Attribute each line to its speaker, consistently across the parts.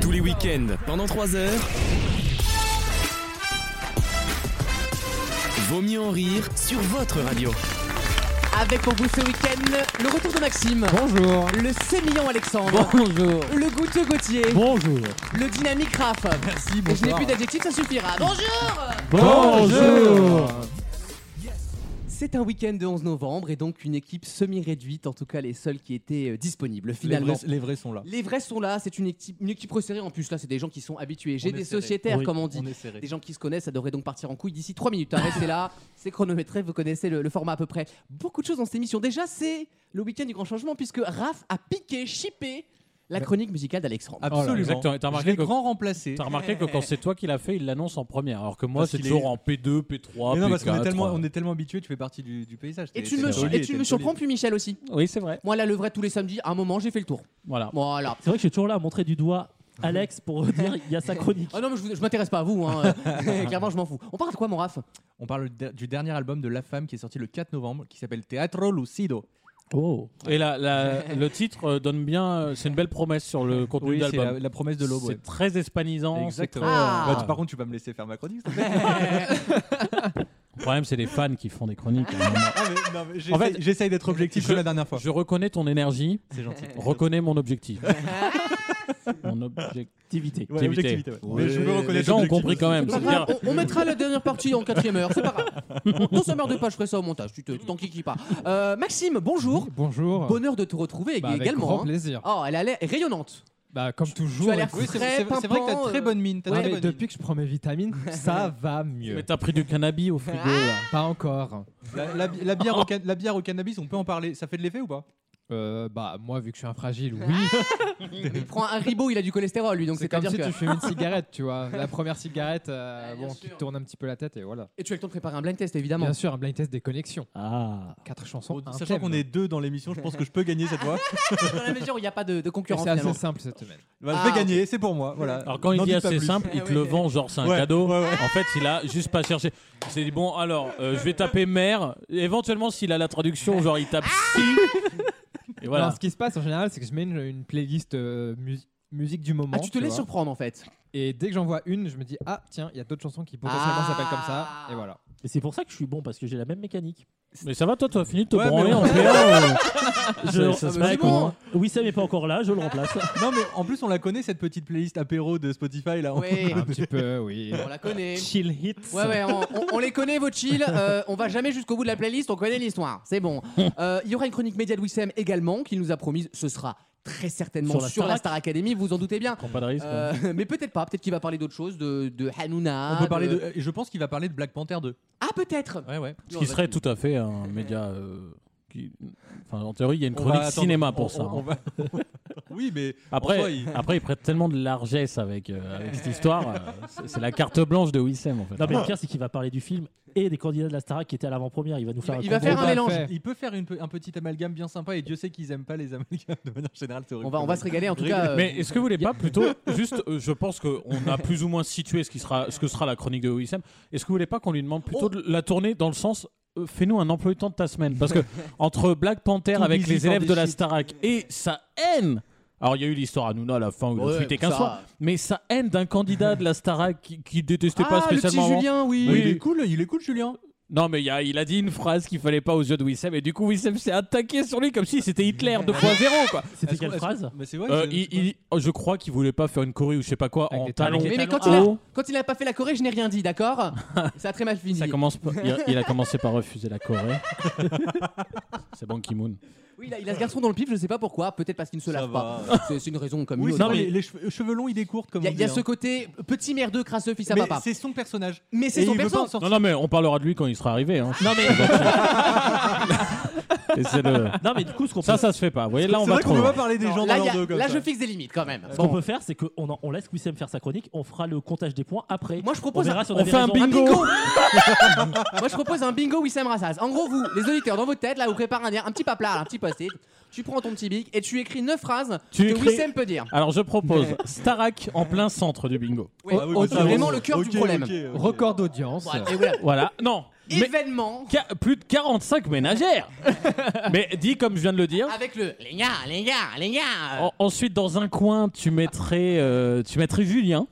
Speaker 1: Tous les week-ends, pendant 3 heures. Vaut mieux en rire sur votre radio.
Speaker 2: Avec pour vous ce week-end le retour de Maxime,
Speaker 3: Bonjour.
Speaker 2: le sémillon Alexandre,
Speaker 3: Bonjour.
Speaker 2: le goûteux Gauthier,
Speaker 3: Bonjour.
Speaker 2: le dynamique Raph.
Speaker 3: Merci,
Speaker 2: Et je n'ai plus d'adjectif, ça suffira. Bonjour
Speaker 3: Bonjour.
Speaker 2: C'est un week-end de 11 novembre et donc une équipe semi-réduite, en tout cas les seuls qui étaient euh, disponibles finalement.
Speaker 3: sont là.
Speaker 2: Les vrais sont là, c'est une équipe, une équipe resserrée en plus là, c'est des gens qui sont habitués. J'ai
Speaker 3: On est
Speaker 2: des
Speaker 3: serré.
Speaker 2: sociétaires
Speaker 3: Oui,
Speaker 2: comme on dit.
Speaker 3: on est serré.
Speaker 2: Des gens qui se connaissent, ça devrait donc partir en couille d'ici 3 minutes. hein. Restez là, c'est chronométré, vous connaissez le, le format à peu près. Beaucoup de choses dans cette émission. Déjà, c'est le week-end du grand changement puisque Raph a piqué, chippé la chronique musicale d'Alexandre.
Speaker 3: Ah,
Speaker 4: Absolument.
Speaker 5: Exactement. Et T'as
Speaker 4: Je l'ai
Speaker 5: remarqué, que-
Speaker 4: grand remplacé.
Speaker 5: t'as remarqué que quand c'est toi qui l'as fait, il l'annonce en première. Alors que moi,
Speaker 4: Parce
Speaker 5: c'est
Speaker 4: qu'il
Speaker 5: toujours
Speaker 4: est-
Speaker 5: en P2, P3,
Speaker 4: Mais non,
Speaker 5: P4.
Speaker 4: parce qu'on est
Speaker 5: hein.
Speaker 4: tellement,
Speaker 5: euh.
Speaker 4: on est tellement habitué, tu fais partie du, du paysage.
Speaker 2: Et
Speaker 4: T'es-
Speaker 2: tu
Speaker 4: t'es
Speaker 2: me,
Speaker 4: un
Speaker 2: et
Speaker 4: poli,
Speaker 2: tu
Speaker 4: t'es
Speaker 2: me
Speaker 4: un
Speaker 2: surprends
Speaker 4: poli.
Speaker 2: plus Michel aussi.
Speaker 5: Oui, c'est vrai.
Speaker 2: Moi là, le vrai tous les samedis, à un moment, j'ai fait le tour.
Speaker 5: Voilà.
Speaker 2: Voilà.
Speaker 6: C'est vrai que je suis toujours là à montrer du doigt Alex pour dire il y a sa chronique.
Speaker 2: Ah non, mais je, vous- je m'intéresse pas à vous, hein. Euh, clairement, je m'en fous. On parle de quoi, mon Raph
Speaker 4: On parle de- du dernier album de La Femme qui est sorti le 4 novembre, qui s'appelle Teatro Lucido.
Speaker 5: Oh. Et la, la- le titre euh, donne bien. euh, C'est une belle promesse sur le contenu
Speaker 4: Oui,
Speaker 5: de
Speaker 4: c'est la,
Speaker 5: l'album.
Speaker 4: la promesse de l'aube. ouais.
Speaker 5: C'est très espanisant. c'est
Speaker 4: Exactement.
Speaker 5: très,
Speaker 2: Ah.
Speaker 5: euh,
Speaker 4: Bah, tu- par contre, tu vas me laisser faire ma chronique. s'il te plaît
Speaker 5: Le problème, c'est les fans qui font des chroniques. à un moment.
Speaker 4: Ah, mais- non, mais j'essaye-
Speaker 5: En fait,
Speaker 4: j'essaye d'être objectif
Speaker 5: je-
Speaker 4: comme la dernière fois.
Speaker 5: Je reconnais ton énergie.
Speaker 4: C'est gentil.
Speaker 5: Reconnais mon objectif. mon objectivité.
Speaker 4: Ouais, objectivité, ouais. Mais je veux reconnaître
Speaker 5: les gens ont
Speaker 4: l'objectif.
Speaker 5: compris quand même.
Speaker 2: C'est pas
Speaker 5: C'est-à-dire-
Speaker 2: grave, on, on mettra la dernière partie en quatrième heure, c'est pas grave. Non, ça meurt de pas, je ferai ça au montage, tu te- tu t'enquiquis pas. Euh, Maxime, bonjour.
Speaker 3: Bonjour.
Speaker 2: Bonheur de te retrouver
Speaker 3: Bah, avec
Speaker 2: également.
Speaker 3: grand
Speaker 2: hein.
Speaker 3: plaisir.
Speaker 2: Oh, elle a l'air rayonnante.
Speaker 3: Bah, comme toujours.
Speaker 2: Tu as l'air
Speaker 4: Oui,
Speaker 2: frais,
Speaker 4: c'est c'est- c'est vrai que
Speaker 2: pimpant,
Speaker 4: t'as très
Speaker 2: euh,
Speaker 4: bonne mine. t'as
Speaker 3: Ouais,
Speaker 4: très
Speaker 3: mais
Speaker 4: bonne mine.
Speaker 3: depuis que je prends mes vitamines, ça va mieux.
Speaker 5: Mais t'as pris du cannabis au frigo. là.
Speaker 3: Pas encore.
Speaker 4: La, la bi- la bière au can- la bière au cannabis, on peut en parler. Ça fait de l'effet ou pas
Speaker 3: Euh, bah, moi, vu que je suis un fragile, oui.
Speaker 2: Il prend un ribot, il a du cholestérol lui, donc
Speaker 3: C'est
Speaker 2: c'est à dire
Speaker 3: comme si
Speaker 2: Ah, que.
Speaker 3: tu fumes une cigarette, tu vois. La première cigarette, euh,
Speaker 2: Ah, bien
Speaker 3: bon,
Speaker 2: sûr.
Speaker 3: tu te tournes un petit peu la tête et voilà.
Speaker 2: Et tu as le temps de préparer un blind test évidemment.
Speaker 3: Bien sûr, un blind test des connexions.
Speaker 5: Ah.
Speaker 3: Quatre chansons. un
Speaker 4: Sachant
Speaker 3: thème.
Speaker 4: qu'on est deux dans l'émission, je pense que je peux gagner cette fois.
Speaker 2: Dans la mesure où il n'y a pas de, de
Speaker 3: Et
Speaker 2: concurrence
Speaker 3: C'est assez
Speaker 2: finalement.
Speaker 3: simple cette semaine.
Speaker 4: Bah,
Speaker 2: Ah,
Speaker 4: je vais gagner, c'est pour moi. Voilà.
Speaker 5: Alors quand il
Speaker 4: N'en
Speaker 5: dit
Speaker 4: dites pas
Speaker 5: assez
Speaker 4: plus.
Speaker 5: simple,
Speaker 6: Ah
Speaker 5: il te le vend genre c'est un
Speaker 4: Ouais,
Speaker 5: cadeau.
Speaker 4: ouais, ouais.
Speaker 5: En fait, il a juste pas cherché. Il s'est dit bon alors euh, je vais taper mère. Éventuellement s'il a la traduction genre il tape si. Et
Speaker 3: Alors,
Speaker 5: voilà.
Speaker 3: ce qui se passe en général, c'est que je mets une, une playlist euh, mus- musique du moment.
Speaker 2: Ah, tu te laisses
Speaker 3: vois.
Speaker 2: surprendre en fait.
Speaker 3: Et dès que j'en vois une, je me dis ah tiens, il y a d'autres chansons qui potentiellement
Speaker 2: Ah.
Speaker 3: s'appellent comme ça. Et voilà.
Speaker 6: Et c'est pour ça que je suis bon parce que j'ai la même mécanique.
Speaker 5: Mais ça va toi, tu as fini de te
Speaker 4: Ouais, mais
Speaker 5: branler
Speaker 4: on-
Speaker 5: en euh. PA.
Speaker 6: Je-
Speaker 5: ça se
Speaker 2: mais
Speaker 5: met
Speaker 2: c'est
Speaker 5: comment
Speaker 6: Wissam n'est pas encore là, je le remplace.
Speaker 4: Non mais en plus on la connaît cette petite playlist apéro de Spotify là.
Speaker 2: Oui,
Speaker 3: Un petit peu, oui.
Speaker 2: on la connaît.
Speaker 6: Chill hits.
Speaker 2: Ouais, ouais, on, on- on les connaît, vos chill. Euh, on va jamais jusqu'au bout de la playlist, on connaît l'histoire. C'est bon. Euh, Il y aura une chronique média de Wissem également qu'il nous a promise. Ce sera très certainement sur
Speaker 5: Sur
Speaker 2: la,
Speaker 5: la
Speaker 2: Star Academy, vous en doutez bien.
Speaker 5: Prends pas de risque. hein.
Speaker 2: Euh, mais peut-être pas, peut-être qu'il va parler d'autre chose, de, de Hanouna.
Speaker 4: On peut parler de.
Speaker 2: bah.
Speaker 4: et Je pense qu'il va parler de Black Panther 2.
Speaker 2: Ah, peut-être
Speaker 4: Ouais ouais.
Speaker 5: Ce qui serait tout à fait un média. euh, qui- Enfin, en théorie, il y a une
Speaker 4: On
Speaker 5: chronique
Speaker 4: va attendre-
Speaker 5: cinéma pour
Speaker 4: on-
Speaker 5: ça.
Speaker 4: on- on
Speaker 5: hein.
Speaker 4: va- oui mais
Speaker 5: Après,
Speaker 4: en soi, il-
Speaker 5: après, il prête tellement de largesse avec, euh, avec cette histoire. euh, c'est- c'est la carte blanche de Wissem en fait.
Speaker 6: Non, mais le pire, c'est qu'il va parler du film et des candidats de la Starac qui étaient à l'avant-première. Il va nous faire
Speaker 2: Il
Speaker 6: un
Speaker 2: va
Speaker 6: combo.
Speaker 2: faire
Speaker 4: on
Speaker 2: un
Speaker 4: va
Speaker 2: mélange.
Speaker 3: faire.
Speaker 4: il peut faire une pe- un petit amalgame bien sympa et Dieu sait qu'ils aiment pas les amalgames de manière générale. c'est
Speaker 2: On
Speaker 4: horrible.
Speaker 2: va, on va se régaler en tout cas. euh,
Speaker 5: Mais est-ce que vous voulez pas plutôt juste euh, je pense qu'on a plus ou moins situé ce qui sera ce que sera la chronique de Wissem. Est-ce que vous voulez pas qu'on lui demande plutôt de la tourner dans le sens euh, fais-nous un emploi du temps de ta semaine parce que entre Black Panther
Speaker 4: Tout
Speaker 5: avec
Speaker 4: busy
Speaker 5: les
Speaker 4: for
Speaker 5: élèves
Speaker 4: this
Speaker 5: de la
Speaker 4: shit.
Speaker 5: Starac et sa haine alors il y a eu l'histoire à Nouna à la fin où il
Speaker 2: Ouais,
Speaker 5: a fuité
Speaker 2: ça-
Speaker 5: 15 fois, mais sa haine d'un candidat de la Starac qui, qui détestait pas
Speaker 2: Ah, le petit
Speaker 5: spécialement.
Speaker 2: Julien, oui.
Speaker 4: Mais
Speaker 5: Oui.
Speaker 4: Il est cool, il est cool Julien.
Speaker 5: Non mais il y a- il a dit une phrase qu'il fallait pas aux yeux de Wissem et du coup Wissem s'est attaqué sur lui comme si c'était Hitler 2.0 quoi.
Speaker 6: C'était
Speaker 4: Est-ce qu'on-
Speaker 6: quelle
Speaker 4: est-ce-
Speaker 6: phrase
Speaker 4: Mais c'est vrai.
Speaker 5: Euh,
Speaker 4: je-
Speaker 5: il- il- oh, je crois qu'il voulait pas faire une choré ou je sais pas quoi
Speaker 3: Avec
Speaker 5: en
Speaker 3: les
Speaker 5: talons.
Speaker 3: talons.
Speaker 2: Mais, mais
Speaker 6: talons
Speaker 2: quand, il a,
Speaker 4: Oh.
Speaker 6: hauts.
Speaker 2: quand il a pas fait la Corée, je n'ai rien dit, d'accord Ça a très mal fini.
Speaker 5: Ça commence par- il, a, il a commencé par refuser la Corée. C'est Ban Ki-moon.
Speaker 2: Oui, il a, il a ce garçon dans le pif, je sais pas pourquoi. Peut-être parce qu'il ne se
Speaker 4: Ça
Speaker 2: lave
Speaker 4: va.
Speaker 2: pas. C'est c'est une raison comme
Speaker 4: Oui,
Speaker 2: une
Speaker 4: c'est
Speaker 2: autre.
Speaker 4: vrai,
Speaker 5: mais-
Speaker 4: les, les cheveux, cheveux longs, il est court comme
Speaker 2: Il y a,
Speaker 4: on
Speaker 2: il y a
Speaker 4: dit,
Speaker 2: ce
Speaker 4: hein.
Speaker 2: côté petit merdeux, crasseux, fils à
Speaker 4: Mais
Speaker 2: papa.
Speaker 4: c'est son personnage.
Speaker 2: Mais c'est
Speaker 4: Et
Speaker 2: son
Speaker 4: il veut
Speaker 2: perso.
Speaker 4: pas en sortir.
Speaker 5: Non, non, mais on parlera de lui quand il sera arrivé. hein.
Speaker 6: Non, mais,
Speaker 5: Et c'est le-
Speaker 6: non, mais du coup, ce qu'on peut,
Speaker 5: Ça, ça se fait pas. Vous voyez, là, on
Speaker 4: C'est
Speaker 5: va
Speaker 4: vrai qu'on
Speaker 5: trop.
Speaker 4: peut pas
Speaker 5: loin.
Speaker 4: parler des gens
Speaker 2: là,
Speaker 4: dans
Speaker 2: y a-
Speaker 4: leur dos comme
Speaker 2: là,
Speaker 4: ça.
Speaker 2: je fixe des limites quand même.
Speaker 6: ce
Speaker 2: Bon.
Speaker 6: qu'on peut faire, c'est qu'on en- on laisse Wissam faire sa chronique. On fera le comptage des points après.
Speaker 2: Moi, je
Speaker 6: on
Speaker 2: propose
Speaker 6: verra
Speaker 2: un,
Speaker 6: si on
Speaker 5: On
Speaker 6: avait
Speaker 5: fait un
Speaker 6: raison.
Speaker 2: un
Speaker 5: bingo.
Speaker 2: Ah, bingo. Moi, je propose un bingo Wissam Rassas. En gros, vous, les auditeurs, dans votre tête, là, vous préparez un, un petit papelard, un petit post-it. Tu prends ton petit bic et tu écris 9 phrases
Speaker 5: Tu
Speaker 2: que
Speaker 5: écris-
Speaker 2: Wissem peut dire.
Speaker 5: Alors, je propose Starak en plein centre du bingo.
Speaker 2: Oui.
Speaker 4: Ah oui,
Speaker 2: Oh,
Speaker 4: bah
Speaker 2: c'est
Speaker 4: ça,
Speaker 2: vraiment
Speaker 4: bon.
Speaker 2: le cœur
Speaker 4: Ok,
Speaker 2: du problème.
Speaker 4: ok, ok.
Speaker 3: Record d'audience.
Speaker 2: Bon, et voilà.
Speaker 5: Voilà. Non, Mais-
Speaker 2: événement
Speaker 5: Qua- plus de 45 ménagères Mais dit comme je viens de le dire.
Speaker 2: avec le les gars, les gars, les gars.
Speaker 5: En- ensuite, dans un coin, tu mettrais, euh, tu mettrais Julien.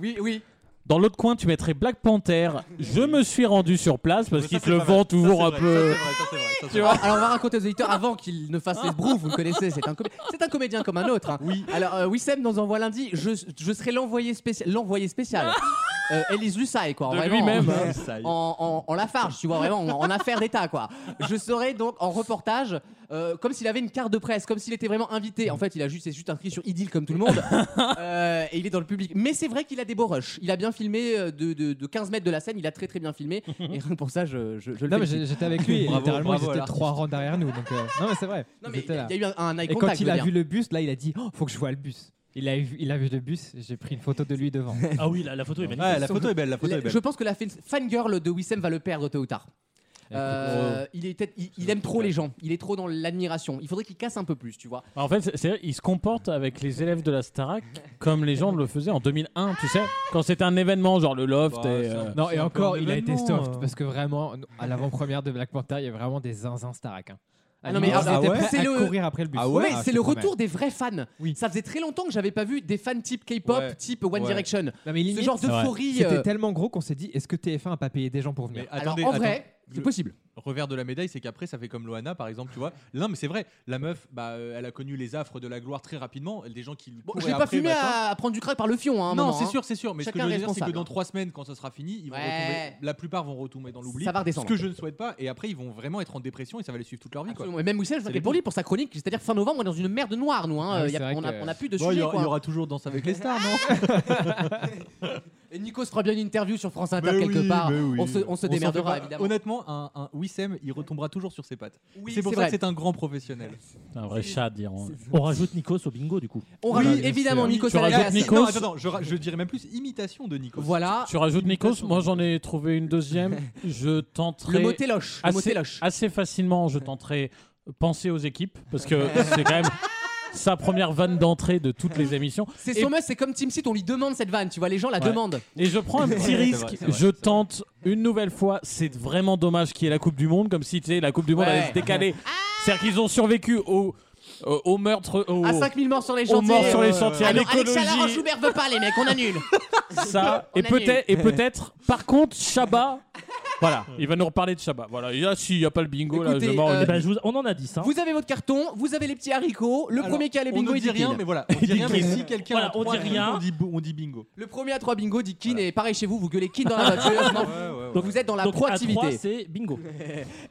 Speaker 2: Oui, oui.
Speaker 5: Dans l'autre coin, tu mettrais Black Panther. Je me suis rendu sur place parce
Speaker 7: Ça,
Speaker 5: qu'ils
Speaker 7: c'est
Speaker 5: te le
Speaker 7: pas mal.
Speaker 5: vendent
Speaker 7: Ça,
Speaker 5: toujours
Speaker 7: c'est
Speaker 5: un
Speaker 7: vrai,
Speaker 5: peu.
Speaker 7: ça, c'est vrai, ça, c'est vrai, ça, c'est
Speaker 2: Tu vois, alors on va raconter aux auditeurs avant qu'ils ne fassent les brous, vous le connaissez, c'est un, comé- c'est un comédien comme un autre. Oui. Alors euh, Wissem nous envoie lundi, je, je serai l'envoyé spécial. L'envoyé spécial. Euh, Élise Lussaï, quoi.
Speaker 5: De
Speaker 2: vraiment,
Speaker 5: lui-même. hein.
Speaker 2: en- En, en, en Lafarge, tu vois, vraiment, en, en affaires d'État, quoi. Je serai donc en reportage, euh, comme s'il avait une carte de presse, comme s'il était vraiment invité. En fait, il a juste, c'est juste inscrit sur Idyll comme tout le monde. Euh, et il est dans le public. Mais c'est vrai qu'il a des beaux rushs. Il a bien filmé euh, de, de- de 15 mètres de la scène, il a très très bien filmé. Et pour ça, je, je, je le
Speaker 3: Mhm. Non, mais
Speaker 2: félicite.
Speaker 3: j'ai- j'étais avec lui et
Speaker 4: Bravo,
Speaker 3: littéralement,
Speaker 4: bravo à
Speaker 3: ils étaient
Speaker 4: l'artiste.
Speaker 3: trois rangs derrière nous. Donc, euh, non, mais c'est vrai.
Speaker 2: Non,
Speaker 3: ils
Speaker 2: mais il
Speaker 3: étaient
Speaker 2: y
Speaker 3: là.
Speaker 2: a- il y a eu un, un eye
Speaker 3: Et
Speaker 2: contact.
Speaker 3: quand
Speaker 2: je
Speaker 3: il
Speaker 2: veux
Speaker 3: a
Speaker 2: dire.
Speaker 3: vu le bus, là, il a dit oh, Faut que je vois le bus. Il a, vu, il a vu le bus, j'ai pris une photo de lui devant.
Speaker 6: Ah oui, la, la photo est magnifique.
Speaker 4: Ouais, la photo est belle, la photo
Speaker 2: La-
Speaker 4: est belle.
Speaker 2: je pense que la fan- fangirl de Wissem va le perdre tôt ou tard. Euh, il, est peut-être- il- il aime trop les gens, il est trop dans l'admiration. Il faudrait qu'il casse un peu plus, tu vois.
Speaker 5: Bah, En fait, c'est- c'est il se comporte avec les élèves de la Starac comme les gens le faisaient en 2001, tu sais, quand c'était un événement genre le loft.
Speaker 4: Bah,
Speaker 5: et,
Speaker 4: ça-
Speaker 5: euh,
Speaker 3: Non,
Speaker 4: C'est
Speaker 3: et
Speaker 4: un peu
Speaker 3: encore,
Speaker 4: un
Speaker 3: il a été
Speaker 4: événement,
Speaker 3: soft
Speaker 4: euh.
Speaker 3: parce que vraiment, non, à l'avant-première de Black Panther, il y a vraiment des zinzins Starak. Hein.
Speaker 2: Ah non, mais
Speaker 3: Ils
Speaker 2: ah,
Speaker 3: étaient
Speaker 2: ouais
Speaker 3: prêts
Speaker 2: c'est
Speaker 3: à
Speaker 2: le-
Speaker 3: courir après le bus.
Speaker 4: Ah ouais,
Speaker 2: Ouais,
Speaker 4: ah,
Speaker 2: c'est
Speaker 3: je
Speaker 2: le
Speaker 3: te promets.
Speaker 2: retour des vrais fans.
Speaker 3: Oui.
Speaker 2: Ça faisait très longtemps que j'avais pas vu des fans type K-pop,
Speaker 4: Ouais.
Speaker 2: type One
Speaker 4: Ouais.
Speaker 2: Direction.
Speaker 3: Non, mais
Speaker 2: Ce
Speaker 3: limite,
Speaker 2: genre
Speaker 5: c'est vrai.
Speaker 2: d'euphorie.
Speaker 3: C'était
Speaker 2: euh,
Speaker 3: tellement gros qu'on s'est dit est-ce que TF1 a pas payé des gens pour venir
Speaker 4: Mais
Speaker 2: Alors
Speaker 4: attendez,
Speaker 2: en
Speaker 4: attendez.
Speaker 2: vrai, c'est
Speaker 4: Je-
Speaker 2: possible.
Speaker 4: revers de la médaille, c'est qu'après, ça fait comme Loana, par exemple, tu vois. Non, mais c'est vrai, la meuf, bah, euh, elle a connu les affres de la gloire très rapidement. Des gens qui lui
Speaker 2: Bon,
Speaker 4: couraient
Speaker 2: je vais pas
Speaker 4: après,
Speaker 2: fumer
Speaker 4: machin.
Speaker 2: à, à prendre du crack par le fion. Hein, à un
Speaker 4: Non,
Speaker 2: moment,
Speaker 4: c'est
Speaker 2: hein.
Speaker 4: sûr, c'est sûr. Mais
Speaker 2: Chacun
Speaker 4: ce que je veux dire, c'est que
Speaker 2: responsable,
Speaker 4: dans
Speaker 2: hein.
Speaker 4: trois semaines, quand ça sera fini, ils vont
Speaker 2: Ouais.
Speaker 4: retomber- la plupart vont retomber dans l'oubli.
Speaker 2: Ça va
Speaker 4: Ce
Speaker 2: redescendre.
Speaker 4: que je ne souhaite pas. Et après, ils vont vraiment être en dépression et ça va les suivre toute leur vie. quoi.
Speaker 2: Absolument. Et même Wissem, je m'inquiète
Speaker 4: les
Speaker 2: pour lui, pour sa chronique. C'est-à-dire fin novembre, on est dans une merde noire, nous. Hein.
Speaker 3: Ah oui,
Speaker 2: Il y a-
Speaker 3: c'est vrai
Speaker 2: on, a,
Speaker 3: que-
Speaker 2: on a plus de
Speaker 4: Bon, il
Speaker 2: sujet.
Speaker 4: y, aura-
Speaker 2: quoi.
Speaker 4: il y aura toujours Danse avec les stars, non
Speaker 2: Et Nikos fera bien une interview sur France Inter
Speaker 4: Mais
Speaker 2: quelque
Speaker 4: oui,
Speaker 2: part.
Speaker 4: mais oui.
Speaker 2: On se, on se
Speaker 4: s'en fait
Speaker 2: démerdera
Speaker 4: pas.
Speaker 2: évidemment.
Speaker 4: Honnêtement, un, un Wissem, il retombera toujours sur ses pattes.
Speaker 2: Oui,
Speaker 4: c'est pour
Speaker 2: c'est
Speaker 4: ça
Speaker 2: vrai.
Speaker 4: que c'est un grand professionnel.
Speaker 5: un vrai chat, diront.
Speaker 6: On rajoute Nikos au bingo du coup.
Speaker 2: On
Speaker 5: Oui,
Speaker 2: rajoute
Speaker 5: bien
Speaker 2: évidemment
Speaker 5: sûr.
Speaker 2: Nikos
Speaker 5: Tu
Speaker 2: à la
Speaker 5: rajoutes
Speaker 2: place.
Speaker 5: Nikos.
Speaker 4: Non, attends, attends, je, ra- je dirais même plus imitation de Nico.
Speaker 2: Voilà,
Speaker 5: Tu rajoutes Nikos, moi j'en ai trouvé une deuxième. Je tenterai.
Speaker 2: le mot téloche. Le mot
Speaker 5: assez,
Speaker 2: téloche.
Speaker 5: assez facilement, je tenterai penser aux équipes parce que c'est quand même sa première vanne d'entrée de toutes les émissions.
Speaker 2: C'est
Speaker 5: Et-
Speaker 2: Sommeuse, c'est comme Team Seat, on lui demande cette vanne, tu vois, les gens la
Speaker 5: Ouais.
Speaker 2: demandent.
Speaker 5: Et je prends un petit
Speaker 4: Ouais, c'est vrai,
Speaker 5: risque.
Speaker 4: c'est vrai,
Speaker 5: je
Speaker 4: c'est vrai.
Speaker 5: tente une nouvelle fois. C'est vraiment dommage qu'il y ait la Coupe du Monde, comme si tu sais, la Coupe du Monde
Speaker 2: Ouais. Ah
Speaker 5: allait se décaler. C'est-à-dire qu'ils ont survécu au, euh, au, au meurtre, au,
Speaker 2: À 5000 morts sur les
Speaker 5: aux
Speaker 2: chantiers.
Speaker 5: morts sur les
Speaker 2: euh,
Speaker 5: sentiers, à
Speaker 2: Ah non, Alexa Laroche
Speaker 5: l'écologie,
Speaker 2: Joubert veut pas, les mecs, on annule.
Speaker 5: ça.
Speaker 2: On
Speaker 5: Et
Speaker 2: annule.
Speaker 5: peut-être, et peut-être. Par contre, Chabat. Voilà, il va nous reparler de Chabat. Voilà, il y a si, il y a pas le bingo là.
Speaker 2: Écoutez,
Speaker 5: je m'en
Speaker 2: euh,
Speaker 6: Eh ben, je vous- on en a 10. Hein.
Speaker 2: Vous avez votre carton, vous avez les petits haricots. Le
Speaker 4: Alors,
Speaker 2: premier qui a les
Speaker 4: on
Speaker 2: bingo,
Speaker 4: ne
Speaker 2: il
Speaker 4: dit
Speaker 2: dit
Speaker 4: rien,
Speaker 2: kin.
Speaker 4: mais voilà. On dit rien, mais si quelqu'un
Speaker 6: Voilà,
Speaker 4: a
Speaker 6: on
Speaker 4: trois
Speaker 6: dit rien.
Speaker 4: bingos, on dit, bo- on dit bingo.
Speaker 2: Le premier à 3 bingo dit kin, et pareil chez vous, vous gueulez kin dans la voiture. Non. Donc vous êtes dans la
Speaker 6: Donc à
Speaker 2: proactivité.
Speaker 6: 3, c'est bingo.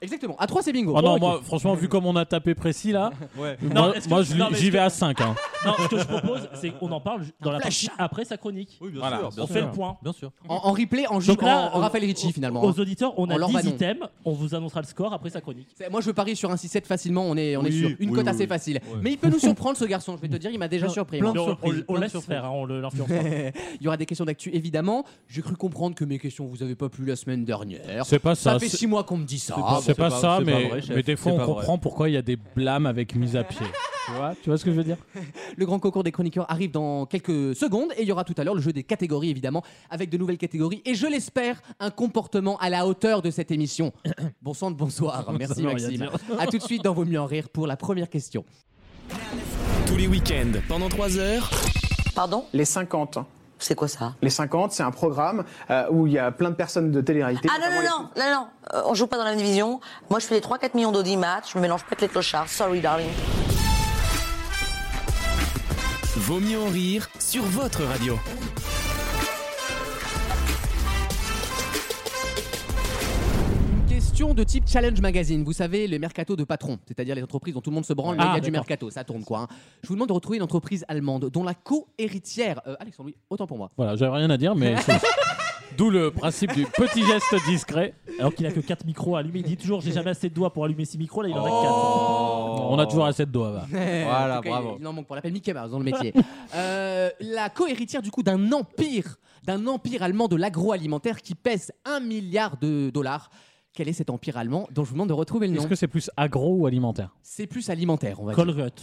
Speaker 2: Exactement, à 3 c'est bingo.
Speaker 5: Oh non,
Speaker 6: ok.
Speaker 5: moi, franchement, vu comme on a tapé précis là,
Speaker 4: Ouais.
Speaker 6: Non,
Speaker 5: moi,
Speaker 6: est-ce que-
Speaker 5: moi, je-
Speaker 6: non, mais est-ce
Speaker 5: j'y vais
Speaker 6: que-
Speaker 5: à hein. 5.
Speaker 6: non, ce que je propose, c'est qu'on en parle dans la
Speaker 2: flash.
Speaker 6: partie après sa chronique.
Speaker 4: Oui, bien
Speaker 5: Voilà,
Speaker 4: sûr. bien
Speaker 6: On
Speaker 4: sûr.
Speaker 6: fait le point.
Speaker 4: Bien sûr.
Speaker 2: En, en replay, en, ju-
Speaker 6: Donc là,
Speaker 2: en, en
Speaker 6: euh,
Speaker 2: Raphaël Ricci
Speaker 6: aux-
Speaker 2: finalement. hein.
Speaker 6: Aux auditeurs, on
Speaker 2: On leur
Speaker 6: a
Speaker 2: va
Speaker 6: 10
Speaker 2: non.
Speaker 6: items. On vous annoncera le score après sa chronique.
Speaker 2: C'est- Moi je parie sur un 6-7 facilement, on est, on est
Speaker 4: Oui,
Speaker 2: sûr. Une
Speaker 4: oui,
Speaker 2: cote
Speaker 4: oui,
Speaker 2: assez
Speaker 4: oui.
Speaker 2: facile.
Speaker 4: Ouais.
Speaker 2: Mais il peut nous surprendre ce garçon, je vais te dire, il m'a déjà
Speaker 4: Plein-
Speaker 2: surpris.
Speaker 4: plein
Speaker 2: moi.
Speaker 6: Mais
Speaker 4: de
Speaker 6: on- on,
Speaker 4: surprises,
Speaker 6: on
Speaker 4: plein de
Speaker 6: laisse
Speaker 4: surprises.
Speaker 6: faire, hein, on le- l'influence pas.
Speaker 2: Il y aura des questions d'actu évidemment. J'ai cru comprendre que mes questions vous avez pas pu la semaine dernière.
Speaker 5: C'est pas
Speaker 2: Ça
Speaker 5: ça.
Speaker 2: fait
Speaker 5: c'est-
Speaker 2: 6 mois qu'on me dit ça.
Speaker 4: pas-
Speaker 5: C'est
Speaker 4: c'est
Speaker 5: pas,
Speaker 4: pas-
Speaker 5: ça,
Speaker 4: c'est pas
Speaker 5: mais,
Speaker 4: vrai, chef.
Speaker 5: mais des fois
Speaker 4: C'est
Speaker 5: on
Speaker 4: pas vrai.
Speaker 5: comprend pourquoi il y a des blâmes avec mise à pied. tu, vois, tu vois ce que je veux dire
Speaker 2: Le grand concours des chroniqueurs arrive dans quelques secondes et il y aura tout à l'heure le jeu des catégories évidemment avec de nouvelles catégories et je l'espère un comportement à la hauteur de cette émission. bon sang de bonsoir. Merci
Speaker 6: veut rien
Speaker 2: Maxime. À tout de suite dans Vaut mieux en rire pour la première question.
Speaker 1: Tous les week-ends, pendant 3 heures,
Speaker 8: Pardon
Speaker 9: Les 50.
Speaker 8: C'est quoi ça
Speaker 9: Les 50, c'est un programme euh, où il y a plein de personnes de télé-réalité.
Speaker 8: Ah non,
Speaker 9: notamment
Speaker 8: non,
Speaker 9: les-
Speaker 8: non, non, non, Euh, on joue pas dans la même division. Moi, je fais les 3-4 millions d'audimat, je me mélange pas avec les clochards. Sorry, darling.
Speaker 1: Vaut mieux en rire sur votre radio.
Speaker 2: Une question de type challenge magazine. Vous savez les mercato de patron, c'est-à-dire les entreprises dont tout le monde se branle, mais
Speaker 5: Ah,
Speaker 2: il y a du
Speaker 5: d'accord.
Speaker 2: mercato, ça tourne quoi. hein. Je vous demande de retrouver une entreprise allemande dont la co-héritière euh, Alexandre Louis, autant pour moi.
Speaker 5: Voilà, j'avais rien à dire, mais c'est- d'où le principe du petit geste discret.
Speaker 6: Alors qu'il a que 4 micros allumés. Il dit toujours j'ai jamais assez de doigts pour allumer 6 micros. Là, il en a 4.
Speaker 4: Oh.
Speaker 5: On a toujours assez de doigts. va.
Speaker 4: Voilà,
Speaker 2: En tout cas,
Speaker 4: bravo.
Speaker 2: Il, il en manque pour l'appel Mickey Mouse dans le métier. Euh, la co-héritière du coup d'un empire, d'un empire allemand de l'agroalimentaire qui pèse un milliard de dollars. Quel est cet empire allemand dont je vous demande de retrouver le nom
Speaker 5: Est-ce que c'est plus agro ou alimentaire
Speaker 2: C'est plus alimentaire, on va dire.
Speaker 6: Colruyt.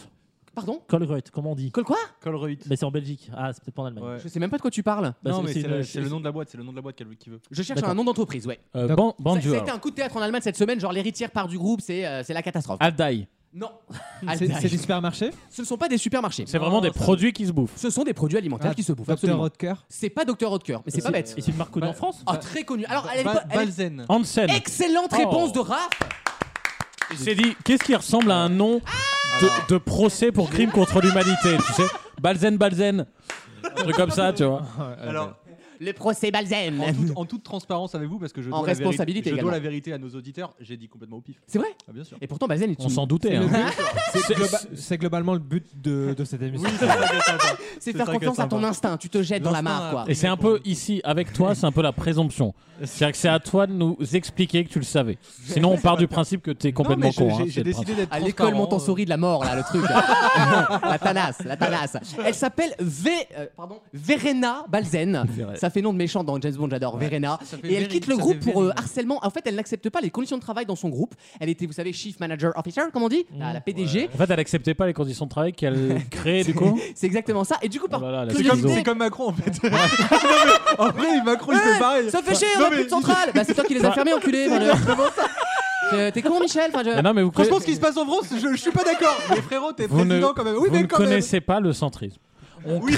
Speaker 2: Pardon
Speaker 6: Colruyt, comment on dit
Speaker 2: Col quoi
Speaker 4: Colruyt.
Speaker 6: Mais c'est en Belgique. Ah, c'est peut-être pas en Allemagne.
Speaker 4: Ouais.
Speaker 2: Je sais même pas de quoi tu parles.
Speaker 6: Bah,
Speaker 4: non, mais c'est
Speaker 6: une-
Speaker 4: le, c'est le nom de la boîte, c'est le nom de la boîte qu'elle- qui veut.
Speaker 2: Je cherche
Speaker 6: D'accord.
Speaker 2: un nom d'entreprise, ouais.
Speaker 5: Euh,
Speaker 3: Donc-
Speaker 5: Ban-
Speaker 2: Ça,
Speaker 5: Bandur.
Speaker 2: C'était un coup de théâtre en Allemagne cette semaine, genre l'héritière part du groupe, c'est euh, c'est la catastrophe.
Speaker 5: Aldaï.
Speaker 2: Non,
Speaker 3: C'est
Speaker 2: Altaï.
Speaker 3: c'est du supermarché
Speaker 2: ce ne sont pas des supermarchés.
Speaker 5: C'est vraiment des produits qui se bouffent.
Speaker 2: Ce sont des produits alimentaires
Speaker 3: Ah,
Speaker 2: qui se bouffent,
Speaker 3: Docteur
Speaker 2: absolument.
Speaker 3: Rodker.
Speaker 2: C'est pas Docteur Rodker, mais c'est pas bête.
Speaker 6: Et c'est une marque
Speaker 4: Bah,
Speaker 6: connue en France
Speaker 2: Ah, très connu. Alors, elle est
Speaker 4: Ba-
Speaker 2: pas- elle est-
Speaker 4: Balzen.
Speaker 5: Hansen.
Speaker 2: Excellente
Speaker 5: Oh.
Speaker 2: réponse de Raph
Speaker 5: Il s'est dit, qu'est-ce qui ressemble à un nom
Speaker 4: Ah.
Speaker 5: de, de procès pour crime contre l'humanité Tu sais Balzen, Balzen. Un truc comme ça, tu vois.
Speaker 4: Alors,
Speaker 2: Le procès Balzen
Speaker 4: en toute, en toute transparence avec vous, parce que je
Speaker 2: En
Speaker 4: dois, la vérité-
Speaker 2: responsabilité
Speaker 4: je dois
Speaker 2: également.
Speaker 4: la vérité à nos auditeurs, j'ai dit complètement au pif.
Speaker 2: C'est vrai
Speaker 4: Ah, bien sûr.
Speaker 2: Et pourtant, Balzen est
Speaker 5: On
Speaker 2: une-
Speaker 5: s'en doutait. hein.
Speaker 3: C'est globa- C'est globalement le but de, de cette émission.
Speaker 2: C'est
Speaker 4: C'est
Speaker 2: faire
Speaker 4: ça qui est
Speaker 2: confiance à ton
Speaker 4: sympa.
Speaker 2: instinct, tu te jettes dans la
Speaker 4: L'instinct
Speaker 2: mare, quoi.
Speaker 5: Et c'est un peu ici, avec toi, c'est un peu la présomption. C'est-à-dire que c'est à toi de nous expliquer que tu le savais. Sinon, on part du principe que t'es complètement con. hein,
Speaker 4: J'ai
Speaker 5: c'est
Speaker 4: j'ai
Speaker 5: le principe.
Speaker 4: décidé d'être
Speaker 2: À l'école
Speaker 4: transparent,
Speaker 2: Montessori de la mort, là, le truc. la tanasse, la tanasse. Elle s'appelle v... euh, pardon, Verena Balzen. Ça fait nom de méchant dans James Bond, j'adore. Verena.
Speaker 4: ça fait
Speaker 2: Et elle
Speaker 4: Véri-
Speaker 2: quitte le
Speaker 4: ça
Speaker 2: groupe
Speaker 4: fait
Speaker 2: pour euh,
Speaker 4: Véri-
Speaker 2: harcèlement. En fait, elle n'accepte pas les conditions de travail dans son groupe. Elle était, vous savez, Chief Manager Officer, comme on dit, Ah, la, la PDG.
Speaker 5: En fait, elle acceptait pas les conditions de travail qu'elle créait, du coup.
Speaker 2: C'est exactement ça. Et du coup, par
Speaker 5: Oh là là, la
Speaker 4: C'est
Speaker 5: Ils
Speaker 4: comme,
Speaker 5: ont-
Speaker 4: c'est comme Macron en fait. Non, mais en vrai, Macron il fait pareil.
Speaker 2: Ça me fait chier, on
Speaker 4: Non,
Speaker 2: va
Speaker 4: mais
Speaker 2: plus de centrale Bah c'est toi qui les as
Speaker 5: Ouais.
Speaker 2: fermés, enculé enfin, je- Euh, T'es con, Michel enfin, je-
Speaker 5: Mais non, mais vous,
Speaker 4: Franchement, ce qui se passe en France, je, je suis pas d'accord. Mais frérot, t'es
Speaker 5: Vous ne-
Speaker 4: président quand même. Oui,
Speaker 5: vous
Speaker 4: mais
Speaker 5: ne
Speaker 4: quand même.
Speaker 5: connaissez pas le centrisme. On,
Speaker 4: Oui.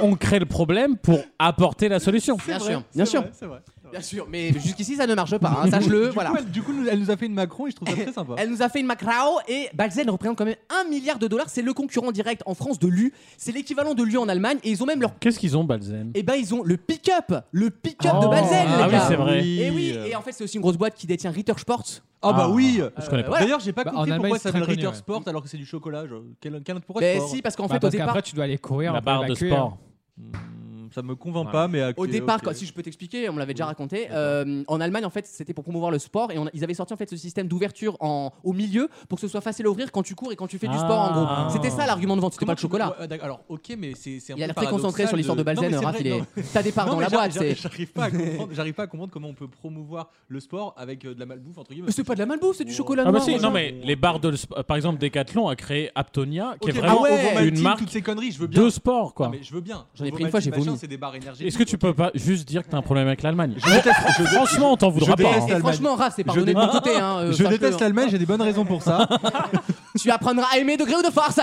Speaker 5: on crée le problème pour apporter la solution.
Speaker 2: Bien
Speaker 4: C'est vrai,
Speaker 2: sûr, bien
Speaker 4: c'est
Speaker 2: sûr.
Speaker 4: vrai, c'est vrai.
Speaker 2: Bien sûr, mais jusqu'ici, ça ne marche pas, hein, sache-le,
Speaker 4: Du
Speaker 2: voilà.
Speaker 4: coup, elle- Du coup, nous- elle nous a fait une Macron et je trouve ça très sympa.
Speaker 2: Elle nous a fait une Macrao et Balzen représente quand même 1 milliard de dollars. C'est le concurrent direct en France de l'U. C'est l'équivalent de l'U en Allemagne et ils ont même leur.
Speaker 5: Qu'est-ce qu'ils ont, Balzen
Speaker 2: Eh ben, ils ont le pick-up, le pick-up de
Speaker 5: Oh.
Speaker 2: Balzen,
Speaker 5: Ah
Speaker 2: les
Speaker 5: oui,
Speaker 2: gars.
Speaker 5: c'est vrai.
Speaker 2: Et oui, et en fait, c'est aussi une grosse boîte qui détient Ritter Sports.
Speaker 4: Ah bah
Speaker 5: Ah.
Speaker 4: oui.
Speaker 5: Je connais
Speaker 2: Euh,
Speaker 5: pas.
Speaker 2: voilà.
Speaker 4: D'ailleurs, j'ai pas
Speaker 3: Bah, en
Speaker 4: compris
Speaker 3: Allemagne,
Speaker 4: pourquoi
Speaker 3: c'est
Speaker 4: ça
Speaker 3: très
Speaker 4: s'appelle
Speaker 3: connu,
Speaker 4: Ritter
Speaker 3: ouais.
Speaker 4: Sport alors que c'est du chocolat. genre, Quel, quel- pourquoi
Speaker 2: Ben
Speaker 4: sport
Speaker 2: si, parce qu'en
Speaker 3: Bah,
Speaker 2: fait, au
Speaker 3: parce
Speaker 2: départ.
Speaker 3: qu'après, tu dois aller courir.
Speaker 5: La
Speaker 3: pour
Speaker 5: barre de
Speaker 3: évacuer, hein.
Speaker 5: sport.
Speaker 4: hein. Hmm, Ça me convainc
Speaker 5: Ouais.
Speaker 4: pas, mais ok,
Speaker 2: Au départ,
Speaker 4: ok.
Speaker 2: quand- si je peux t'expliquer, on me l'avait déjà raconté. euh, en Allemagne, en fait, c'était pour promouvoir le sport et on a- ils avaient sorti en fait ce système d'ouverture en- au milieu pour que ce soit facile à ouvrir quand tu cours et quand tu fais du
Speaker 5: Ah.
Speaker 2: sport. En gros, c'était ça l'argument de vente. C'était
Speaker 4: Comment
Speaker 2: pas le
Speaker 4: tu-
Speaker 2: chocolat.
Speaker 4: Ouais, d'accord, Alors, ok, mais c'est c'est un
Speaker 2: Il a
Speaker 4: peu
Speaker 2: l'air très concentré sur l'histoire de,
Speaker 4: paradoxal
Speaker 2: Balzen.
Speaker 4: Non, mais
Speaker 2: Raph,
Speaker 4: c'est
Speaker 2: il
Speaker 4: vrai,
Speaker 2: est-
Speaker 4: non,
Speaker 2: T'as des parts
Speaker 4: Non,
Speaker 2: dans
Speaker 4: mais
Speaker 2: la
Speaker 4: j'ar-
Speaker 2: boîte.
Speaker 4: j'ar-
Speaker 2: C'est
Speaker 4: J'arrive pas à comprendre. J'arrive pas à comprendre comment on peut promouvoir le sport avec euh, de la malbouffe entre guillemets.
Speaker 2: Mais c'est pas de la malbouffe, c'est du
Speaker 4: Oh.
Speaker 2: chocolat
Speaker 5: Ah bah
Speaker 2: noir.
Speaker 5: si,
Speaker 2: moi,
Speaker 5: non
Speaker 2: je-
Speaker 5: mais les barres de le sp- euh, par exemple Decathlon a créé Aptonia qui
Speaker 4: Ok,
Speaker 5: est vraiment
Speaker 4: ah ouais, Ovomaltine,
Speaker 5: une marque
Speaker 4: Toutes ces conneries, je veux bien.
Speaker 5: de sport quoi.
Speaker 4: Non, mais je veux bien.
Speaker 2: J'en ai pris
Speaker 4: Ovomaltine,
Speaker 2: une fois, j'ai
Speaker 4: machin,
Speaker 2: vomi.
Speaker 4: C'est des barres énergétiques.
Speaker 5: Est-ce que tu peux pas juste dire que t'as un problème avec l'Allemagne
Speaker 4: Je déteste, je dé-
Speaker 5: Franchement, on t'en voudra
Speaker 4: je
Speaker 5: pas.
Speaker 4: déteste
Speaker 5: hein.
Speaker 2: Et
Speaker 4: l'Allemagne.
Speaker 2: franchement, Raph, c'est pardonné de mon côté. hein, euh,
Speaker 4: je
Speaker 2: sache-le,
Speaker 4: déteste
Speaker 2: hein.
Speaker 4: l'Allemagne, j'ai des bonnes raisons pour ça.
Speaker 2: Tu apprendras à aimer de gré ou de force.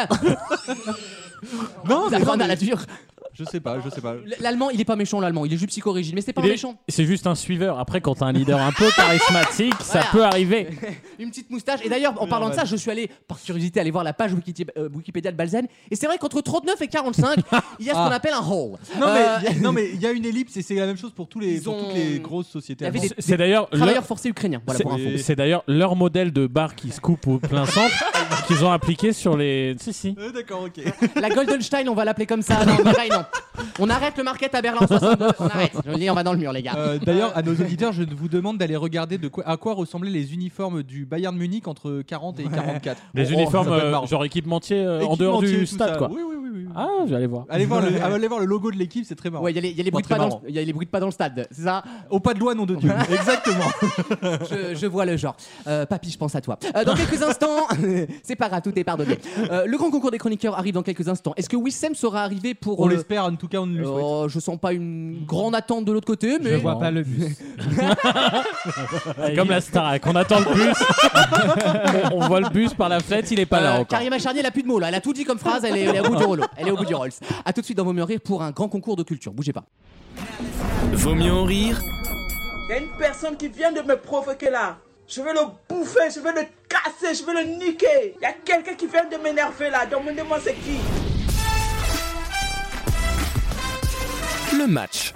Speaker 2: Tu
Speaker 4: non, mais non,
Speaker 2: apprendras à
Speaker 4: mais-
Speaker 2: la dure.
Speaker 4: je sais pas, je sais pas.
Speaker 2: L- L'allemand, il est pas méchant, l'allemand. Il est juste psychorigide, mais c'est pas
Speaker 5: Il
Speaker 2: un
Speaker 5: est-
Speaker 2: méchant.
Speaker 5: C'est juste un suiveur. Après, quand t'as un leader un peu charismatique, ça
Speaker 2: Voilà.
Speaker 5: peut arriver.
Speaker 2: Une petite moustache. Et d'ailleurs, en parlant de ça, je suis allé par curiosité aller voir la page Wikiti- euh, Wikipédia de Balzen. Et c'est vrai qu'entre 39 et 45, il y a ce qu'on
Speaker 4: Ah.
Speaker 2: appelle un hall.
Speaker 4: Non,
Speaker 2: Euh,
Speaker 4: mais non, mais il y a une ellipse et c'est la même chose pour, tous les,
Speaker 2: Ils
Speaker 4: pour
Speaker 2: ont-
Speaker 4: toutes les grosses sociétés.
Speaker 2: Il y avait
Speaker 4: allemandes.
Speaker 5: C'est- C'est d'ailleurs leur...
Speaker 2: travailleurs forcés ukrainiens. Voilà
Speaker 5: c'est-
Speaker 2: pour info.
Speaker 4: info.
Speaker 5: c'est d'ailleurs leur modèle de bar qui se coupe au plein centre qu'ils ont appliqué sur les. Si si.
Speaker 4: Euh, D'accord, ok.
Speaker 2: La Goldenstein, on va l'appeler comme ça. Non, Bahreïn, non. On arrête le market à Berlin en 62. On arrête. Je dis, on va dans le mur, les gars.
Speaker 4: Euh, D'ailleurs, à nos auditeurs, je vous demande d'aller regarder de quoi, à quoi ressemblaient les uniformes du Bayern Munich entre 40 et 44.
Speaker 5: Les
Speaker 4: Oh,
Speaker 5: uniformes
Speaker 4: ça peut être
Speaker 5: euh,
Speaker 4: marrant.
Speaker 5: genre équipementiers euh, en dehors
Speaker 4: Équipementier,
Speaker 5: du
Speaker 4: tout
Speaker 5: stade
Speaker 4: ça.
Speaker 5: quoi.
Speaker 4: Oui, oui, oui. oui.
Speaker 5: Ah, je vais aller voir.
Speaker 4: Allez, voir le, allez voir le logo de l'équipe, c'est très marrant.
Speaker 2: Ouais, il y a les- il y, a les
Speaker 4: Pas
Speaker 2: bruits de
Speaker 4: très
Speaker 2: pas dans
Speaker 4: marrant.
Speaker 2: le- il y a les bruits de pas dans le stade, c'est ça
Speaker 4: Au pas de loi, nom de Dieu. Exactement.
Speaker 2: je, je vois le genre. Euh, papy, je pense à toi. Euh, dans quelques instants, c'est pas grave, tout est pardonné. Euh, le grand concours des chroniqueurs arrive dans quelques instants. Est-ce que Wissem sera arrivé pour
Speaker 4: On
Speaker 2: le-
Speaker 4: l'espère, en tout cas, on ne lui souhaite.
Speaker 2: Oh, je sens pas une grande attente de l'autre côté,
Speaker 3: Je
Speaker 2: mais
Speaker 3: vois pas le bus.
Speaker 5: C'est comme la Starac, on attend le bus. on on voit le bus par la fenêtre, il est pas là
Speaker 2: Euh,
Speaker 5: encore.
Speaker 2: Karima Charnier, elle a plus de mots là. Elle a tout dit comme phrase. Elle est, elle est au bout du rouleau. Elle est au bout du Rolls. À tout de suite dans Vos Mieux en Rire pour un grand concours de culture. Bougez pas.
Speaker 1: Vaut mieux en rire
Speaker 7: Il y a une personne qui vient de me provoquer là. Je vais le bouffer, je vais le casser, je vais le niquer. Il y a quelqu'un qui vient de m'énerver là. Demandez-moi c'est qui.
Speaker 1: le match.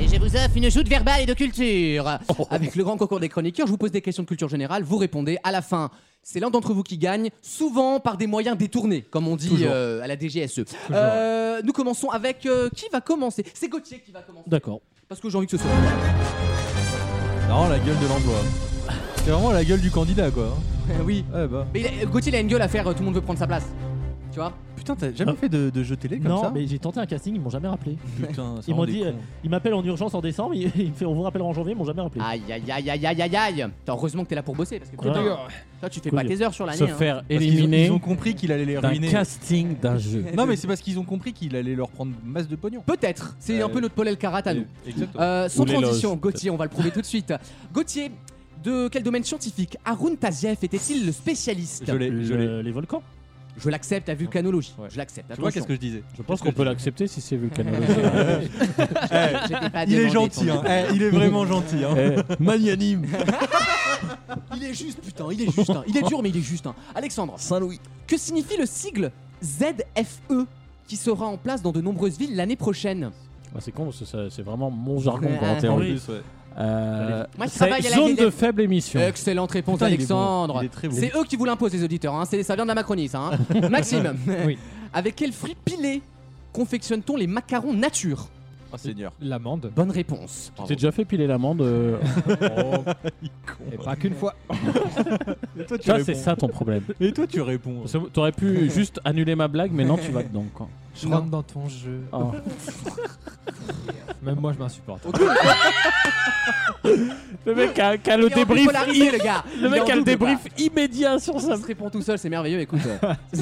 Speaker 2: Et je vous offre une joute verbale et de culture.
Speaker 6: Oh,
Speaker 2: Avec le grand concours des chroniqueurs, je vous pose des questions de culture générale, vous répondez à la fin. C'est l'un d'entre vous qui gagne, souvent par des moyens détournés, comme on dit euh, à la DGSE. Euh, nous commençons avec euh, qui va commencer C'est Gauthier qui va commencer.
Speaker 6: D'accord.
Speaker 2: Parce que j'ai envie que ce soit.
Speaker 4: Non, la gueule de l'emploi. C'est vraiment la gueule du candidat, quoi.
Speaker 2: oui.
Speaker 4: Ouais, bah.
Speaker 2: Mais il a- Gauthier il a une gueule à faire, euh, tout le monde veut prendre sa place. Tu vois
Speaker 4: Putain, t'as jamais
Speaker 6: Ah.
Speaker 4: fait de, de jeu télé comme
Speaker 6: non,
Speaker 4: ça
Speaker 6: mais j'ai tenté un casting, ils m'ont jamais rappelé.
Speaker 4: Putain, ça
Speaker 6: Ils
Speaker 4: rend
Speaker 6: m'ont
Speaker 4: des
Speaker 6: dit,
Speaker 4: cons.
Speaker 6: euh, ils m'appellent en urgence en décembre, ils, ils me font on vous rappellera en janvier, ils m'ont jamais rappelé.
Speaker 2: Aïe aïe aïe aïe aïe aïe aïe Attends, Heureusement que t'es là pour bosser parce que
Speaker 6: Ouais.
Speaker 2: putain, toi tu fais
Speaker 6: Cool.
Speaker 2: pas tes heures sur
Speaker 5: se
Speaker 2: l'année. hein.
Speaker 5: faire
Speaker 4: Parce qu'ils ont-
Speaker 5: éliminer
Speaker 4: Ils ont compris qu'il allait les
Speaker 5: d'un
Speaker 4: ruiner.
Speaker 5: casting d'un jeu.
Speaker 4: Non, mais c'est parce qu'ils ont compris qu'il allait leur prendre masse de pognon.
Speaker 2: Peut-être, c'est
Speaker 6: Euh,
Speaker 2: un
Speaker 4: Ouais.
Speaker 2: peu notre Paul Elkarat à nous.
Speaker 4: Exactement.
Speaker 2: Euh, sans
Speaker 5: Ou les loges,
Speaker 2: transition,
Speaker 5: peut-être.
Speaker 2: Gauthier, on va le prouver tout de suite. Gauthier, de quel domaine scientifique Haroun Tazieff était-il le spécialiste
Speaker 4: Je l'ai, je l'ai.
Speaker 6: Le- les volcans.
Speaker 2: Je l'accepte, la vulcanologie.
Speaker 4: Ouais.
Speaker 2: Je l'accepte.
Speaker 4: Tu vois qu'est-ce que je disais
Speaker 5: Je pense qu'on peut l'accepter si c'est vulcanologue.
Speaker 4: Il est gentil, hein. Eh, il est vraiment gentil. Hein.
Speaker 5: eh, Magnanime
Speaker 2: Il est juste, putain, il est juste. hein. Il est dur, mais il est juste. hein. Alexandre,
Speaker 5: Saint-Louis.
Speaker 2: que signifie le sigle ZFE qui sera en place dans de nombreuses villes l'année prochaine
Speaker 5: Ah, c'est con parce que ça- c'est vraiment mon jargon quand
Speaker 2: Ouais.
Speaker 5: t'es en
Speaker 4: En
Speaker 5: théorie.
Speaker 4: plus, ouais.
Speaker 5: Euh,
Speaker 2: Moi, je
Speaker 5: c'est
Speaker 2: travaille à la
Speaker 5: zone de
Speaker 2: DDF.
Speaker 5: faible émission.
Speaker 2: Excellente réponse,
Speaker 4: Putain, il est bon.
Speaker 2: Alexandre.
Speaker 4: Il est très bon.
Speaker 2: C'est eux qui vous l'imposent, les auditeurs. hein. C'est- Ça vient de la Macronie, ça. hein. Maxime,
Speaker 3: Oui.
Speaker 2: avec quel fruit pilé confectionne-t-on les macarons nature
Speaker 4: Oh, Seigneur.
Speaker 3: L'amende.
Speaker 2: Bonne réponse.
Speaker 5: T'es déjà fait piler l'amende. euh,
Speaker 3: Et pas qu'une fois.
Speaker 4: Et toi,
Speaker 5: Tu vois, c'est ça ton problème.
Speaker 4: Et toi, tu réponds. hein.
Speaker 5: Parce que T'aurais pu juste annuler ma blague, mais non, tu vas dedans. Quoi.
Speaker 3: Je rentre dans ton jeu.
Speaker 5: Oh.
Speaker 3: Même moi, je m'insupporte.
Speaker 5: Le mec a, a le
Speaker 2: Il est en
Speaker 5: débrief.
Speaker 2: bipolarisé,
Speaker 5: i-
Speaker 2: le gars.
Speaker 5: Le mec a le débrief immédiat sur
Speaker 2: Ça
Speaker 5: sa.
Speaker 2: Ah, se répond tout seul, c'est merveilleux. Écoute,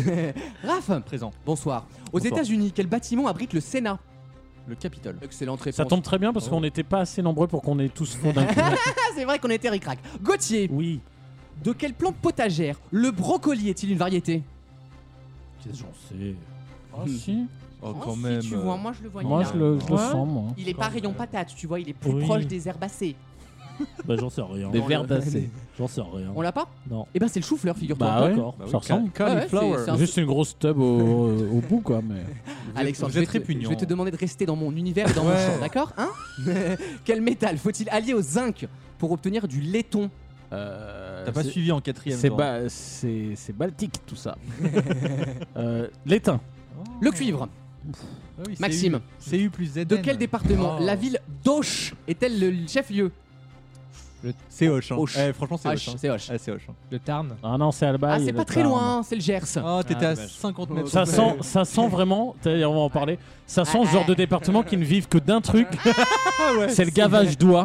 Speaker 2: euh, Raph,
Speaker 4: Présent.
Speaker 2: bonsoir. Aux
Speaker 5: Bonsoir.
Speaker 2: États-Unis, quel bâtiment abrite le Sénat
Speaker 4: Le Capitole.
Speaker 2: Excellente réponse.
Speaker 5: Ça Oh. tombe très bien parce qu'on n'était pas assez nombreux pour qu'on ait tous faux d'un coup.
Speaker 2: Ah, c'est vrai qu'on était ricrac. Gauthier,
Speaker 6: Oui.
Speaker 2: de quelle plante potagère le brocoli est-il une variété
Speaker 5: J'en sais. si.
Speaker 4: Oh,
Speaker 2: Oh,
Speaker 4: quand
Speaker 2: si,
Speaker 4: même.
Speaker 2: tu
Speaker 4: euh,
Speaker 2: vois, moi je le vois.
Speaker 5: Hmm. Moi,
Speaker 2: il, a-
Speaker 5: je le, je le
Speaker 6: Ouais.
Speaker 5: sens, moi.
Speaker 2: il est pas rayon patate, tu vois, il est plus
Speaker 6: Oui.
Speaker 2: proche des herbacées.
Speaker 6: Bah j'en sais rien.
Speaker 5: Des
Speaker 2: On
Speaker 5: verdacées.
Speaker 6: J'en sais rien.
Speaker 2: On l'a pas
Speaker 6: Non.
Speaker 2: Eh ben c'est le chou-fleur, figure-toi.
Speaker 5: Bah ouais,
Speaker 6: D'accord.
Speaker 4: bah oui,
Speaker 5: ça ressemble.
Speaker 4: ca- cauliflower.
Speaker 2: Ouais, ouais, c'est- c'est un-
Speaker 5: Juste une grosse tub au, au bout, quoi. Mais...
Speaker 4: Vous êtes-
Speaker 2: Alexandre,
Speaker 4: vous êtes
Speaker 2: je, vais te,
Speaker 4: répugnant.
Speaker 2: je vais te demander de rester dans mon univers et dans mon
Speaker 4: Ouais.
Speaker 2: champ, d'accord hein Quel métal faut-il allier au zinc pour obtenir du laiton Euh,
Speaker 4: T'as pas
Speaker 5: c'est-
Speaker 4: suivi en quatrième.
Speaker 5: C'est
Speaker 4: genre.
Speaker 6: Bah,
Speaker 5: ba- c'est- c'est baltique, tout ça. Euh, L'étain.
Speaker 2: Le cuivre.
Speaker 4: hein Ah oui, c'est
Speaker 2: Maxime.
Speaker 4: U. C'est U plus Z.
Speaker 2: De quel département
Speaker 4: Oh.
Speaker 2: la ville d'Auch est-elle le chef-lieu
Speaker 4: Ah. C'est Hoche. hein.
Speaker 2: Hoche.
Speaker 4: Eh, Franchement, c'est Hoche.
Speaker 2: Auch,
Speaker 4: hein.
Speaker 2: c'est Auch.
Speaker 4: Ah, c'est Hoche. hein.
Speaker 3: Le Tarn.
Speaker 5: Ah non, c'est Alba.
Speaker 2: Ah,
Speaker 5: il
Speaker 2: c'est
Speaker 5: est
Speaker 2: pas très
Speaker 5: tard.
Speaker 2: loin, c'est le Gers.
Speaker 4: Oh, t'étais à
Speaker 3: dommage.
Speaker 4: 50 mètres.
Speaker 5: Ça
Speaker 4: ben,
Speaker 5: sent, ça sent vraiment, t'as- on va en parler, ça sent ce genre de département qui ne vivent que d'un truc, c'est le gavage d'oie.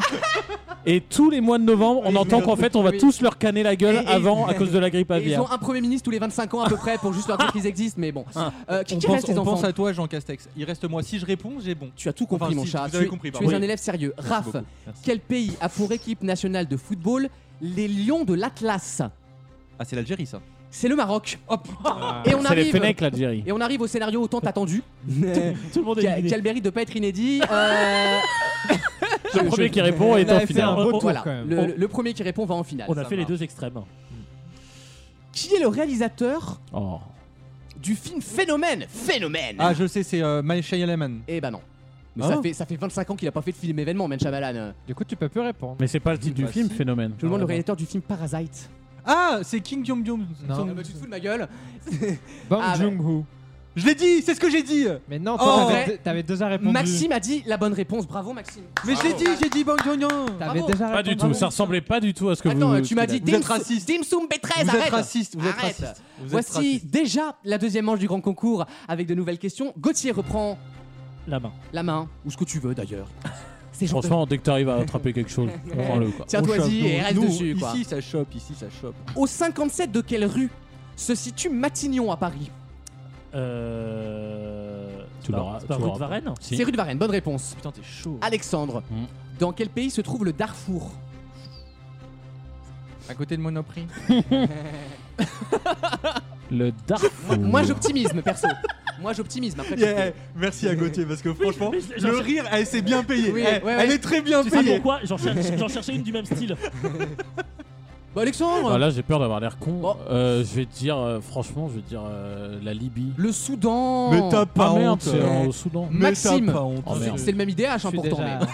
Speaker 5: Et tous les mois de novembre, on entend qu'en fait, on va
Speaker 2: Oui.
Speaker 5: tous leur canner la gueule
Speaker 2: Et- et-
Speaker 5: avant à cause de la grippe
Speaker 2: Et ils
Speaker 5: aviaire.
Speaker 2: ont un premier ministre tous les 25 ans à peu près pour juste leur dire qu'ils existent, mais bon. Euh, qui
Speaker 4: Ah. On
Speaker 2: qui
Speaker 4: pense,
Speaker 2: reste les
Speaker 4: on
Speaker 2: enfants
Speaker 4: pense à toi, Jean Castex. Il reste moi. Si je réponds, j'ai bon.
Speaker 2: Tu as tout compris,
Speaker 4: Enfin,
Speaker 2: mon
Speaker 4: si,
Speaker 2: chat.
Speaker 4: vous
Speaker 2: Tu
Speaker 4: avez
Speaker 2: es,
Speaker 4: compris,
Speaker 2: tu
Speaker 4: pardon.
Speaker 2: es un
Speaker 4: Oui.
Speaker 2: élève sérieux.
Speaker 4: Merci
Speaker 2: Raph,
Speaker 4: beaucoup. Merci.
Speaker 2: quel pays a pour équipe nationale de football les Lions de l'Atlas
Speaker 4: Ah, c'est l'Algérie, ça.
Speaker 2: C'est le Maroc.
Speaker 3: Ah.
Speaker 2: Et on
Speaker 5: C'est les
Speaker 2: arrive.
Speaker 5: Fennecs, l'Algérie.
Speaker 2: Et on arrive au scénario autant attendu,
Speaker 6: Tout le monde est
Speaker 2: qui,
Speaker 6: éliminé.
Speaker 2: qui a le mérite de pas être inédit. Euh,
Speaker 5: Le premier qui répond est
Speaker 3: On
Speaker 5: en
Speaker 3: avait fait un
Speaker 5: finale.
Speaker 3: beau tour,
Speaker 2: voilà,
Speaker 3: quand même.
Speaker 2: le, le premier qui répond va en finale.
Speaker 6: On a
Speaker 4: Ça
Speaker 6: fait les
Speaker 4: marche.
Speaker 6: deux extrêmes.
Speaker 2: Qui est le réalisateur
Speaker 5: Oh.
Speaker 2: du film Phénomène Phénomène
Speaker 4: Ah, je sais, c'est euh, Maïcha Yalaman.
Speaker 2: Eh ben non. Mais
Speaker 4: Ah.
Speaker 2: ça, fait, ça fait 25 ans qu'il a pas fait de film événement, Menchamalan.
Speaker 3: Du coup, tu peux plus répondre.
Speaker 5: Mais c'est pas le titre du
Speaker 4: Bah,
Speaker 5: film,
Speaker 4: si.
Speaker 5: phénomène.
Speaker 2: Je vous demande le réalisateur du film Parasite.
Speaker 4: Ah, c'est King Jong Jong.
Speaker 3: Non.
Speaker 4: Song-
Speaker 3: Ah bah,
Speaker 2: tu te fous de ma gueule
Speaker 3: Bang
Speaker 2: Ah,
Speaker 3: Joon-ho.
Speaker 4: Je l'ai dit, c'est ce que j'ai dit.
Speaker 3: Mais non,
Speaker 4: Oh.
Speaker 3: toi,
Speaker 2: Ouais.
Speaker 3: t'avais- t'avais déjà répondu.
Speaker 2: Maxime a dit la bonne réponse, bravo Maxime
Speaker 4: Mais je l'ai dit, j'ai dit Bang Jong Jong.
Speaker 3: T'avais
Speaker 2: Bravo.
Speaker 3: déjà
Speaker 5: Pas
Speaker 3: répondu.
Speaker 5: du tout, ça ressemblait pas du tout à ce que
Speaker 2: Attends,
Speaker 5: vous.
Speaker 2: tu m'as dit
Speaker 4: Vous êtes
Speaker 2: Dim
Speaker 4: raciste.
Speaker 2: Dim Sum B13,
Speaker 4: Vous êtes
Speaker 2: arrête
Speaker 4: raciste, vous êtes
Speaker 2: Arrête.
Speaker 4: raciste. Vous êtes
Speaker 2: Voici
Speaker 4: raciste.
Speaker 2: déjà la deuxième manche du grand concours avec de nouvelles questions. Gauthier reprend
Speaker 6: La main.
Speaker 2: la main, ou ce que tu veux d'ailleurs. C'est gentil.
Speaker 5: Franchement, dès que t'arrives à attraper quelque chose, prends-le quoi.
Speaker 2: Tiens-toi-y et
Speaker 4: Nous,
Speaker 2: reste
Speaker 4: nous,
Speaker 2: dessus quoi.
Speaker 4: Ici, ça chope, ici, ça chope.
Speaker 2: Au 57 de quelle rue se situe Matignon à Paris
Speaker 6: Euh...
Speaker 5: Tu
Speaker 6: c'est pas-
Speaker 5: l'auras-
Speaker 6: C'est pas
Speaker 5: tu
Speaker 6: rue de
Speaker 5: l'auras.
Speaker 6: Varennes
Speaker 5: Si.
Speaker 2: C'est rue de Varennes, bonne réponse.
Speaker 4: Putain, t'es chaud. Mmh.
Speaker 2: Alexandre,
Speaker 5: Hmm.
Speaker 2: dans quel pays se trouve le Darfour
Speaker 4: À côté de Monoprix.
Speaker 5: Le Darfour.
Speaker 2: Moi j'optimisme perso. Moi j'optimisme après. tu
Speaker 4: Yeah, merci à Gauthier parce que franchement,
Speaker 6: mais je-
Speaker 4: le rire, elle s'est bien payée.
Speaker 2: Oui,
Speaker 4: elle,
Speaker 2: ouais,
Speaker 4: elle
Speaker 2: ouais.
Speaker 4: est très bien
Speaker 6: Tu sais
Speaker 4: payée.
Speaker 6: pourquoi J'en cherche- j'en cherchais une du même style.
Speaker 2: fais- Bah, Alexandre
Speaker 5: Ah, là, j'ai peur d'avoir l'air con.
Speaker 2: Bon.
Speaker 5: Euh, je vais te dire, euh, franchement, je vais te dire euh, la Libye.
Speaker 2: Le Soudan
Speaker 4: Mais t'as pas
Speaker 5: Ah merde,
Speaker 4: honte.
Speaker 5: c'est euh, au Soudan.
Speaker 4: Mais
Speaker 2: Maxime.
Speaker 4: t'as pas honte.
Speaker 5: Oh, merde.
Speaker 2: C'est le même idéal,
Speaker 3: Je
Speaker 2: hein,
Speaker 3: suis
Speaker 2: pourtant.
Speaker 3: déjà-
Speaker 2: mais-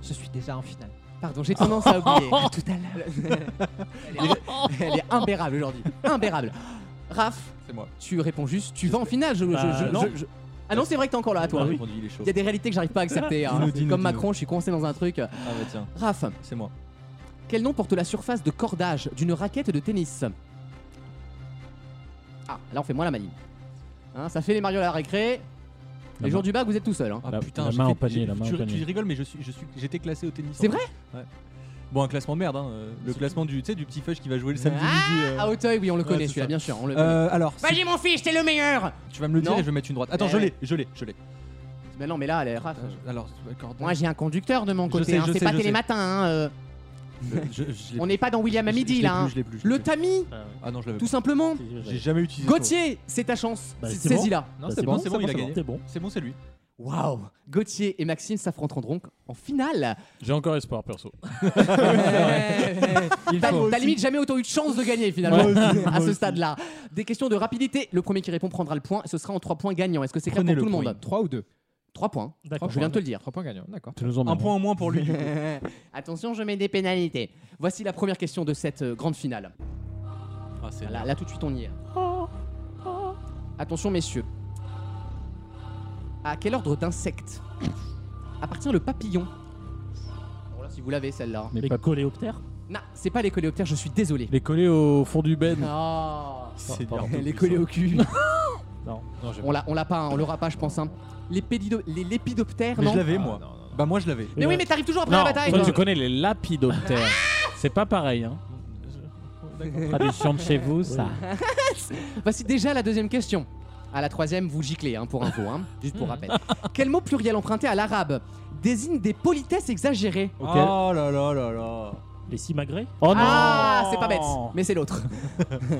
Speaker 3: Je suis déjà en finale.
Speaker 2: Pardon, j'ai tendance à oublier.
Speaker 3: Oh.
Speaker 2: À tout à l'heure. elle, est- elle est imbérable aujourd'hui. Imbérable. Raph,
Speaker 4: C'est moi.
Speaker 2: tu réponds juste, tu vas en finale. Je, je-
Speaker 6: Bah,
Speaker 2: je- je-
Speaker 6: non.
Speaker 2: je- Ah non, c'est vrai que t'es encore là, toi.
Speaker 4: T'as
Speaker 2: Il
Speaker 4: répondu, il est chaud.
Speaker 2: y a des réalités que j'arrive pas à accepter. hein.
Speaker 4: Bah Dis-nous, dis-nous,
Speaker 2: Comme
Speaker 4: dis-nous.
Speaker 2: Macron, je suis coincé dans un truc.
Speaker 4: Ah bah tiens,
Speaker 2: Raph,
Speaker 4: c'est moi.
Speaker 2: quel nom porte la surface de cordage d'une raquette de tennis Ah, là on fait moins la maligne. Hein Hein, ça fait les Mario à la récré.
Speaker 5: La
Speaker 2: Les jours du bac, vous êtes tout seul. hein.
Speaker 4: Ah
Speaker 5: La-
Speaker 4: putain,
Speaker 5: la
Speaker 4: j'ai
Speaker 5: main
Speaker 4: fait-
Speaker 5: au panier,
Speaker 4: j'ai-
Speaker 5: la main
Speaker 4: tu,
Speaker 5: au panier.
Speaker 4: tu rigoles, mais je suis, je suis, j'étais classé au tennis.
Speaker 2: C'est
Speaker 4: en Ouais. Bon, un classement de merde, hein, euh, le classement du, tu sais, du petit fudge qui va jouer le samedi midi. euh.
Speaker 2: Ah, à Auteuil, oui, on le
Speaker 4: Ouais,
Speaker 2: connaît
Speaker 4: c'est
Speaker 2: celui-là,
Speaker 4: ça.
Speaker 2: bien sûr. On le connaît.
Speaker 4: Euh, alors, si-
Speaker 2: Vas-y, mon fils, t'es le meilleur
Speaker 4: tu vas me le dire
Speaker 2: Non.
Speaker 4: et je vais mettre une droite. Attends,
Speaker 2: Eh
Speaker 4: je
Speaker 2: ouais.
Speaker 4: l'ai, je l'ai, je l'ai.
Speaker 2: Mais non, mais là, elle est raf.
Speaker 4: Euh, Alors, Cordac,
Speaker 2: Moi, j'ai un conducteur de mon
Speaker 4: Je
Speaker 2: côté.
Speaker 4: sais,
Speaker 2: hein,
Speaker 4: je
Speaker 2: C'est
Speaker 4: sais,
Speaker 2: pas
Speaker 4: je
Speaker 2: télé
Speaker 4: sais.
Speaker 2: matin. hein, euh,
Speaker 4: je- je l'ai
Speaker 2: On n'est pas dans William à
Speaker 4: Je- je
Speaker 2: midi
Speaker 4: l'ai
Speaker 2: là.
Speaker 4: plus,
Speaker 2: hein.
Speaker 4: je l'ai plus, je l'ai
Speaker 2: Le
Speaker 4: plus.
Speaker 2: tamis,
Speaker 4: Ah non, je l'avais.
Speaker 2: tout simplement.
Speaker 4: J'ai jamais utilisé. ce
Speaker 2: Gauthier, c'est ta chance.
Speaker 6: Bah, c'est
Speaker 2: Saisis là.
Speaker 4: mot. Non, c'est bon, c'est bon, il a gagné.
Speaker 6: C'est bon.
Speaker 4: C'est bon, c'est lui.
Speaker 2: Waouh. Gauthier et Maxime s'affronteront donc en finale.
Speaker 5: J'ai encore espoir, perso.
Speaker 2: T'as t'as limite jamais autant eu de chance de gagner finalement à ce stade-là. Des questions de rapidité. Le premier qui répond prendra le point. Ce sera en 3 points gagnants. Est-ce que c'est clair pour
Speaker 4: Prenez
Speaker 2: tout le
Speaker 4: le
Speaker 2: monde
Speaker 3: 3 ou 2
Speaker 2: 3 points.
Speaker 6: D'accord.
Speaker 2: Je viens de te le dire.
Speaker 3: 3 points gagnants, d'accord.
Speaker 5: Tu nous
Speaker 4: Un
Speaker 5: emmènes.
Speaker 4: point en moins pour lui. du coup.
Speaker 2: Attention, je mets des pénalités. Voici la première question de cette euh, grande finale.
Speaker 4: Ah, c'est
Speaker 2: Là, là, tout de suite, on y est. Attention, messieurs. À quel ordre d'insectes appartient le papillon Bon, là, si vous l'avez, celle-là.
Speaker 5: hein. Mais
Speaker 6: Les
Speaker 5: pas-
Speaker 6: coléoptères.
Speaker 2: Non, c'est pas les coléoptères, je suis désolé.
Speaker 5: Les coller au fond du ben.
Speaker 2: Oh.
Speaker 4: c'est
Speaker 5: Pardon.
Speaker 4: bien.
Speaker 2: Les collés au cul.
Speaker 6: Non.
Speaker 2: on l'a, on l'a pas, hein, on l'aura pas, je pense. hein. Les, pédido- les lépidoptères, Ah,
Speaker 4: Mais
Speaker 2: non
Speaker 4: je l'avais, moi. Bah, moi, je l'avais.
Speaker 2: Mais oui, mais t'arrives toujours après
Speaker 5: Non,
Speaker 2: la bataille.
Speaker 5: toi, tu
Speaker 2: toi.
Speaker 5: connais les lapidoptères. C'est pas pareil, hein. Tradition de chez vous, ça.
Speaker 2: Voici déjà la deuxième question. À la troisième, vous giclez, hein, pour info, hein, juste pour rappel. Quel mot pluriel emprunté à l'arabe désigne des politesses exagérées
Speaker 4: Oh là là là là.
Speaker 6: Les simagrées.
Speaker 5: Oh non
Speaker 2: Ah, c'est pas bête, mais c'est l'autre.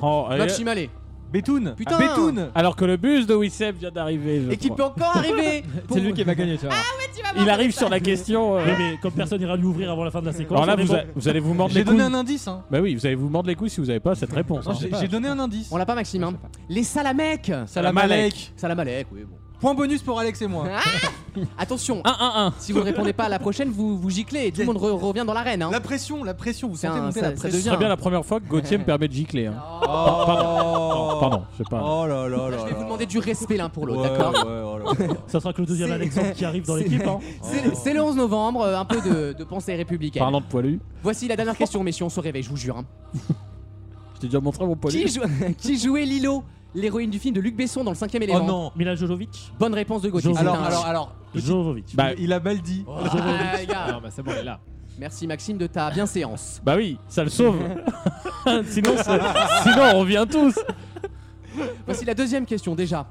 Speaker 5: Oh, et-
Speaker 2: Maxime Allais.
Speaker 4: Bétoun.
Speaker 2: Putain.
Speaker 4: Bétoun.
Speaker 5: Alors que le bus de Wissem vient d'arriver, je
Speaker 2: Et qui
Speaker 5: crois.
Speaker 2: peut encore arriver pour-
Speaker 3: C'est lui qui va gagner, tu vois.
Speaker 2: Tu vas voir.
Speaker 5: Il arrive sur la question. euh,
Speaker 6: Oui, mais comme personne n'ira lui ouvrir avant la fin de la séquence.
Speaker 5: Alors là,
Speaker 6: on est
Speaker 5: vous,
Speaker 6: bon.
Speaker 5: a- vous allez vous mordre
Speaker 4: J'ai
Speaker 5: les
Speaker 4: donné
Speaker 5: couilles.
Speaker 4: un indice. hein.
Speaker 5: Bah oui, vous allez vous mordre les couilles si vous n'avez pas cette réponse.
Speaker 4: Non,
Speaker 5: hein.
Speaker 4: J'ai j'ai donné un indice.
Speaker 2: On l'a pas, Maxime. hein. Les salamecs.
Speaker 4: Salamalek.
Speaker 2: Salamalek, oui, bon.
Speaker 4: Point bonus pour Alex et moi.
Speaker 5: Ah.
Speaker 2: Attention,
Speaker 5: 1-1-1.
Speaker 2: si vous ne répondez pas à la prochaine, vous, vous giclez et tout le monde re- revient dans l'arène. Hein.
Speaker 4: La pression, la pression. Vous
Speaker 2: C'est
Speaker 4: sentez
Speaker 2: un-
Speaker 4: monter
Speaker 2: ça-
Speaker 4: la
Speaker 2: ça
Speaker 5: Ce
Speaker 2: devient- Ah,
Speaker 4: pression.
Speaker 5: serait bien la première fois que Gauthier me permet de gicler. hein.
Speaker 4: Oh.
Speaker 5: Non, pardon, je sais pas.
Speaker 4: Oh là là là.
Speaker 2: Je vais vous
Speaker 4: là.
Speaker 2: demander du respect l'un pour l'autre,
Speaker 4: Ouais, Oh
Speaker 2: d'accord
Speaker 4: ouais, ouais, ouais.
Speaker 6: Ça sera que le deuxième
Speaker 2: C'est-
Speaker 6: Alexandre qui arrive dans
Speaker 2: c'est-
Speaker 6: l'équipe. hein.
Speaker 2: C'est le- C'est le 11 novembre, euh, un peu de, de pensée républicaine.
Speaker 5: Parlant de poilu,
Speaker 2: Voici la dernière question, messieurs, on se réveille, je vous jure. hein.
Speaker 5: je t'ai déjà montré mon poilu.
Speaker 2: Qui, jou- qui jouait Lilo, l'héroïne du film de Luc Besson dans le cinquième
Speaker 4: Oh
Speaker 2: élément
Speaker 4: non.
Speaker 6: Mila Jojovic.
Speaker 2: Bonne réponse de Gauthier.
Speaker 6: Je-
Speaker 2: c'est
Speaker 4: Alors,
Speaker 2: un-
Speaker 4: alors, alors.
Speaker 6: Jovovic.
Speaker 5: Bah,
Speaker 4: Il a mal dit.
Speaker 2: Ah, les gars.
Speaker 3: Non, mais c'est bon, il est là.
Speaker 2: Merci Maxime de ta bienséance.
Speaker 5: bah oui, ça le sauve. sinon, ça- sinon, on revient tous.
Speaker 2: Voici la deuxième question déjà.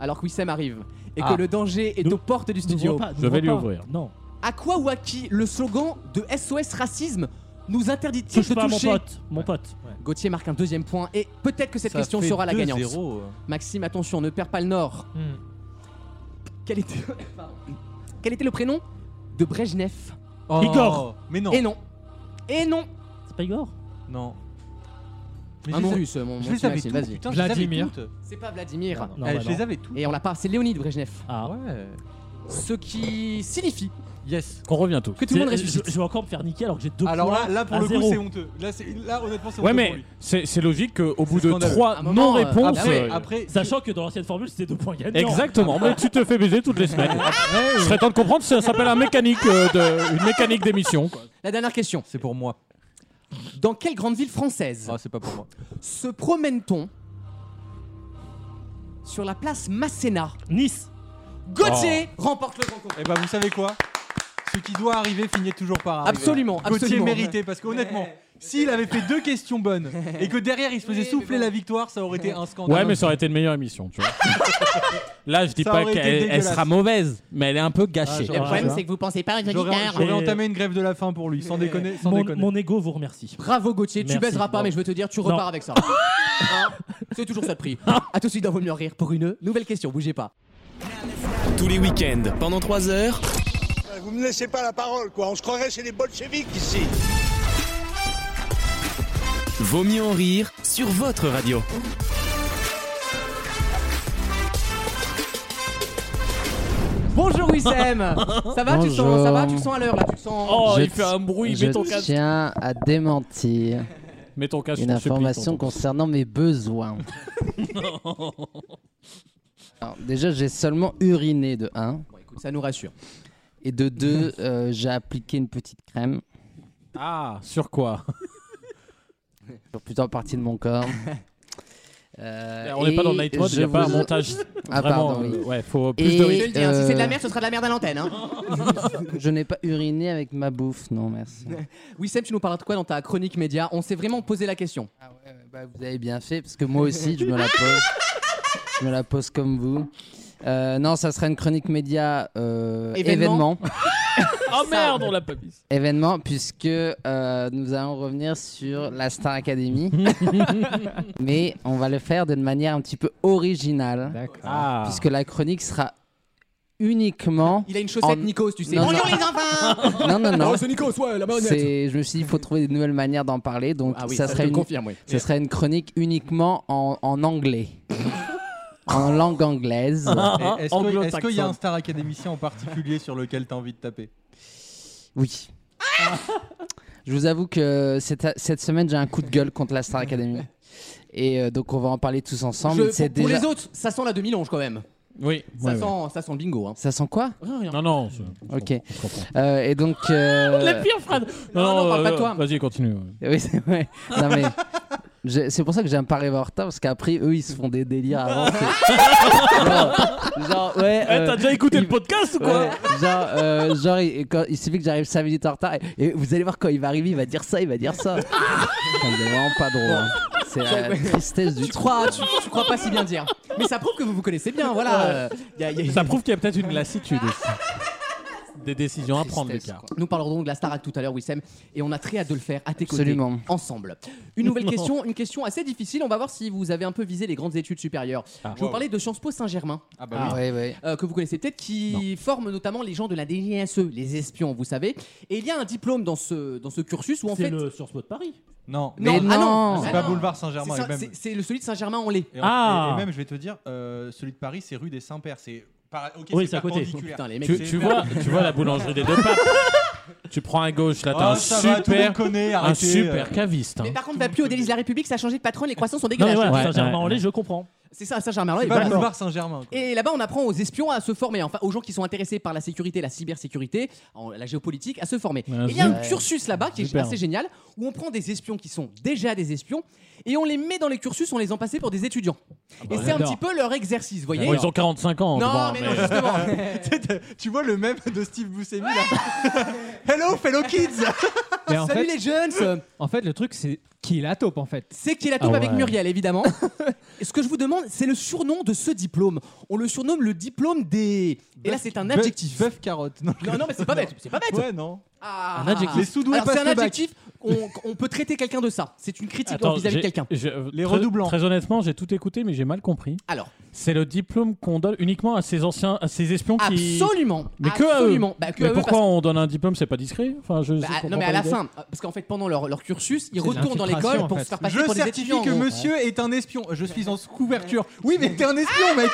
Speaker 2: Alors que Wissem arrive et que
Speaker 4: Ah.
Speaker 2: le danger est
Speaker 6: Nous-
Speaker 2: aux portes du
Speaker 6: N'ouvre
Speaker 2: studio.
Speaker 6: pas,
Speaker 5: Je vais
Speaker 6: n'ouvre
Speaker 5: lui
Speaker 6: pas.
Speaker 5: ouvrir.
Speaker 6: Non.
Speaker 2: À quoi ou à qui le slogan de SOS Racisme nous interdit-il
Speaker 6: Touche
Speaker 2: de
Speaker 6: pas à mon
Speaker 2: toucher
Speaker 6: pote. Mon pote.
Speaker 2: Gauthier marque un deuxième point et peut-être que cette
Speaker 4: Ça
Speaker 2: question
Speaker 4: fait euh.
Speaker 2: sera la gagnante.
Speaker 4: 2-0.
Speaker 2: Maxime, attention, ne perds pas le nord.
Speaker 3: Hmm.
Speaker 2: Quel était, Pardon. Quel était le prénom de Brejnev
Speaker 4: Oh.
Speaker 6: Igor.
Speaker 4: Mais non.
Speaker 2: Et non Et non
Speaker 6: C'est pas Igor
Speaker 4: Non. Mais
Speaker 2: Un
Speaker 4: je
Speaker 2: nom
Speaker 4: les a-
Speaker 2: russe, mon, mon
Speaker 4: Je
Speaker 2: petit
Speaker 4: les avais
Speaker 2: Maxime,
Speaker 4: toutes.
Speaker 2: vas-y.
Speaker 4: Putain, je les avais
Speaker 3: Vladimir.
Speaker 4: toutes.
Speaker 2: C'est pas Vladimir.
Speaker 6: Non,
Speaker 4: Eh,
Speaker 6: bah
Speaker 4: Je les
Speaker 6: non.
Speaker 4: avais toutes.
Speaker 2: Et on l'a pas, c'est Léonide Brejnev.
Speaker 6: Ah.
Speaker 4: Ouais.
Speaker 2: Ce qui signifie
Speaker 4: Yes.
Speaker 5: On revient tous.
Speaker 2: que tout le monde
Speaker 6: C'est- je,
Speaker 2: ressuscite.
Speaker 6: je vais encore me faire niquer alors que j'ai deux
Speaker 4: Alors
Speaker 6: points
Speaker 4: là, là pour
Speaker 6: à
Speaker 4: le coup,
Speaker 6: zéro.
Speaker 4: c'est honteux. Là, c'est- là honnêtement, c'est
Speaker 5: Ouais,
Speaker 4: honteux
Speaker 5: mais
Speaker 4: pour lui.
Speaker 5: c'est c'est logique qu'au bout
Speaker 4: C'est
Speaker 5: de
Speaker 4: scandaleux.
Speaker 5: trois
Speaker 2: un moment, euh,
Speaker 5: non-réponses.
Speaker 4: Après,
Speaker 5: euh,
Speaker 4: après,
Speaker 6: Sachant que dans l'ancienne formule, c'était deux points gagnants.
Speaker 5: Exactement, mais tu te fais baiser toutes les semaines. Je serais temps de comprendre, ça s'appelle un mécanique euh, de, une mécanique d'émission. quoi.
Speaker 2: La dernière question.
Speaker 4: c'est pour moi.
Speaker 2: Dans quelle grande ville française
Speaker 4: Ah, c'est pas pour moi.
Speaker 2: se promène-t-on sur la place Masséna
Speaker 6: Nice.
Speaker 2: Gauthier remporte le grand concours.
Speaker 4: Et bah, vous savez quoi Ce qui doit arriver finit toujours par arriver.
Speaker 2: Absolument,
Speaker 4: Gauthier
Speaker 2: absolument.
Speaker 4: mérité parce que honnêtement, s'il avait fait deux questions bonnes et que derrière il se faisait
Speaker 2: Oui, mais
Speaker 4: souffler
Speaker 2: bon.
Speaker 4: la victoire, ça aurait été un scandale.
Speaker 5: Ouais, mais ça aurait été une meilleure émission, tu vois. Là, je dis
Speaker 4: Ça
Speaker 5: pas
Speaker 4: aurait été
Speaker 5: qu'elle elle
Speaker 4: dégueulasse.
Speaker 5: sera mauvaise, mais elle est un peu gâchée.
Speaker 4: Ah,
Speaker 2: Le
Speaker 6: Ah,
Speaker 2: problème,
Speaker 6: ça.
Speaker 2: c'est que vous pensez pas aux
Speaker 4: J'aurais
Speaker 2: auditeurs.
Speaker 4: j'aurais entamé une grève de la faim pour lui, sans déconner. Sans
Speaker 6: Mon,
Speaker 4: déconner.
Speaker 6: mon ego vous remercie.
Speaker 2: Bravo Gauthier, tu
Speaker 6: Merci,
Speaker 2: baiseras pas,
Speaker 6: bravo.
Speaker 2: mais je veux te dire, tu
Speaker 6: Non.
Speaker 2: repars avec ça. Hein c'est toujours ça de prix. A tout de suite dans Vaut mieux en rire pour une nouvelle question, bougez pas.
Speaker 1: Tous les week-ends, pendant 3 heures.
Speaker 10: Vous me laissez pas la parole, quoi. On se croirait chez les bolcheviks ici.
Speaker 1: Vaut mieux en rire sur votre radio.
Speaker 2: Bonjour Wissem Ça va, tu le sens,
Speaker 11: Bonjour.
Speaker 2: ça va, tu le sens à l'heure là, tu le sens.
Speaker 5: Oh,
Speaker 11: Je
Speaker 5: il fait un bruit,
Speaker 11: Je
Speaker 5: mets ton casque.
Speaker 11: tiens à démentir
Speaker 5: Mets ton casque,
Speaker 11: une
Speaker 5: je te supplie,
Speaker 11: information
Speaker 5: tonton.
Speaker 11: concernant mes besoins. Alors, déjà, j'ai seulement uriné de 1
Speaker 2: Bon, écoute, ça nous rassure.
Speaker 11: et de 2, j'ai appliqué une petite crème
Speaker 5: Ah, sur quoi
Speaker 11: sur plusieurs parties de mon corps. Euh,
Speaker 5: Eh, On n'est pas
Speaker 11: et
Speaker 5: dans Night Mode, il n'y a
Speaker 11: je
Speaker 5: pas un
Speaker 11: vous-
Speaker 5: montage.
Speaker 11: Ah,
Speaker 5: vraiment,
Speaker 11: pardon, oui.
Speaker 5: euh, ouais, faut
Speaker 11: Et,
Speaker 5: plus de
Speaker 2: Je vais le
Speaker 5: rythme.
Speaker 2: dire, hein, si c'est de la
Speaker 11: euh,
Speaker 2: merde, ce sera de la merde à l'antenne. Hein.
Speaker 11: Je n'ai pas uriné avec ma bouffe, non merci.
Speaker 2: oui, Sam, tu nous parles de quoi dans ta chronique média On s'est vraiment posé la question.
Speaker 11: Bah, vous avez bien fait, parce que moi aussi, je me la pose. je me la pose comme vous. Euh, non, ça serait une chronique média euh,
Speaker 5: Événement.
Speaker 11: événement.
Speaker 5: Oh merde, on l'a pas mis.
Speaker 11: Événement, puisque euh, nous allons revenir sur la Star Academy. Mais on va le faire d'une manière un petit peu originale.
Speaker 5: Ah.
Speaker 11: Puisque la chronique sera uniquement.
Speaker 2: Il a une chaussette,
Speaker 11: en-
Speaker 2: Nikos, tu sais.
Speaker 11: Non, non.
Speaker 2: Bonjour les enfants
Speaker 11: Non, non, non.
Speaker 2: Oh, c'est Nikos, ouais, la marionnette.
Speaker 11: C'est- Je me suis dit, il faut trouver des nouvelles manières d'en parler. Donc,
Speaker 2: Ah oui,
Speaker 11: ça,
Speaker 2: ça, je
Speaker 11: serait
Speaker 2: te
Speaker 11: une...
Speaker 2: confirme, oui.
Speaker 11: ça serait une chronique uniquement en, en anglais. en langue anglaise.
Speaker 5: Ah.
Speaker 4: Et Eh, Est-ce que- est-ce qu'il y a un star académicien en particulier sur lequel t'as envie de taper
Speaker 11: Oui. Ah. Je vous avoue que cette, cette semaine, j'ai un coup de gueule contre la Star Academy. Et euh, donc, on va en parler tous ensemble.
Speaker 2: Je-
Speaker 11: C'est
Speaker 2: pour, pour
Speaker 11: déjà-
Speaker 2: les autres, ça sent la demi-longe quand même.
Speaker 5: Oui.
Speaker 2: Ça,
Speaker 11: Ouais,
Speaker 2: sent, ça sent le bingo. Hein.
Speaker 11: Ça sent quoi
Speaker 2: Rien, rien.
Speaker 5: Non, non. c'est-
Speaker 11: Ok. Euh, et donc. euh,
Speaker 5: La pire phrase.
Speaker 11: Non, non, parle pas de toi.
Speaker 5: euh, Vas-y, continue. ouais.
Speaker 11: Oui, c'est vrai. Non, mais. je- C'est pour ça que j'aime pas rêver en retard parce qu'après eux ils se font des délires avant. c'est- genre, genre, ouais.
Speaker 5: Eh, t'as déjà écouté le podcast ou quoi
Speaker 11: ouais, Genre, euh, genre il, et quand- il suffit que j'arrive 5 minutes en retard et, et vous allez voir quand il va arriver, il va dire ça, il va dire ça. Putain, C'est vraiment pas drôle. hein. C'est la tristesse du
Speaker 2: Tu crois, Ah, tu, tu crois pas si bien dire. Mais ça prouve que vous vous connaissez bien, voilà.
Speaker 5: Ouais.
Speaker 2: Euh, y a- y a-
Speaker 5: Ça prouve qu'il y a peut-être une lassitude aussi. Des décisions à prendre, Lucas.
Speaker 2: Nous parlerons donc de la Starac tout à l'heure, Wissem, et on a très hâte de le faire à tes
Speaker 11: Absolument.
Speaker 2: côtés, ensemble. Une nouvelle
Speaker 11: Non.
Speaker 2: question, une question assez difficile. On va voir si vous avez un peu visé les grandes études supérieures. Je vais vous
Speaker 11: Wow.
Speaker 2: parlais de Sciences Po Saint-Germain.
Speaker 4: Ah
Speaker 11: bah oui. Ah, ouais, ouais.
Speaker 2: Euh, que vous connaissez peut-être, qui forme notamment les gens de la DGSE, E, les espions, vous savez. Et il y a un diplôme dans ce, dans ce cursus où en
Speaker 6: C'est
Speaker 2: fait.
Speaker 6: le Sciences Po de Paris.
Speaker 4: Non.
Speaker 2: Non, ah non,
Speaker 4: C'est
Speaker 2: ah
Speaker 4: pas
Speaker 2: non.
Speaker 4: boulevard Saint-Germain.
Speaker 2: C'est ça,
Speaker 4: et même-
Speaker 2: c'est- C'est le celui de Saint-Germain-en-Laye.
Speaker 4: Et, en-
Speaker 5: Ah.
Speaker 4: et- et même, je vais te dire, euh, celui de Paris, c'est rue des Saints-Pères. C'est par- ok,
Speaker 2: Oui, c'est
Speaker 4: c'est
Speaker 2: à côté.
Speaker 4: perpendiculaire.
Speaker 2: Putain, les mecs,
Speaker 5: Tu,
Speaker 2: c'est
Speaker 5: tu
Speaker 2: hyper-
Speaker 5: vois, tu vois la boulangerie des deux papes. Tu prends un gauche, là, t'as
Speaker 4: Oh,
Speaker 5: un
Speaker 4: ça va, tout le
Speaker 5: super,
Speaker 4: monde connaît,
Speaker 5: un
Speaker 4: arrêtez,
Speaker 5: super
Speaker 4: euh.
Speaker 5: caviste. hein.
Speaker 2: Mais par contre, va plus au délice de la République, ça a changé de patron, les croissants sont
Speaker 6: Non, mais
Speaker 2: dégueulasses.
Speaker 6: voilà,
Speaker 5: Ouais,
Speaker 6: Saint-Germain-en-Laye,
Speaker 5: ouais.
Speaker 6: je comprends.
Speaker 2: C'est ça, Saint-Germain.
Speaker 4: C'est pas boulevard Saint-Germain.
Speaker 2: Et là-bas, on apprend aux espions à se former, enfin aux gens qui sont intéressés par la sécurité, la cybersécurité, en- la géopolitique, à se former.
Speaker 5: Ouais,
Speaker 2: Et il y a un
Speaker 5: ouais.
Speaker 2: cursus là-bas qui est
Speaker 5: Super.
Speaker 2: assez génial, où on prend des espions qui sont déjà des espions, et on les met dans les cursus, on les en passait pour des étudiants. et
Speaker 5: bah,
Speaker 2: c'est un
Speaker 5: j'adore.
Speaker 2: petit peu leur exercice, vous voyez
Speaker 5: Bon, ils ont 45 ans.
Speaker 2: Non,
Speaker 5: devant,
Speaker 2: mais non, justement.
Speaker 4: tu vois le même de Steve Buscemi là Hello, fellow kids
Speaker 3: Mais en
Speaker 2: Ah, Salut
Speaker 3: fait- euh,
Speaker 2: les jeunes
Speaker 3: En fait, le truc, c'est qui est la taupe, en fait.
Speaker 2: C'est qui est la taupe
Speaker 3: Ah
Speaker 2: avec
Speaker 3: ouais.
Speaker 2: Muriel, évidemment. Et ce que je vous demande, c'est le surnom de ce diplôme. On le surnomme le diplôme des. Et là, c'est un adjectif.
Speaker 4: Bœuf carotte. Non,
Speaker 2: Non, non, mais c'est pas bête, c'est pas bête.
Speaker 4: Ouais, non.
Speaker 2: Ah.
Speaker 5: Un adjectif.
Speaker 4: Les sous-doués
Speaker 2: Alors, c'est
Speaker 4: passent
Speaker 2: un
Speaker 4: le bac.
Speaker 2: adjectif. On, on peut traiter quelqu'un de ça. C'est une critique
Speaker 5: Attends,
Speaker 2: vis-à-vis de
Speaker 5: j'ai-
Speaker 2: quelqu'un.
Speaker 5: j'ai- euh,
Speaker 4: Les
Speaker 5: très-
Speaker 4: redoublants.
Speaker 5: Très honnêtement, j'ai tout écouté, mais j'ai mal compris.
Speaker 2: Alors,
Speaker 5: C'est le diplôme qu'on donne uniquement à ces anciens, à ces espions qui.
Speaker 2: absolument.
Speaker 5: Mais que à eux.
Speaker 2: absolument. Bah, que à
Speaker 5: mais
Speaker 2: eux,
Speaker 5: pourquoi
Speaker 2: parce-
Speaker 5: on donne un diplôme C'est pas discret. Enfin, je. je
Speaker 2: bah,
Speaker 5: comprends
Speaker 2: non mais à
Speaker 5: pas
Speaker 2: la
Speaker 5: l'idée.
Speaker 2: fin, parce qu'en fait pendant leur, leur cursus, ils
Speaker 5: C'est de
Speaker 2: retournent dans
Speaker 5: l'infiltration,
Speaker 2: l'école
Speaker 5: en
Speaker 2: pour
Speaker 5: fait.
Speaker 2: se faire passer
Speaker 4: Je
Speaker 2: pour des étudiants.
Speaker 4: certifie que
Speaker 2: en gros.
Speaker 4: monsieur est un espion. Je suis en couverture. Oui, mais t'es un espion, mec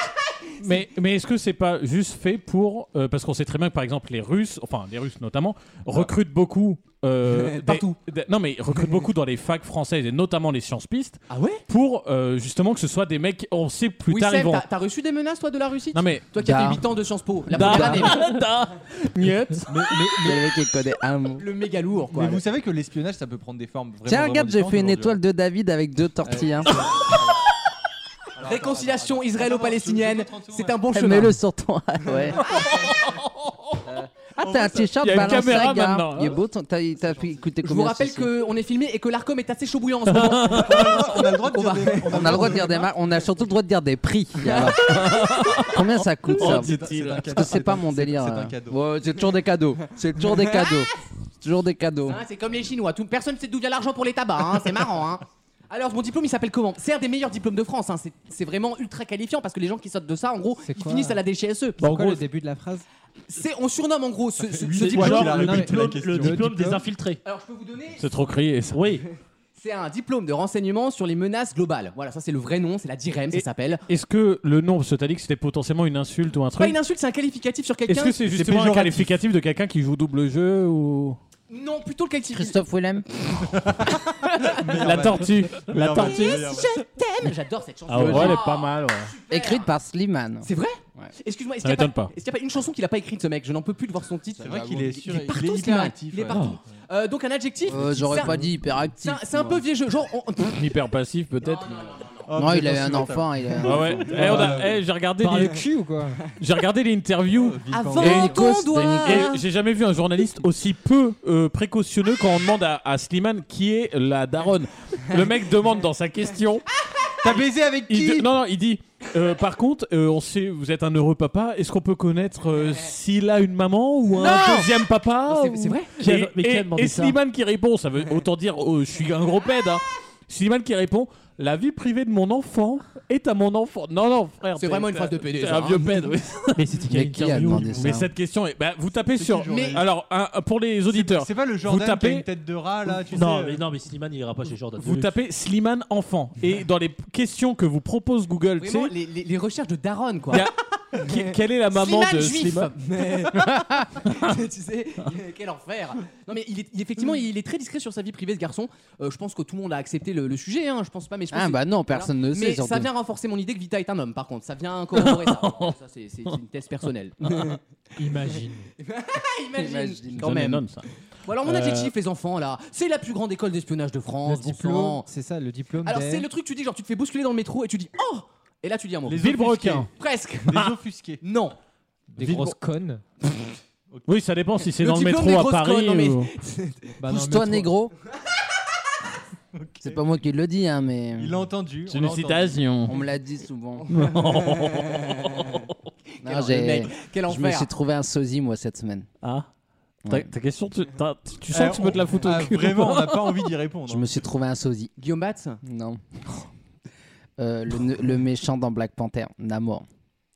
Speaker 5: Mais, mais est-ce que c'est pas juste fait pour. euh, parce qu'on sait très bien que par exemple les Russes, enfin les Russes notamment, recrutent beaucoup. euh, des-
Speaker 2: Partout.
Speaker 5: des- non mais recrutent beaucoup dans les facs françaises et notamment les sciences pistes
Speaker 2: Ah ouais
Speaker 5: pour euh, justement que ce soit des mecs. On sait plus
Speaker 2: Oui,
Speaker 5: tard ils
Speaker 2: Seb,
Speaker 5: vont.
Speaker 2: t'as- t'as reçu des menaces toi de la Russie
Speaker 5: Non mais.
Speaker 2: Toi qui as
Speaker 11: Da.
Speaker 2: fait 8 ans de Sciences Po, la
Speaker 5: Da.
Speaker 2: première année.
Speaker 5: Da. Niette.
Speaker 11: Il y a le mec qui connaît un mot.
Speaker 2: Le méga lourd quoi.
Speaker 4: Mais vous savez que l'espionnage, ça peut prendre des formes vraiment.
Speaker 11: Tiens,
Speaker 4: vraiment
Speaker 11: regarde, j'ai
Speaker 4: différentes
Speaker 11: fait une
Speaker 4: aujourd'hui.
Speaker 11: étoile de David avec deux
Speaker 2: Ah,
Speaker 11: tortilles. hein.
Speaker 4: hein.
Speaker 5: Ah,
Speaker 2: Réconciliation israélo-palestinienne, c'est un bon
Speaker 5: Eh,
Speaker 2: chemin.
Speaker 11: Mets-le sur toi. Ouais. Ah, t'as un t-shirt
Speaker 5: Il y a une
Speaker 11: Balenciaga.
Speaker 5: caméra maintenant, hein.
Speaker 11: Il est beau, ton- t'as t'as pu écouter
Speaker 2: Je vous
Speaker 11: combien
Speaker 2: rappelle
Speaker 11: ceci
Speaker 2: qu'on est filmé et que l'ARCOM est assez chaud bouillant en ce moment.
Speaker 4: On a le droit de dire des-
Speaker 11: On a le droit de dire des marques, on a surtout le droit de dire des prix. Et alors Combien ça coûte ça
Speaker 4: C'est un- c'est un
Speaker 11: Parce
Speaker 4: cadeau.
Speaker 11: que c'est pas mon délire. euh.
Speaker 4: C'est un
Speaker 11: là.
Speaker 4: cadeau.
Speaker 11: Ouais, C'est toujours des cadeaux. C'est toujours des cadeaux. C'est toujours des cadeaux.
Speaker 2: Hein, c'est comme les Chinois, tout, personne ne sait d'où vient l'argent pour les tabacs, hein, c'est marrant. Hein. Alors, mon diplôme, il s'appelle comment C'est un des meilleurs diplômes de France, hein, c'est- c'est vraiment ultra qualifiant parce que les gens qui sortent de ça, en gros,
Speaker 3: C'est
Speaker 2: ils
Speaker 3: quoi,
Speaker 2: finissent à la DGSE.
Speaker 11: Bah,
Speaker 3: en gros, le début de la phrase
Speaker 2: C'est- On surnomme en gros ce, ce-
Speaker 4: Lui,
Speaker 2: ce
Speaker 4: c'est
Speaker 6: Ou
Speaker 2: diplôme.
Speaker 4: quoi
Speaker 6: alors
Speaker 4: qu'il a
Speaker 6: le
Speaker 4: répété la
Speaker 6: diplôme,
Speaker 4: question.
Speaker 6: le
Speaker 4: Le
Speaker 6: diplôme des
Speaker 4: diplôme.
Speaker 6: infiltrés.
Speaker 2: Alors, je peux vous donner.
Speaker 5: C'est trop crié ça.
Speaker 6: Oui.
Speaker 2: C'est un diplôme de renseignement sur les menaces globales. Voilà, ça c'est le vrai nom, c'est la DIREM, ça
Speaker 5: Et-
Speaker 2: s'appelle.
Speaker 5: Est-ce que le nom, parce que t'as dit que c'était potentiellement une insulte ou un
Speaker 2: C'est pas
Speaker 5: truc
Speaker 2: une insulte, c'est un qualificatif sur
Speaker 5: Est-ce
Speaker 2: quelqu'un.
Speaker 5: que c'est justement un
Speaker 4: péjoratif.
Speaker 5: qualificatif de quelqu'un qui joue double jeu ou
Speaker 2: Non, plutôt le qualificatif.
Speaker 11: Christophe Willem
Speaker 4: Ah
Speaker 5: la tortue, la
Speaker 4: Meilleur van.
Speaker 5: tortue.
Speaker 4: Meilleur van.
Speaker 2: T'aimes J'adore cette chanson.
Speaker 5: Ah ouais,
Speaker 2: Oh.
Speaker 5: elle est pas mal. Ouais.
Speaker 11: Écrite par Slimane.
Speaker 2: C'est vrai
Speaker 11: Ouais.
Speaker 2: Excuse-moi, est-ce
Speaker 5: Ça
Speaker 2: qu'il n'y a,
Speaker 5: m'étonne pas.
Speaker 2: est-ce qu'il y a pas une chanson qu'il a pas écrite ce mec Je n'en peux plus de voir son titre.
Speaker 4: C'est vrai qu'il est
Speaker 2: Il
Speaker 4: sûr.
Speaker 2: est partout,
Speaker 4: Ah, Il est
Speaker 2: ce mec.
Speaker 4: hyperactif.
Speaker 2: Il est
Speaker 4: ouais.
Speaker 2: partout.
Speaker 5: Oh.
Speaker 2: Euh, donc un adjectif.
Speaker 11: Euh, J'aurais
Speaker 2: c'est un-
Speaker 11: pas dit hyperactif.
Speaker 2: C'est un, c'est un peu vieux jeu. Genre, on-
Speaker 5: Hyper passif
Speaker 2: Non,
Speaker 5: peut-être.
Speaker 2: non, non, non, non.
Speaker 11: Non, il avait un enfant, hein. il avait un
Speaker 5: Ah ouais.
Speaker 11: enfant.
Speaker 5: Eh, on a- eh, j'ai regardé
Speaker 11: Par
Speaker 5: les...
Speaker 2: euh,
Speaker 11: le cul ou quoi
Speaker 5: J'ai regardé l'interview.
Speaker 11: Avant Et une qu'on cause- doit-
Speaker 5: Et J'ai jamais vu un journaliste aussi peu euh, précautionneux quand on demande à, à Slimane qui est la daronne. Le mec demande dans sa question. T'as baisé avec qui Non, non, il dit. euh, par contre, euh, on sait, vous êtes un heureux papa. Est-ce qu'on peut connaître euh, s'il a une maman ou un
Speaker 2: Non
Speaker 5: deuxième papa
Speaker 2: C'est-
Speaker 5: ou-
Speaker 2: c'est vrai
Speaker 6: Qui a-
Speaker 5: Et,
Speaker 6: mais qui a
Speaker 5: et-
Speaker 6: demandé
Speaker 5: et
Speaker 6: ça
Speaker 5: Slimane qui répond, ça veut autant dire, oh, je suis un gros pède. Hein. Slimane qui répond, la vie privée de mon enfant est à mon enfant. Non, non, frère.
Speaker 2: C'est
Speaker 5: t'es-
Speaker 2: vraiment une
Speaker 5: t'es-
Speaker 2: phrase de PD,
Speaker 5: t'es
Speaker 2: ça,
Speaker 5: un
Speaker 2: hein.
Speaker 5: vieux pède, oui.
Speaker 6: Mais c'était
Speaker 11: quelle Mais qui a interview, demandé du coup ça
Speaker 5: Mais cette question est. bah, vous tapez sur.
Speaker 4: journaliste
Speaker 5: Alors, un- un- pour les auditeurs,
Speaker 4: C'est pas le
Speaker 5: vous
Speaker 4: Jordan qui a
Speaker 5: tapez.
Speaker 4: une tête de rat là, tu
Speaker 6: non,
Speaker 4: sais.
Speaker 6: mais, non, mais Slimane, il ira pas chez Jordan.
Speaker 5: Vous
Speaker 6: Deluxe.
Speaker 5: tapez Slimane enfant et dans les questions que vous propose Google, tu sais,
Speaker 2: Vraiment, les, les- les recherches de Daron, quoi.
Speaker 5: y a- qui- quelle est la maman
Speaker 2: Slimane
Speaker 5: de
Speaker 2: juif.
Speaker 5: Slimane
Speaker 2: Mais- tu sais, quel enfer. Non mais il est, il- effectivement, il est très discret sur sa vie privée, ce garçon. Euh, je pense que tout le monde a accepté le, le sujet. Hein, je pense pas, mais je pense
Speaker 11: Ah
Speaker 2: que-
Speaker 11: bah non, personne ne
Speaker 2: Voilà.
Speaker 11: sait,
Speaker 2: Mais
Speaker 11: surtout.
Speaker 2: ça vient renforcer mon idée que Vita est un homme. Par contre, ça vient corroborer ça. ça c'est c'est une thèse personnelle.
Speaker 4: euh,
Speaker 6: Imagine.
Speaker 2: Imagine,
Speaker 11: Imagine.
Speaker 2: quand
Speaker 5: John
Speaker 2: même.
Speaker 5: Lennon, ça.
Speaker 2: Bon, alors mon
Speaker 5: Euh,
Speaker 2: adjectif, les enfants là, c'est la plus grande école d'espionnage de
Speaker 3: Le
Speaker 2: France. bon
Speaker 3: diplôme,
Speaker 2: sang.
Speaker 3: c'est ça, le diplôme.
Speaker 2: Alors
Speaker 3: des-
Speaker 2: c'est le truc, tu dis genre tu te fais bousculer dans le métro et tu dis oh, et là tu dis un mot.
Speaker 4: Les
Speaker 5: Villebrequin.
Speaker 4: offusqués.
Speaker 2: Presque. Ah.
Speaker 4: Les offusqués.
Speaker 2: Non.
Speaker 3: des
Speaker 5: Ville-
Speaker 3: grosses connes.
Speaker 5: Oui, ça dépend si c'est dans le
Speaker 2: diplôme des
Speaker 5: métro à
Speaker 2: grosses
Speaker 5: Paris.
Speaker 2: connes, non, mais-
Speaker 5: ou-
Speaker 3: Bah, non,
Speaker 11: Pousse-toi,
Speaker 3: mais-
Speaker 11: négro. C'est pas moi qui le dis, hein, mais
Speaker 4: Il l'a entendu.
Speaker 5: C'est
Speaker 4: on
Speaker 5: une
Speaker 4: l'a entendu.
Speaker 5: citation.
Speaker 11: on me l'a dit souvent.
Speaker 2: Quel,
Speaker 11: Non,
Speaker 2: le
Speaker 11: j'ai-
Speaker 2: mec, quel
Speaker 11: je me
Speaker 2: enfer.
Speaker 11: suis trouvé un sosie moi cette semaine.
Speaker 5: Ah.
Speaker 11: Ouais.
Speaker 5: Ta, ta question, tu, t'as- tu- tu
Speaker 4: Euh,
Speaker 5: sens que tu peux te la foutre au
Speaker 4: ah,
Speaker 5: cul.
Speaker 4: Vraiment, on n'a pas envie d'y répondre.
Speaker 11: Je me suis trouvé un sosie.
Speaker 2: Guillaume Batz
Speaker 11: Non. Euh, le, ne- le méchant dans Black Panther, Namor.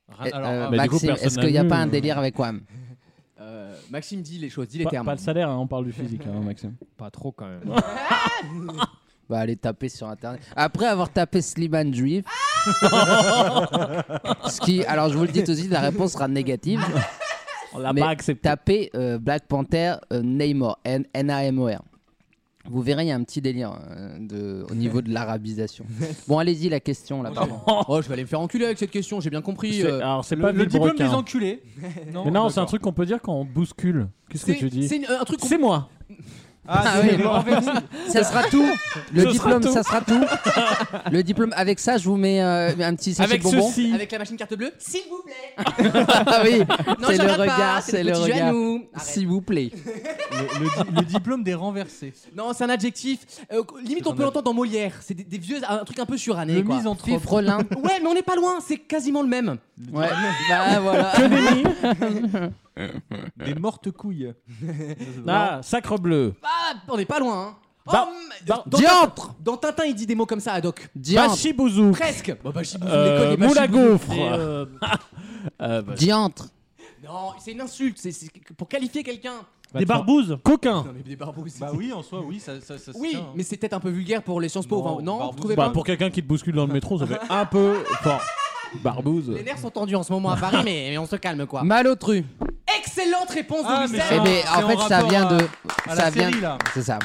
Speaker 4: Ra- alors,
Speaker 11: Euh,
Speaker 4: ah,
Speaker 5: bah, du coup,
Speaker 11: Maxime,
Speaker 5: personne
Speaker 11: est-ce
Speaker 5: n'a
Speaker 11: qu'il n'y a
Speaker 5: vu,
Speaker 11: pas un
Speaker 5: euh.
Speaker 11: délire avec Wam
Speaker 2: Euh, Maxime dit les choses, dit les
Speaker 5: Pas,
Speaker 2: termes.
Speaker 5: pas le salaire, hein, on parle du physique, hein, Maxime.
Speaker 3: Pas trop quand même.
Speaker 11: Bah allez taper sur internet. Après avoir tapé Slimane juif, ce qui, alors je vous le dis tout de suite, la réponse sera négative.
Speaker 5: On l'a
Speaker 11: Mais
Speaker 5: pas accepté.
Speaker 11: Tapez euh, Black Panther euh, Namor, N- N-A-M-O-R. Vous verrez, il y a un petit délire euh, de, au niveau de l'arabisation. Bon, allez-y, la question là, pardon.
Speaker 2: Oh, je vais aller me faire enculer avec cette question, j'ai bien compris.
Speaker 5: C'est-
Speaker 2: euh,
Speaker 5: Alors, c'est
Speaker 4: le-
Speaker 5: pas
Speaker 4: le diplôme
Speaker 5: Villebrequin.
Speaker 4: des enculés.
Speaker 5: Mais non, c'est un
Speaker 4: d'accord.
Speaker 5: truc qu'on peut dire quand on bouscule. Qu'est-ce que
Speaker 2: c'est
Speaker 5: tu dis
Speaker 2: c'est une- euh, un truc qu'on
Speaker 5: C'est moi.
Speaker 11: Ah
Speaker 4: Ah,
Speaker 11: oui.
Speaker 4: c'est les Orvexis.
Speaker 11: Ça sera tout. Le
Speaker 5: Ce sera
Speaker 11: diplôme,
Speaker 5: tout.
Speaker 11: ça sera tout. Le diplôme, avec ça, je vous mets euh, un petit sachet
Speaker 5: Avec
Speaker 11: de bonbons.
Speaker 5: ceci.
Speaker 2: Avec la machine carte bleue S'il vous plaît
Speaker 11: Ah oui,
Speaker 2: Non,
Speaker 11: c'est
Speaker 2: j'en
Speaker 11: le
Speaker 2: rate pas,
Speaker 11: regard, c'est le
Speaker 2: petit jeu à
Speaker 11: regard.
Speaker 2: nous. Arrête.
Speaker 11: S'il vous plaît.
Speaker 4: ah, Le- le di- le diplôme des renversés.
Speaker 2: Non, c'est un adjectif. Euh, limite,
Speaker 4: C'est
Speaker 2: on peut
Speaker 4: un
Speaker 2: l'entendre dans Molière. C'est des, des vieux, un truc un peu suranné.
Speaker 4: Le
Speaker 2: quoi.
Speaker 4: misanthrope.
Speaker 11: Fifrelin.
Speaker 2: Ouais, mais on n'est pas loin, c'est quasiment le même.
Speaker 11: Ouais, bah voilà.
Speaker 4: Des mortes couilles.
Speaker 5: Ah, sacre bleu.
Speaker 2: Ah, on n'est pas loin. hein. Oh,
Speaker 5: Bah,
Speaker 2: mais-
Speaker 5: bah,
Speaker 2: dans,
Speaker 11: Diantre
Speaker 2: dans Tintin, il dit des mots comme ça à Doc.
Speaker 11: Diantre
Speaker 5: Bachibouzou.
Speaker 2: Presque. Bah, bah, je vous
Speaker 5: Euh,
Speaker 2: déconne, bah,
Speaker 5: Moule à
Speaker 2: je vous-
Speaker 5: gaufre.
Speaker 6: Et, euh,
Speaker 5: Euh, bah,
Speaker 11: Diantre
Speaker 2: Non, c'est une insulte. C'est c'est pour qualifier quelqu'un.
Speaker 6: des barbouzes.
Speaker 5: Coquin.
Speaker 2: Non, mais des barbouilles. c'est-
Speaker 4: Bah oui, en soi, oui, ça, ça, ça se
Speaker 2: oui,
Speaker 4: tient, hein.
Speaker 2: mais c'est peut-être un peu vulgaire pour les Sciences Po.
Speaker 4: Non,
Speaker 2: enfin, non, vous
Speaker 4: barbouze.
Speaker 2: trouvez
Speaker 5: Bah,
Speaker 2: pas
Speaker 5: pour quelqu'un qui te bouscule dans le métro, ça fait un peu fort. Barbouze.
Speaker 2: Les nerfs sont tendus en ce moment à Paris, mais, mais on se calme quoi.
Speaker 11: Malotru.
Speaker 2: Excellente réponse
Speaker 4: Ah,
Speaker 2: de
Speaker 4: mais
Speaker 2: Wissem.
Speaker 11: Eh
Speaker 4: Ah,
Speaker 11: ben,
Speaker 4: c'est
Speaker 11: en fait,
Speaker 4: en
Speaker 11: ça
Speaker 4: rapport
Speaker 11: vient de.
Speaker 4: à
Speaker 11: ça
Speaker 4: la
Speaker 11: vient.
Speaker 4: série, là.
Speaker 11: C'est ça.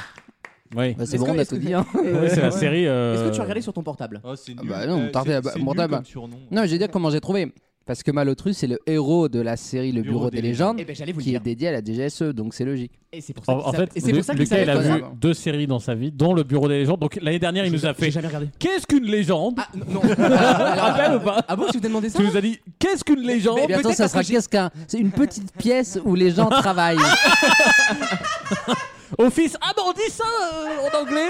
Speaker 5: Oui,
Speaker 11: Bah, c'est
Speaker 2: Est-ce
Speaker 11: bon,
Speaker 2: que-
Speaker 11: on a
Speaker 2: est-ce
Speaker 11: tout
Speaker 2: que-
Speaker 11: dit. hein.
Speaker 5: Ouais, c'est la série. euh,
Speaker 2: Est-ce que tu as regardé sur ton portable
Speaker 4: Oh, c'est
Speaker 11: Ah
Speaker 4: nul.
Speaker 11: bah non,
Speaker 4: Euh,
Speaker 11: tardez,
Speaker 4: c'est-
Speaker 11: bah,
Speaker 4: c'est nul
Speaker 11: Mortal,
Speaker 4: comme
Speaker 11: bah.
Speaker 4: surnom.
Speaker 11: Non, je vais dire comment j'ai trouvé. Parce que Malotru, c'est le héros de la série Le Bureau, des, légendes,
Speaker 2: Eh ben, j'allais vous le
Speaker 11: qui est
Speaker 2: dire.
Speaker 11: dédié à la DGSE, E, donc c'est logique.
Speaker 2: Et c'est pour ça
Speaker 5: En,
Speaker 2: qu'il
Speaker 5: en
Speaker 2: s'appelle-
Speaker 5: fait,
Speaker 2: et c'est pour ça qu'il
Speaker 5: Lucas, il a
Speaker 2: s'appelle
Speaker 5: vu
Speaker 2: Conan.
Speaker 5: deux séries dans sa vie, dont Le Bureau des légendes. Donc l'année dernière, il nous a fait
Speaker 2: J'ai jamais regardé.
Speaker 5: Qu'est-ce qu'une légende
Speaker 2: Ah n- non. Alors,
Speaker 5: Rappel ou pas
Speaker 2: Ah bon, si vous avez demandé ça
Speaker 5: Tu nous as dit Qu'est-ce qu'une légende
Speaker 2: Mais- mais-
Speaker 11: Bientôt,
Speaker 2: peut-être
Speaker 11: ça
Speaker 2: parce
Speaker 11: sera
Speaker 2: que j'ai-
Speaker 11: qu'est-ce qu'un. C'est une petite pièce où les gens travaillent.
Speaker 5: Office Ah non, on dit ça euh, en anglais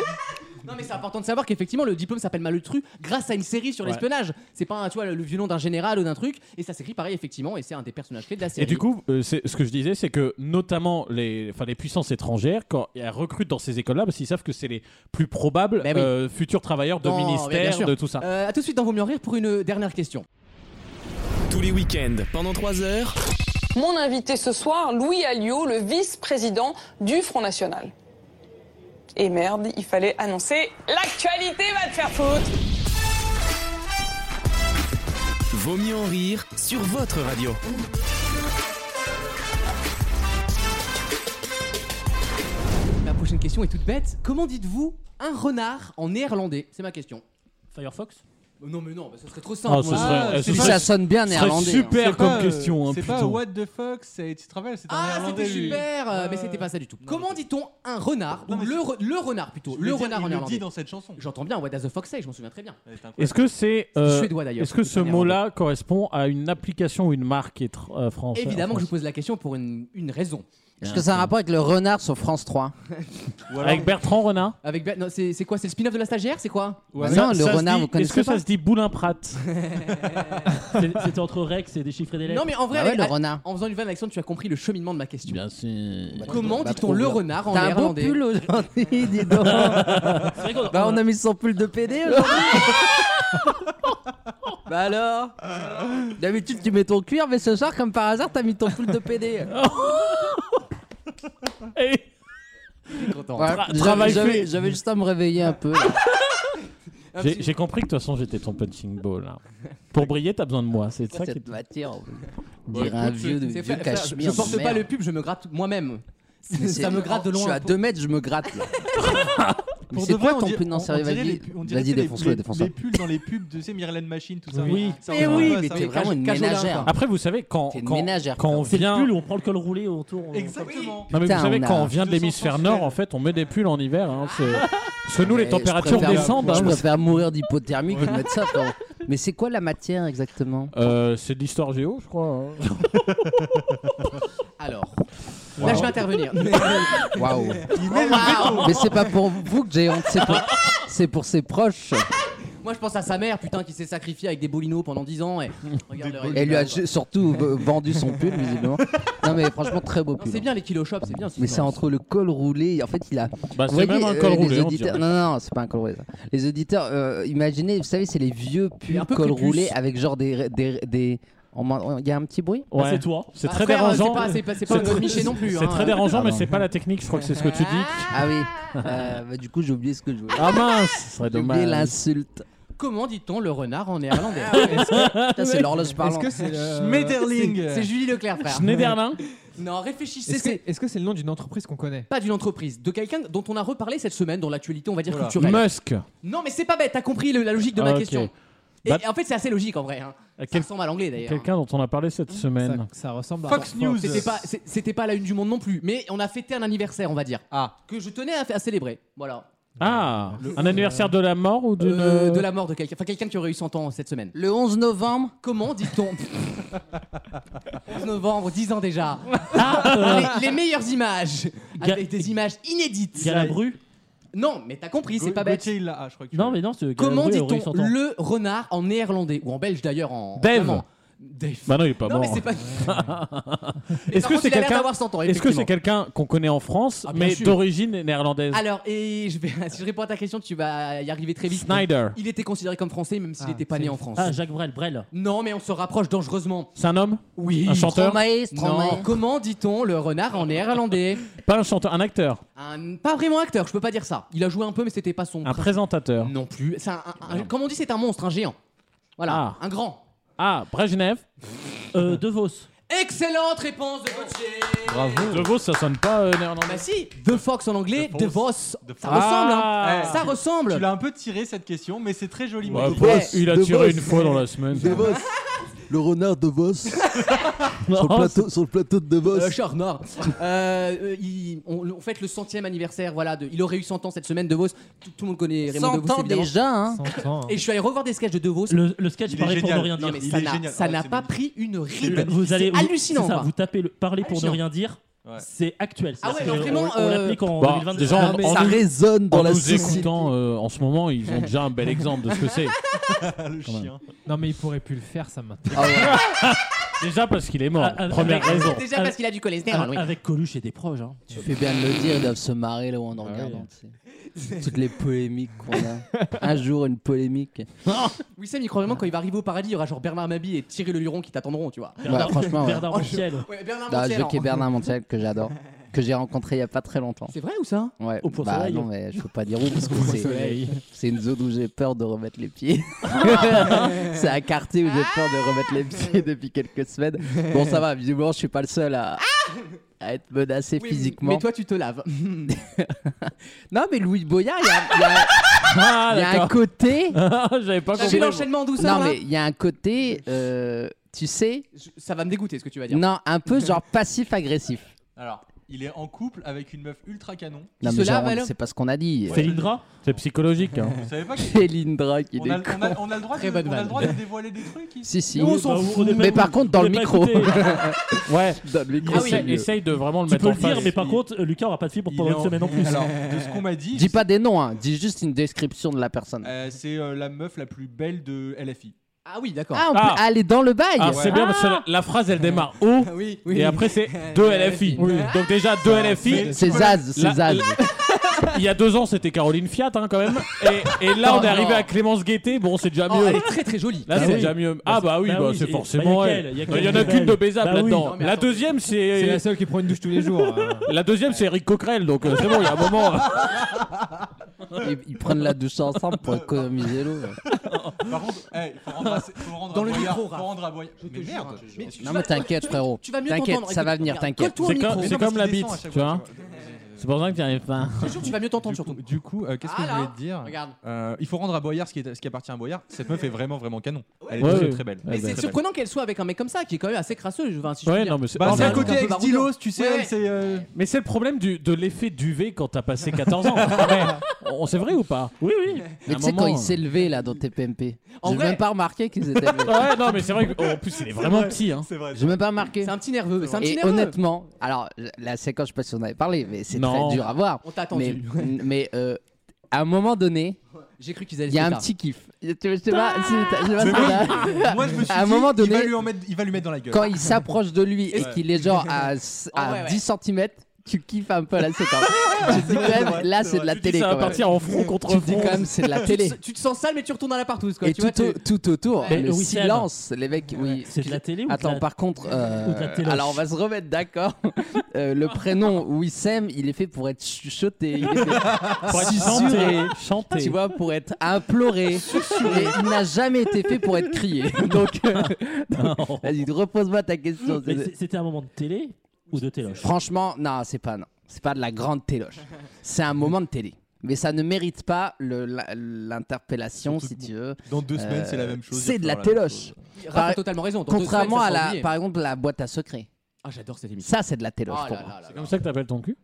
Speaker 2: Non mais c'est important de savoir qu'effectivement le diplôme s'appelle Malutru grâce à une série sur
Speaker 5: Ouais.
Speaker 2: l'espionnage. C'est pas un, tu vois, le violon d'un général ou d'un truc et ça s'écrit pareil effectivement et c'est un des personnages clés de la série.
Speaker 5: Et du coup, euh, c'est- ce que je disais, c'est que notamment les, enfin, les puissances étrangères, quand elles recrutent dans ces écoles-là, parce qu'ils savent que c'est les plus probables
Speaker 2: Mais Ben oui.
Speaker 5: euh, futurs travailleurs de
Speaker 2: Dans- mais bien
Speaker 5: ministères,
Speaker 2: sûr.
Speaker 5: de tout ça.
Speaker 2: Euh, à tout de suite dans Vaut mieux en rire pour une dernière question.
Speaker 1: Tous les week-ends, pendant 3 heures,
Speaker 12: Mon invité ce soir, Louis Alliot, le vice-président du Front National. Et merde, il fallait annoncer l'actualité va te faire foutre.
Speaker 1: Vaut mieux en rire sur votre radio.
Speaker 2: La prochaine question est toute bête. Comment dites-vous un renard en néerlandais C'est ma question.
Speaker 6: Firefox
Speaker 2: Non, mais non, bah, ce serait trop simple.
Speaker 5: Ah, ce
Speaker 2: moi.
Speaker 5: serait-
Speaker 2: Ah,
Speaker 5: euh,
Speaker 2: c'est
Speaker 5: ce
Speaker 2: pas-
Speaker 5: serait- ce serait super
Speaker 4: C'est
Speaker 5: comme
Speaker 4: pas, euh,
Speaker 5: question. hein,
Speaker 4: C'est pas
Speaker 5: putain.
Speaker 4: what the fuck, c'est- tu te rappelles c'était un
Speaker 2: Ah,
Speaker 4: Néerlandais,
Speaker 2: c'était
Speaker 4: lui.
Speaker 2: super, euh, mais c'était pas ça du tout. Comment dit-on un renard ou le, re- le renard plutôt
Speaker 4: Je
Speaker 2: Le
Speaker 4: voulais dire,
Speaker 2: renard
Speaker 4: il
Speaker 2: en
Speaker 4: le
Speaker 2: irlandais.
Speaker 4: dit dans cette chanson.
Speaker 2: J'entends bien What does the fox say, je m'en souviens très bien.
Speaker 5: Est-ce que c'est.
Speaker 2: C'est hein,
Speaker 5: euh,
Speaker 2: suédois, d'ailleurs.
Speaker 5: Est-ce que
Speaker 2: C'est
Speaker 5: ce
Speaker 2: pas
Speaker 5: mot-là correspond à une application ou une marque qui est tr- euh, française
Speaker 2: Évidemment que je
Speaker 5: française
Speaker 2: vous pose la question pour une, une raison.
Speaker 11: Est-ce que ça a un rapport avec le renard sur France 3
Speaker 5: Avec Bertrand Renard
Speaker 2: Avec Ber- non, c'est c'est quoi C'est le spin-off de la stagiaire C'est quoi
Speaker 11: Bah non, le
Speaker 5: Ça se
Speaker 11: renard,
Speaker 5: dit-
Speaker 11: vous connaissez
Speaker 5: Est-ce que
Speaker 11: pas
Speaker 5: ça se dit boulin prat
Speaker 6: C'est- C'était entre Rex et déchiffrer des lettres.
Speaker 2: Non, mais en vrai,
Speaker 11: Bah ouais,
Speaker 2: avec-
Speaker 3: Ah,
Speaker 11: le
Speaker 2: à-
Speaker 11: renard.
Speaker 2: en faisant une vanne action, tu as compris le cheminement de ma question.
Speaker 11: Bien sûr.
Speaker 2: Comment dit-on le renard en
Speaker 11: T'as un beau
Speaker 2: néerlandais
Speaker 11: pull aujourd'hui, dis donc. bah, on a mis son pull de PD aujourd'hui. bah alors D'habitude, tu mets ton cuir, mais ce soir, comme par hasard, t'as mis ton pull de PD. Ouais,
Speaker 5: Tra-
Speaker 11: j'avais-
Speaker 5: travail
Speaker 11: j'avais-
Speaker 5: fait.
Speaker 11: J'avais juste à me réveiller un peu. là.
Speaker 5: J'ai j'ai compris que de toute façon j'étais ton punching ball. hein. Pour briller, t'as besoin de moi. C'est ça qui est.
Speaker 11: Cette matière, on dirait un vieux, de,
Speaker 2: C'est
Speaker 11: vieux
Speaker 2: pas- ça,
Speaker 11: cachemire.
Speaker 2: Je porte
Speaker 11: de
Speaker 2: pas
Speaker 11: merde.
Speaker 2: le pub, je me gratte moi-même.
Speaker 11: Mais
Speaker 2: Ça
Speaker 11: c'est-
Speaker 2: me gratte de loin.
Speaker 11: Je suis à
Speaker 2: un peu.
Speaker 11: 2 mètres, je me gratte là. Mais
Speaker 4: Pour
Speaker 11: c'est
Speaker 4: de vrai,
Speaker 11: quoi
Speaker 4: on
Speaker 11: ton
Speaker 4: dirait-
Speaker 11: pull Non,
Speaker 4: on-
Speaker 11: sérieux,
Speaker 4: on dirait
Speaker 11: vas-y,
Speaker 4: les- on dirait
Speaker 11: vas-y,
Speaker 4: que les-
Speaker 11: défonce-le,
Speaker 4: les-
Speaker 11: défonce-le.
Speaker 4: Les pulls dans les pubs de ces Myrlène Machine, tout ça.
Speaker 11: Oui.
Speaker 4: Ça,
Speaker 11: Mais
Speaker 4: on
Speaker 11: oui,
Speaker 4: dirait pas
Speaker 11: mais
Speaker 4: ça,
Speaker 11: t'es
Speaker 4: on
Speaker 11: vraiment une
Speaker 4: dirait-
Speaker 11: ménagère.
Speaker 5: Après, vous savez, quand,
Speaker 11: T'es une
Speaker 5: quand,
Speaker 11: ménagère,
Speaker 5: quand on
Speaker 6: C'est le
Speaker 5: vient.
Speaker 6: pull où on prend le col roulé autour. on-
Speaker 4: Exactement.
Speaker 5: Non, mais
Speaker 11: Putain,
Speaker 5: vous savez,
Speaker 11: on a
Speaker 5: quand on vient de
Speaker 4: 200
Speaker 5: l'hémisphère nord, en fait, on met des pulls en hiver. hein, c'est- Parce que nous, les
Speaker 11: Mais
Speaker 5: températures
Speaker 11: Eh, je préfère-
Speaker 5: descendent.
Speaker 11: Je
Speaker 5: hein.
Speaker 11: préfère mourir d'hypothermie que de mettre ça. frérot. Mais c'est quoi la matière exactement
Speaker 5: Euh, c'est de l'histoire géo, je crois. hein.
Speaker 2: Alors, là je vais intervenir. Mais-
Speaker 11: Waouh Mais c'est pas pour vous que j'ai honte, c'est pour, c'est pour ses proches.
Speaker 2: Moi je pense à sa mère, putain, qui s'est sacrifiée avec des bolinos pendant 10 ans et regarde le
Speaker 11: Et lui a
Speaker 2: résultat,
Speaker 11: ju- surtout v- vendu son pull, visiblement. Non, mais franchement, très beau
Speaker 2: quoi.
Speaker 11: pull. hein.
Speaker 2: C'est bien les kilos shop, c'est bien.
Speaker 11: Mais c'est entre le col roulé. et En fait, il a.
Speaker 5: Bah,
Speaker 11: Vous
Speaker 5: c'est
Speaker 11: voyez,
Speaker 5: même un
Speaker 11: euh,
Speaker 5: col
Speaker 11: les
Speaker 5: roulé. on
Speaker 11: auditeurs-
Speaker 5: dirait.
Speaker 11: Non, non, non, c'est pas un col roulé. ça. Les auditeurs, euh, imaginez, vous savez, c'est les vieux
Speaker 2: Mais un
Speaker 11: pulls
Speaker 2: peu Ah,
Speaker 11: col
Speaker 2: crépus.
Speaker 11: roulé avec genre des. des, des... on m'en- Il y a un petit bruit
Speaker 6: Ah,
Speaker 5: Ouais.
Speaker 6: C'est toi.
Speaker 5: C'est
Speaker 2: Ah,
Speaker 5: très
Speaker 2: frère, c'est
Speaker 5: dérangeant.
Speaker 2: pas- c'est pas- c'est pas
Speaker 5: C'est
Speaker 2: notre
Speaker 5: très-
Speaker 2: Michel non plus,
Speaker 5: C'est
Speaker 2: hein.
Speaker 5: très dérangeant, mais
Speaker 11: Pardon.
Speaker 5: c'est pas la technique. Je crois que c'est ce que tu dis.
Speaker 11: Ah oui. Euh, bah, du coup, j'ai oublié ce que je voulais.
Speaker 5: Ah mince, ce serait
Speaker 11: J'ai oublié
Speaker 5: dommage.
Speaker 11: l'insulte.
Speaker 2: Comment dit-on le renard en néerlandais
Speaker 5: Ah
Speaker 11: Putain, c'est l'horloge
Speaker 4: Est-ce
Speaker 11: parlante.
Speaker 4: que c'est le-
Speaker 2: Schmetterling
Speaker 4: C'est-
Speaker 2: C'est
Speaker 4: c'est-
Speaker 2: Julie Leclerc, frère.
Speaker 5: Schneiderlin
Speaker 2: Non, réfléchissez,
Speaker 3: Est-ce
Speaker 2: c'est
Speaker 3: que- est-ce que c'est le nom d'une entreprise qu'on connaît
Speaker 2: pas d'une entreprise, de quelqu'un dont on a reparlé cette semaine dans l'actualité, on va dire
Speaker 4: Voilà.
Speaker 2: culturelle.
Speaker 5: Musk.
Speaker 2: Non, mais c'est pas bête, t'as compris le- la logique de ma
Speaker 5: Ah, ok.
Speaker 2: question. Et,
Speaker 5: Bah-
Speaker 2: et en fait, c'est assez logique en vrai. Hein. Ça
Speaker 5: Quel-
Speaker 2: ressemble à l'anglais d'ailleurs.
Speaker 5: Quelqu'un dont on a parlé cette semaine.
Speaker 3: ça, ça ressemble à.
Speaker 4: Fox News.
Speaker 2: C'était pas, c'est- c'était pas la une du monde non plus, mais on a fêté un anniversaire, on va dire,
Speaker 4: Ah,
Speaker 2: que je tenais à, à célébrer. Voilà.
Speaker 5: Ah, un anniversaire de la mort ou de...
Speaker 2: Euh, de la mort de quelqu'un, enfin quelqu'un qui aurait eu 100 ans cette semaine.
Speaker 11: Le 11 novembre,
Speaker 2: Comment dit-on 11 novembre, 10 ans déjà. Ah, les, les meilleures images,
Speaker 6: Ga-
Speaker 2: avec des images inédites.
Speaker 6: Galabru
Speaker 2: Non, mais t'as compris, c'est
Speaker 4: Gaut-
Speaker 2: pas bête.
Speaker 4: Gauthier, il l'a. Ah, je crois que tu
Speaker 6: Non,
Speaker 4: l'as.
Speaker 6: mais non, c'est
Speaker 2: Comment
Speaker 6: Galabru aurait eu
Speaker 2: dit-on
Speaker 6: 100 ans.
Speaker 2: le renard en néerlandais ou en belge d'ailleurs en
Speaker 5: Dave.
Speaker 2: flamand Dave.
Speaker 5: Bah non, il est pas
Speaker 2: non, mais
Speaker 5: mort.
Speaker 2: c'est pas.
Speaker 5: Est-ce que c'est quelqu'un Est-ce que
Speaker 2: quelqu'un
Speaker 5: c'est quelqu'un qu'on connaît en France,
Speaker 2: Ah, bien
Speaker 5: mais
Speaker 2: sûr.
Speaker 5: d'origine néerlandaise
Speaker 2: Alors, et je vais, si je réponds à ta question, tu vas y arriver très vite.
Speaker 5: Snyder.
Speaker 2: Il était considéré comme français, même s'il
Speaker 3: Ah,
Speaker 2: n'était pas
Speaker 3: c'est-
Speaker 2: né en France.
Speaker 6: Ah, Jacques Brel, Brel.
Speaker 2: Non, mais on se rapproche dangereusement.
Speaker 5: C'est un homme
Speaker 2: Oui.
Speaker 5: Un chanteur
Speaker 11: Stromae,
Speaker 2: Non.
Speaker 11: Stromae.
Speaker 2: Comment dit-on le renard en néerlandais
Speaker 5: Pas un chanteur, un acteur,
Speaker 2: Un- Pas vraiment acteur, je peux pas dire ça. Il a joué un peu, mais c'était pas son.
Speaker 5: un
Speaker 2: principal.
Speaker 5: présentateur.
Speaker 2: Non plus. C'est un- un- un- comme on dit, c'est un monstre, un géant. Voilà, un grand.
Speaker 5: Ah, Brejnev.
Speaker 6: Euh, De Vos.
Speaker 2: Excellente réponse de Gauthier.
Speaker 5: De Vos, ça sonne pas euh, néerlandais.
Speaker 2: Bah si, The Fox en anglais,
Speaker 4: The
Speaker 2: The Vos.
Speaker 4: The
Speaker 2: Ça
Speaker 4: Fox.
Speaker 2: ressemble, hein.
Speaker 5: Ah.
Speaker 2: Ça ressemble.
Speaker 4: Tu l'as un peu tiré cette question, mais c'est très joli.
Speaker 5: Ouais,
Speaker 4: moi, je
Speaker 5: après,
Speaker 4: trouve.
Speaker 11: Vos,
Speaker 5: Bah, il a
Speaker 11: De
Speaker 5: tiré
Speaker 11: Vos.
Speaker 5: une fois dans la semaine.
Speaker 11: De Vos. Le renard de Vos. sur, le plateau, sur le plateau de De Vos.
Speaker 2: Euh, Charles Nord. Euh, euh, il- on, on fête le centième anniversaire. Voilà, de- il aurait eu 100 ans cette semaine. De Vos, tout, tout le monde connaît Raymond De
Speaker 11: 100
Speaker 2: Vos.
Speaker 11: ans
Speaker 2: évidemment.
Speaker 11: déjà, hein.
Speaker 3: 100 ans.
Speaker 2: Et je suis allé revoir des sketchs de De Vos.
Speaker 6: Le, le sketch
Speaker 4: Il est
Speaker 6: paraît pour
Speaker 4: génial.
Speaker 6: ne rien
Speaker 4: Non,
Speaker 6: dire.
Speaker 4: mais
Speaker 6: Il
Speaker 2: ça
Speaker 4: est
Speaker 2: n'a-
Speaker 4: génial.
Speaker 2: ça
Speaker 4: Ah,
Speaker 2: n'a
Speaker 4: c'est
Speaker 2: pas
Speaker 4: magnifique.
Speaker 2: pris une
Speaker 6: est-
Speaker 2: ride.
Speaker 6: Vous allez
Speaker 2: C'est
Speaker 6: vous-
Speaker 2: hallucinant.
Speaker 6: c'est ça,
Speaker 2: quoi.
Speaker 6: vous tapez le parler pour ne
Speaker 2: Hallucinant.
Speaker 6: rien dire.
Speaker 4: Ouais.
Speaker 6: C'est actuel. ça.
Speaker 2: Ah ouais,
Speaker 6: C'est-
Speaker 2: non,
Speaker 6: on-
Speaker 2: vraiment,
Speaker 6: On
Speaker 2: euh,
Speaker 6: l'applique en
Speaker 5: Bah,
Speaker 6: 2022.
Speaker 5: déjà,
Speaker 6: Ah,
Speaker 5: en-
Speaker 6: mais-
Speaker 5: en
Speaker 11: Ça
Speaker 5: nous,
Speaker 11: résonne dans
Speaker 5: en
Speaker 11: la
Speaker 5: nous
Speaker 11: société.
Speaker 5: écoutant euh, en ce moment, ils ont déjà un bel exemple de ce que c'est.
Speaker 4: le chien.
Speaker 3: Non, mais il pourrait plus le faire, ça m'intéresse.
Speaker 11: Ah ouais.
Speaker 5: Déjà parce qu'il est mort.
Speaker 6: Ah, ah,
Speaker 5: Première
Speaker 6: ah,
Speaker 5: raison.
Speaker 2: Déjà parce qu'il a du
Speaker 6: Ah,
Speaker 2: cholestérol. oui.
Speaker 6: Avec Coluche et des proches. hein. Ah
Speaker 11: Tu fais bien de le dire, ils doivent se marrer là où on en regarde.
Speaker 6: oui.
Speaker 11: hein, tu sais. Toutes les polémiques qu'on a. Un jour, une polémique.
Speaker 2: Wissem, il croit vraiment quand il va arriver au paradis, il y aura genre Bernard Mabi et Thierry Le Luron qui t'attendront, tu vois.
Speaker 6: Bernard-
Speaker 11: franchement, ouais.
Speaker 6: Bernard Montiel.
Speaker 2: Ouais, Bernard
Speaker 11: Non, je
Speaker 2: Montiel,
Speaker 11: vais
Speaker 2: hein.
Speaker 11: qu'il Bernard Montiel, que j'adore. Que j'ai rencontré il y a pas très longtemps.
Speaker 2: C'est vrai ou ça
Speaker 11: Ouais.
Speaker 6: Au Point
Speaker 11: bah
Speaker 6: Soleil.
Speaker 11: non, mais je peux pas dire où parce que
Speaker 6: Point
Speaker 11: c'est,
Speaker 6: Soleil.
Speaker 11: c'est une zone où j'ai peur de remettre les pieds. c'est un quartier où j'ai peur de remettre les pieds depuis quelques semaines. Bon, ça va, visiblement, je suis pas le seul à, à être menacé physiquement.
Speaker 2: mais toi, tu te laves. non, mais Louis Boyard, il y a- il y a,
Speaker 11: Ah,
Speaker 2: il y a un
Speaker 11: d'accord.
Speaker 2: côté.
Speaker 11: J'avais pas
Speaker 2: J'ai
Speaker 11: compris.
Speaker 2: l'enchaînement en douceur,
Speaker 11: Non,
Speaker 2: là.
Speaker 11: mais il y a un côté, euh, tu sais.
Speaker 2: Ça va me dégoûter ce que tu vas dire.
Speaker 11: Non, un peu genre passif-agressif.
Speaker 4: Alors, il est en couple avec une meuf ultra canon.
Speaker 11: Non, mais genre, c'est pas ce qu'on a dit.
Speaker 4: Ouais. Célindra
Speaker 11: C'est psychologique. Hein.
Speaker 4: Vous savez pas que-
Speaker 11: Célindra qui
Speaker 4: on a,
Speaker 11: déconne.
Speaker 4: on a- on a le droit, de,
Speaker 11: Très bonne
Speaker 4: on a le
Speaker 11: vanne.
Speaker 4: droit de dévoiler des trucs ici.
Speaker 11: Si, si.
Speaker 4: Nous, on s'en
Speaker 11: Bah, vous-
Speaker 4: fout.
Speaker 11: vous- Mais par contre, dans le
Speaker 6: pas
Speaker 11: micro.
Speaker 6: écouté.
Speaker 11: ouais. Dans le micro,
Speaker 6: oui.
Speaker 11: c'est mieux.
Speaker 5: Ah Essaye de vraiment le
Speaker 6: Tu
Speaker 5: mettre
Speaker 6: peux
Speaker 5: en
Speaker 6: le dire,
Speaker 5: face.
Speaker 6: mais par contre, euh, Lucas aura pas de fibre pendant
Speaker 5: est
Speaker 6: une
Speaker 5: en-
Speaker 6: semaine en plus.
Speaker 4: Alors, de ce qu'on m'a dit,
Speaker 11: Dis pas des noms, hein. dis juste une description de la personne.
Speaker 4: euh, c'est euh, la meuf la plus belle de LFI.
Speaker 2: Ah oui, d'accord.
Speaker 11: Ah, on peut aller dans le bail.
Speaker 5: Ah, c'est bien parce que la, la phrase elle démarre haut
Speaker 2: Ah oui,
Speaker 5: et après c'est 2 LFI. Donc déjà 2 LFI.
Speaker 11: C'est Zaz, c'est
Speaker 5: La-
Speaker 11: Zaz.
Speaker 5: la- Il y a deux ans c'était Caroline Fiat hein, quand même. Et, et là
Speaker 11: Oh
Speaker 5: on est arrivé
Speaker 11: non.
Speaker 5: à Clémence Guettet. Bon c'est déjà
Speaker 2: Oh,
Speaker 5: mieux.
Speaker 2: elle est très très jolie.
Speaker 5: Là
Speaker 2: Ah
Speaker 5: c'est
Speaker 2: oui.
Speaker 5: déjà mieux. Ah bah oui,
Speaker 2: bah
Speaker 5: bah,
Speaker 2: oui,
Speaker 5: c'est
Speaker 2: et-
Speaker 5: forcément
Speaker 2: bah, y a
Speaker 5: elle.
Speaker 2: qu'elle, y a
Speaker 5: Non, Il y
Speaker 2: qu'elle
Speaker 5: en a
Speaker 2: de
Speaker 5: qu'une de
Speaker 2: belle.
Speaker 5: baisable
Speaker 2: Bah oui.
Speaker 5: là-dedans.
Speaker 2: Non, mais
Speaker 5: La
Speaker 2: attends.
Speaker 5: deuxième c'est.
Speaker 2: C'est la
Speaker 5: seule qui prend une douche tous les jours.
Speaker 3: hein.
Speaker 5: La deuxième c'est Eric Coquerel donc euh, c'est bon il y a un moment.
Speaker 11: Ils, ils prennent la douche ensemble pour économiser l'eau.
Speaker 4: Par contre, hey, faut rendre à, faut rendre
Speaker 2: Dans
Speaker 4: à
Speaker 2: le
Speaker 4: Boyard,
Speaker 2: micro,
Speaker 4: faut
Speaker 2: Raph.
Speaker 4: rendre à Boyard. Mais
Speaker 2: jure,
Speaker 4: merde.
Speaker 2: hein,
Speaker 4: je-
Speaker 2: mais
Speaker 4: je-
Speaker 2: tu
Speaker 11: Non,
Speaker 2: vas-
Speaker 11: mais t'inquiète, frérot.
Speaker 2: tu vas mieux
Speaker 11: T'inquiète,
Speaker 2: t'entendre,
Speaker 11: ça va
Speaker 2: écoute,
Speaker 11: venir,
Speaker 2: regarde,
Speaker 11: t'inquiète.
Speaker 2: colle-toi au
Speaker 5: C'est comme,
Speaker 2: micro.
Speaker 5: c'est
Speaker 2: Mais non,
Speaker 5: comme la
Speaker 2: parce qu'il
Speaker 5: bite,
Speaker 2: descend à chaque
Speaker 5: tu vois. C'est pour ça que t'y arrives pas.
Speaker 2: Je te jure, tu vas mieux t'entendre
Speaker 4: Du coup,
Speaker 2: surtout.
Speaker 4: du coup, euh, qu'est-ce
Speaker 2: Ah,
Speaker 4: que je
Speaker 2: là.
Speaker 4: voulais te dire
Speaker 2: Regarde.
Speaker 4: Euh, Il faut rendre à Boyard ce qui, est- ce qui appartient à Boyard. Cette meuf est vraiment, vraiment canon. Elle est
Speaker 5: Ouais,
Speaker 4: très,
Speaker 5: ouais.
Speaker 4: très belle.
Speaker 2: Mais c'est surprenant qu'elle soit avec un mec comme ça qui est quand même assez crasseux. Je, enfin, si je
Speaker 5: Ouais,
Speaker 2: puis dire.
Speaker 5: non, mais c'est-
Speaker 4: Bah,
Speaker 5: Non,
Speaker 4: c'est
Speaker 5: mais-
Speaker 4: un côté
Speaker 2: un peu
Speaker 4: avec
Speaker 2: baroudeur.
Speaker 4: Stylos, tu sais.
Speaker 2: Ouais,
Speaker 4: elle,
Speaker 2: ouais.
Speaker 4: c'est, euh,
Speaker 5: Mais c'est le problème du- de l'effet duvet quand t'as passé 14 ans. Ouais. On c'est vrai ou pas Oui, oui.
Speaker 11: Mais tu sais, quand il s'est levé là dans tes PMP,
Speaker 2: En
Speaker 11: j'ai
Speaker 2: vrai-
Speaker 11: même pas remarqué qu'ils étaient levés.
Speaker 5: euh, Ouais, non, mais c'est vrai qu'en plus, il est vraiment
Speaker 11: vrai.
Speaker 5: petit. Hein.
Speaker 11: J'ai même pas remarqué.
Speaker 2: C'est un petit nerveux. C'est un petit
Speaker 11: Et
Speaker 2: nerveux.
Speaker 11: honnêtement, alors la séquence, je sais pas si on en avait parlé, mais c'est
Speaker 5: Non.
Speaker 11: très dur à voir.
Speaker 2: On t'a attendu.
Speaker 11: Mais, mais, euh, à un moment donné,
Speaker 2: J'ai cru qu'ils allaient
Speaker 11: il y a
Speaker 2: se
Speaker 11: un
Speaker 2: faire.
Speaker 11: petit kiff. Je sais pas- je sais pas, si
Speaker 8: Bah.
Speaker 11: t'as- je sais pas si
Speaker 4: Mais moi,
Speaker 11: t'as-
Speaker 4: moi, je me suis
Speaker 11: À un
Speaker 4: dit,
Speaker 11: moment
Speaker 4: il va
Speaker 11: donné-
Speaker 4: lui, en mettre, il va lui mettre dans la gueule.
Speaker 11: quand il s'approche de lui et
Speaker 4: Ouais.
Speaker 11: qu'il est genre à, s-
Speaker 2: Ah
Speaker 11: à
Speaker 2: ouais, ouais.
Speaker 11: 10 cm, tu kiffes un peu la séquence. tu te dis quand même, là c'est de la
Speaker 5: Tu dis,
Speaker 11: télé
Speaker 5: ça va
Speaker 11: quand même.
Speaker 5: partir en front contre
Speaker 11: Tu te dis
Speaker 5: front.
Speaker 11: quand même, c'est de la
Speaker 2: Tu te-
Speaker 11: télé.
Speaker 2: Tu te sens sale, mais tu retournes à la partouze. quoi,
Speaker 11: Et
Speaker 2: tu
Speaker 11: tout,
Speaker 2: vois, tu-
Speaker 11: au- tout autour,
Speaker 2: Ouais.
Speaker 11: Eh, le
Speaker 6: Mais Wissem.
Speaker 11: silence, les mecs, oui.
Speaker 6: C'est de la télé ou de
Speaker 11: Attends,
Speaker 6: la-
Speaker 11: par contre, euh,
Speaker 6: ou de la téloche.
Speaker 11: alors on va se remettre d'accord. Euh, le prénom Wissem, il est fait pour être chuchoté, il est fait
Speaker 5: Pour être
Speaker 11: susurré,
Speaker 5: chanté, chanté.
Speaker 11: tu vois, pour être imploré. Et il n'a jamais été fait pour être crié. Donc, euh,
Speaker 5: Non.
Speaker 11: vas-y, repose-moi ta question.
Speaker 6: Mais c'est- C'était un moment de télé ou de téloche
Speaker 11: Franchement, non, c'est pas non. C'est pas de la grande téloche. C'est un moment de télé. Mais ça ne mérite pas le- la- l'interpellation, si tu veux.
Speaker 4: Dans deux semaines,
Speaker 11: Euh,
Speaker 4: c'est la même chose. il
Speaker 11: C'est
Speaker 4: va
Speaker 11: de la
Speaker 4: falloir même
Speaker 11: téloche.
Speaker 4: chose.
Speaker 2: Raph
Speaker 11: Par-
Speaker 2: a totalement raison. dans deux
Speaker 11: bah, Contrairement
Speaker 2: semaines, ça
Speaker 11: à
Speaker 2: sera
Speaker 11: la,
Speaker 2: oublié.
Speaker 11: par Oh exemple, la boîte à secrets.
Speaker 2: Ah, j'adore cette émission.
Speaker 11: Ça, c'est de la téloche
Speaker 2: Ah
Speaker 11: pour
Speaker 2: là
Speaker 11: moi.
Speaker 2: là là
Speaker 5: C'est
Speaker 2: là.
Speaker 5: comme ça que t'appelles ton cul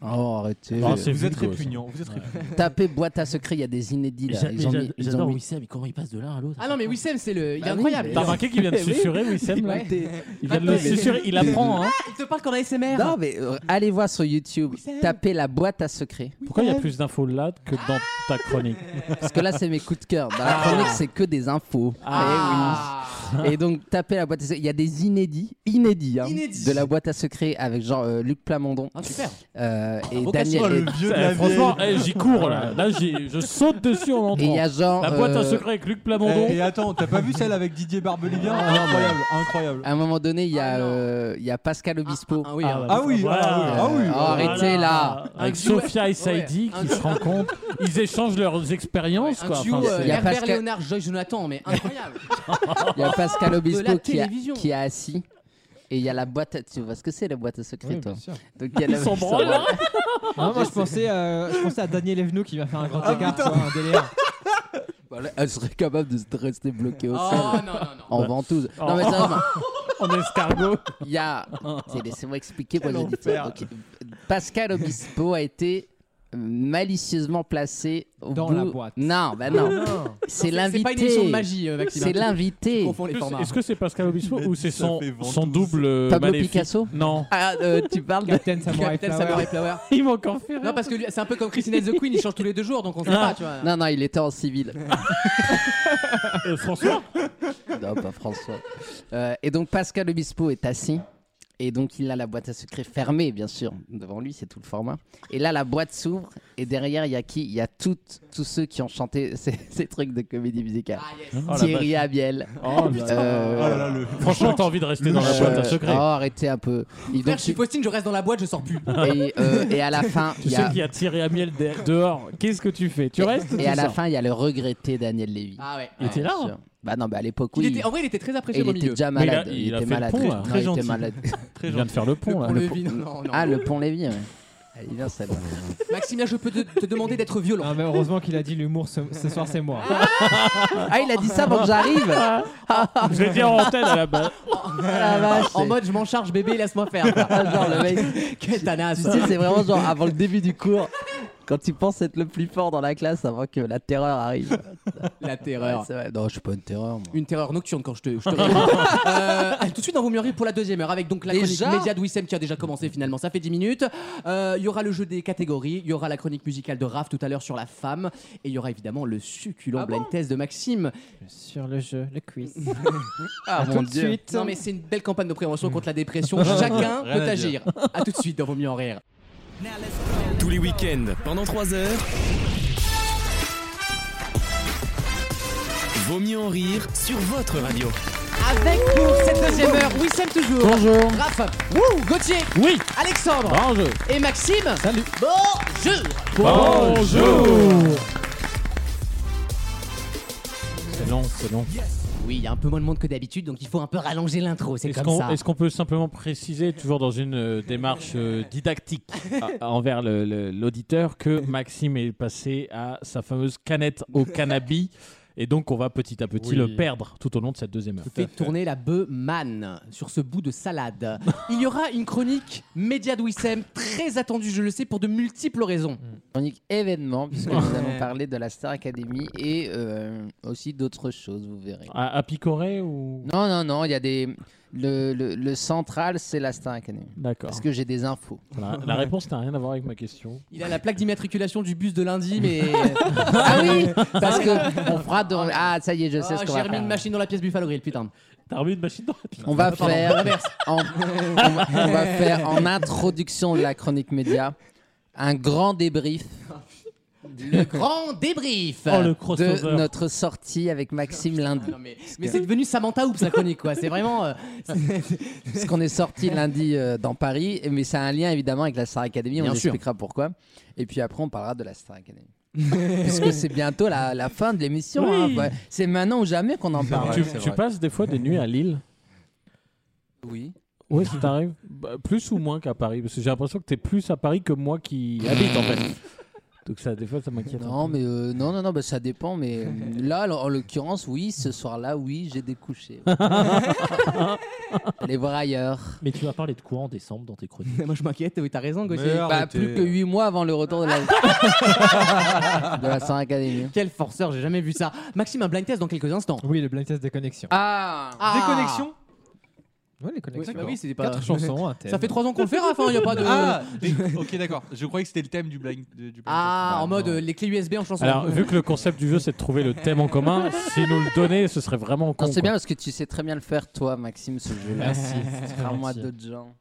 Speaker 11: Oh, arrêtez.
Speaker 5: Ah, c'est
Speaker 4: Vous êtes
Speaker 5: vulgo, ça.
Speaker 4: répugnant. Vous êtes répugnant.
Speaker 11: Tapez boîte à secrets, il y a des inédits. là.
Speaker 6: J'a- mais
Speaker 11: Ils ont
Speaker 6: j'a-
Speaker 11: mis- ils ont
Speaker 6: J'adore
Speaker 11: mis-
Speaker 6: Wissem, mais comment il passe de l'un à l'autre
Speaker 2: Ah non, mais Wissem, c'est le. Il est
Speaker 11: Bah oui,
Speaker 2: incroyable.
Speaker 11: mais-
Speaker 5: T'as remarqué qu'il vient de
Speaker 11: Oui.
Speaker 5: susurrer, Wissem là
Speaker 11: Écoutez,
Speaker 5: Il vient de le
Speaker 2: Attends, mais-
Speaker 5: susurrer, il apprend. Hein.
Speaker 2: Il te parle qu'en ASMR.
Speaker 11: Non, mais euh, allez voir sur YouTube.
Speaker 2: Wissem.
Speaker 11: Tapez la boîte à secrets.
Speaker 5: Pourquoi il y a plus d'infos là que dans ta chronique Ah.
Speaker 11: Parce que là, c'est mes coups de cœur. Dans la chronique, c'est que des infos.
Speaker 2: Ah,
Speaker 11: Eh oui. Et donc, tapez la boîte à secrets. Il y a des inédits, inédits, hein,
Speaker 2: Inédits.
Speaker 11: de la boîte à secrets avec genre euh, Luc Plamondon
Speaker 2: Ah, super.
Speaker 11: euh, et
Speaker 2: vocation
Speaker 11: Daniel.
Speaker 4: le
Speaker 11: et-
Speaker 4: vieux de
Speaker 5: Eh,
Speaker 4: la
Speaker 5: Franchement,
Speaker 4: vieille.
Speaker 5: eh, j'y cours là. Là, j'y- je saute dessus en
Speaker 11: Et il
Speaker 5: entrant.
Speaker 11: y a genre.
Speaker 5: La boîte à
Speaker 11: euh,
Speaker 5: secret avec Luc Plamondon.
Speaker 4: Eh, Et attends, t'as pas vu celle avec Didier Barbelivien
Speaker 11: Ah, non,
Speaker 4: Incroyable, incroyable.
Speaker 11: À un moment donné, il y, a,
Speaker 2: Ah, non.
Speaker 11: euh, il y a Pascal Obispo.
Speaker 2: Ah oui,
Speaker 6: Ah,
Speaker 2: hein.
Speaker 6: ouais.
Speaker 4: Ah oui,
Speaker 6: Voilà.
Speaker 4: ah oui,
Speaker 11: Euh,
Speaker 4: ah oui.
Speaker 11: arrête. arrêtez, là.
Speaker 5: Avec
Speaker 2: Un duo-
Speaker 5: Sophia et Saïdi
Speaker 2: ouais.
Speaker 5: qui se rencontrent, ils échangent leurs expériences
Speaker 2: Un
Speaker 5: quoi.
Speaker 2: duo
Speaker 5: Enfin,
Speaker 2: euh,
Speaker 11: Il y a
Speaker 2: Herbert
Speaker 11: Pascal-
Speaker 2: Léonard, Joyce Jonathan, mais incroyable.
Speaker 11: Il y a Pascal
Speaker 2: De la
Speaker 11: Obispo qui, a-
Speaker 2: télévision.
Speaker 11: qui est assis. Et il y a la boîte à... Tu vois ce que c'est la boîte à secret, toi Donc, il y a la-
Speaker 5: Ils s'en branlent, hein.
Speaker 3: moi, je pensais, euh, je pensais à Daniel Evno qui va faire un grand écart, tu vois, un délire.
Speaker 11: Voilà, Elle serait capable de se rester bloquée au
Speaker 2: Oh
Speaker 11: sol.
Speaker 2: non, non, non.
Speaker 11: En ventouse. Non, mais
Speaker 5: Oh.
Speaker 11: sérieusement,
Speaker 5: En escargot.
Speaker 11: il y a. Tiens, Laissez-moi expliquer pour les auditeurs. Donc, Pascal Obispo a été malicieusement placé au
Speaker 3: Dans
Speaker 11: bout-
Speaker 3: la boîte.
Speaker 11: Non, bah non.
Speaker 2: C'est
Speaker 11: C'est
Speaker 2: pas une émission de
Speaker 11: l'invité.
Speaker 2: magie, euh, Maxime.
Speaker 11: C'est
Speaker 2: Tu
Speaker 11: l'invité.
Speaker 2: confonds les
Speaker 5: Est-ce-
Speaker 2: formats.
Speaker 5: Est-ce que c'est Pascal Obispo
Speaker 4: Mais
Speaker 5: ou c'est
Speaker 4: ça
Speaker 5: son,
Speaker 4: fait ventouse.
Speaker 5: son double euh,
Speaker 11: Pablo
Speaker 5: maléfique
Speaker 11: Picasso
Speaker 5: Non.
Speaker 11: Ah, euh, tu parles de.
Speaker 3: Captain Samurai
Speaker 2: Captain
Speaker 3: Flower.
Speaker 2: Samurai Flower.
Speaker 5: Il m'a encore fait
Speaker 2: Non, parce que lui- c'est un peu comme Christine and the Queen, ils changent tous les deux jours, donc on sait pas, tu vois.
Speaker 11: Non, non, il était en civil.
Speaker 5: Euh, François
Speaker 11: Non, pas François. Euh, et donc Pascal Obispo est assis. Et donc il a la boîte à secret fermée, bien sûr, devant lui, c'est tout le format. Et là, la boîte s'ouvre. Et derrière, il y a qui Il y a toutes- tous ceux qui ont chanté ces, ces trucs de comédie musicale.
Speaker 2: Ah, yes.
Speaker 5: Oh la
Speaker 11: Thierry Amiel.
Speaker 5: Oh, putain.
Speaker 11: euh,
Speaker 4: Ah là là, le-
Speaker 5: Franchement, t'as envie de rester dans la
Speaker 11: euh,
Speaker 5: boîte à secret.
Speaker 11: oh, arrêtez un peu.
Speaker 2: Frère,
Speaker 11: Et, donc,
Speaker 2: je suis Faustine, je reste dans la boîte, je sors plus.
Speaker 11: et, euh, et à la fin,
Speaker 5: Tu
Speaker 11: il y
Speaker 5: sais
Speaker 11: a,
Speaker 5: qu'il y a Thierry Amiel de- dehors. Qu'est-ce que tu fais Tu restes ou
Speaker 11: et
Speaker 5: tu
Speaker 11: à la
Speaker 5: sors
Speaker 11: fin, il y a le regretté Daniel Lévy.
Speaker 2: Ah ouais.
Speaker 6: Il était là
Speaker 11: Bien
Speaker 6: hein
Speaker 11: sûr. Bah non, bah à l'époque,
Speaker 2: Il
Speaker 11: oui.
Speaker 2: était- en vrai, il était très apprécié
Speaker 11: Il
Speaker 2: au
Speaker 11: était
Speaker 2: milieu.
Speaker 11: déjà
Speaker 2: Mais il a-
Speaker 11: malade.
Speaker 2: il
Speaker 11: Il
Speaker 2: a
Speaker 11: était
Speaker 2: fait le
Speaker 11: malade.
Speaker 2: pont, là.
Speaker 11: Non,
Speaker 2: Très
Speaker 11: il était
Speaker 2: gentil.
Speaker 11: malade.
Speaker 2: Très Il vient de gentil. faire le pont, Le là. pont
Speaker 11: Le
Speaker 2: Lévy,
Speaker 11: pont-
Speaker 2: non, non, non.
Speaker 11: Ah, le pont Lévy. ouais. Elle est bien celle-là.
Speaker 2: Maximilien, je peux te, te demander d'être violent.
Speaker 3: Ah, mais heureusement qu'il a dit l'humour ce, ce soir, c'est moi.
Speaker 11: Ah, il a dit ça avant que j'arrive.
Speaker 3: Je vais dire en antenne, à la
Speaker 11: base.
Speaker 2: Ah, en mode, je m'en charge, bébé, laisse-moi faire.
Speaker 11: Ah,
Speaker 2: genre, le mec, quelle tanasse.
Speaker 11: Tu sais, c'est vraiment Oh, genre avant le début du cours, quand tu penses être le plus fort dans la classe avant que la terreur arrive.
Speaker 2: La terreur.
Speaker 11: Ouais, c'est vrai. Non, je suis pas une terreur, moi.
Speaker 2: Une terreur nocturne quand je te. je te réponds. Euh, tout de suite dans vos murs pour la deuxième heure avec donc la
Speaker 11: Déjà
Speaker 2: chronique média de Wissem qui a déjà commencé finalement. Ça fait 10 minutes. Euh, Il y aura le jeu des catégories, il y aura la chronique musicale de Raph tout à l'heure sur la femme et il y aura évidemment le succulent blind test de Maxime.
Speaker 3: Sur le jeu, le quiz.
Speaker 2: Ah,
Speaker 3: À tout de suite.
Speaker 2: Non mais c'est une belle campagne de prévention contre la dépression. Chacun
Speaker 1: Rien
Speaker 2: peut
Speaker 1: à dire.
Speaker 2: agir. À tout de suite dans vos mieux en rire.
Speaker 1: Tous les week-ends, pendant 3 heures. Vaut mieux en rire sur votre radio.
Speaker 2: Avec pour cette deuxième heure, Wissem toujours.
Speaker 1: Bonjour.
Speaker 2: Raph. Wouh, Gauthier.
Speaker 5: Oui.
Speaker 2: Alexandre.
Speaker 5: Bonjour.
Speaker 2: Et Maxime.
Speaker 5: Salut.
Speaker 2: Bonjour.
Speaker 5: Bonjour. C'est long, c'est long.
Speaker 2: Oui, il y a un peu moins de monde que d'habitude, donc il faut un peu rallonger l'intro, c'est
Speaker 5: Est-ce
Speaker 2: comme
Speaker 5: qu'on
Speaker 2: ça.
Speaker 5: est-ce qu'on peut simplement préciser, toujours dans une euh, démarche euh, didactique à- envers le- le- l'auditeur, que Maxime est passé à sa fameuse canette au cannabis et donc on va petit à petit
Speaker 2: Oui.
Speaker 5: le perdre tout au long de cette deuxième heure.
Speaker 2: Fait tourner la bœuf man sur ce bout de salade. Il y aura une chronique média de Wissem, très attendue, je le sais, pour de multiples raisons.
Speaker 11: Chronique événement, puisque nous allons parler de la Star Academy et euh, aussi d'autres choses, vous verrez.
Speaker 5: À, à picorer ou
Speaker 11: Non, non, non, il y a des. Le, le- le central, c'est la Star Academy.
Speaker 5: D'accord.
Speaker 11: Parce que j'ai des infos.
Speaker 5: La, la réponse n'a rien à voir avec ma question.
Speaker 2: Il a la plaque d'immatriculation du bus de lundi, mais.
Speaker 11: ah oui Parce que on fera. dans- Ah, ça y est, je sais
Speaker 2: Ah,
Speaker 11: ce qu'on
Speaker 2: J'ai
Speaker 11: va
Speaker 2: remis
Speaker 11: faire.
Speaker 2: une machine dans la pièce Buffalo Grill, putain. Ah,
Speaker 5: T'as remis une machine dans la
Speaker 11: On va
Speaker 2: Pardon,
Speaker 11: faire.
Speaker 2: l'inverse.
Speaker 11: en- on,
Speaker 3: Oh,
Speaker 11: va, on va faire en introduction de la chronique média un grand débrief.
Speaker 2: Le grand débrief
Speaker 11: de notre sortie avec Maxime lundi.
Speaker 2: Mais c'est devenu Samantha Oups, la chronique, quoi. C'est vraiment. euh,
Speaker 11: Parce qu'on est sorti lundi euh, dans Paris, et- mais ça a un lien évidemment avec la Star Academy, on
Speaker 2: Bien sûr.
Speaker 11: expliquera pourquoi. Et puis après, on parlera de la Star Academy. Parce que c'est bientôt la, la fin de l'émission.
Speaker 5: Oui.
Speaker 11: hein. Ouais, C'est maintenant ou jamais qu'on en parle.
Speaker 5: tu tu passes des fois des nuits à Lille
Speaker 11: Oui.
Speaker 5: Oui, ça t'arrive Bah, Plus ou moins qu'à Paris Parce que j'ai l'impression que t'es plus à Paris que moi qui habite en fait. Donc ça, des fois, ça m'inquiète. un
Speaker 11: Non, mais euh, non, non, non, bah, ça dépend. Mais euh, là, en l'occurrence, oui, ce soir-là, oui, j'ai découché. Allez voir ailleurs.
Speaker 6: Mais tu vas parler de quoi en décembre dans tes chroniques
Speaker 2: Moi, je m'inquiète, oui, t'as raison, Gauthier.
Speaker 6: Mais
Speaker 11: Bah,
Speaker 6: arrêtez.
Speaker 11: plus que 8 mois avant le retour de la, de la Star Academy.
Speaker 2: Quel forceur, j'ai jamais vu ça. Maxime, un blind test dans quelques instants.
Speaker 3: Oui, le blind test des connexions.
Speaker 11: Ah,
Speaker 2: Déconnexion
Speaker 3: Ouais, les connexions.
Speaker 2: bah oui, c'est pas-
Speaker 3: Quatre chansons, un thème.
Speaker 2: Ça fait trois ans qu'on le fait, Raph, hein, y a pas
Speaker 11: Euh.
Speaker 2: de-
Speaker 4: Ah, des- ok, d'accord. Je croyais que c'était le thème du blind. de- du blind
Speaker 2: Ah,
Speaker 4: test.
Speaker 2: en mode euh, les clés USB en chanson.
Speaker 5: Alors, vu que le concept du jeu, c'est de trouver le thème en commun, si nous le donnez, ce serait vraiment con.
Speaker 11: Non, c'est
Speaker 5: quoi.
Speaker 11: bien parce que tu sais très bien le faire, toi, Maxime, ce jeu-là.
Speaker 5: Merci, c'est très
Speaker 11: Contrairement à
Speaker 5: gentil.
Speaker 11: d'autres gens.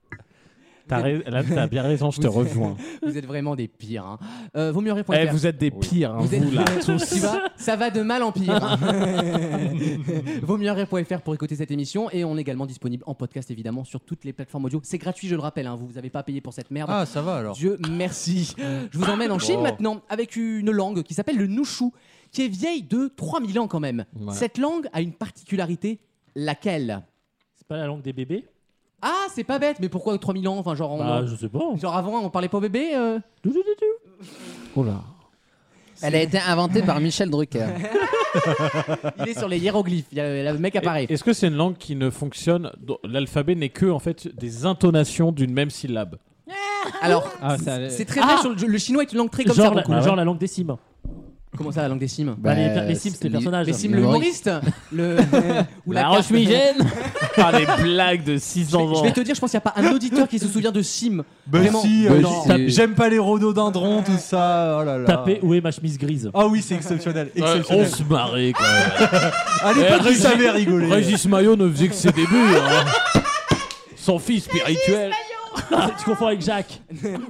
Speaker 5: T'as rais- Là, t'as bien raison, je te
Speaker 2: Vous-
Speaker 5: rejoins.
Speaker 2: Vous êtes vraiment des pires. hein. Euh, vaut mieux rire
Speaker 5: Eh, vous êtes des pires, hein, vous, là, tous.
Speaker 2: Tu vois, ça va de mal en pire. hein. Vaut mieux rire.fr pour écouter cette émission et on est également disponible en podcast évidemment sur toutes les plateformes audio. C'est gratuit, je le rappelle. hein, vous n'avez pas payé pour cette merde.
Speaker 11: euh,
Speaker 4: Ah, ça va alors.
Speaker 2: Dieu merci. Je vous emmène en Chine
Speaker 6: Oh.
Speaker 4: Bon.
Speaker 2: maintenant avec une langue qui s'appelle le Nushu, qui est vieille de 3000 ans quand même.
Speaker 6: Ouais.
Speaker 2: Cette langue a une particularité, laquelle
Speaker 6: C'est pas la langue des bébés
Speaker 2: Ah, c'est pas bête, mais pourquoi 3000 ans Enfin, genre, on-
Speaker 6: Bah, je sais pas.
Speaker 2: genre avant, on parlait pas au bébé euh
Speaker 5: Oula.
Speaker 11: Elle a été inventée par Michel Drucker.
Speaker 2: Il est sur les hiéroglyphes, il y a le mec apparaît.
Speaker 5: Est-ce que c'est une langue qui ne fonctionne dont L'alphabet n'est que en fait des intonations d'une même syllabe.
Speaker 2: Alors,
Speaker 3: Euh,
Speaker 5: Ah, ça
Speaker 2: c'est
Speaker 5: allait-
Speaker 2: c'est très vrai
Speaker 6: Ah
Speaker 2: sur le, jeu- le chinois est une langue très comme ça.
Speaker 6: genre, la,
Speaker 2: beaucoup.
Speaker 6: genre la langue des cimes.
Speaker 2: Comment ça, la langue des cimes
Speaker 6: Bah, les- les Sims, les personnages.
Speaker 2: Les Sims, le humoriste
Speaker 6: L'humoriste.
Speaker 2: le, Ou
Speaker 5: La
Speaker 2: carte.
Speaker 5: Roche-Migène. Par des Ah, blagues de 6 ans.
Speaker 2: Je vais te dire, je pense qu'il n'y a pas un auditeur qui se souvient de Sim.
Speaker 4: Bah
Speaker 2: Vraiment.
Speaker 4: si, euh,
Speaker 2: Bah
Speaker 4: non.
Speaker 2: si.
Speaker 4: Tape- j'aime pas les rhododendrons, tout ça. Oh là là.
Speaker 6: Tapez où est ma chemise grise.
Speaker 4: Ah oui, c'est exceptionnel.
Speaker 5: Ouais,
Speaker 4: exceptionnel.
Speaker 5: on se marrait quand même.
Speaker 4: À l'époque,
Speaker 5: Eh,
Speaker 4: ils savaient rigoler.
Speaker 5: Régis Maillot ne faisait que ses débuts. hein. Son fils spirituel.
Speaker 6: Ah, tu confonds avec Jacques.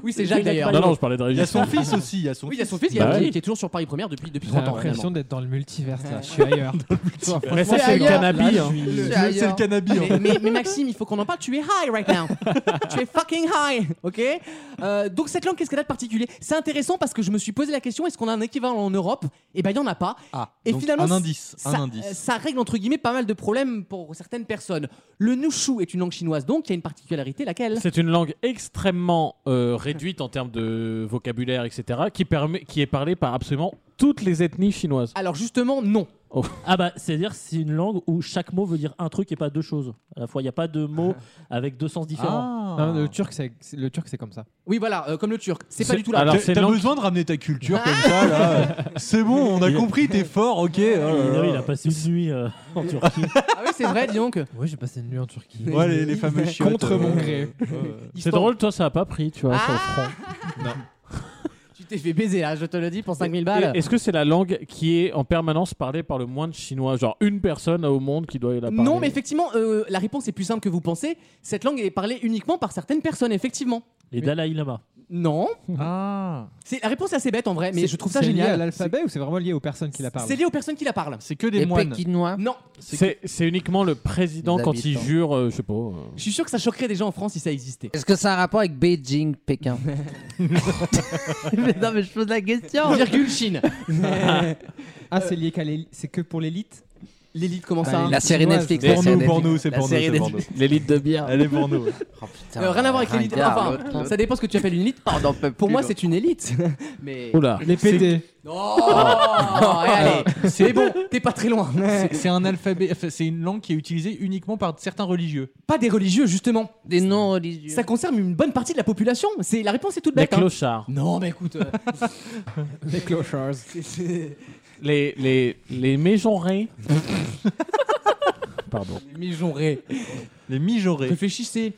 Speaker 2: Oui, c'est Jacques d'ailleurs.
Speaker 5: Non, non, je parlais de
Speaker 4: Il y a
Speaker 5: Régis.
Speaker 4: son fils aussi. Il y a son
Speaker 2: Oui, il
Speaker 4: fils.
Speaker 2: y a son fils il y a-
Speaker 5: Bah ouais.
Speaker 2: qui est toujours sur Paris Première depuis, depuis
Speaker 3: J'ai
Speaker 2: 30 ans.
Speaker 3: l'impression
Speaker 2: finalement.
Speaker 3: d'être dans le multiverse là, je suis ailleurs. Tu vois,
Speaker 5: Mais ça, c'est
Speaker 3: franchement,
Speaker 5: le
Speaker 3: je suis ailleurs.
Speaker 5: cannabis.
Speaker 3: Là,
Speaker 5: hein.
Speaker 3: je suis-
Speaker 2: Je suis
Speaker 4: Le- c'est le
Speaker 2: ailleurs.
Speaker 4: cannabis.
Speaker 2: Mais, mais- mais Maxime, il faut qu'on en parle. Tu es high right now. tu es fucking high, ok Euh, Donc cette langue, qu'est-ce qu'elle a de particulier C'est intéressant parce que je me suis posé la question est-ce qu'on a un équivalent en Europe Eh ben, il y en a pas.
Speaker 4: Ah,
Speaker 2: Et
Speaker 4: donc
Speaker 2: finalement,
Speaker 4: un indice.
Speaker 2: Ça,
Speaker 4: Un
Speaker 2: euh,
Speaker 4: indice.
Speaker 2: ça règle entre guillemets pas mal de problèmes pour certaines personnes. Le Nushu est une langue chinoise, donc il y a une particularité, laquelle
Speaker 5: C'est une langue extrêmement euh, réduite en termes de vocabulaire, etc., qui, permet, qui est parlée par absolument toutes les ethnies chinoises. Oh.
Speaker 2: Alors justement, non.
Speaker 6: Ah bah, c'est-à-dire c'est une langue où chaque mot veut dire un truc et pas deux choses. À la fois, il n'y a pas de mots
Speaker 5: Ah.
Speaker 6: avec deux sens différents.
Speaker 3: Non, le turc, c'est le turc, c'est comme ça.
Speaker 2: Oui, voilà, euh, comme le turc. C'est pas
Speaker 5: C'est-
Speaker 2: du tout la
Speaker 5: alors,
Speaker 4: T'as
Speaker 5: c'est
Speaker 4: t'as
Speaker 5: langue-
Speaker 4: besoin de ramener ta culture comme ça, là. C'est bon, on a
Speaker 6: Il y a-
Speaker 4: compris, t'es fort, ok.
Speaker 6: il,
Speaker 4: euh,
Speaker 6: oui, il a passé une nuit euh, en Turquie.
Speaker 2: Ah oui, c'est vrai, dis donc.
Speaker 3: Ouais, j'ai passé une nuit en Turquie.
Speaker 4: Ouais, les, les fameux chiottes.
Speaker 3: Contre
Speaker 4: euh,
Speaker 3: mon gré.
Speaker 4: euh,
Speaker 5: C'est drôle, toi, ça a pas pris, tu vois, sur le front.
Speaker 2: Tu t'es fait baiser là, je te le dis, pour 5000 balles.
Speaker 5: Et- Est-ce que c'est la langue qui est en permanence parlée par le moins de Chinois Genre une personne au monde qui doit la parler
Speaker 2: Non, mais effectivement, euh, la réponse est plus simple que vous pensez. Cette langue est parlée uniquement par certaines personnes, effectivement.
Speaker 6: Les Dalai Lama.
Speaker 2: Non.
Speaker 4: Ah.
Speaker 2: C'est la réponse est assez bête en vrai, mais
Speaker 3: C'est-
Speaker 2: je trouve ça
Speaker 3: c'est lié à
Speaker 2: génial.
Speaker 3: l'alphabet ou c'est vraiment lié aux personnes qui la parlent
Speaker 2: C'est lié aux personnes qui la parlent.
Speaker 4: C'est que des
Speaker 11: Les
Speaker 4: moines.
Speaker 11: Pékinois.
Speaker 2: Non,
Speaker 5: C'est c'est uniquement le président
Speaker 11: Les
Speaker 5: quand il
Speaker 11: habitants.
Speaker 5: jure, euh, je sais pas. euh,
Speaker 2: je suis sûr que ça choquerait des gens en France si ça existait.
Speaker 11: Est-ce que ça a un rapport avec Beijing, Pékin Mais Non, mais je pose la question.
Speaker 2: Virgule Chine.
Speaker 3: Ah, c'est lié qu'à l'élite, c'est que pour l'élite
Speaker 2: L'élite, comment
Speaker 3: Bah,
Speaker 2: ça hein
Speaker 11: La série
Speaker 3: Chinoise.
Speaker 11: Netflix.
Speaker 4: Pour
Speaker 11: la série
Speaker 4: nous, pour
Speaker 11: Netflix.
Speaker 4: nous, c'est
Speaker 11: La
Speaker 4: pour nous,
Speaker 11: série
Speaker 4: c'est pour nous.
Speaker 11: Netflix. Les litres de bière.
Speaker 4: Elle est pour nous.
Speaker 11: Oh, putain,
Speaker 2: Euh, rien à voir avec l'élite.
Speaker 11: ringard,
Speaker 2: Enfin,
Speaker 11: l'autre, là.
Speaker 2: ça dépend ce que tu appelles une élite.
Speaker 11: Oh, non, peut
Speaker 2: Pour
Speaker 11: plus,
Speaker 2: moi,
Speaker 11: là.
Speaker 2: c'est une élite. Mais.
Speaker 5: Oula.
Speaker 3: Les PD.
Speaker 2: Oh Allez,
Speaker 11: Ah,
Speaker 2: c'est bon, t'es pas très loin.
Speaker 4: C'est- C'est un alphabet, enfin, c'est une langue qui est utilisée uniquement par certains religieux.
Speaker 2: Pas des religieux, justement.
Speaker 11: des non religieux.
Speaker 2: Ça concerne une bonne partie de la population. C'est La réponse est toute
Speaker 5: Les
Speaker 2: bête. hein.
Speaker 5: clochards.
Speaker 2: Non, mais écoute. euh,
Speaker 3: Les clochards.
Speaker 2: c'est- c'est-
Speaker 5: Les, les, les mégenrés. Pardon.
Speaker 2: Mijonré.
Speaker 4: Les mijorés.
Speaker 2: Réfléchissez.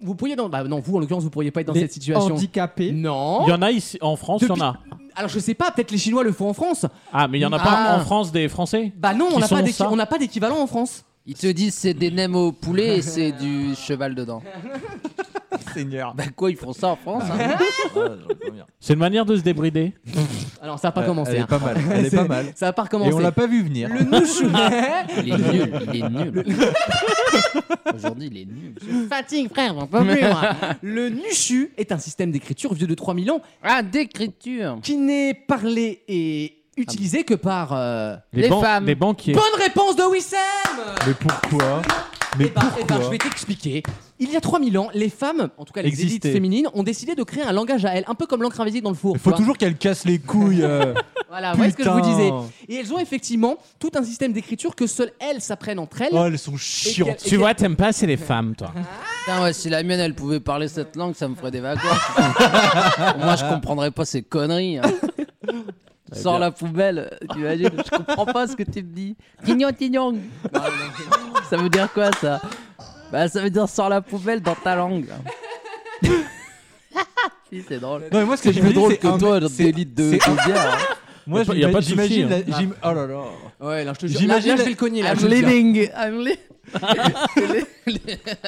Speaker 2: Vous pourriez dans. Bah non, vous en l'occurrence, vous pourriez pas être dans cette situation.
Speaker 3: Handicapés.
Speaker 2: Non.
Speaker 5: Il y en a ici, en France, il y en a.
Speaker 2: Alors je sais pas, peut-être les Chinois le font en France.
Speaker 5: Ah, mais il y en a pas
Speaker 11: Ah.
Speaker 5: en France des Français
Speaker 2: Bah non, on
Speaker 5: Qui
Speaker 2: n'a
Speaker 5: sont
Speaker 2: pas d'équi-
Speaker 5: ça
Speaker 2: on n'a pas d'équivalent en France.
Speaker 11: Ils te disent c'est des nems au poulet et c'est du cheval dedans.
Speaker 4: Seigneur.
Speaker 11: Bah quoi, ils font ça en France hein
Speaker 5: C'est une manière de se débrider.
Speaker 2: Alors ça a pas commencé.
Speaker 4: Elle est
Speaker 2: hein.
Speaker 4: pas mal. Elle est pas mal.
Speaker 2: Ça a pas recommencé.
Speaker 4: Et on l'a pas vu venir.
Speaker 2: Le nouchou.
Speaker 11: Il est nul, il est nul. Aujourd'hui, il est nul.
Speaker 2: Fatigue, frère, on peut plus. moi. Le nushu est un système d'écriture vieux de 3000 ans
Speaker 11: Ah, d'écriture.
Speaker 2: qui n'est parlé et utilisé que par. euh,
Speaker 11: Les
Speaker 5: ban-
Speaker 11: femmes.
Speaker 5: Les banquiers.
Speaker 2: Bonne réponse de Wissem
Speaker 4: Mais pourquoi Mais
Speaker 2: Eh ben, eh ben,
Speaker 4: pourquoi
Speaker 2: je vais t'expliquer. Il y a 3000 ans, les femmes, en tout cas les
Speaker 4: Existaient.
Speaker 2: élites féminines, ont décidé de créer un langage à elles, un peu comme l'encre invisible dans le four.
Speaker 4: Il
Speaker 2: tu
Speaker 4: faut
Speaker 2: vois.
Speaker 4: toujours qu'elle casse les couilles. euh.
Speaker 2: Voilà, voilà ce que je vous
Speaker 4: Putain.
Speaker 2: disais. Et elles ont effectivement tout un système d'écriture que seules elles s'apprennent entre elles.
Speaker 4: Oh, elles sont
Speaker 2: Et
Speaker 4: chiantes.
Speaker 2: qu'elles- et
Speaker 5: Tu vois, t'aimes pas, c'est les femmes, toi.
Speaker 11: Putain, ouais, si la mienne, elle pouvait parler cette langue, ça me ferait des vacances. Moi, je comprendrais pas ces conneries. hein. Sors la poubelle, tu vas dire, je comprends pas ce que tu me dis. Tignon, tignon. ça veut dire quoi, ça Bah, ça veut dire sors la poubelle dans ta langue. si, c'est drôle.
Speaker 4: Non, mais moi, ce que je me
Speaker 11: Plus
Speaker 4: dis,
Speaker 11: drôle
Speaker 4: c'est
Speaker 11: que
Speaker 4: un-
Speaker 11: toi, notre
Speaker 4: c'est-
Speaker 11: délite de, de bière. hein.
Speaker 4: Moi,
Speaker 5: Y a pas- y a pas de souci,
Speaker 4: j'imagine.
Speaker 5: hein.
Speaker 4: la- j'im- Oh là là.
Speaker 2: Ouais, là, je te jure. Là,
Speaker 4: J'imagine-
Speaker 2: là, je vais le cogner. Là,
Speaker 11: I'm
Speaker 2: je le tiens.
Speaker 11: living. I'm li-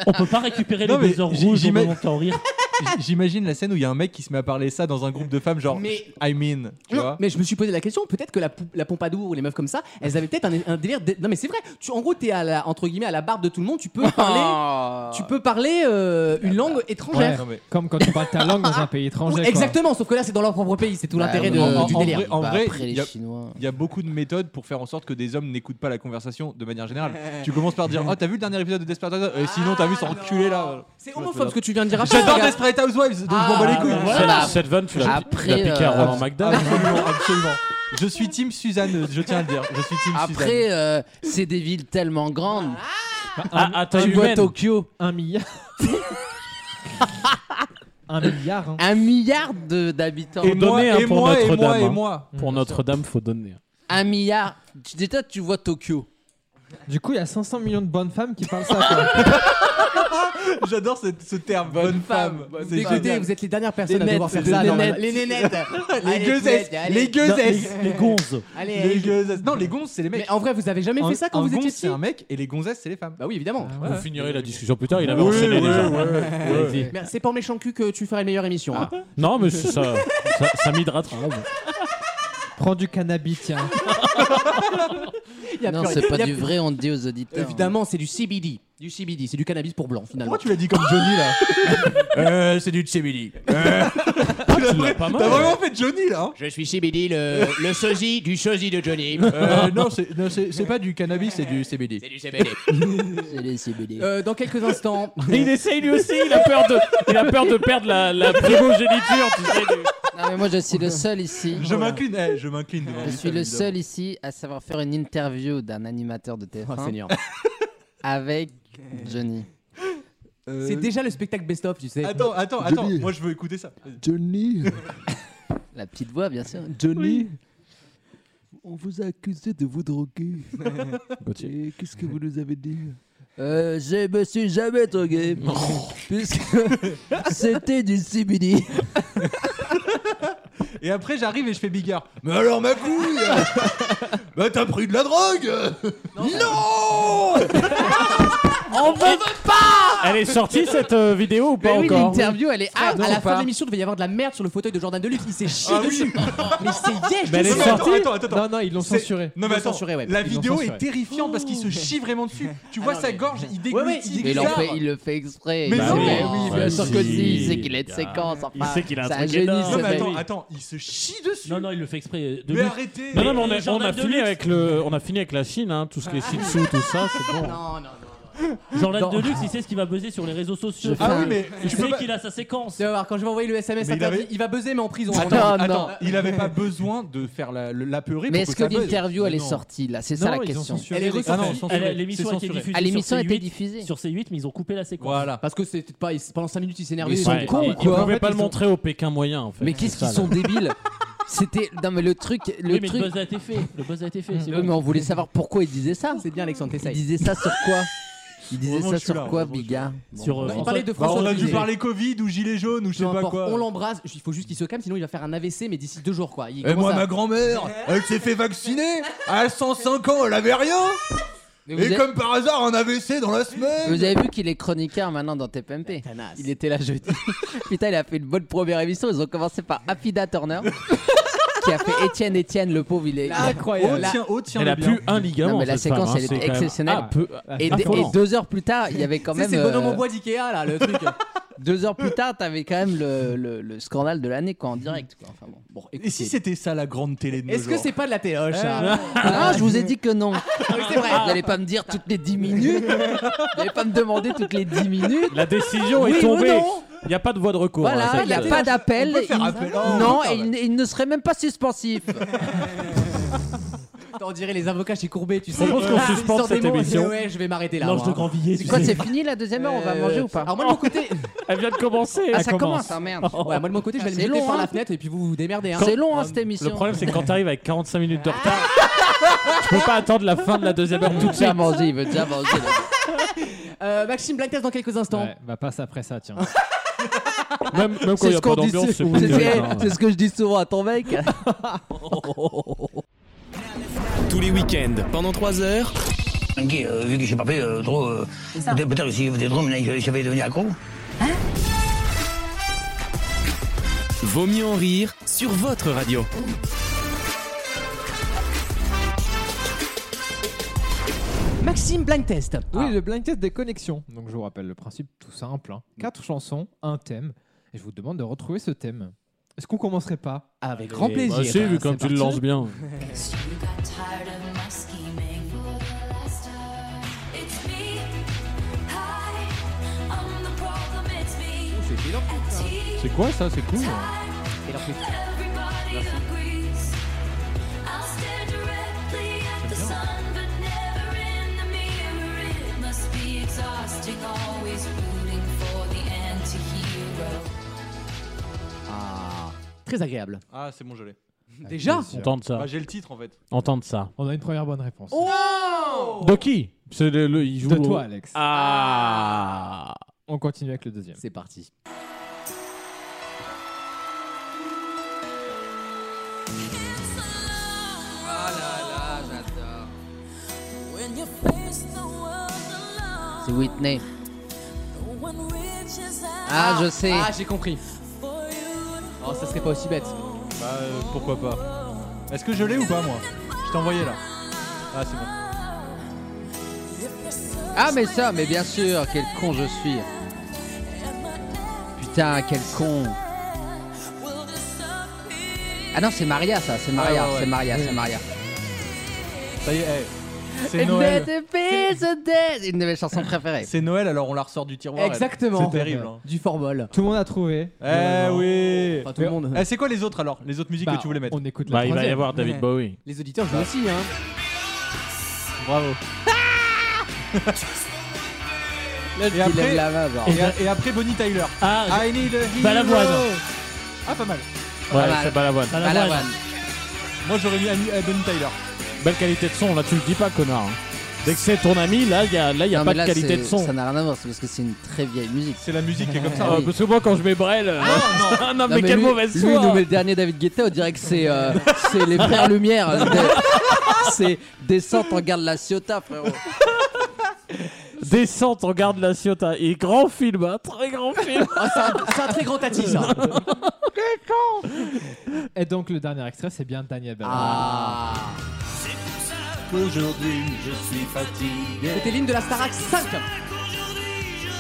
Speaker 6: On peut pas récupérer
Speaker 4: Non,
Speaker 6: les
Speaker 4: mais
Speaker 6: deux heures
Speaker 4: j'ai-
Speaker 6: rouges au
Speaker 4: j'imagine-
Speaker 6: moment de t'en rire.
Speaker 4: J- J'imagine la scène où il y a un mec qui se met à parler ça dans un groupe de femmes, genre
Speaker 2: Mais-
Speaker 4: I mean, tu
Speaker 2: Non,
Speaker 4: vois.
Speaker 2: mais je me suis posé la question, peut-être que la, pou- la Pompadour ou les meufs comme ça, elles avaient peut-être un, un délire. d'- Non, mais c'est vrai, tu, en gros, t'es à la, entre guillemets à la barbe de tout le monde, tu peux parler,
Speaker 11: Oh.
Speaker 2: tu peux parler euh,
Speaker 4: Ah,
Speaker 2: une
Speaker 4: bah,
Speaker 2: langue étrangère.
Speaker 4: Non, mais-
Speaker 3: Comme quand tu parles ta langue dans un pays
Speaker 2: Ou-
Speaker 3: étranger. quoi.
Speaker 2: exactement, sauf que là, c'est dans leur propre pays, c'est tout
Speaker 11: Bah
Speaker 2: l'intérêt
Speaker 11: oui.
Speaker 2: de-
Speaker 11: En- en-
Speaker 2: du
Speaker 11: en
Speaker 2: délire.
Speaker 4: vrai- en
Speaker 11: Bah,
Speaker 4: vrai,
Speaker 11: après,
Speaker 4: y a-
Speaker 11: les Chinois.
Speaker 4: Il y a beaucoup de méthodes pour faire en sorte que des hommes n'écoutent pas la conversation de manière générale. tu commences par dire Oh, t'as vu le dernier épisode de Desperate Housewives Euh, Sinon, t'as vu
Speaker 2: Ah,
Speaker 4: son
Speaker 2: non.
Speaker 4: enculé là
Speaker 2: C'est homophobe ce que tu viens de dire. après,
Speaker 4: J'adore
Speaker 2: regarde.
Speaker 4: Desperate Housewives, donc je m'en bats les couilles.
Speaker 11: ouais. Voilà.
Speaker 5: Ah, bah, Cette, cette vanne, tu l'as tu
Speaker 11: Après,
Speaker 5: l'as piquée à
Speaker 11: euh,
Speaker 5: Roland McDowell.
Speaker 4: Absolument, absolument. Je suis Team Suzanne, je tiens à le dire. Je suis Team Suzanne.
Speaker 11: Après, euh, c'est des villes tellement grandes.
Speaker 5: Ah, à taille
Speaker 11: Tu vois
Speaker 5: humaine.
Speaker 11: Tokyo,
Speaker 3: Un milliard. un milliard. hein.
Speaker 11: un milliard de- d'habitants.
Speaker 5: Et
Speaker 4: moi,
Speaker 5: donner, hein,
Speaker 4: et
Speaker 5: pour
Speaker 4: moi, et
Speaker 5: Notre-Dame,
Speaker 4: moi, et
Speaker 5: hein.
Speaker 4: moi.
Speaker 5: Pour Notre-Dame, faut donner.
Speaker 11: Un milliard. Tu, déjà, tu vois Tokyo.
Speaker 3: Du coup, il y a 500 millions de bonnes femmes qui parlent ça. quoi.
Speaker 4: J'adore ce, ce terme, bonne, femme. C'est
Speaker 2: Écoutez,
Speaker 4: génial.
Speaker 2: vous êtes les dernières personnes à
Speaker 4: Les
Speaker 2: devoir faire
Speaker 4: nettes,
Speaker 2: ça.
Speaker 4: les
Speaker 2: normalement.
Speaker 4: nettes.
Speaker 2: Les nénettes.
Speaker 4: Les
Speaker 2: Allez,
Speaker 4: gueuzesses,
Speaker 2: nettes, allez.
Speaker 4: les gueuzesses.
Speaker 2: Non,
Speaker 4: Les gonzes.
Speaker 2: Allez,
Speaker 4: Les
Speaker 2: allez.
Speaker 4: gueuzesses. Non, les gonzes, c'est les mecs.
Speaker 2: Mais en vrai, vous avez jamais fait ça quand
Speaker 4: un
Speaker 2: vous étiez
Speaker 4: gonze, c'est
Speaker 2: petit
Speaker 4: un Ah mec et les gonzesses, c'est les femmes.
Speaker 2: Bah oui, évidemment.
Speaker 5: Vous finirez la discussion plus tard, il avait
Speaker 4: Oui,
Speaker 5: enchaîné
Speaker 4: oui,
Speaker 5: déjà.
Speaker 4: ouais, ouais.
Speaker 5: Vas-y.
Speaker 2: Mais C'est pas en méchant cul que tu feras une meilleure émission.
Speaker 4: Ah.
Speaker 2: hein.
Speaker 5: Non, mais c'est ça, ça, ça m'hydratera. bon.
Speaker 3: Prends du cannabis, tiens.
Speaker 2: Y a
Speaker 11: Non,
Speaker 2: plus
Speaker 11: c'est
Speaker 2: rien.
Speaker 11: pas
Speaker 2: Y a
Speaker 11: du
Speaker 2: plus-
Speaker 11: vrai, on dit aux auditeurs.
Speaker 2: Évidemment, c'est du CBD. Du CBD, c'est du cannabis pour blanc finalement.
Speaker 4: Pourquoi tu l'as dit comme Johnny là
Speaker 5: Euh, c'est du Chemili. Ah, tu l'as pas mal.
Speaker 4: T'as vraiment fait Johnny là
Speaker 2: Je suis CBD, le, le sosie du sosie de Johnny.
Speaker 4: Euh, Non, c'est- non, c'est c'est pas du cannabis, c'est du CBD.
Speaker 2: C'est du CBD.
Speaker 11: C'est les CBD.
Speaker 2: Euh, dans quelques instants.
Speaker 5: Il essaye lui aussi, il a peur de, il a peur de perdre la, la primogéniture. Tu sais, du-
Speaker 11: Non, mais moi, je suis le seul ici.
Speaker 4: Je m'incline, eh, je m'incline devant
Speaker 11: Je
Speaker 4: lui,
Speaker 11: suis le
Speaker 4: évidemment.
Speaker 11: seul ici à savoir faire une interview d'un animateur de
Speaker 2: Oh,
Speaker 11: TF1
Speaker 2: Seigneur.
Speaker 11: Hein avec Johnny.
Speaker 4: Euh.
Speaker 2: C'est déjà le spectacle best-of, tu sais.
Speaker 4: Attends, attends, attends, moi je veux écouter ça.
Speaker 10: Johnny,
Speaker 11: La petite voix, bien sûr.
Speaker 10: Johnny, on vous a accusé de vous droguer. Et qu'est-ce que vous nous avez dit
Speaker 11: Euh, je me suis jamais drogué. puisque c'était du CBD.
Speaker 4: Et après j'arrive et je fais bigard. Mais alors ma couille euh, Bah t'as pris de la drogue Non
Speaker 11: On veut
Speaker 5: Elle est sortie cette euh, vidéo ou pas
Speaker 11: Mais oui,
Speaker 5: encore
Speaker 11: l'interview, elle est
Speaker 2: Ah,
Speaker 11: hard.
Speaker 2: à la fin
Speaker 11: ou pas
Speaker 2: de l'émission, il devait y avoir de la merde sur le fauteuil de Jordan Deluxe. Il s'est chié
Speaker 4: Ah oui.
Speaker 2: dessus. Mais c'est yes,
Speaker 5: Mais elle est
Speaker 4: Non, mais
Speaker 5: sortie
Speaker 4: attends, attends, attends, attends.
Speaker 3: Non, non, ils l'ont
Speaker 4: C'est-
Speaker 3: censuré.
Speaker 4: Non mais
Speaker 2: Ils l'ont
Speaker 4: attends,
Speaker 2: censuré, ouais.
Speaker 4: la
Speaker 3: Ils l'ont
Speaker 4: vidéo est
Speaker 3: censuré.
Speaker 4: terrifiante parce qu'il se chie vraiment dessus. Tu vois
Speaker 2: non,
Speaker 4: sa
Speaker 2: mais-
Speaker 4: gorge, Oh. il
Speaker 2: Ouais, ouais,
Speaker 4: déglutit
Speaker 2: il-
Speaker 11: Mais il, en
Speaker 4: bizarre.
Speaker 11: fait, il le fait exprès.
Speaker 4: Mais
Speaker 11: il
Speaker 4: non,
Speaker 11: sait
Speaker 4: mais
Speaker 11: bien.
Speaker 4: oui,
Speaker 11: bien
Speaker 5: mais
Speaker 11: sûr
Speaker 5: si,
Speaker 11: que si. Il sait qu'il est de
Speaker 5: gars.
Speaker 11: séquence.
Speaker 5: Il
Speaker 11: enfin,
Speaker 5: sait qu'il a un
Speaker 11: c'est
Speaker 5: truc
Speaker 11: génie,
Speaker 5: énorme.
Speaker 11: ce
Speaker 4: Non mais
Speaker 11: mec.
Speaker 4: attends, attends, il se chie dessus
Speaker 6: Non, non, il le fait exprès. De
Speaker 4: Mais
Speaker 6: lui.
Speaker 4: arrêtez
Speaker 5: Non, non, mais on a, on
Speaker 6: Jordan
Speaker 5: a fini
Speaker 6: Deluxe.
Speaker 5: avec le, on a fini avec la Chine, hein, tout ce qui est Shinsu, tout ça, c'est bon.
Speaker 2: Non, non, non.
Speaker 6: Jordan Deluxe, il sait ce qui va buzzer sur les réseaux sociaux.
Speaker 4: Ah oui mais
Speaker 6: Il
Speaker 4: tu peux
Speaker 6: sait
Speaker 4: pas-
Speaker 6: qu'il a sa séquence.
Speaker 2: Tu vas voir, quand je vais envoyer le SMS,
Speaker 4: Mais il
Speaker 2: interdit, il,
Speaker 4: avait-
Speaker 2: va buzzer, mais en prison.
Speaker 11: Attends,
Speaker 2: On a-
Speaker 11: non.
Speaker 4: Attends, il avait pas besoin de faire la, le- la peurée
Speaker 11: Mais
Speaker 4: pour
Speaker 11: est-ce
Speaker 4: que,
Speaker 11: que
Speaker 4: ça buzz.
Speaker 11: l'interview, elle est
Speaker 4: Non.
Speaker 11: sortie là C'est ça la
Speaker 3: Non, ils ont
Speaker 11: question.
Speaker 3: censuré
Speaker 2: Elle est
Speaker 3: les-
Speaker 2: ressortie.
Speaker 3: Ah non,
Speaker 6: Elle-
Speaker 3: censuré.
Speaker 6: L'émission a
Speaker 4: C'est
Speaker 6: été
Speaker 4: censuré.
Speaker 6: diffusée
Speaker 11: À l'émission a
Speaker 6: sur
Speaker 11: été
Speaker 6: C8.
Speaker 11: diffusée.
Speaker 6: Sur C8, mais ils ont coupé la séquence.
Speaker 4: Voilà.
Speaker 11: Bah,
Speaker 2: Parce que c'était pas. il- Pendant 5 minutes, il s'énervait.
Speaker 5: Ils sont
Speaker 6: ouais,
Speaker 5: cons,
Speaker 6: ouais.
Speaker 5: ils
Speaker 2: En
Speaker 5: pouvaient
Speaker 2: fait,
Speaker 5: pas
Speaker 2: ils
Speaker 5: le
Speaker 2: sont-
Speaker 5: montrer au Pékin moyen en fait.
Speaker 11: Mais qu'est-ce
Speaker 5: C'est
Speaker 11: qu'ils
Speaker 5: ça,
Speaker 11: sont
Speaker 5: là.
Speaker 11: débiles C'était. Non, mais le truc. Le
Speaker 6: Oui, mais le
Speaker 11: truc.
Speaker 6: buzz a été fait. Le buzz a été fait. c'est
Speaker 11: Oui,
Speaker 6: bon.
Speaker 11: mais on voulait savoir pourquoi il disait ça.
Speaker 2: C'est bien, Alexandre,
Speaker 11: Il
Speaker 2: t'essayes.
Speaker 11: disait ça sur quoi Il disait
Speaker 4: Heureusement que
Speaker 11: ça
Speaker 4: je suis là,
Speaker 11: sur quoi,
Speaker 4: heureusement que je suis
Speaker 11: Bigard
Speaker 6: Sur, euh,
Speaker 2: Non,
Speaker 11: Bon, bah,
Speaker 2: Il parlait de
Speaker 4: Bah,
Speaker 2: François
Speaker 4: on a dû
Speaker 2: Cluzet.
Speaker 4: parler Covid ou gilet jaune ou je sais
Speaker 2: Peu
Speaker 4: pas
Speaker 2: importe,
Speaker 4: quoi.
Speaker 2: on l'embrasse. Il faut juste qu'il se calme, sinon il va faire un AVC, mais d'ici deux jours, quoi. Il
Speaker 4: Et
Speaker 2: commence
Speaker 4: moi,
Speaker 2: à-
Speaker 4: ma grand-mère, elle s'est fait vacciner À 105 ans, elle avait rien
Speaker 11: mais vous,
Speaker 4: Et
Speaker 11: avez,
Speaker 4: comme par hasard, un AVC dans la semaine
Speaker 11: vous avez vu qu'il est chroniqueur maintenant dans TPMP
Speaker 2: Tanasse.
Speaker 11: Il était là jeudi. Putain, il a fait une bonne première émission. Ils ont commencé par Afida Turner, qui a fait Étienne, Étienne, le pauvre, il est.
Speaker 4: Oh
Speaker 2: Ah, Incroyable. Là,
Speaker 4: tiens, oh tiens,
Speaker 5: Elle
Speaker 4: le
Speaker 5: a
Speaker 4: bien.
Speaker 5: plus un ligament.
Speaker 11: Non, mais la
Speaker 5: cette femme,
Speaker 11: séquence,
Speaker 5: hein,
Speaker 11: elle est
Speaker 5: c'est quand même
Speaker 11: exceptionnelle.
Speaker 5: un peu-
Speaker 11: Et,
Speaker 5: Ah,
Speaker 11: et
Speaker 5: pardon.
Speaker 11: deux heures plus tard, il y avait quand
Speaker 2: tu sais,
Speaker 11: même.
Speaker 2: c'est le bonhomme
Speaker 11: euh,
Speaker 2: en bois d'Ikea, là, le truc.
Speaker 11: deux heures plus tard, t'avais quand même le, le- le scandale de l'année, quoi, en direct. Quoi. Enfin bon.
Speaker 2: Bon,
Speaker 4: Et si c'était ça la grande télé de nos
Speaker 2: Est-ce que
Speaker 4: jours
Speaker 2: c'est pas de la téloche ça
Speaker 11: Ah, je vous ai dit que non.
Speaker 3: Ah,
Speaker 2: Oui, C'est vrai.
Speaker 11: Vous n'allez pas me dire toutes les 10 minutes. Vous n'allez pas me demander toutes les 10 minutes.
Speaker 5: La décision est
Speaker 11: Oui ou
Speaker 5: tombée.
Speaker 11: non
Speaker 5: Il n'y a pas de voie de recours. hein,
Speaker 11: Voilà,
Speaker 5: ça,
Speaker 11: il n'y a
Speaker 5: c'est-
Speaker 11: pas d'appel.
Speaker 4: On peut faire
Speaker 11: il-
Speaker 4: appel. Oh,
Speaker 11: Non,
Speaker 4: putain,
Speaker 11: et il, il ne serait même pas suspensif.
Speaker 2: On dirait les avocats chez Courbet, tu sais.
Speaker 5: On pense qu'on
Speaker 2: Ils
Speaker 5: suspend
Speaker 2: sortent des
Speaker 5: cette
Speaker 2: mots, on dit,
Speaker 5: émission.
Speaker 2: Ouais, je vais m'arrêter là.
Speaker 6: L'ange
Speaker 2: moi.
Speaker 6: de Grandvilliers.
Speaker 11: C'est
Speaker 6: tu
Speaker 11: quoi,
Speaker 6: sais.
Speaker 11: c'est fini la deuxième heure On va
Speaker 2: Euh,
Speaker 11: manger ou pas
Speaker 2: Alors moi de mon côté,
Speaker 5: Elle vient de commencer.
Speaker 11: Ah,
Speaker 5: elle
Speaker 11: ça commence, ah merde.
Speaker 2: ouais, moi de mon côté, je vais
Speaker 11: C'est
Speaker 2: me jeter
Speaker 11: long,
Speaker 2: par
Speaker 11: hein.
Speaker 2: la fenêtre et puis vous vous démerdez. Hein.
Speaker 11: C'est long, hein, cette émission.
Speaker 5: Le problème, c'est que quand t'arrives avec 45 minutes de retard, tu peux pas attendre la fin de la deuxième heure tout de
Speaker 11: Il veut déjà
Speaker 5: suite.
Speaker 11: manger, il veut déjà manger. là.
Speaker 2: Euh, Maxime Black Test dans quelques instants.
Speaker 3: Ouais, bah passe après ça, tiens.
Speaker 5: Même, même quand il n'y a pas d'ambiance, c'est hein.
Speaker 11: C'est ce
Speaker 5: pas
Speaker 11: que- c'est ce que je dis souvent à ton mec.
Speaker 1: Tous les week-ends, pendant 3 heures.
Speaker 10: euh, Vu que j'ai pas fait trop. euh, Peut-être que si vous êtes trop, j'avais devenu accro.
Speaker 1: Vaut mieux en rire sur votre radio.
Speaker 2: Maxime Black Test.
Speaker 11: Ah.
Speaker 3: Oui, le blind test des connexions. Donc je vous rappelle le principe tout simple. hein. Quatre chansons, un thème. Et je vous demande de retrouver ce thème. Est-ce qu'on commencerait pas
Speaker 2: Avec grand plaisir.
Speaker 5: Bah, si,
Speaker 3: bah,
Speaker 5: vu comme tu le lances bien. C'est quoi ça C'est cool. hein.
Speaker 2: Ah, très agréable.
Speaker 4: Ah, c'est bon, je l'ai.
Speaker 2: Déjà
Speaker 5: Entendre ça.
Speaker 4: Bah, j'ai le titre en fait.
Speaker 5: Entendre ça.
Speaker 3: On a une première bonne réponse.
Speaker 2: Oh
Speaker 5: De qui C'est le, le- il joue
Speaker 3: de
Speaker 5: au-
Speaker 3: toi, Alex.
Speaker 5: Ah.
Speaker 3: On continue avec le deuxième.
Speaker 2: C'est parti.
Speaker 11: C'est Whitney. Ah, je sais.
Speaker 2: Ah, j'ai compris. Oh, ça serait pas aussi bête.
Speaker 4: Bah, euh, pourquoi pas. Est-ce que je l'ai ou pas, moi Je t'ai envoyé là. Ah, c'est bon.
Speaker 11: Ah, mais ça, mais bien sûr, quel con je suis. Putain, quel con. Ah non, c'est Maria, ça, c'est Maria,
Speaker 4: Ah ouais, ouais.
Speaker 11: c'est Maria,
Speaker 4: Oui.
Speaker 11: c'est Maria.
Speaker 4: Ça y est, hey, c'est
Speaker 2: Eh,
Speaker 11: Une
Speaker 4: Noël.
Speaker 11: bête épée, je t'aime. C'est une de mes chansons préférées.
Speaker 4: C'est Noël, alors on la ressort du tiroir. elle.
Speaker 2: Exactement.
Speaker 4: C'est terrible. hein.
Speaker 2: Du formol.
Speaker 3: Tout le monde a trouvé.
Speaker 4: Eh oui
Speaker 2: Pas tout le monde.
Speaker 4: Eh, C'est quoi les autres alors Les autres musiques
Speaker 2: Bah,
Speaker 4: que tu voulais mettre
Speaker 3: on écoute
Speaker 5: la Bah, il va y troisième. avoir David Bowie.
Speaker 2: Les auditeurs jouent
Speaker 4: Ah.
Speaker 2: aussi, hein.
Speaker 4: Bravo.
Speaker 11: petit lève la main, genre.
Speaker 4: et, a- et après Bonnie Tyler.
Speaker 6: Ah,
Speaker 4: I need a
Speaker 6: Balavoine.
Speaker 4: hero. Ah, pas mal.
Speaker 5: Ouais, c'est Balavoine.
Speaker 11: Balavoine.
Speaker 4: Moi j'aurais mis Annie- euh, Bonnie Tyler.
Speaker 5: Belle qualité de son, là tu le dis pas, connard. hein. Dès que c'est ton ami, là il n'y a, là, y a
Speaker 11: Non,
Speaker 5: pas
Speaker 11: mais là,
Speaker 5: de qualité
Speaker 11: c'est-
Speaker 5: de son.
Speaker 11: Ça n'a rien à voir, c'est parce que c'est une très vieille musique.
Speaker 4: C'est la musique qui est comme
Speaker 5: Ah, Parce que moi quand je mets Brel. euh, Ah, non, mais, quelle
Speaker 11: lui,
Speaker 5: mauvaise
Speaker 11: Lui, il nous
Speaker 5: foi
Speaker 11: met le dernier David Guetta, on dirait que c'est euh, c'est les frères Lumière. euh, de- c'est descente, on garde la Ciotat, frérot.
Speaker 5: Descente, regarde la Ciotat. Et grand film, hein, très grand film.
Speaker 2: Ah, c'est un- c'est un très grand tati, ça.
Speaker 3: Et donc le dernier extrait, c'est bien Daniel Bell.
Speaker 2: Ah.
Speaker 4: Aujourd'hui je suis fatigué.
Speaker 2: C'était l'hymne de la Starac 5.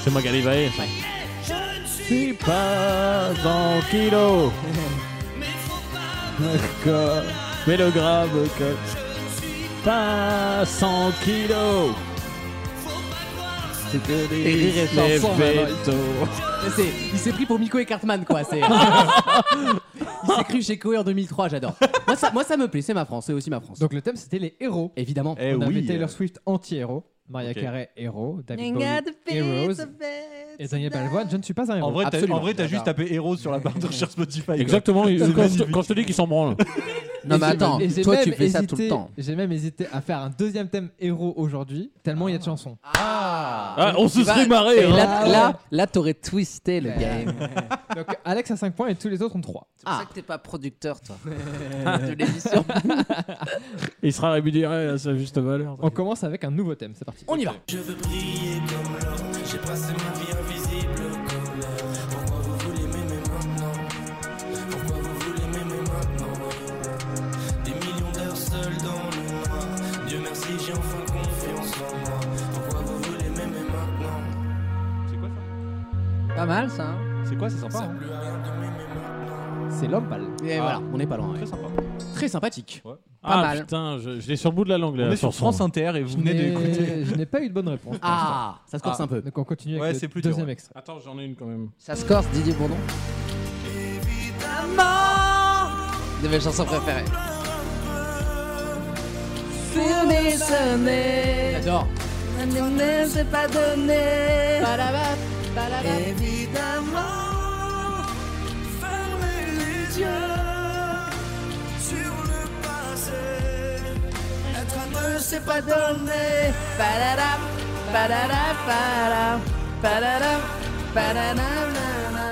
Speaker 5: C'est Magali Vaé. ça. Je ne suis pas en kilo. Mais le grave que. Pas 100 kilos. C'était
Speaker 2: des rires et chansons, Mais c'est- Il s'est pris pour Miko et Cartman, quoi. C'est. Il s'est cru chez Coé en 2003, j'adore. Moi ça, moi, ça me plaît, c'est ma France, c'est aussi ma France.
Speaker 3: Donc le thème, c'était les héros.
Speaker 2: Évidemment.
Speaker 4: Eh
Speaker 3: on avait
Speaker 4: oui.
Speaker 3: Taylor Swift anti-héros, Maria
Speaker 4: Ok.
Speaker 3: Carey héros, David
Speaker 2: Ain't
Speaker 3: Bowie
Speaker 2: got a piece
Speaker 3: heroes
Speaker 2: of
Speaker 3: et Daniel Balavoine, je ne suis pas un héros.
Speaker 4: En vrai, t'as-
Speaker 3: Absolument.
Speaker 4: en vrai, t'as juste tapé héros sur la barre de recherche Spotify. quoi.
Speaker 5: Exactement,
Speaker 4: C'est
Speaker 5: il- quand je,
Speaker 4: magnifique.
Speaker 5: te- quand je te dis qu'ils s'en branlent.
Speaker 11: Non,
Speaker 3: Et
Speaker 11: mais
Speaker 3: j'ai
Speaker 11: attends,
Speaker 3: même- et j'ai
Speaker 11: toi, tu
Speaker 3: même
Speaker 11: fais ça tout le
Speaker 3: hésité-
Speaker 11: temps.
Speaker 3: J'ai même hésité à faire un deuxième thème héros aujourd'hui, tellement il y a de chansons.
Speaker 5: Ah, on se
Speaker 11: Tu
Speaker 5: serait
Speaker 11: vas-
Speaker 5: marré.
Speaker 11: Et
Speaker 5: hein.
Speaker 11: là, là, là, t'aurais twisté le game.
Speaker 3: Donc Alex a 5 points et tous les autres ont 3.
Speaker 11: C'est pour ça que t'es pas producteur, toi,
Speaker 2: Ah.
Speaker 11: de l'émission.
Speaker 5: Il sera rémunéré à sa juste valeur.
Speaker 3: On commence avec un nouveau thème, c'est parti.
Speaker 2: On y va.
Speaker 1: Je veux briller comme l'or, j'ai passé ma vie invisible comme l'air. Pourquoi vous voulez m'aimer maintenant Pourquoi vous voulez m'aimer maintenant Des millions d'heures seules dans le noir. Dieu merci, j'ai enfin confiance en moi. Pourquoi vous voulez m'aimer maintenant
Speaker 4: C'est quoi ça
Speaker 11: Pas mal, ça. hein.
Speaker 4: C'est quoi C'est sympa. hein
Speaker 3: C'est l'homme pâle.
Speaker 11: Ah.
Speaker 2: Et voilà, on n'est pas loin. ouais.
Speaker 4: Très sympa.
Speaker 2: Très sympathique.
Speaker 5: Ah
Speaker 11: mal.
Speaker 5: putain, je, je l'ai sur le bout de la langue.
Speaker 4: On
Speaker 5: la
Speaker 4: est sur
Speaker 5: chanson.
Speaker 4: France Inter et vous venez
Speaker 3: Mais
Speaker 4: d'écouter.
Speaker 3: Je n'ai pas eu de bonne réponse. pour
Speaker 2: Ah, ça se corse
Speaker 4: Ah.
Speaker 2: un peu.
Speaker 3: l'instant. Donc on continue
Speaker 4: Ouais,
Speaker 3: avec
Speaker 4: c'est
Speaker 3: le
Speaker 4: plus dur,
Speaker 3: deuxième
Speaker 4: ouais.
Speaker 3: extrait.
Speaker 5: Attends, j'en ai une quand même.
Speaker 11: Ça se corse, Didier Bourdon De mes chansons préférées.
Speaker 2: J'adore.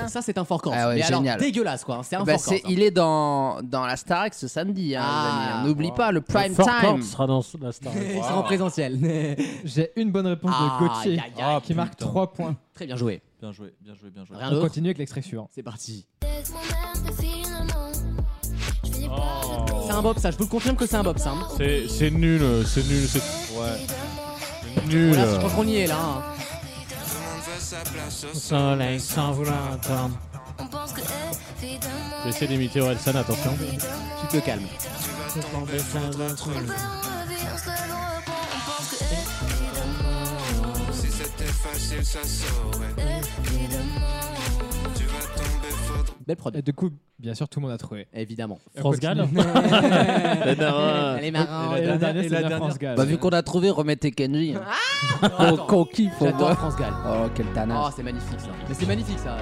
Speaker 2: Ça, c'est un fort corse.
Speaker 11: Ah ouais,
Speaker 2: Mais alors,
Speaker 11: génial.
Speaker 2: dégueulasse, quoi. hein, C'est un
Speaker 11: Bah,
Speaker 2: fort corse.
Speaker 11: c'est- il est dans, dans la Starac ce samedi, hein, les
Speaker 2: Ah,
Speaker 11: amis. N'oublie pas le prime
Speaker 5: Fort
Speaker 11: time.
Speaker 5: Corps sera dans la star.
Speaker 2: Il sera en présentiel.
Speaker 3: J'ai une bonne réponse
Speaker 2: Ah,
Speaker 3: de Gauthier
Speaker 2: aïe, aïe, aïe,
Speaker 3: qui marque
Speaker 4: putain.
Speaker 3: 3 points.
Speaker 2: Très bien joué.
Speaker 4: Bien joué, bien joué, bien joué.
Speaker 2: Rien
Speaker 3: On
Speaker 2: d'autre.
Speaker 3: continue avec l'extrait suivant.
Speaker 2: C'est parti.
Speaker 5: Oh.
Speaker 2: Oh. C'est un bob, ça. Je vous le confirme que c'est un bob, ça. hein.
Speaker 5: C'est c'est nul, euh, c'est nul, c'est C'est nul.
Speaker 2: Voilà, je crois qu'on y est là. hein.
Speaker 5: Soleil sans vouloir attendre. J'essaie d'imiter Orelsan, attention.
Speaker 2: Tu te calmes. Belle prod.
Speaker 3: Et du coup, bien sûr, tout le monde a trouvé.
Speaker 2: Évidemment.
Speaker 6: France Gall
Speaker 2: Elle est marrante.
Speaker 3: Et
Speaker 4: dernière-
Speaker 3: la
Speaker 4: et
Speaker 3: dernière, c'est
Speaker 4: la
Speaker 3: bien
Speaker 4: dernière-
Speaker 3: France Gall.
Speaker 11: Bah, vu qu'on a trouvé, remettez Kenji. hein. Qu'on- Qu'on kiffe, on
Speaker 2: Ah J'adore
Speaker 11: voit.
Speaker 2: France Gall.
Speaker 11: Oh, quel
Speaker 2: Oh,
Speaker 11: tanasse.
Speaker 2: c'est magnifique ça. Mais c'est magnifique ça.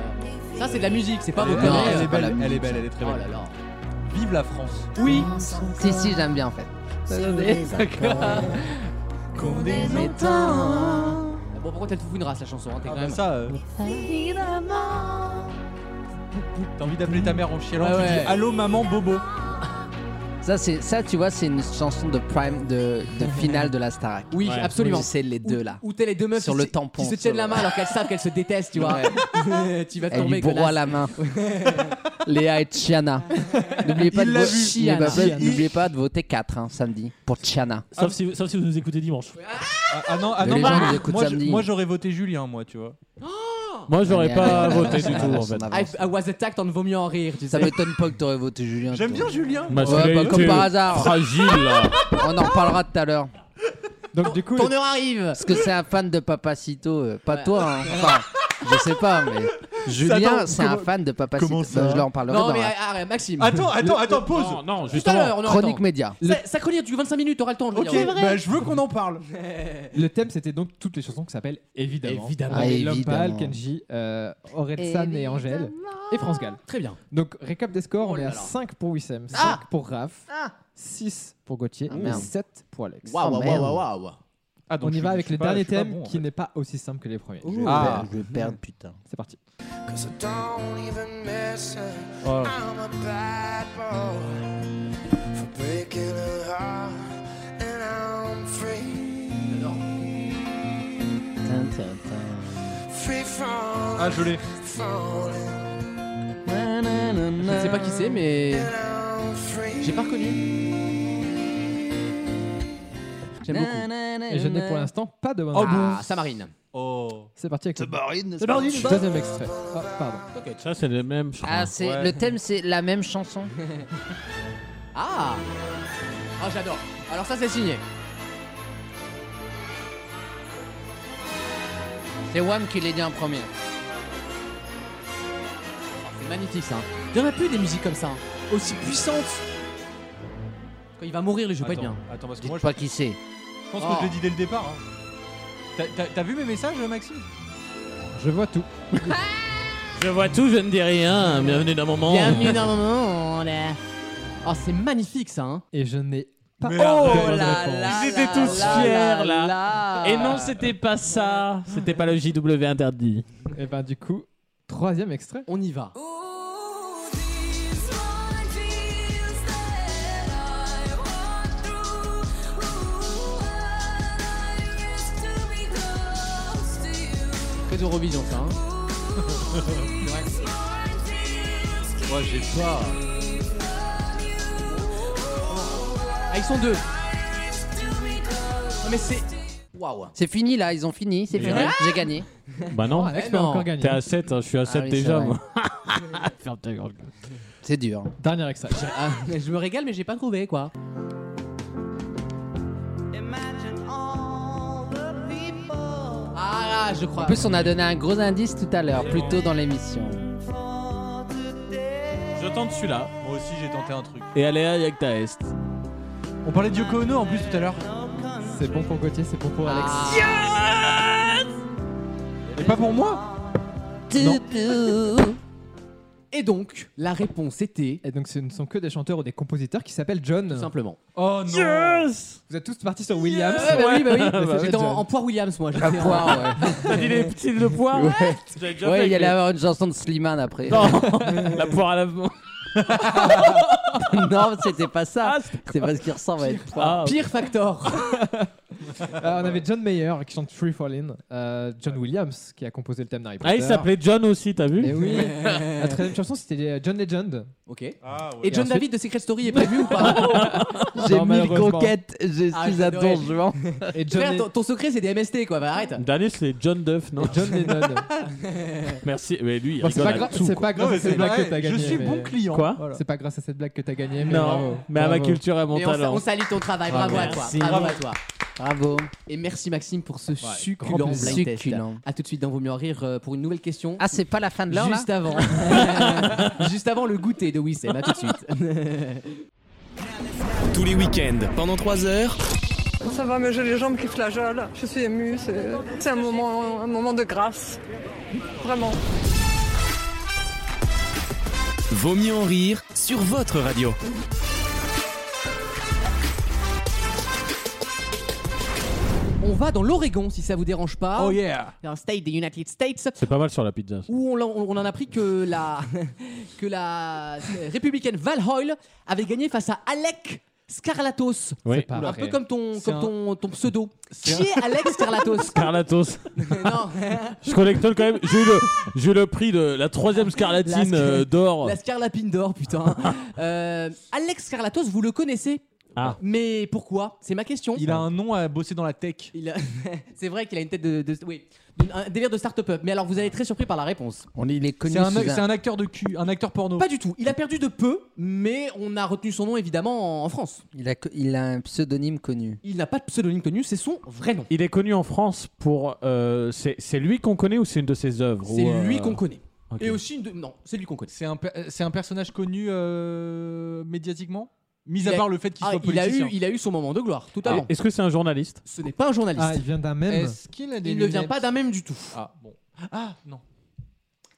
Speaker 2: Ça, c'est de la musique, c'est pas
Speaker 4: Elle est-
Speaker 2: beaucoup.
Speaker 11: Non,
Speaker 4: elle
Speaker 11: c'est
Speaker 4: est
Speaker 11: pas la
Speaker 4: belle, elle est
Speaker 11: musique,
Speaker 4: belle, elle est
Speaker 2: Oh
Speaker 4: très
Speaker 2: là
Speaker 4: belle.
Speaker 2: là.
Speaker 4: Vive la France.
Speaker 11: Oui. Si, si, j'aime bien en fait. Attendez, d'accord.
Speaker 2: Ah Bon, Bon, pourquoi t'as tout fou une race la chanson hein, t'es
Speaker 4: Ah
Speaker 2: quand
Speaker 4: bah
Speaker 2: même...
Speaker 4: ça, euh. T'as envie d'appeler ta mère en chialant,
Speaker 11: Ah
Speaker 4: tu
Speaker 11: ouais.
Speaker 4: dis Allô maman Bobo.
Speaker 11: Ça, c'est ça, tu vois, c'est une chanson de prime de, de finale de la Starac.
Speaker 2: Oui, absolument.
Speaker 11: C'est les deux là.
Speaker 2: Ou ou t'as les deux meufs
Speaker 11: Sur
Speaker 2: qui
Speaker 11: le
Speaker 2: se-
Speaker 11: tampon,
Speaker 2: qui se
Speaker 11: sur
Speaker 2: tiennent
Speaker 11: le-
Speaker 2: la main alors qu'elles savent qu'elles se détestent, tu vois. tu vas
Speaker 11: Elle
Speaker 2: tomber.
Speaker 11: lui broie
Speaker 2: connasse.
Speaker 11: la main. Léa et Chiana. N'oubliez pas,
Speaker 2: Il
Speaker 11: de
Speaker 2: l'a
Speaker 11: vo-
Speaker 2: vu.
Speaker 11: n'oubliez pas-
Speaker 2: Chiana.
Speaker 11: n'oubliez pas de voter 4 hein, samedi pour Chiana.
Speaker 6: Sauf, si, sauf si vous nous écoutez dimanche.
Speaker 4: Ah, ah non, ah
Speaker 11: Mais
Speaker 4: non,
Speaker 11: les
Speaker 4: bah,
Speaker 11: gens nous écoutent
Speaker 4: moi, je-
Speaker 11: samedi.
Speaker 4: moi, j'aurais voté Julien, moi, tu vois.
Speaker 5: Moi, j'aurais
Speaker 11: Allez,
Speaker 5: pas
Speaker 11: allez,
Speaker 5: voté
Speaker 11: avance,
Speaker 5: du
Speaker 11: on
Speaker 5: tout, en
Speaker 11: avance,
Speaker 5: fait.
Speaker 11: on avance.
Speaker 2: I, I was attacked on vaut mieux en rire, tu
Speaker 11: Ça
Speaker 2: sais.
Speaker 11: m'étonne pas que t'aurais voté Julien.
Speaker 4: J'aime bien Julien.
Speaker 11: Ouais, bah, comme par hasard. On en reparlera tout à l'heure.
Speaker 3: Donc du coup,
Speaker 2: Ton heure arrive.
Speaker 11: Parce que c'est un fan de Papacito, euh, pas toi. hein. Enfin, je sais pas, mais Julien,
Speaker 2: Attends,
Speaker 11: c'est un
Speaker 2: comment-
Speaker 11: fan de Papacito.
Speaker 2: comment ça
Speaker 11: Bah, je leur en parlerai
Speaker 2: Non,
Speaker 11: dans
Speaker 2: mais ah,
Speaker 11: la-
Speaker 2: arrête, Maxime.
Speaker 4: Attends, attends,
Speaker 2: Le-
Speaker 4: attends, pause.
Speaker 5: Non, non,
Speaker 2: Tout à l'heure, on aura le
Speaker 11: Chronique
Speaker 2: temps.
Speaker 11: média.
Speaker 2: Ça, ça chronique du 25 minutes, t'auras le temps. je veux
Speaker 4: Ok,
Speaker 2: dire.
Speaker 4: bah, je veux qu'on en parle.
Speaker 3: Le thème, c'était donc toutes les chansons qui s'appellent Évidemment.
Speaker 2: Évidemment.
Speaker 3: Avec
Speaker 2: Ah,
Speaker 3: L'Homme pâle,
Speaker 2: évidemment.
Speaker 3: Kenji, euh, Orelsan et Angèle. Et France Gall.
Speaker 2: Très bien.
Speaker 3: Donc, récap des
Speaker 5: Oh
Speaker 3: scores on est à 5 pour Wissem, 5 pour Raph, 6 pour Gauthier
Speaker 2: Ah, merde.
Speaker 3: et 7 pour Alex.
Speaker 2: Waouh, waouh, waouh, waouh, waouh.
Speaker 4: Ah, donc
Speaker 3: on y
Speaker 4: je
Speaker 3: va
Speaker 4: suis-
Speaker 3: avec
Speaker 4: je suis
Speaker 3: le
Speaker 4: pas-
Speaker 3: dernier
Speaker 4: je suis pas
Speaker 3: thème
Speaker 4: bon, en
Speaker 3: qui
Speaker 4: fait.
Speaker 3: n'est pas aussi simple que les premiers.
Speaker 11: Je vais
Speaker 3: Ah.
Speaker 11: perdre, je vais perdre, putain.
Speaker 3: C'est parti.
Speaker 1: Cause I don't even miss her.
Speaker 3: Oh.
Speaker 1: I'm a bad boy for breaking her heart, and I'm free,
Speaker 11: Tin, tin, tin.
Speaker 1: free from
Speaker 4: Ah, je l'ai.
Speaker 1: falling.
Speaker 2: Je ne sais pas qui c'est, mais j'ai pas reconnu. J'aime beaucoup.
Speaker 3: Et je n'ai pour l'instant pas de bonne
Speaker 2: Oh
Speaker 3: réponse.
Speaker 2: bon, Samarine.
Speaker 4: Oh.
Speaker 3: C'est parti avec le
Speaker 11: Samarine,
Speaker 3: le
Speaker 11: Samarine,
Speaker 3: deuxième
Speaker 11: Samarine.
Speaker 3: deuxième extrait. Ah, pardon.
Speaker 5: Ça, c'est les mêmes. je
Speaker 11: Ah,
Speaker 5: crois.
Speaker 11: c'est
Speaker 5: Ouais.
Speaker 11: le thème, c'est la même chanson.
Speaker 2: Ah Oh, j'adore. Alors, ça, c'est signé.
Speaker 11: C'est Wam qui l'a dit en premier.
Speaker 2: Oh, C'est magnifique ça. Il y en a plus des musiques comme ça, hein. aussi puissantes. Quand il va mourir, le jeu pas être bien.
Speaker 4: Attends, Attends, parce que moi,
Speaker 11: Dites
Speaker 4: je
Speaker 11: pas qui c'est.
Speaker 4: je pense
Speaker 2: Oh.
Speaker 4: que je l'ai dit dès le départ. hein. T'as- t'as- T'as vu mes messages, Maxime
Speaker 3: Je vois tout.
Speaker 5: Je vois tout, je ne dis rien. Bienvenue dans mon monde.
Speaker 2: Bienvenue dans mon monde. Oh, c'est magnifique ça. Hein.
Speaker 3: Et je n'ai pas.
Speaker 5: Mais
Speaker 3: de
Speaker 5: arrête.
Speaker 3: bonne
Speaker 5: Oh là
Speaker 3: réponse.
Speaker 5: Ils étaient tous fiers, là. Et non, c'était pas ça. C'était pas le JW interdit.
Speaker 3: Et ben du coup, troisième extrait.
Speaker 2: On y va. Très Eurovision ça. Hein.
Speaker 4: Moi, j'ai pas.
Speaker 2: Ah, ils sont deux. Non, mais c'est. Waouh.
Speaker 11: C'est fini là, ils ont fini, c'est
Speaker 5: Et
Speaker 11: fini.
Speaker 5: ouais.
Speaker 11: J'ai gagné.
Speaker 5: Bah non,
Speaker 2: Alex peut encore
Speaker 5: t'es à 7, je suis à 7
Speaker 11: Ah oui, c'est
Speaker 5: déjà.
Speaker 11: vrai.
Speaker 5: Moi.
Speaker 3: Ferme ta gueule.
Speaker 11: C'est dur.
Speaker 3: Dernier extrait.
Speaker 2: Ah, mais je me régale, mais j'ai pas trouvé quoi. Ah là, je crois.
Speaker 11: En plus, on a donné un gros indice tout à l'heure, plus tôt dans l'émission.
Speaker 5: Je tente celui-là.
Speaker 4: Moi aussi, j'ai tenté un truc.
Speaker 5: Et Aléa Yacta Est.
Speaker 4: On parlait de Yoko Ono en plus tout à l'heure.
Speaker 3: C'est bon pour Gauthier, c'est bon pour Alex.
Speaker 5: Ah.
Speaker 4: Et pas pour moi
Speaker 2: Et donc, la réponse était
Speaker 3: Et donc ce ne sont que des chanteurs ou des compositeurs qui s'appellent John.
Speaker 2: tout simplement.
Speaker 4: Oh non
Speaker 3: Vous êtes tous partis sur Williams.
Speaker 2: Ah, bah oui, bah oui.
Speaker 3: Bah,
Speaker 2: J'étais en,
Speaker 3: John.
Speaker 2: en poire Williams moi.
Speaker 11: À
Speaker 2: j'étais en-
Speaker 11: poire, ouais.
Speaker 5: T'as dit les petits de poire J'avais déjà fait
Speaker 11: Ouais, il
Speaker 5: avec
Speaker 11: y allait
Speaker 5: les-
Speaker 11: avoir une chanson de Slimane après.
Speaker 5: Non, la poire à l'avant.
Speaker 2: Ah.
Speaker 11: non, c'était pas ça.
Speaker 5: Ah,
Speaker 11: C'est pas ce qui ressemble à être poire.
Speaker 5: Ah,
Speaker 2: Pire Factor.
Speaker 3: Euh, on avait John Mayer qui chante Free Fallin, euh, John Williams qui a composé le thème d'Harry Potter.
Speaker 5: Ah, il s'appelait John aussi, t'as
Speaker 3: Mais
Speaker 5: vu
Speaker 3: oui. La troisième chanson c'était euh, John Legend.
Speaker 2: Ok. Et
Speaker 4: Ah ouais.
Speaker 2: John
Speaker 3: ensuite-
Speaker 2: David de Secret Story est prévu ou pas
Speaker 11: J'ai
Speaker 3: Non,
Speaker 11: mille
Speaker 3: malheureusement.
Speaker 11: conquêtes, je
Speaker 2: Ah,
Speaker 11: suis à
Speaker 2: j'adorais.
Speaker 11: Don Juan.
Speaker 3: Et John,
Speaker 2: Frère, ton, ton secret c'est des MST quoi. Bah arrête.
Speaker 5: Le Dernier, c'est John Duff, non
Speaker 3: et John Lennon.
Speaker 5: Merci. Mais lui, il
Speaker 3: Bon, c'est
Speaker 5: rigole
Speaker 3: pas,
Speaker 5: à
Speaker 3: gra-
Speaker 5: tout,
Speaker 3: c'est
Speaker 5: quoi.
Speaker 3: pas grâce à cette blague
Speaker 4: vrai,
Speaker 3: que t'as gagné.
Speaker 4: Je suis
Speaker 3: mais- euh,
Speaker 4: bon client.
Speaker 5: Quoi
Speaker 4: Voilà.
Speaker 3: C'est pas grâce à cette blague que t'as gagné. mais bravo,
Speaker 5: Non, mais à ma
Speaker 3: bravo.
Speaker 5: culture et à mon
Speaker 2: Mais on, sa-
Speaker 5: talent.
Speaker 2: on salue ton travail. Bravo,
Speaker 5: Bravo.
Speaker 2: à toi.
Speaker 5: Merci.
Speaker 2: Bravo à toi.
Speaker 11: Bravo.
Speaker 2: Et merci Maxime pour ce
Speaker 3: grand
Speaker 2: succulent
Speaker 11: plaisir.
Speaker 2: blind test.
Speaker 11: Succulent.
Speaker 2: À tout de suite dans Vaut mieux en rire euh, pour une nouvelle question.
Speaker 11: Ah, c'est pas la fin de l'heure là
Speaker 2: Juste avant. Juste avant le goûter de Wissem. À tout de suite.
Speaker 1: Tous les week-ends, pendant 3 heures.
Speaker 13: Ça va, mais j'ai les jambes qui flageolent. Je suis émue. C'est c'est un moment, un moment de grâce. Vraiment.
Speaker 1: Vaut mieux en rire sur votre radio.
Speaker 2: On on va dans l'Oregon, si ça vous dérange pas.
Speaker 5: Oh yeah.
Speaker 2: C'est un state des United States
Speaker 5: C'est pas mal sur la pizza. ça.
Speaker 2: où on, l'en- on en a appris que la, que la euh, républicaine Val Hoyle avait gagné face à Alec Scarlatos.
Speaker 5: Oui. C'est pas
Speaker 2: un
Speaker 5: vrai.
Speaker 2: peu comme ton,
Speaker 5: C'est
Speaker 2: comme ton,
Speaker 5: un-
Speaker 2: ton pseudo. Qui est Alec Scarlatos
Speaker 5: Scarlatos.
Speaker 2: Non.
Speaker 5: Je collectionne quand même. J'ai eu, le- j'ai eu le prix de la troisième
Speaker 2: La
Speaker 5: scarlatine
Speaker 2: scar-
Speaker 5: euh, d'or.
Speaker 2: La scarlapine d'or, putain. Euh, Alex Scarlatos, vous le connaissez
Speaker 5: Ah.
Speaker 2: Mais pourquoi C'est ma question.
Speaker 4: Il a un nom à bosser dans la tech.
Speaker 2: Il a- C'est vrai qu'il a une tête de. de- oui, d'une- un délire de start-up. Mais alors, vous allez être très surpris par la réponse.
Speaker 11: On il est connu.
Speaker 4: C'est un,
Speaker 11: sous
Speaker 4: c'est un acteur de cul, un acteur porno.
Speaker 2: Pas du tout. Il a perdu de peu, mais on a retenu son nom évidemment en, en France.
Speaker 11: Il a, co- il a un pseudonyme connu.
Speaker 2: Il n'a pas de pseudonyme connu, c'est son vrai nom.
Speaker 5: Il est connu en France pour. euh, c'est c'est lui qu'on connaît ou c'est une de ses œuvres
Speaker 2: C'est
Speaker 5: ou, euh,
Speaker 2: lui qu'on connaît.
Speaker 5: ok.
Speaker 2: Et aussi, une de- non, c'est lui qu'on connaît.
Speaker 4: C'est un, per- euh, c'est un personnage connu euh, médiatiquement Mis
Speaker 2: Il
Speaker 4: à
Speaker 2: a-
Speaker 4: part le fait qu'il
Speaker 2: Ah,
Speaker 4: soit
Speaker 2: il a,
Speaker 4: politicien.
Speaker 2: eu, il a eu son moment de gloire, tout à
Speaker 5: Et-
Speaker 2: l'heure.
Speaker 5: Est-ce que c'est un journaliste
Speaker 2: Ce n'est pas un journaliste.
Speaker 3: Ah, il vient d'un même.
Speaker 4: Est-ce qu'il a des
Speaker 2: Il ne vient
Speaker 4: lunettes
Speaker 2: pas d'un même du tout.
Speaker 4: Ah, bon. Ah, non.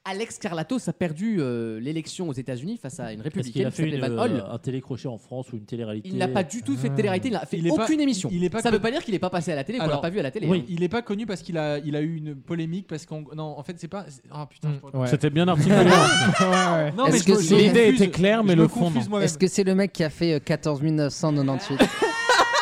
Speaker 2: Alex Carlatos a perdu euh, l'élection aux États-Unis face à une
Speaker 6: Est-ce qu'il
Speaker 2: républicaine
Speaker 6: a
Speaker 2: qui
Speaker 6: fait
Speaker 2: s'appelait
Speaker 6: une,
Speaker 2: Van Hall.
Speaker 6: euh, un télécrochet en France ou une télé-réalité
Speaker 2: Il n'a pas du tout fait de télé-réalité, il n'a fait
Speaker 4: Il est pas-
Speaker 2: aucune émission.
Speaker 4: il est pas
Speaker 2: Ça ne
Speaker 4: co-
Speaker 2: veut pas dire qu'il n'est pas passé à la télé, qu'on l'a
Speaker 4: Alors,
Speaker 2: pas vu à la télé. hein.
Speaker 4: Il est pas connu parce qu'il a, il a eu une polémique parce qu'en non, en fait c'est pas. c'est- Ah
Speaker 3: Hmm.
Speaker 4: putain. je pourrais pas-
Speaker 5: C'était bien articulé.
Speaker 4: Non, mais
Speaker 11: Est-ce
Speaker 4: je
Speaker 11: que
Speaker 4: me- je
Speaker 11: c'est-
Speaker 4: me
Speaker 5: L'idée
Speaker 4: confuse.
Speaker 5: était claire, mais
Speaker 4: Je
Speaker 5: le
Speaker 4: me
Speaker 5: fond.
Speaker 4: confuse
Speaker 5: non. Ah,
Speaker 4: moi-même.
Speaker 11: Est-ce que c'est le mec qui a fait euh, 14 998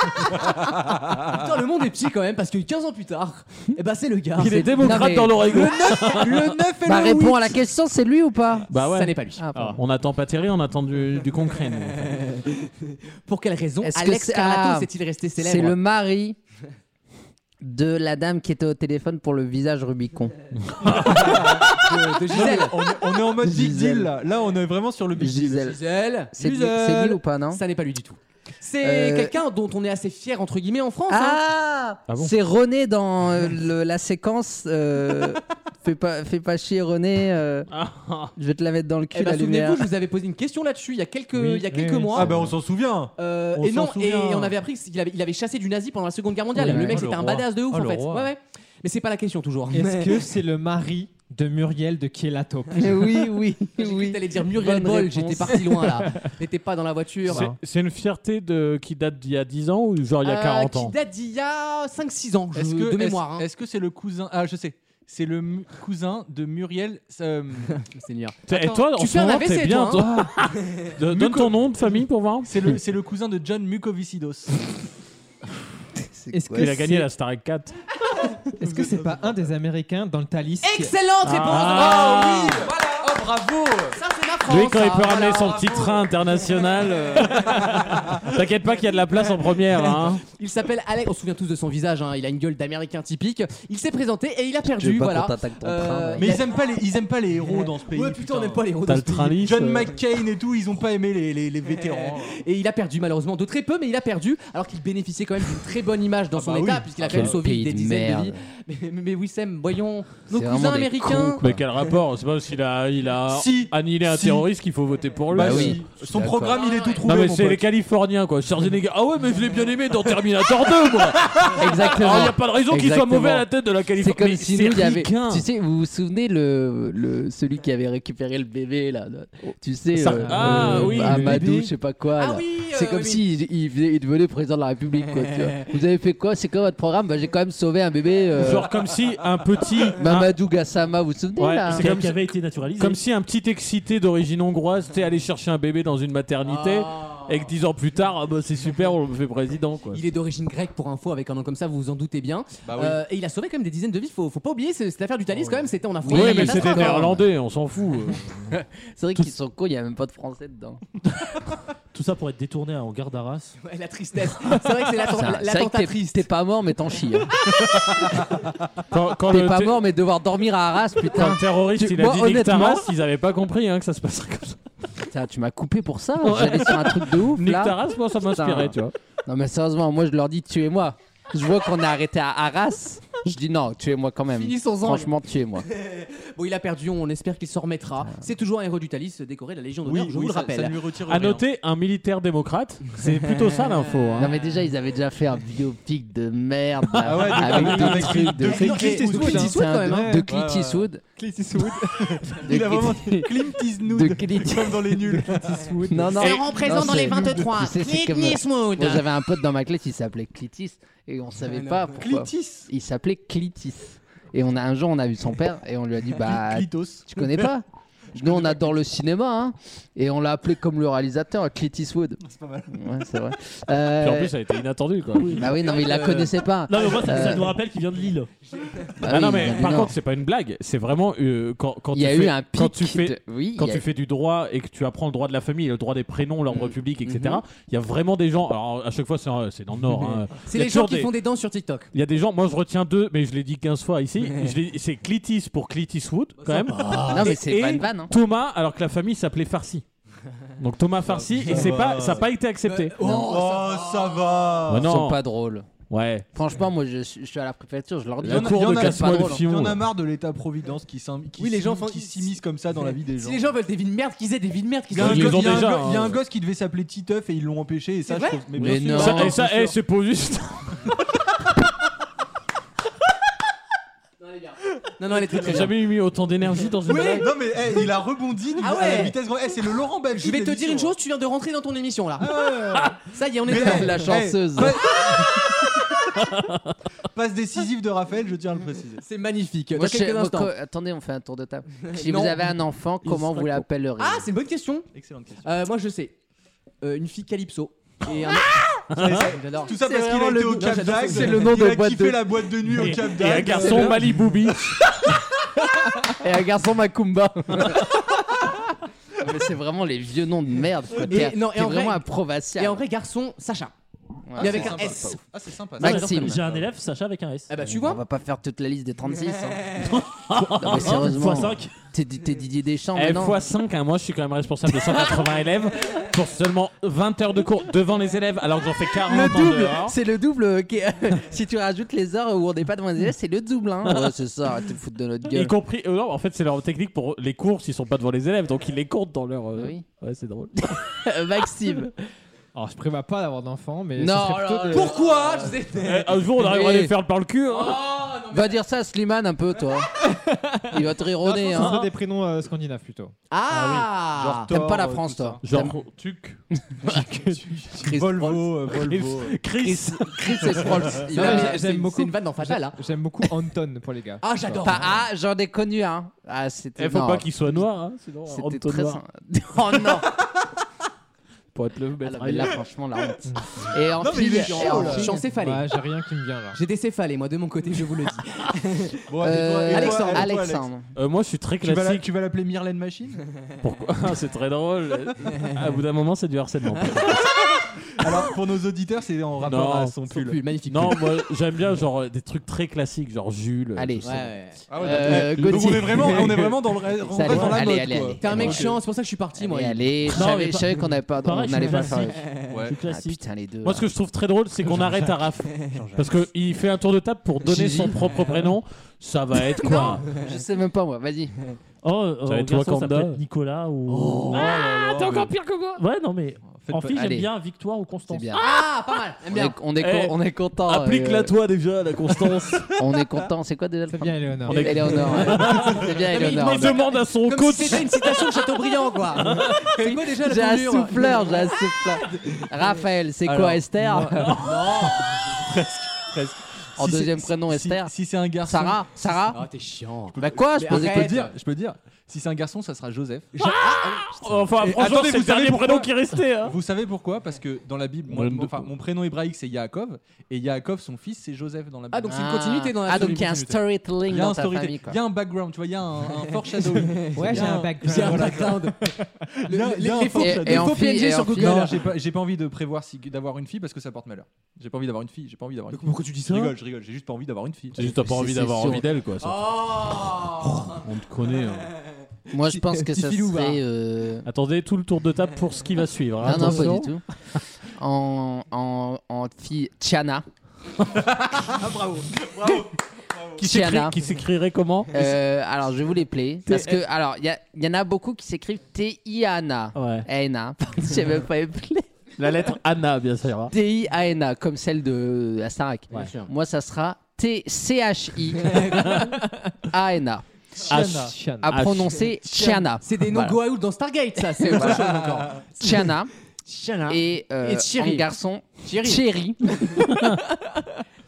Speaker 2: Putain, hein. le monde est petit quand même parce que 15 ans plus tard, eh ben c'est le gars.
Speaker 5: Il est
Speaker 2: C'est-
Speaker 5: démocrate
Speaker 11: Non, mais-
Speaker 5: dans l'Oregon.
Speaker 2: Le 9 et
Speaker 11: Bah
Speaker 2: le 8.
Speaker 11: réponds à la question, c'est lui ou pas
Speaker 5: Bah ouais.
Speaker 2: Ça n'est pas lui.
Speaker 11: Ah, pardon.
Speaker 5: On n'attend pas Thierry, on attend du, du concret. nous, en fait.
Speaker 2: Pour quelle raison
Speaker 11: Est-ce que
Speaker 2: Alex
Speaker 11: c'est-
Speaker 2: Carlatos
Speaker 11: ah,
Speaker 2: est-il resté célèbre
Speaker 11: C'est le mari de la dame qui était au téléphone pour le visage Rubicon.
Speaker 4: De- de Gisèle. on, on est en mode big
Speaker 11: Gisèle.
Speaker 4: deal. Là, Là, on est vraiment sur le big deal.
Speaker 11: Gisèle.
Speaker 2: Gisèle.
Speaker 11: C'est lui-
Speaker 2: Gisèle.
Speaker 11: c'est lui ou pas, non
Speaker 2: Ça n'est pas lui du tout. C'est
Speaker 11: Hein Euh,
Speaker 2: quelqu'un dont on est assez fier entre guillemets en France. hein.
Speaker 11: Ah,
Speaker 5: Ah bon
Speaker 11: C'est René dans euh, le- la séquence. euh, fais, pas, fais pas chier René. euh, je vais te la mettre dans le cul
Speaker 2: Eh ben,
Speaker 11: la lumière.
Speaker 2: souvenez-vous, je vous avais posé une question là-dessus il y a quelques,
Speaker 11: Oui,
Speaker 2: il y a
Speaker 11: oui,
Speaker 2: quelques
Speaker 11: oui,
Speaker 2: mois.
Speaker 11: c'est
Speaker 4: Ah bah on s'en souvient.
Speaker 2: Euh,
Speaker 4: On
Speaker 2: et
Speaker 4: s'en
Speaker 2: non, et,
Speaker 4: souvient.
Speaker 2: on avait appris qu'il avait, il avait chassé du nazi pendant la Seconde Guerre mondiale.
Speaker 3: Oui,
Speaker 2: le
Speaker 3: oui.
Speaker 2: mec,
Speaker 3: Oh,
Speaker 2: c'était
Speaker 3: le
Speaker 2: un
Speaker 3: roi.
Speaker 2: badass de ouf
Speaker 3: Oh,
Speaker 2: en
Speaker 3: le
Speaker 2: fait.
Speaker 3: roi.
Speaker 2: Ouais, ouais. Mais c'est pas la question toujours.
Speaker 3: Est-ce que c'est le mari de Muriel de Kélatop
Speaker 11: Eh oui, oui,
Speaker 2: J'ai cru que
Speaker 11: oui.
Speaker 2: t'allais dire Muriel
Speaker 11: Bonne
Speaker 2: Boll,
Speaker 11: réponse.
Speaker 2: j'étais parti loin là. T'étais pas dans la voiture.
Speaker 5: C'est- C'est une fierté de, qui date d'il y a 10 ans ou genre il y a 40
Speaker 2: Euh,
Speaker 5: ans
Speaker 2: Qui date d'il y a 5-6 ans, je-
Speaker 4: Est-ce que
Speaker 2: de mémoire. hein.
Speaker 4: Est-ce, est-ce que c'est le cousin Ah, je sais. C'est le mu- cousin de Muriel. euh,
Speaker 2: hein. Seigneur.
Speaker 5: T'es- Et toi, en
Speaker 2: Tu
Speaker 5: ce
Speaker 2: fais un
Speaker 5: moment, t'es
Speaker 2: AVC,
Speaker 5: bien.
Speaker 2: toi. hein.
Speaker 5: toi. De- Donne ton nom de famille pour voir.
Speaker 4: c'est le c'est le cousin de John Mukovicidos.
Speaker 3: Est-ce que
Speaker 5: Il a gagné
Speaker 3: c'est-
Speaker 5: la Star Trek 4.
Speaker 3: Est-ce que c'est pas un des Américains dans le Thalys qui-
Speaker 2: Excellente réponse.
Speaker 5: Ah.
Speaker 2: Oh, oui.
Speaker 4: Oh bravo
Speaker 2: Ça c'est la France. hein.
Speaker 5: Lui, quand
Speaker 2: Ah
Speaker 5: il
Speaker 2: ça.
Speaker 5: peut ramener
Speaker 2: Voilà.
Speaker 5: son petit train international, euh, t'inquiète pas qu'il y a de la place en première. Hein.
Speaker 2: Il s'appelle Alex. On se souvient tous de son visage. hein. Il a une gueule d'Américain typique. Il s'est présenté et il a perdu.
Speaker 11: veux pas
Speaker 2: voilà.
Speaker 11: qu'on t'attaque ton
Speaker 2: Euh,
Speaker 11: train, là.
Speaker 4: Mais ils aiment pas les ils aiment pas les héros dans ce pays.
Speaker 2: Ouais, putain, on n'aime pas les héros dans
Speaker 5: T'as le
Speaker 2: ce pays.
Speaker 5: train lisse.
Speaker 4: John
Speaker 5: euh,
Speaker 4: McCain et tout, ils ont pas aimé les, les, les vétérans.
Speaker 2: Et il a perdu malheureusement de très peu, mais il a perdu alors qu'il bénéficiait quand même d'une très bonne image dans
Speaker 4: Ah
Speaker 2: son
Speaker 4: bah oui.
Speaker 2: état, puisqu'il a
Speaker 11: Ah,
Speaker 2: quand même
Speaker 11: quel
Speaker 2: sauvé
Speaker 11: pays
Speaker 2: des
Speaker 11: de
Speaker 2: dizaines
Speaker 11: merde.
Speaker 2: de vies. Mais, mais, mais Wissem, voyons, nos
Speaker 11: C'est vraiment
Speaker 2: cousins
Speaker 11: des
Speaker 2: américains.
Speaker 11: cons, quoi.
Speaker 5: Mais quel rapport C'est pas parce qu'il a, il a
Speaker 4: Si.
Speaker 5: annihilé un
Speaker 4: Si.
Speaker 5: terroriste qu'il faut voter pour lui. Euh,
Speaker 4: Bah
Speaker 11: Bah
Speaker 4: si.
Speaker 11: oui, je suis
Speaker 4: Son
Speaker 11: d'accord.
Speaker 4: programme, il est tout trouvé.
Speaker 5: Non mais
Speaker 4: mon
Speaker 5: c'est les
Speaker 4: pote.
Speaker 5: Californiens quoi, Schwarzenegger. Ah ouais mais je l'ai bien aimé dans Terminator 2 moi.
Speaker 11: Exactement.
Speaker 5: Alors il y a pas de raison qu'il soit
Speaker 11: Exactement.
Speaker 5: mauvais à la tête de la
Speaker 11: C'est
Speaker 5: Californie.
Speaker 11: comme
Speaker 5: Mais
Speaker 11: si
Speaker 5: c'est
Speaker 11: nous, il y avait.
Speaker 5: ricain.
Speaker 11: Tu sais, vous vous souvenez le, le celui qui avait récupéré le bébé là. là. Tu sais, euh,
Speaker 5: Ça- Ah, oui, le
Speaker 11: Amadou,
Speaker 5: bébé.
Speaker 11: je sais pas quoi.
Speaker 2: Ah
Speaker 11: là.
Speaker 2: oui, euh,
Speaker 11: c'est comme
Speaker 2: oui,
Speaker 11: si il, il venait- il devenait président de la République. Quoi, tu vois. Vous avez fait quoi C'est quoi votre programme Bah, j'ai quand même sauvé un bébé. euh,
Speaker 5: Genre comme si un petit, un-
Speaker 11: Mamadou Gassama, vous vous souvenez
Speaker 5: Ouais,
Speaker 11: là
Speaker 5: c'est
Speaker 6: Qui
Speaker 5: comme
Speaker 6: qui
Speaker 5: si-
Speaker 6: avait été naturalisé.
Speaker 5: comme si un petit excité d'origine hongroise était allé chercher un bébé dans une maternité et que dix ans plus tard, ah bah, c'est super, on le fait président quoi.
Speaker 2: Il est d'origine grecque pour info, avec un nom comme ça, vous vous en doutez bien.
Speaker 4: Bah oui.
Speaker 2: Euh, et il a sauvé quand même des dizaines de vies, faut, faut pas oublier, c'est- cette affaire du Thalys quand même, c'était on a
Speaker 5: Oui,
Speaker 2: fait une
Speaker 5: mais c'est des
Speaker 2: catastrophe, hein.
Speaker 5: Néerlandais, on s'en fout. euh.
Speaker 11: C'est vrai qu'ils sont cons, il n'y a même pas de français dedans.
Speaker 6: Tout ça pour être détourné en gare d'Arras.
Speaker 2: Ouais, La tristesse, c'est vrai que c'est la,
Speaker 11: C'est
Speaker 2: la,
Speaker 11: vrai que t'es- T'es pas mort, mais t'en chies. hein.
Speaker 5: Quand, quand
Speaker 11: T'es
Speaker 5: le
Speaker 11: pas
Speaker 5: te-
Speaker 11: mort, mais devoir dormir à Arras,
Speaker 5: quand
Speaker 11: putain.
Speaker 5: le terroriste
Speaker 11: Tu-
Speaker 5: il a
Speaker 11: moi,
Speaker 5: dit nique ta
Speaker 11: honnêtement-
Speaker 5: race, ils avaient pas compris hein, que ça se passerait comme ça.
Speaker 11: Putain, tu m'as coupé pour ça. J'allais sur un truc de ouf
Speaker 5: Nique ta
Speaker 11: là.
Speaker 5: race, moi ça
Speaker 11: Putain.
Speaker 5: m'inspirait, tu vois.
Speaker 11: Non, mais sérieusement, moi je leur dis tuez-moi. Je vois qu'on est arrêté à Arras. Je dis non, tuez-moi quand même.
Speaker 2: Finissons-en.
Speaker 11: Franchement, tuez-moi.
Speaker 2: Bon, il a perdu, on espère qu'il s'en remettra. C'est toujours un héros du Thalys décoré de la Légion d'honneur, je vous le
Speaker 4: ça- Ça,
Speaker 2: rappelle.
Speaker 4: ne lui retire
Speaker 5: À
Speaker 4: rien.
Speaker 5: noter, un militaire démocrate, c'est plutôt ça l'info. hein.
Speaker 11: Non, mais déjà, ils avaient déjà fait un biopic de merde là,
Speaker 4: Ah ouais,
Speaker 11: avec
Speaker 4: avec-
Speaker 11: des
Speaker 4: avec
Speaker 11: trucs de.
Speaker 4: de Clint
Speaker 11: C'est un-
Speaker 4: Eastwood, hein.
Speaker 11: c'est un-
Speaker 2: quand même, hein.
Speaker 11: De
Speaker 4: Ouais,
Speaker 11: Clint
Speaker 4: ouais.
Speaker 11: Eastwood.
Speaker 4: Clint Eastwood.
Speaker 11: De
Speaker 4: Il a
Speaker 11: Clint-
Speaker 4: vraiment Clint
Speaker 11: de
Speaker 4: Eastwood.
Speaker 11: Clint-
Speaker 4: Comme dans les nuls.
Speaker 11: Non, non.
Speaker 2: C'est représent
Speaker 11: Non,
Speaker 2: dans les
Speaker 11: c'est-
Speaker 2: 23,
Speaker 11: Tu sais, c'est
Speaker 2: Clint
Speaker 11: comme- euh,
Speaker 2: Eastwood.
Speaker 11: Moi, j'avais un pote dans ma classe, il s'appelait Clitis. Et et on savait
Speaker 2: non.
Speaker 11: pas pourquoi.
Speaker 2: Clitis.
Speaker 11: Il s'appelait Clitis. Et on a un jour, on a vu son père et on lui a dit bah
Speaker 2: Clitos.
Speaker 11: tu connais pas Nous on adore le cinéma hein. et on l'a appelé comme le réalisateur Clint Eastwood. C'est pas mal. Ouais, c'est vrai. Euh,
Speaker 5: Puis en plus, ça a été inattendu quoi.
Speaker 11: Bah oui, non, mais il la
Speaker 2: Euh.
Speaker 11: connaissait pas.
Speaker 6: Non, mais moi, ça, ça
Speaker 11: Euh,
Speaker 6: nous rappelle qu'il vient de Lille.
Speaker 11: Bah
Speaker 5: ah
Speaker 11: oui,
Speaker 5: non
Speaker 11: il y
Speaker 5: mais
Speaker 11: en a
Speaker 5: par
Speaker 11: énorme.
Speaker 5: contre c'est pas une blague, c'est vraiment euh, quand, quand
Speaker 11: Il y
Speaker 5: tu
Speaker 11: a
Speaker 5: fais,
Speaker 11: eu un
Speaker 5: quand
Speaker 11: pic
Speaker 5: tu fais
Speaker 11: de- oui,
Speaker 5: quand
Speaker 11: il y
Speaker 5: tu
Speaker 11: a- Mm.
Speaker 5: fais du droit et que tu apprends le droit de la famille, le droit des prénoms, l'ordre public, etc. Il
Speaker 11: Mm-hmm.
Speaker 5: y a vraiment des gens. Alors à chaque fois c'est en- c'est dans le Nord. hein.
Speaker 2: C'est
Speaker 5: Il y a
Speaker 2: les gens
Speaker 5: toujours
Speaker 2: qui font des danses sur TikTok.
Speaker 5: Il y a des gens, moi je retiens deux, mais je l'ai dit 15 fois ici. Je l'ai- c'est Clitis pour Clitis Wood, quand même.
Speaker 2: Ah,
Speaker 11: va. Ah. Non, mais c'est
Speaker 5: Et
Speaker 11: pas une vanne, hein.
Speaker 5: Thomas, alors que la famille s'appelait Farsi. Donc Thomas Farsi, et c'est pas, ça n'a pas été accepté.
Speaker 11: Oh,
Speaker 4: ça va.
Speaker 5: Bah
Speaker 11: Ils sont
Speaker 5: non.
Speaker 11: pas drôles.
Speaker 5: Ouais.
Speaker 11: Franchement, moi je, suis- je suis à la préfecture, je leur dis.
Speaker 4: Il y en a- il y en a- hein.
Speaker 11: C'est pas drôle.
Speaker 4: Il y en a marre de l'État-providence qui s'im- qui
Speaker 2: Oui, les gens
Speaker 4: s'im- qui s'immisce comme ça dans la vie des gens.
Speaker 2: Si les gens veulent des vies de merde, qu'ils aient des vies de merde.
Speaker 4: Il
Speaker 2: qu'ils
Speaker 4: y a
Speaker 2: aient
Speaker 4: un
Speaker 2: des vies
Speaker 4: gosse-
Speaker 2: de
Speaker 4: il y a
Speaker 2: merde.
Speaker 4: un go-
Speaker 5: hein.
Speaker 4: il y a un gosse qui devait s'appeler Titeuf et ils l'ont empêché et ça je
Speaker 2: vrai
Speaker 4: trouve.
Speaker 11: Mais
Speaker 4: bien sûr.
Speaker 11: non.
Speaker 5: Ça- et ça, eh, c'est pas juste.
Speaker 2: Non, non, elle était très
Speaker 5: J'ai jamais mis autant d'énergie dans une
Speaker 4: Oui,
Speaker 5: blague.
Speaker 4: non mais eh, il a rebondi d'une-
Speaker 2: Ah
Speaker 4: à la
Speaker 2: ouais.
Speaker 4: vitesse grand. Eh, c'est le Laurent Baffy.
Speaker 2: Je vais
Speaker 4: de
Speaker 2: te dire
Speaker 4: l'émission.
Speaker 2: une chose, tu viens de rentrer dans ton émission là. Ça y est, on est
Speaker 4: Ah Mais
Speaker 2: dedans.
Speaker 4: eh,
Speaker 11: La
Speaker 4: eh,
Speaker 11: chanceuse.
Speaker 4: pa- Passe décisive de Raphaël, je tiens à le préciser.
Speaker 2: C'est magnifique.
Speaker 11: Moi, je sais- moi, co- attendez, on fait un tour de table. Si
Speaker 2: Non.
Speaker 11: vous avez un enfant,
Speaker 2: Il
Speaker 11: comment
Speaker 2: sera
Speaker 11: vous
Speaker 2: con.
Speaker 11: l'appelleriez
Speaker 2: Ah, c'est une bonne question.
Speaker 4: Excellente question.
Speaker 2: Euh, moi, je sais. Euh, une fille Calypso. Et
Speaker 11: Ah
Speaker 2: un... J'adore.
Speaker 4: Tout ça
Speaker 2: C'est
Speaker 4: parce qu'il a
Speaker 2: vraiment
Speaker 4: été
Speaker 2: le
Speaker 4: au
Speaker 2: goût.
Speaker 4: Cap
Speaker 2: Non, j'adore.
Speaker 4: d'Agde.
Speaker 2: C'est le nom
Speaker 4: il
Speaker 2: de
Speaker 4: a
Speaker 2: boîte
Speaker 4: kiffé
Speaker 2: de-
Speaker 4: la boîte de nuit au
Speaker 5: Et
Speaker 4: Cap
Speaker 5: un
Speaker 4: d'Agde.
Speaker 5: garçon Malibu Beach.
Speaker 11: Et un garçon Macumba. Mais c'est vraiment les vieux noms de merde. quoi.
Speaker 2: Et-
Speaker 11: T'es
Speaker 2: non, et
Speaker 11: t'es
Speaker 2: en
Speaker 11: vraiment
Speaker 2: vrai-
Speaker 11: un provincial.
Speaker 2: Et en vrai, garçon, Sacha.
Speaker 11: Ouais,
Speaker 2: Il y avait
Speaker 11: c'est
Speaker 2: un
Speaker 11: sympa.
Speaker 2: S.
Speaker 4: Ah, c'est sympa.
Speaker 11: ça. Maxime.
Speaker 6: J'ai un élève, Sacha, avec un S.
Speaker 2: Ah bah, tu
Speaker 11: On
Speaker 2: vois.
Speaker 11: va pas faire toute la liste des 36. hein. Non, mais sérieusement.
Speaker 6: Fois cinq.
Speaker 11: T'es t'es Didier Deschamps
Speaker 5: Eh,
Speaker 11: maintenant.
Speaker 5: fois 5, moi je suis quand même responsable de 180 élèves pour seulement 20 heures de cours devant les élèves alors que j'en fais 40
Speaker 11: Le
Speaker 5: en
Speaker 11: double,
Speaker 5: dehors.
Speaker 11: c'est le double. euh, qui est- si tu rajoutes les heures où on n'est pas devant les élèves, c'est le double. Hein. Ouais, c'est ça, arrêtez de foutre de notre
Speaker 5: Y
Speaker 11: gueule.
Speaker 5: compris, euh, non, en fait, c'est leur technique pour les courses, ils sont pas devant les élèves, donc ils les comptent dans leur. euh,
Speaker 11: Ah Oui.
Speaker 5: Ouais, c'est drôle.
Speaker 11: Maxime.
Speaker 3: Alors, je prévois pas d'avoir d'enfant, mais.
Speaker 11: Non,
Speaker 3: ça serait plutôt
Speaker 11: alors,
Speaker 3: de-
Speaker 2: Pourquoi Je sais-
Speaker 5: Eh, un jour, on arrivera à
Speaker 11: Mais-
Speaker 5: les faire par le cul. hein.
Speaker 11: Ah, Va dire ça à Slimane un peu, toi. Il va te rire au
Speaker 3: Non, Ah, je pense que
Speaker 11: nez.
Speaker 3: ce
Speaker 11: hein.
Speaker 3: serait des prénoms euh, scandinaves plutôt.
Speaker 2: Ah
Speaker 11: T'aimes pas la
Speaker 4: Thor,
Speaker 11: France,
Speaker 4: tout
Speaker 11: toi. T'aimes-
Speaker 5: Genre, tuc.
Speaker 11: Chris
Speaker 4: Volvo, euh, Volvo.
Speaker 5: Chris.
Speaker 11: Chris et Sprols. Il
Speaker 3: Non,
Speaker 11: va-
Speaker 3: mais
Speaker 2: c'est-
Speaker 3: j'ai- J'aime
Speaker 2: C'est
Speaker 3: beaucoup.
Speaker 2: une vanne dans Fatal. hein.
Speaker 3: J'aime beaucoup Anton pour les gars.
Speaker 2: Ah, j'adore.
Speaker 11: Pas- ah, j'en ai connu un. Ah, c'était.
Speaker 5: Eh, faut
Speaker 11: non,
Speaker 5: pas qu'il soit noir, hein, sinon on rentre
Speaker 11: C'était
Speaker 5: au
Speaker 11: très.
Speaker 5: noir.
Speaker 11: sympa. Oh non.
Speaker 5: Pour être le
Speaker 11: Ah,
Speaker 5: maître.
Speaker 11: non, mais là, franchement, la honte. Et en
Speaker 4: Non, mais il
Speaker 11: fille,
Speaker 4: est
Speaker 11: et en
Speaker 4: chaud, là.
Speaker 2: Je
Speaker 11: fille-
Speaker 2: suis en céphalée.
Speaker 3: Ouais, j'ai rien qui me vient là.
Speaker 2: J'ai des céphalées, moi, de mon côté, je vous le dis.
Speaker 4: Bon, allez, toi,
Speaker 11: Euh,
Speaker 4: et toi,
Speaker 11: Alexandre.
Speaker 4: allez, toi, Alex.
Speaker 11: Alexandre.
Speaker 5: Euh, moi, je suis très
Speaker 4: Tu vas la-
Speaker 5: classique.
Speaker 4: Tu vas l'appeler Myrlène Machine
Speaker 5: Pourquoi Ah, C'est très drôle. À bout d'un moment, c'est du harcèlement.
Speaker 11: Ah,
Speaker 4: Alors, pour nos auditeurs, c'est en rapport
Speaker 5: Non,
Speaker 4: à son pull.
Speaker 2: Plus magnifique.
Speaker 5: Non, moi, j'aime bien genre euh, des trucs très classiques, genre Jules. euh,
Speaker 11: Allez.
Speaker 2: Ouais, ouais.
Speaker 4: Ah
Speaker 11: Euh,
Speaker 4: d'accord. Donc, on
Speaker 11: Gauthier.
Speaker 4: est vraiment, on est vraiment dans le, ré- on
Speaker 11: Ça
Speaker 4: reste dans la
Speaker 11: allait,
Speaker 4: mode.
Speaker 11: allez,
Speaker 4: quoi.
Speaker 11: allez,
Speaker 2: T'es un mec
Speaker 4: Ok.
Speaker 2: chiant, c'est pour ça que je suis parti, moi.
Speaker 11: Allez, allez, je
Speaker 6: Non, mais
Speaker 11: savais- je
Speaker 6: pas-
Speaker 11: savais qu'on n'allait pas, on
Speaker 6: Pareil, je
Speaker 11: n'allait
Speaker 6: suis
Speaker 11: pas faire.
Speaker 6: classique. Je suis
Speaker 11: Ah,
Speaker 6: classique.
Speaker 11: putain, les deux.
Speaker 5: Moi, ce que je trouve très drôle, c'est qu'on arrête à Raph. Parce qu'il fait un tour de table pour donner
Speaker 11: Gigi.
Speaker 5: son propre prénom. Ça va être quoi
Speaker 11: je sais même pas, moi. Vas-y. Oh.
Speaker 6: Oh, euh,
Speaker 5: va être
Speaker 6: garçon,
Speaker 5: Wakanda.
Speaker 6: ça peut être Nicolas ou.
Speaker 5: Ah, t'es encore pire que moi
Speaker 6: Ouais, non, mais
Speaker 4: Faites
Speaker 6: en
Speaker 4: pas-
Speaker 6: fille, j'aime
Speaker 11: Allez.
Speaker 6: bien Victoire ou
Speaker 11: C'est
Speaker 6: Constance.
Speaker 11: bien.
Speaker 2: Ah, pas mal. J'aime
Speaker 11: On est,
Speaker 2: bien.
Speaker 11: on est, con-
Speaker 5: Eh,
Speaker 11: on est content.
Speaker 5: Applique-la
Speaker 11: euh,
Speaker 5: toi déjà, la Constance.
Speaker 11: On est content. C'est quoi déjà le
Speaker 3: C'est bien, Eleonore.
Speaker 5: On est-
Speaker 11: Eleonore. ouais. C'est bien,
Speaker 2: Non, mais il
Speaker 11: Eleonore.
Speaker 5: Il demande à son
Speaker 2: Comme
Speaker 5: coach.
Speaker 2: si c'était une citation de Chateaubriand, quoi. C'est quoi déjà la
Speaker 11: J'ai un
Speaker 2: tournure
Speaker 11: souffleur, j'ai un souffleur. Raphaël, c'est
Speaker 4: Alors,
Speaker 11: quoi Esther
Speaker 2: euh,
Speaker 4: Presque.
Speaker 11: En
Speaker 4: Si c'est-
Speaker 11: deuxième prénom,
Speaker 4: si-
Speaker 11: Esther.
Speaker 4: Si c'est un garçon.
Speaker 11: Sarah Sarah
Speaker 2: Oh, t'es chiant.
Speaker 11: Bah quoi Je
Speaker 2: Mais
Speaker 11: posais
Speaker 4: Je
Speaker 2: arrête.
Speaker 4: peux
Speaker 11: que-
Speaker 4: le dire, je peux le dire. Si c'est un garçon, ça sera Joseph.
Speaker 5: Enfin,
Speaker 4: Et
Speaker 5: franchement, c'est
Speaker 4: attendez,
Speaker 5: le
Speaker 4: vous savez
Speaker 5: dernier
Speaker 4: pourquoi
Speaker 5: prénom qui restait. hein.
Speaker 4: Ah Vous savez pourquoi Parce que dans la Bible, mon,
Speaker 5: Problème de
Speaker 4: enfin,
Speaker 5: peau.
Speaker 4: mon prénom hébraïque c'est Yaakov et Yaakov, son fils, c'est Joseph dans la Bible.
Speaker 2: Ah, donc c'est une continuité dans la
Speaker 11: Ah, donc
Speaker 2: famille.
Speaker 11: il y a un storytelling
Speaker 4: il y a
Speaker 11: dans
Speaker 4: un
Speaker 11: ta
Speaker 4: storytelling,
Speaker 11: famille. Quoi.
Speaker 4: il y a un background, tu vois, il y a un, un foreshadowing. Il
Speaker 3: Ouais, j'ai
Speaker 4: y a
Speaker 3: un
Speaker 2: J'ai un
Speaker 3: background.
Speaker 2: background. Le-
Speaker 4: Il y a-
Speaker 2: le-
Speaker 4: il y a un
Speaker 2: les faux-
Speaker 11: et-
Speaker 2: les
Speaker 11: et en
Speaker 2: faux
Speaker 11: fille, et
Speaker 2: PNG
Speaker 11: en
Speaker 2: sur
Speaker 11: fille.
Speaker 2: Google.
Speaker 4: Non, j'ai pas, j'ai pas envie de prévoir si, d'avoir une fille parce que ça porte malheur. J'ai pas envie d'avoir une fille, j'ai pas envie d'avoir une fille.
Speaker 2: Pourquoi tu dis
Speaker 4: Je rigole, je rigole, j'ai juste pas envie d'avoir une fille.
Speaker 5: C'est juste, t'as pas
Speaker 11: C'est-
Speaker 5: envie
Speaker 11: c'est
Speaker 5: d'avoir
Speaker 11: sûr.
Speaker 5: envie d'elle, quoi. ça.
Speaker 2: Oh
Speaker 5: On te connaît. hein.
Speaker 11: Moi, je pense que
Speaker 2: Petit
Speaker 11: ça
Speaker 2: filou, hein. va.
Speaker 11: serait. euh,
Speaker 5: Attendez, tout le tour de table pour ce qui va suivre. hein.
Speaker 11: Non, non, pas
Speaker 5: Ah, Attention.
Speaker 11: du tout. En, en, en fille, Tiana.
Speaker 5: Qui
Speaker 11: Tiana.
Speaker 5: s'écrit- Qui s'écrirait comment
Speaker 11: Euh, alors, je vous les plais. Parce que, alors, il y, a- il y en a beaucoup qui s'écrivent T-I-A-N-A.
Speaker 5: Ouais.
Speaker 11: N-A. J'ai même pas éplé.
Speaker 5: La lettre Anna, bien sûr. hein.
Speaker 11: T-I-A-N-A, comme celle de la Starac.
Speaker 5: Ouais.
Speaker 11: Moi, ça sera T-C-H-I-A-N-A.
Speaker 5: Anna.
Speaker 11: À prononcer Tiana.
Speaker 2: Ah, C'est des noms go out dans Stargate, ça. C'est autre chose encore.
Speaker 11: Tiana.
Speaker 2: Chiana.
Speaker 11: Et, euh,
Speaker 2: Et Thierry.
Speaker 11: en garçon,
Speaker 2: Thierry.
Speaker 11: Thierry.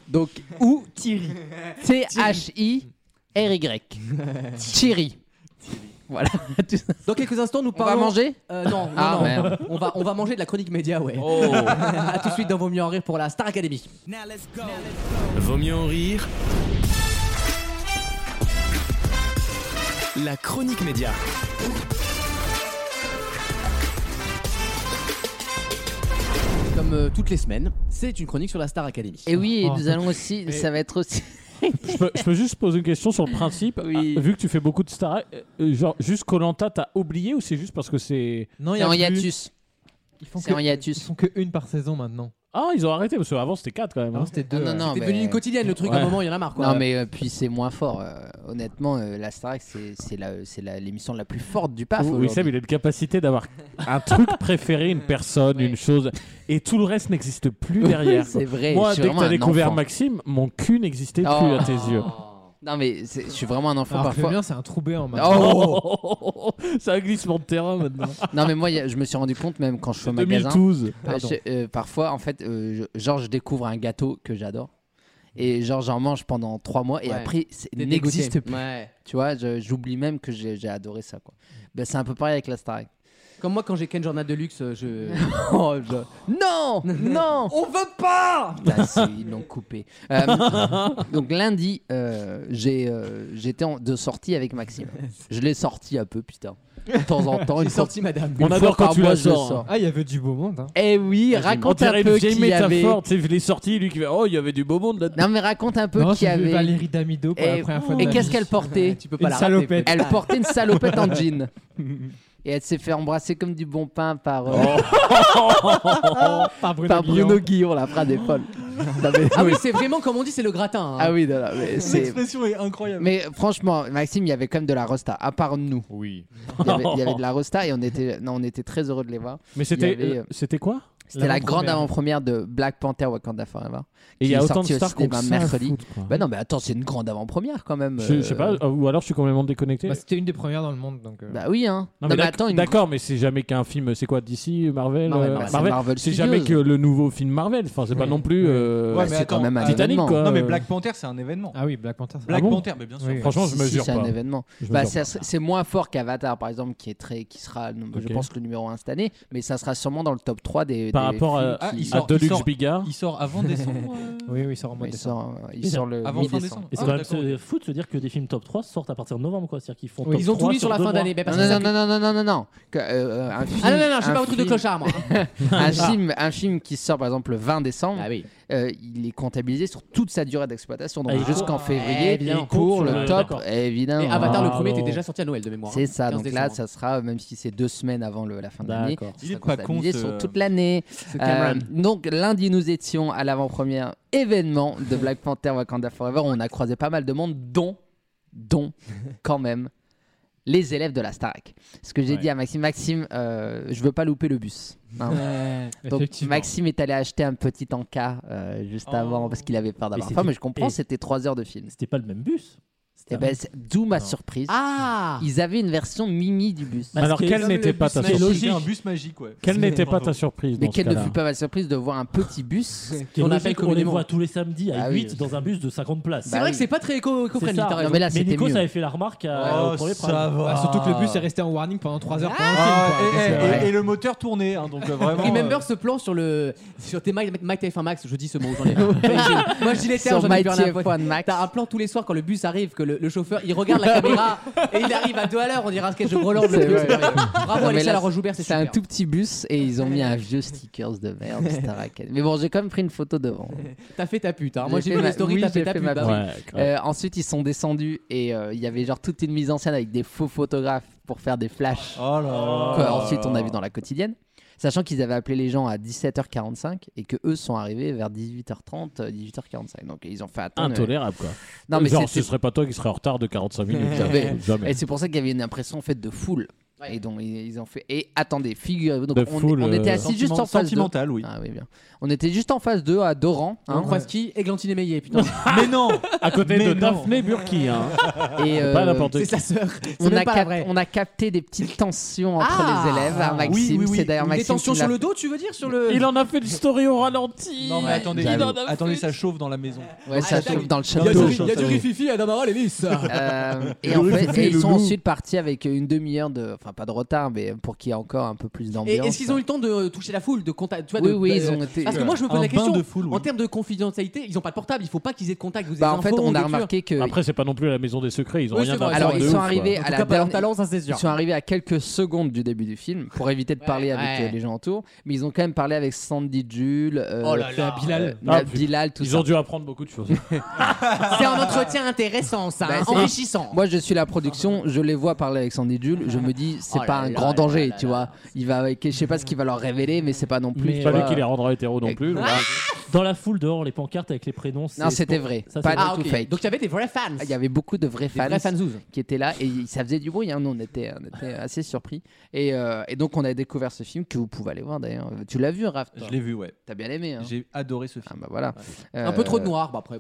Speaker 11: Donc, ou Thierry. T-H-I-R-Y. Thierry. Voilà.
Speaker 2: Dans quelques instants, nous
Speaker 11: On va
Speaker 2: parlons.
Speaker 11: manger
Speaker 2: Euh, Non, non,
Speaker 11: Ah,
Speaker 2: non.
Speaker 11: merde. Oh.
Speaker 2: On va, on va manger de la chronique média, ouais. à tout de suite dans Vaut mieux en rire pour la Star Academy.
Speaker 14: Vaut mieux en rire. La chronique média.
Speaker 2: Comme euh, toutes les semaines, c'est une chronique sur la Star Academy.
Speaker 11: Et oui, et
Speaker 3: Oh.
Speaker 11: nous allons aussi. Ça va être aussi.
Speaker 5: Je peux, je peux juste poser une question sur le principe. Ah, vu que tu fais beaucoup de Star, euh, genre juste Colanta, t'as oublié ou c'est juste parce que c'est
Speaker 3: Non, il y a C'est en plus. hiatus.
Speaker 5: Ils
Speaker 3: font C'est que- en
Speaker 11: hiatus.
Speaker 3: Ils font que une par saison maintenant. Ah,
Speaker 5: Ah, ils ont arrêté parce qu'avant c'était 4 quand même. hein.
Speaker 3: c'était
Speaker 11: Non, non, non, mais-
Speaker 5: Ouais.
Speaker 11: Non, mais euh, puis c'est moins fort. euh, honnêtement, euh, la Starac, c'est c'est la- c'est la- l'émission la, plus forte du PAF.
Speaker 5: Oui,
Speaker 11: aujourd'hui.
Speaker 5: Sam, il a une capacité d'avoir un truc préféré, une personne, une chose, et tout le reste n'existe plus
Speaker 11: Oui,
Speaker 5: derrière.
Speaker 11: c'est vrai, Eh, hein. je
Speaker 5: Moi,
Speaker 11: suis
Speaker 5: dès que
Speaker 11: vraiment
Speaker 5: t'as
Speaker 11: un
Speaker 5: découvert
Speaker 11: enfant.
Speaker 5: Maxime, mon cul n'existait
Speaker 11: Oh.
Speaker 5: plus à tes yeux.
Speaker 11: Non, mais c'est- je suis vraiment un enfant
Speaker 3: Alors que
Speaker 11: parfois.
Speaker 3: le mien, c'est un trou béant, maintenant.
Speaker 5: Oh C'est un glissement de terrain maintenant.
Speaker 11: non mais moi y a- je me suis rendu compte même quand je suis au magasin
Speaker 5: 2012.
Speaker 11: euh,
Speaker 5: Pardon.
Speaker 11: je- euh, parfois en fait euh, je- genre je découvre un gâteau que j'adore et genre j'en mange pendant trois mois et
Speaker 2: Ouais.
Speaker 11: après c'est-
Speaker 2: T'es
Speaker 11: il n'existe
Speaker 2: dégoûté.
Speaker 11: plus
Speaker 2: Ouais.
Speaker 11: tu vois je- j'oublie même que j'ai j'ai adoré ça quoi ben, c'est un peu pareil avec la Starac
Speaker 2: Comme moi, quand j'ai Ken Journal de luxe, euh, je.
Speaker 11: Oh, je- Non Non
Speaker 2: On veut pas
Speaker 11: Putain, c'est- ils l'ont coupé. Euh, donc lundi, euh, j'ai, euh, j'étais en- de sortie avec Maxime. Je l'ai sorti un peu, putain. De temps en temps.
Speaker 3: J'ai
Speaker 11: une fois-
Speaker 3: sorti, madame.
Speaker 11: une
Speaker 3: On
Speaker 11: fois
Speaker 3: adore quand
Speaker 11: par
Speaker 3: tu
Speaker 11: mois,
Speaker 3: la
Speaker 11: je le
Speaker 3: sors. Ah, il y avait du beau monde, hein.
Speaker 11: Eh oui, raconte
Speaker 5: On dirait
Speaker 11: un
Speaker 5: une
Speaker 11: peu
Speaker 5: vieille
Speaker 11: qui y avait.
Speaker 5: métaphore, tu sais, il est sorti, lui qui fait Oh, il y avait du beau monde là-dedans.
Speaker 11: Non mais raconte un peu
Speaker 5: Non,
Speaker 11: qui
Speaker 5: j'ai vu
Speaker 11: avait.
Speaker 5: Valérie Damido
Speaker 3: pour la première fois de
Speaker 11: Et
Speaker 3: ma
Speaker 11: qu'est-ce
Speaker 3: vie.
Speaker 11: qu'elle portait
Speaker 3: Tu peux pas Une la rater, salopette. peut-être.
Speaker 11: Elle portait une salopette en jean. Et elle s'est fait embrasser comme du bon pain par. euh,
Speaker 3: Oh, Par Bruno
Speaker 11: Bruno Guillon, la phrase des folles. Non, mais-
Speaker 2: Ah oui, c'est vraiment comme on dit, c'est le gratin. hein.
Speaker 11: Ah oui, non, non, mais c'est.
Speaker 2: est incroyable.
Speaker 11: Mais franchement, Maxime, il y avait quand même de la rosta, à part nous.
Speaker 5: Oui.
Speaker 11: Il y avait, il y avait de la rosta et on était, non, on était très heureux de les voir.
Speaker 5: Mais
Speaker 11: Il y
Speaker 5: c'était-
Speaker 11: avait, euh,
Speaker 5: c'était quoi
Speaker 11: C'était la
Speaker 5: L'avant-première.
Speaker 11: grande avant-première de Black Panther Wakanda Forever.
Speaker 5: Et il y
Speaker 11: qui
Speaker 5: a
Speaker 11: est
Speaker 5: autant de
Speaker 11: sorti au
Speaker 5: stars qu'on
Speaker 11: cinéma
Speaker 5: s'en
Speaker 11: mercredi.
Speaker 5: fout, quoi.
Speaker 11: Bah non, mais attends, c'est une grande avant-première quand même.
Speaker 5: Je, je sais
Speaker 11: euh,
Speaker 5: pas, ah, ou alors je suis complètement déconnecté.
Speaker 3: Bah, c'était une des premières dans le monde, donc. euh.
Speaker 11: Bah oui, hein.
Speaker 5: Non, mais
Speaker 11: Non, mais
Speaker 5: d'ac-
Speaker 11: attends, une-
Speaker 5: D'accord, mais c'est jamais qu'un film, c'est quoi d'ici Marvel
Speaker 11: Marvel,
Speaker 5: euh,
Speaker 11: Marvel,
Speaker 5: Marvel,
Speaker 11: Marvel
Speaker 5: C'est
Speaker 11: Studios.
Speaker 5: jamais que le nouveau film Marvel, enfin c'est pas non plus euh,
Speaker 4: Ouais, mais attends, euh,
Speaker 5: Titanic quoi.
Speaker 4: Non, mais Black Panther, c'est un événement.
Speaker 3: Ah oui, Black Panther.
Speaker 4: Black Panther, mais bien sûr.
Speaker 5: Franchement, je
Speaker 11: Si, si,
Speaker 5: mesure
Speaker 11: c'est un
Speaker 5: pas.
Speaker 11: événement.
Speaker 5: Je
Speaker 11: Bah,
Speaker 5: mesure
Speaker 11: ça
Speaker 5: pas.
Speaker 11: serait- c'est moins fort qu'Avatar, par exemple, qui est très, qui sera, je
Speaker 5: Ok.
Speaker 11: pense, le numéro 1 cette année, mais ça sera sûrement dans le top 3 des.
Speaker 5: Par
Speaker 11: des
Speaker 5: rapport
Speaker 11: films
Speaker 5: à,
Speaker 11: qui-
Speaker 5: à Deluxe Bigard.
Speaker 4: Il sort avant décembre. euh,
Speaker 3: Oui, oui, il sort en mois
Speaker 11: Il
Speaker 3: décembre.
Speaker 11: sort, euh, il sort le
Speaker 4: Avant fin décembre.
Speaker 11: mi-décembre.
Speaker 6: Et c'est
Speaker 4: Ah,
Speaker 6: quand même
Speaker 4: d'accord,
Speaker 6: se- fou de se dire que des films top 3 sortent à partir de novembre, quoi. C'est-à-dire qu'ils font.
Speaker 11: Oui.
Speaker 6: top 3 deux mois.
Speaker 11: non, non, non, non, non, non, non, non. Que, euh, un film,
Speaker 2: Ah non, non, non, je suis
Speaker 11: un
Speaker 2: pas votre truc de
Speaker 11: film-
Speaker 2: clochard, moi. hein.
Speaker 11: un, film, un film qui sort par exemple le 20 décembre,
Speaker 2: Ah
Speaker 11: euh, il est comptabilisé sur toute sa durée d'exploitation, donc
Speaker 2: Ah, il
Speaker 11: jusqu'en
Speaker 2: compte.
Speaker 11: février
Speaker 2: Eh bien, il compte
Speaker 11: pour
Speaker 2: sur
Speaker 11: le
Speaker 2: le-
Speaker 11: top,
Speaker 2: d'accord.
Speaker 11: évidemment.
Speaker 2: Et Avatar, le premier, était déjà sorti à Noël, de mémoire, hein,
Speaker 11: C'est ça,
Speaker 2: 15
Speaker 11: donc là,
Speaker 2: décembre.
Speaker 11: ça sera, même si c'est deux semaines avant le- la fin de l'année,
Speaker 2: D'accord.
Speaker 11: ça
Speaker 2: Il est
Speaker 11: sera
Speaker 2: pas con,
Speaker 11: comptabilisé
Speaker 2: ce-
Speaker 4: euh,
Speaker 11: sur toute l'année.
Speaker 2: ce Cameron.
Speaker 11: Euh, donc lundi, nous étions à l'avant-première événement de Black Panther Wakanda Forever. On a croisé pas mal de monde, dont, dont, quand même, les élèves de la Starac. Ce que j'ai dit à Maxime, Maxime, euh, je veux pas louper le bus. hein.
Speaker 3: Ouais,
Speaker 11: Donc
Speaker 3: effectivement.
Speaker 11: Maxime est allé acheter un petit encas euh, juste avant parce qu'il avait peur d'avoir
Speaker 6: Mais
Speaker 11: faim, mais
Speaker 6: c'était-
Speaker 11: je comprends,
Speaker 6: et-
Speaker 11: c'était 3 heures de film.
Speaker 6: C'était pas le même bus.
Speaker 11: Eh ben, c'est- D'où ma surprise.
Speaker 2: Ah
Speaker 11: Ils avaient une version mini du bus.
Speaker 5: Alors, quelle n'était pas ta surprise
Speaker 4: un bus magique, ouais.
Speaker 5: Quelle n'était pas ta surprise
Speaker 11: Mais
Speaker 5: dans ce
Speaker 11: quelle ne
Speaker 5: cas-là
Speaker 11: fut pas ma surprise de voir un petit bus
Speaker 6: Ce qui est logique, on les voit tous les samedis à
Speaker 11: Ah oui.
Speaker 6: 8 dans un bus de 50 places.
Speaker 11: C'est Bah vrai oui. que c'est pas très éco- éco-friendly,
Speaker 6: C'est ça.
Speaker 11: t'as raison. Non, mais là, c'était
Speaker 6: Nico,
Speaker 11: mieux.
Speaker 6: ça avait fait la remarque à- au premier prime.
Speaker 3: Ah, surtout que le bus est resté en warning pendant 3 heures pendant
Speaker 4: Ah,
Speaker 3: le film.
Speaker 4: et-
Speaker 3: quoi.
Speaker 4: et-
Speaker 3: C'est vrai.
Speaker 4: et le moteur tournait, hein, donc euh, vraiment.
Speaker 2: Remember ce plan sur le sur tes Mike, Mike TF1 Max, je dis ce mot, j'en ai Moi je dis les termes,
Speaker 11: Sur
Speaker 2: j'en ai
Speaker 11: My
Speaker 2: plus rien à
Speaker 11: TF1
Speaker 2: foutre. T'as un plan tous les soirs quand le bus arrive, que le, le chauffeur il regarde la caméra et il arrive à deux à l'heure, on dirait un sketch de Groland. le
Speaker 11: C'est
Speaker 2: truc,
Speaker 11: vrai.
Speaker 2: c'est merveilleux. Bravo
Speaker 11: Non, mais
Speaker 2: Alexia
Speaker 11: là,
Speaker 2: Laroche Joubert, c'est
Speaker 11: C'est un
Speaker 2: super.
Speaker 11: tout petit bus et ils ont mis un vieux stickers de merde, Star Academy. Mais bon, j'ai quand même pris une photo devant.
Speaker 2: T'as fait ta pute, hein. moi j'ai
Speaker 11: fait
Speaker 2: vu
Speaker 11: ma-
Speaker 2: les stories,
Speaker 11: oui,
Speaker 2: t'as fait
Speaker 11: j'ai
Speaker 2: ta
Speaker 11: fait
Speaker 2: pute.
Speaker 11: ma
Speaker 2: bah
Speaker 11: pub.
Speaker 2: oui.
Speaker 11: Euh, ensuite, ils sont descendus et euh, il y avait genre toute une mise en scène avec des faux photographes pour faire des flashs.
Speaker 4: Oh là là.
Speaker 11: Quoi, ensuite, on a vu dans la quotidienne. Sachant qu'ils avaient appelé les gens à 17h45 et que eux sont arrivés vers 18h30, euh, 18h45. Donc ils ont fait attendre.
Speaker 5: Intolérable quoi.
Speaker 11: Non mais
Speaker 5: Genre,
Speaker 11: c'était-
Speaker 5: ce serait pas toi qui serais en retard de 45 minutes.
Speaker 11: Mais-
Speaker 5: Jamais.
Speaker 11: Et c'est pour ça qu'il y avait une impression en fait de foule. Et donc ils ils ont fait. Et attendez, figurez-vous, donc
Speaker 5: The
Speaker 11: on,
Speaker 5: full,
Speaker 11: on était
Speaker 5: euh,
Speaker 11: assis juste en
Speaker 5: sentiment-
Speaker 11: face
Speaker 5: sentimental,
Speaker 11: oui. Ah oui, bien. On était juste en face d'eux à Doran. hein.
Speaker 2: On croise qui Églantine Émeillé, putain.
Speaker 5: Mais non À côté
Speaker 11: Mais
Speaker 5: de
Speaker 11: non.
Speaker 5: Daphné Burki. Hein.
Speaker 2: Ah,
Speaker 11: Et
Speaker 5: C'est
Speaker 11: euh,
Speaker 5: pas n'importe qui.
Speaker 11: On a, cap- on a capté des petites tensions entre
Speaker 2: Ah
Speaker 11: les élèves. hein, Maxime,
Speaker 2: Oui, oui, oui.
Speaker 11: c'est d'ailleurs
Speaker 2: Des
Speaker 11: Maxime.
Speaker 2: tensions
Speaker 11: qui
Speaker 2: sur
Speaker 11: l'a
Speaker 2: le dos, tu veux dire sur le...
Speaker 5: Il en a fait une story au ralenti.
Speaker 4: Non, mais
Speaker 11: Ouais,
Speaker 4: attendez,
Speaker 11: j'avoue.
Speaker 4: attendez, ça chauffe dans la maison.
Speaker 11: Ouais, ça
Speaker 2: Ah,
Speaker 11: chauffe dans le chat.
Speaker 2: rififi à Damara Lélis.
Speaker 11: Euh, et en fait, et ils sont ensuite partis avec une demi-heure de, enfin pas de retard, mais pour qu'il y ait encore un peu plus
Speaker 2: Et
Speaker 11: d'ambiance.
Speaker 2: est-ce qu'ils ont eu le temps de euh, toucher la foule, de contact tu vois,
Speaker 11: hein. Oui,
Speaker 2: de-
Speaker 11: oui,
Speaker 2: de- euh,
Speaker 11: ils ont été- euh,
Speaker 2: Parce que moi, je me pose
Speaker 11: Un
Speaker 2: la
Speaker 11: bain
Speaker 2: question.
Speaker 11: de foule, oui.
Speaker 2: En termes de confidentialité, ils ont pas de portable. Il faut pas qu'ils aient de contact. Vous
Speaker 11: Bah,
Speaker 2: avez
Speaker 11: en fait,
Speaker 2: infos,
Speaker 11: on a
Speaker 2: lecture.
Speaker 11: remarqué que
Speaker 5: Après, c'est pas non plus la maison des secrets. Ils ont
Speaker 2: Oui,
Speaker 5: rien
Speaker 2: c'est vrai.
Speaker 5: à
Speaker 11: Alors ils sont arrivés
Speaker 2: En
Speaker 11: à
Speaker 2: tout cas, pas
Speaker 11: la
Speaker 2: leur
Speaker 11: dernière-
Speaker 2: talent, ça, c'est sûr.
Speaker 11: Ils sont arrivés à quelques secondes du début du film pour éviter de parler avec
Speaker 2: ouais.
Speaker 11: euh, les gens autour, mais ils ont quand même parlé avec Sandy Jules, euh,
Speaker 2: Oh là là.
Speaker 11: euh,
Speaker 5: Ah, puis-
Speaker 11: Bilal, tout
Speaker 5: Ils
Speaker 11: ça.
Speaker 5: ont dû apprendre beaucoup de choses.
Speaker 2: C'est un entretien intéressant, ça,
Speaker 11: Bah,
Speaker 2: hein,
Speaker 11: c'est-
Speaker 2: enrichissant.
Speaker 11: Moi, je suis la production, je les vois parler avec Sandy Jules, je me dis c'est
Speaker 2: Oh
Speaker 11: pas
Speaker 2: là
Speaker 11: un
Speaker 2: là
Speaker 11: grand
Speaker 2: là
Speaker 11: danger,
Speaker 2: là
Speaker 11: tu vois. Il va, je sais pas ce qu'il va leur révéler, mais c'est pas non plus.
Speaker 6: Mais
Speaker 11: tu
Speaker 6: pas
Speaker 11: vois.
Speaker 6: vu qu'il les
Speaker 5: rendra hétéro non plus.
Speaker 6: Dans la foule dehors, les pancartes avec les prénoms. c'est-
Speaker 11: Non, c'était vrai,
Speaker 6: Ça,
Speaker 11: pas
Speaker 6: c'est-
Speaker 11: du tout fake.
Speaker 2: Ah,
Speaker 11: Ah,
Speaker 2: Donc il y avait des vrais fans.
Speaker 11: Il y avait beaucoup de vrais fans
Speaker 2: vrais fanzouz.
Speaker 11: qui étaient là et ça faisait du bruit. hein. Nous, on était, on était assez surpris. Et, euh, et donc, on a découvert ce film que vous pouvez aller voir d'ailleurs. Tu l'as vu, Raph toi
Speaker 4: Je l'ai vu, ouais.
Speaker 11: T'as bien aimé. hein.
Speaker 4: J'ai adoré ce film.
Speaker 11: bah voilà.
Speaker 2: Un peu trop de noir, bah après.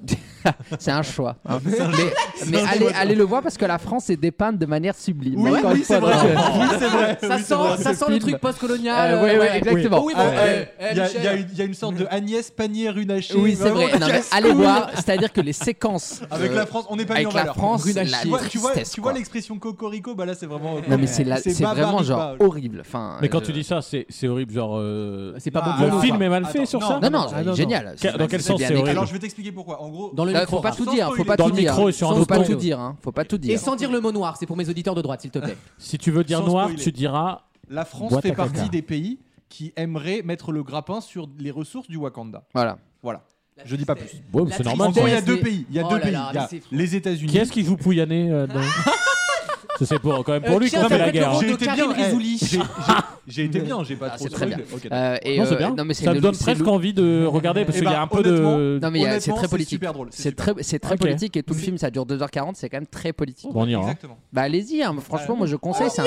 Speaker 11: c'est un choix. hein.
Speaker 4: C'est un choix.
Speaker 11: mais
Speaker 4: C'est
Speaker 11: mais
Speaker 4: un
Speaker 11: allez,
Speaker 4: choix.
Speaker 11: allez le voir parce que la France est dépeinte de manière sublime.
Speaker 2: Oui,
Speaker 11: Encore
Speaker 2: oui,
Speaker 11: une fois,
Speaker 2: c'est vrai.
Speaker 11: dans-
Speaker 2: Oui, c'est vrai. Ça Oui, sent- c'est vrai. ça sent le truc post-colonial,
Speaker 11: Euh, ouais,
Speaker 2: euh,
Speaker 11: ouais,
Speaker 2: ouais.
Speaker 11: exactement.
Speaker 2: Oui. Oh,
Speaker 4: Ah,
Speaker 2: bon,
Speaker 4: euh,
Speaker 2: eh, eh,
Speaker 4: Il y a-
Speaker 2: Michel.
Speaker 4: il y, a une- il y a une sorte de Agnès Pannier-Runacher.
Speaker 11: Oui, c'est
Speaker 4: vraiment
Speaker 11: vrai. Non, mais
Speaker 4: casse-couille.
Speaker 11: allez voir, c'est-à-dire que les séquences
Speaker 4: Avec
Speaker 11: euh,
Speaker 4: la France, on n'est pas mis
Speaker 11: avec
Speaker 4: en
Speaker 11: la
Speaker 4: valeur.
Speaker 11: France, la
Speaker 4: tu vois, tu vois,
Speaker 11: tristesse,
Speaker 4: tu vois
Speaker 11: quoi.
Speaker 4: l'expression cocorico, bah là c'est vraiment.
Speaker 11: Non, mais c'est la- c'est
Speaker 4: Barbara
Speaker 11: vraiment
Speaker 4: Ripa.
Speaker 11: genre horrible. Enfin,
Speaker 5: Mais quand
Speaker 11: je-
Speaker 5: tu dis ça, c'est c'est horrible. Genre. euh,
Speaker 11: C'est pas bon pour
Speaker 5: Le
Speaker 11: nous,
Speaker 5: film
Speaker 11: ça.
Speaker 5: est mal
Speaker 11: Attends,
Speaker 5: fait sur
Speaker 11: non,
Speaker 5: ça
Speaker 11: non, non, c'est génial.
Speaker 5: Quel- Dans quel sens c'est horrible
Speaker 4: Alors je vais t'expliquer pourquoi. En gros,
Speaker 2: Dans le
Speaker 11: Là,
Speaker 2: micro,
Speaker 11: Bah, faut pas
Speaker 2: Raph.
Speaker 11: tout
Speaker 2: Sans
Speaker 11: dire, faut
Speaker 2: spoiler.
Speaker 11: pas
Speaker 5: Dans
Speaker 11: tout
Speaker 5: le
Speaker 11: dire.
Speaker 5: micro et sur un
Speaker 11: Faut
Speaker 5: autre
Speaker 11: pas tout
Speaker 5: audio.
Speaker 11: dire, hein. Faut pas tout
Speaker 2: Et
Speaker 11: dire.
Speaker 2: sans dire le mot noir, c'est pour mes auditeurs de droite, s'il te plaît.
Speaker 5: Si tu veux dire
Speaker 4: Sans
Speaker 5: noir,
Speaker 4: spoiler.
Speaker 5: tu diras.
Speaker 4: La France
Speaker 5: boîte
Speaker 4: fait
Speaker 5: à caca.
Speaker 4: partie des pays qui aimeraient mettre le grappin sur les ressources du Wakanda.
Speaker 11: Voilà.
Speaker 4: Voilà. Je dis pas plus.
Speaker 5: Ouais, mais c'est normal.
Speaker 4: En gros, il y a
Speaker 5: ça.
Speaker 4: deux pays. Il y a
Speaker 2: Oh
Speaker 4: deux
Speaker 2: là
Speaker 4: pays.
Speaker 2: là,
Speaker 4: Il y a
Speaker 2: mais c'est fou.
Speaker 4: les États-unis.
Speaker 5: Qui est-ce qui joue Pouyanné euh, dedans Ça, C'est pour, quand même pour
Speaker 2: Euh,
Speaker 5: lui
Speaker 2: tiens,
Speaker 5: qu'on fait
Speaker 2: ça
Speaker 5: la
Speaker 2: fait le
Speaker 5: guerre.
Speaker 2: rôle
Speaker 5: hein.
Speaker 2: de Karim
Speaker 4: eh,
Speaker 2: Rizouli.
Speaker 4: j'ai- j'ai- J'ai été bien, j'ai pas
Speaker 11: Ah,
Speaker 4: trop
Speaker 11: c'est très bien.
Speaker 4: spoilé. Ok, d'accord.
Speaker 11: Euh, et,
Speaker 5: Non, c'est
Speaker 11: euh,
Speaker 5: bien.
Speaker 11: non, mais c'est
Speaker 5: ça me
Speaker 11: le-
Speaker 5: donne
Speaker 11: c'est
Speaker 5: presque
Speaker 11: le-
Speaker 5: envie de regarder parce
Speaker 4: Eh
Speaker 5: qu'il y
Speaker 4: ben,
Speaker 5: a un peu de.
Speaker 11: Non mais il y a- c'est
Speaker 4: Honnêtement,
Speaker 11: très
Speaker 4: c'est
Speaker 11: politique.
Speaker 4: super drôle, c'est
Speaker 11: C'est très,
Speaker 4: super
Speaker 11: c'est très
Speaker 5: Ok.
Speaker 11: politique et tout le film ça dure 2h40, c'est quand même très Eh, politique.
Speaker 2: Oh.
Speaker 5: Bon, on ira.
Speaker 4: Exactement.
Speaker 11: Bah allez-y, hein, franchement moi je conseille ça.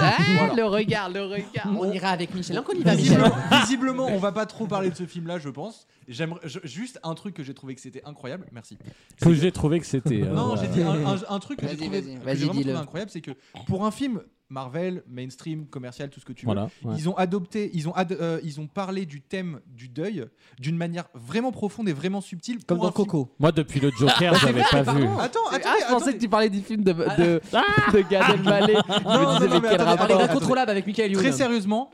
Speaker 2: Ah, le regard, le regard. On ira avec Michel. Donc on y va, Michel.
Speaker 4: Visiblement, visiblement, on va pas trop parler de ce film-là, je pense. J'aimerais je- juste un truc que j'ai trouvé que c'était incroyable. Merci.
Speaker 5: Que j'ai trouvé que c'était. euh,
Speaker 4: Non, j'ai dit
Speaker 5: euh,
Speaker 4: un, un- un truc que j'ai
Speaker 11: Vas-y,
Speaker 4: trouvé,
Speaker 11: vas-y,
Speaker 4: que
Speaker 11: vas-y,
Speaker 4: j'ai vraiment
Speaker 11: dis-le.
Speaker 4: trouvé incroyable, c'est que pour un film Marvel, mainstream, commercial, tout ce que tu veux,
Speaker 5: Voilà, ouais.
Speaker 4: ils ont adopté, ils ont, ad- euh, ils ont parlé du thème du deuil d'une manière vraiment profonde et vraiment subtile.
Speaker 2: Comme
Speaker 4: pour
Speaker 2: dans
Speaker 4: un film.
Speaker 2: Coco.
Speaker 5: Moi, depuis le Joker,
Speaker 4: C'est
Speaker 5: j'avais
Speaker 4: vrai,
Speaker 5: pas
Speaker 4: pardon.
Speaker 5: vu.
Speaker 4: Attends,
Speaker 11: Ah,
Speaker 4: attendez,
Speaker 11: je pensais
Speaker 4: attendez.
Speaker 11: que tu parlais du film de, de, de Gad Elmaleh. Je me
Speaker 4: Ah. non,
Speaker 11: disais
Speaker 4: non, mais
Speaker 11: mais
Speaker 4: attendez,
Speaker 11: quel rapport
Speaker 2: Parler
Speaker 4: attendez.
Speaker 2: d'incontrôlable avec Michael Youn.
Speaker 4: Très
Speaker 11: hein.
Speaker 4: sérieusement,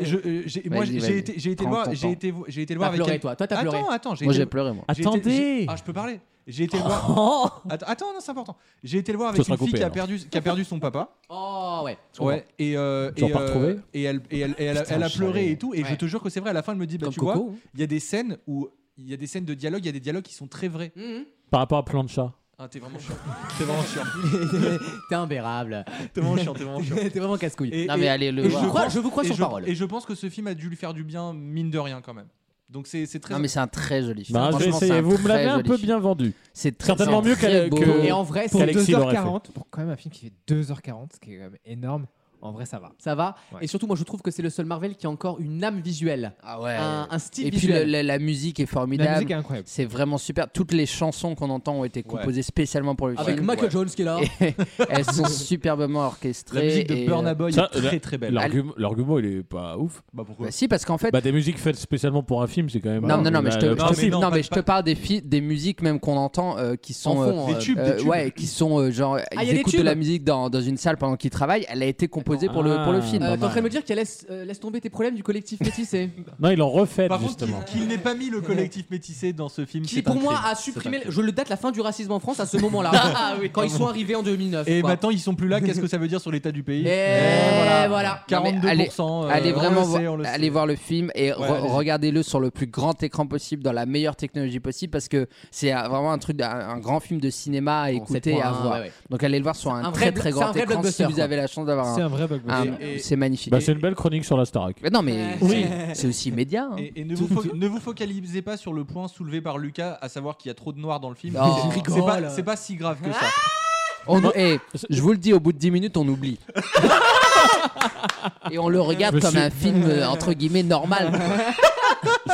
Speaker 4: je, euh, j'ai-
Speaker 2: Bah,
Speaker 4: moi
Speaker 11: Vas-y,
Speaker 4: j'ai
Speaker 11: vas-y.
Speaker 4: j'ai été, j'ai été le
Speaker 11: Prends
Speaker 4: voir,
Speaker 11: ton
Speaker 4: j'ai
Speaker 11: temps.
Speaker 4: été, vo- j'ai été le
Speaker 2: T'as
Speaker 4: voir avec.
Speaker 2: pleuré,
Speaker 4: elle-
Speaker 2: toi. Toi, t'as
Speaker 4: attends,
Speaker 2: pleuré. Oh.
Speaker 4: Attends,
Speaker 11: Moi,
Speaker 4: été-
Speaker 11: j'ai pleuré, moi.
Speaker 4: j'ai été-
Speaker 5: Attendez.
Speaker 4: j'ai- Ah, je peux parler. J'ai été le voir. Attends, attends, non, c'est important. J'ai été le voir
Speaker 5: Ça
Speaker 4: avec
Speaker 5: sera
Speaker 4: une fille
Speaker 5: coupé,
Speaker 4: qui a
Speaker 5: alors.
Speaker 4: perdu, qui a perdu son papa.
Speaker 2: Oh ouais.
Speaker 5: Je comprends.
Speaker 4: Ouais, et, euh,
Speaker 5: Tu vas
Speaker 4: et,
Speaker 5: pas retrouver
Speaker 4: et elle, et elle, et elle,
Speaker 5: Putain,
Speaker 4: elle a
Speaker 5: je
Speaker 4: pleuré
Speaker 5: savais.
Speaker 4: et tout. Et je te jure que c'est vrai, à la fin, elle me dit bah,
Speaker 2: Comme
Speaker 4: Tu
Speaker 2: Coco,
Speaker 4: vois,
Speaker 2: hein.
Speaker 4: il y a des scènes où il y a des scènes de dialogue, il y a des dialogues qui sont très vrais.
Speaker 2: Mhm.
Speaker 5: Par rapport à Plancha.
Speaker 4: Ah, t'es vraiment chiant. t'es vraiment chiant.
Speaker 2: T'es imbérable.
Speaker 4: T'es vraiment chiant. T'es vraiment chiant.
Speaker 2: T'es vraiment casse-couille.
Speaker 4: Et-
Speaker 11: Non,
Speaker 4: et-
Speaker 11: mais allez le
Speaker 4: et
Speaker 11: voir.
Speaker 2: Je crois- je vous crois
Speaker 4: et
Speaker 2: sur
Speaker 4: je-
Speaker 2: parole.
Speaker 4: Et je pense que ce film a dû lui faire du bien, mine de rien, quand même. Donc c'est c'est très.
Speaker 11: Non mais c'est un très joli film.
Speaker 5: Bah, je vais
Speaker 11: Franchement,
Speaker 5: essayer.
Speaker 11: c'est un
Speaker 5: Vous me l'avez
Speaker 11: très
Speaker 5: un
Speaker 11: joli
Speaker 5: peu
Speaker 11: film.
Speaker 5: bien vendu.
Speaker 11: C'est très-
Speaker 5: Certainement
Speaker 11: c'est
Speaker 5: mieux
Speaker 11: très
Speaker 5: qu'elle-
Speaker 11: beau.
Speaker 5: que-
Speaker 2: Et en vrai,
Speaker 5: Pour
Speaker 2: c'est
Speaker 5: Alexis l'aurait
Speaker 3: 2h40, pour quand même un film qui fait 2h40, ce qui est quand même énorme, en vrai ça va.
Speaker 2: Ça va
Speaker 3: Ouais.
Speaker 2: Et surtout, moi, je trouve que c'est le seul Marvel qui a encore une âme visuelle.
Speaker 11: Ah ouais.
Speaker 2: Un, un style
Speaker 11: Et puis
Speaker 2: visuel.
Speaker 11: le- la, la musique est formidable.
Speaker 3: La musique est incroyable.
Speaker 11: C'est vraiment super. Toutes les chansons qu'on entend ont été composées spécialement pour le
Speaker 2: Avec
Speaker 11: film.
Speaker 2: Michael Jones qui est là.
Speaker 11: Et Elles sont superbement orchestrées.
Speaker 4: La musique
Speaker 11: et,
Speaker 4: de
Speaker 11: euh,
Speaker 4: Burna Boy
Speaker 5: Ça,
Speaker 4: est très très belle.
Speaker 5: L'argument, l'argument, il est pas ouf.
Speaker 4: Bah pourquoi
Speaker 11: bah si, parce qu'en fait.
Speaker 5: Bah, des musiques faites spécialement pour un film, c'est quand même.
Speaker 11: non, non, non, mais je te,
Speaker 5: la-
Speaker 11: je
Speaker 5: la-
Speaker 11: te-
Speaker 4: non, mais non,
Speaker 11: non,
Speaker 4: pas-
Speaker 11: mais je te
Speaker 4: pas-
Speaker 11: parle des, fi- des musiques même qu'on entend euh, qui sont.
Speaker 2: En
Speaker 11: euh,
Speaker 2: fond,
Speaker 4: Des tubes,
Speaker 11: euh,
Speaker 4: des tubes.
Speaker 11: ouais, qui sont euh, genre
Speaker 2: y a
Speaker 11: ils
Speaker 2: des
Speaker 11: écoutent de
Speaker 2: tubes.
Speaker 11: la musique dans, dans une salle pendant qu'ils travaillent. Elle a été composée pour le pour le
Speaker 5: Ah.
Speaker 11: film.
Speaker 2: Euh,
Speaker 5: Pas
Speaker 2: T'es en train
Speaker 5: mal.
Speaker 2: de me dire qu'elle laisse, euh, laisse tomber tes problèmes du collectif métissé
Speaker 5: Non, ils l'ont refait
Speaker 4: Par contre,
Speaker 5: justement.
Speaker 4: qu'il- qu'il n'ait pas mis le collectif métissé dans ce film.
Speaker 2: Qui
Speaker 4: c'est
Speaker 2: pour
Speaker 4: un
Speaker 2: moi
Speaker 4: crime.
Speaker 2: a
Speaker 4: C'est
Speaker 2: supprimé,
Speaker 4: un crime.
Speaker 2: je le date la fin du racisme en France à ce moment-là, quand ils sont arrivés en 2009.
Speaker 4: Et
Speaker 2: quoi.
Speaker 4: maintenant, Eh ben, ils sont plus là. Qu'est-ce que ça veut dire sur l'état du pays
Speaker 2: Et
Speaker 4: Eh,
Speaker 2: voilà.
Speaker 11: Non, mais
Speaker 4: 42%.
Speaker 11: allez,
Speaker 4: euh,
Speaker 11: allez
Speaker 4: on
Speaker 11: vraiment
Speaker 4: le
Speaker 11: vo-
Speaker 4: sait, on le
Speaker 11: allez
Speaker 4: sait.
Speaker 11: voir le film et re-
Speaker 4: allez-y.
Speaker 11: regardez-le sur le plus grand écran possible dans la meilleure technologie possible parce que c'est euh, vraiment un truc un, un grand film de cinéma à écouter et à
Speaker 2: 7.1,
Speaker 11: voir.
Speaker 2: ouais, ouais.
Speaker 11: Donc allez le voir sur un,
Speaker 2: un
Speaker 11: très
Speaker 2: vrai
Speaker 11: très
Speaker 2: blo-
Speaker 11: grand
Speaker 2: c'est un vrai
Speaker 11: écran si
Speaker 2: blockbuster,
Speaker 11: vous
Speaker 2: quoi.
Speaker 11: avez la chance d'avoir
Speaker 3: C'est
Speaker 11: un,
Speaker 3: un vrai bug.
Speaker 11: un-
Speaker 4: Et- et-
Speaker 11: c'est magnifique.
Speaker 5: Bah, c'est une belle chronique sur la Starac.
Speaker 11: Mais non mais
Speaker 5: Oui.
Speaker 11: c'est- c'est aussi média. hein.
Speaker 4: Et, et ne, vous fo- ne vous focalisez pas sur le point soulevé par Lucas, à savoir qu'il y a trop de noir dans le film.
Speaker 11: Non.
Speaker 4: C'est-
Speaker 2: Rigole. Ah.
Speaker 4: c'est pas, c'est pas si grave que ça.
Speaker 11: On- eh, je vous le dis au bout de 10 minutes on oublie. Et on le regarde
Speaker 5: Je
Speaker 11: comme
Speaker 5: suis-
Speaker 11: un film euh, entre guillemets normal.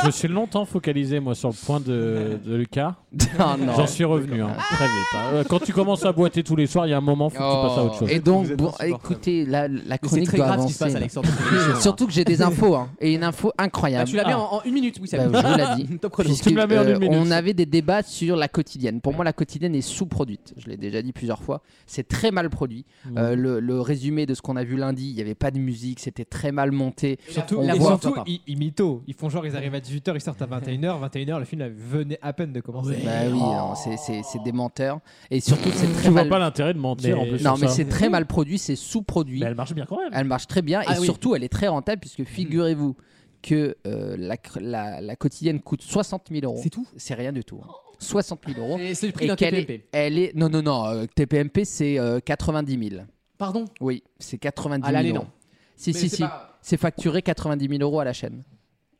Speaker 5: Je me suis longtemps focalisé, moi, sur le point de, de Lucas.
Speaker 11: Ah, non. Ah.
Speaker 5: J'en suis revenu hein, très vite. hein. Euh, Quand tu commences à boiter tous les soirs, il y a un moment, faut que tu passes à autre chose.
Speaker 11: Oh, Et donc, bon, écoutez, la, la
Speaker 5: c'est
Speaker 11: chronique
Speaker 5: très
Speaker 11: doit
Speaker 5: grave ce
Speaker 11: avancer.
Speaker 5: qui se passe,
Speaker 11: là.
Speaker 5: Alexandre, c'est une émission,
Speaker 11: Surtout
Speaker 5: hein.
Speaker 11: que j'ai des infos, hein, et une info incroyable.
Speaker 2: Bah, tu la mets en- en une minute, oui, ça
Speaker 11: Bah,
Speaker 2: va.
Speaker 11: Je vous l'ai dit.
Speaker 2: Top chrono.
Speaker 11: Puisque,
Speaker 2: Tu me la mets en une
Speaker 11: euh,
Speaker 2: minute.
Speaker 11: On avait des débats sur la quotidienne. Pour moi, la quotidienne est sous-produite. Je l'ai déjà dit plusieurs fois. C'est très mal produit. Euh, le, le résumé de ce qu'on a vu lundi, il n'y avait pas de musique, c'était très mal monté.
Speaker 3: Surtout,
Speaker 11: On
Speaker 3: et
Speaker 11: voit-
Speaker 3: surtout, ils, ils mytho. Ils font genre, ils arrivent à 18h, ils sortent à 21h. 21h, le film là, venait à peine de commencer.
Speaker 11: Bah oui,
Speaker 2: Oh.
Speaker 11: alors, c'est- c'est c'est des menteurs. Et surtout, c'est très
Speaker 5: Tu vois
Speaker 11: mal.
Speaker 5: pas l'intérêt de mentir, en plus,
Speaker 11: Non,
Speaker 5: sur
Speaker 11: mais
Speaker 5: ça.
Speaker 11: c'est très mal produit, c'est sous-produit.
Speaker 2: Ben.
Speaker 6: elle marche bien quand même.
Speaker 11: Elle marche très bien.
Speaker 6: Ah
Speaker 11: et
Speaker 6: oui.
Speaker 11: surtout, elle est très rentable,
Speaker 2: Mm-hmm.
Speaker 11: puisque figurez-vous que euh, la, cr- la- la quotidienne coûte 60 000 euros. C'est tout C'est rien du tout. hein. 60 000 euros.
Speaker 2: Et c'est le prix d'un
Speaker 11: qu'elle
Speaker 2: TPMP.
Speaker 11: Est, elle est... Non, non, non. euh, TPMP, c'est euh, 90 000.
Speaker 2: Pardon
Speaker 11: Oui, c'est 90 000
Speaker 2: À l'année,
Speaker 11: euros.
Speaker 2: non.
Speaker 11: Si,
Speaker 2: Mais
Speaker 11: si,
Speaker 2: c'est
Speaker 11: si.
Speaker 2: pas-
Speaker 11: C'est facturé 90 000 euros à la chaîne.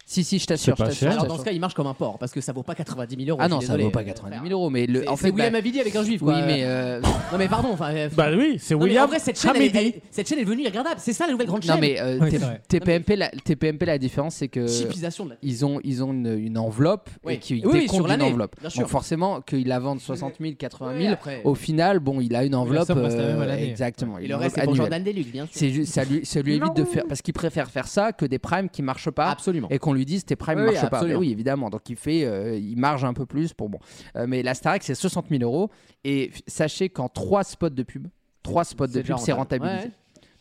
Speaker 11: Si, si, je t'assure. je t'assure, je
Speaker 2: Alors dans
Speaker 11: t'assure.
Speaker 2: ce cas, il marche comme un porc parce que ça vaut pas 90 000 euros.
Speaker 11: Ah
Speaker 2: je suis
Speaker 11: non, ça
Speaker 2: désolé. euh,
Speaker 11: vaut pas 90 000 euros, mais le, en
Speaker 2: C'est
Speaker 11: fait,
Speaker 2: William
Speaker 11: bah-
Speaker 2: Avidi avec un juif.
Speaker 11: Oui,
Speaker 2: Quoi.
Speaker 11: mais euh,
Speaker 2: Non mais pardon. Enfin, euh,
Speaker 5: Bah oui, c'est
Speaker 2: non, mais
Speaker 5: William.
Speaker 2: En vrai, cette chaîne, elle, est-
Speaker 5: Hamidi.
Speaker 2: elle- cette chaîne est devenue regardable. C'est ça la nouvelle grande chaîne.
Speaker 11: Non mais euh, T- TPMP, la, TPMP, la différence c'est que
Speaker 2: Chipisation de la-
Speaker 11: ils ont ils ont une, une enveloppe
Speaker 2: Oui.
Speaker 11: et qu'ils
Speaker 2: Oui, oui,
Speaker 11: décomptent
Speaker 2: sur
Speaker 11: une
Speaker 2: l'année,
Speaker 11: enveloppe.
Speaker 2: bien sûr.
Speaker 11: Donc forcément qu'il la vende 60 000, 80 000.
Speaker 2: Ouais, après.
Speaker 11: Au final, bon, il a une enveloppe.
Speaker 2: somme reste la même à
Speaker 11: euh,
Speaker 2: l'année.
Speaker 11: exactement.
Speaker 2: Et
Speaker 11: une
Speaker 2: le reste,
Speaker 11: enveloppe
Speaker 2: c'est pour
Speaker 11: annuelle.
Speaker 2: Jordan Deluc, bien sûr.
Speaker 11: C'est juste- ça lui ça lui évite de faire parce qu'il préfère faire ça que des primes qui marchent pas.
Speaker 2: Absolument.
Speaker 11: Et qu'on lui dise tes primes
Speaker 2: Oui, oui,
Speaker 11: marchent pas. Mais
Speaker 2: absolument.
Speaker 11: oui, évidemment. Donc il fait euh, il marge un peu plus pour bon. Euh, mais la Starac c'est 60 000 euros et f- sachez qu'en trois spots de pub, trois spots de
Speaker 2: C'est déjà
Speaker 11: pub, c'est
Speaker 2: rentable.
Speaker 11: rentabilisé.
Speaker 2: Ouais.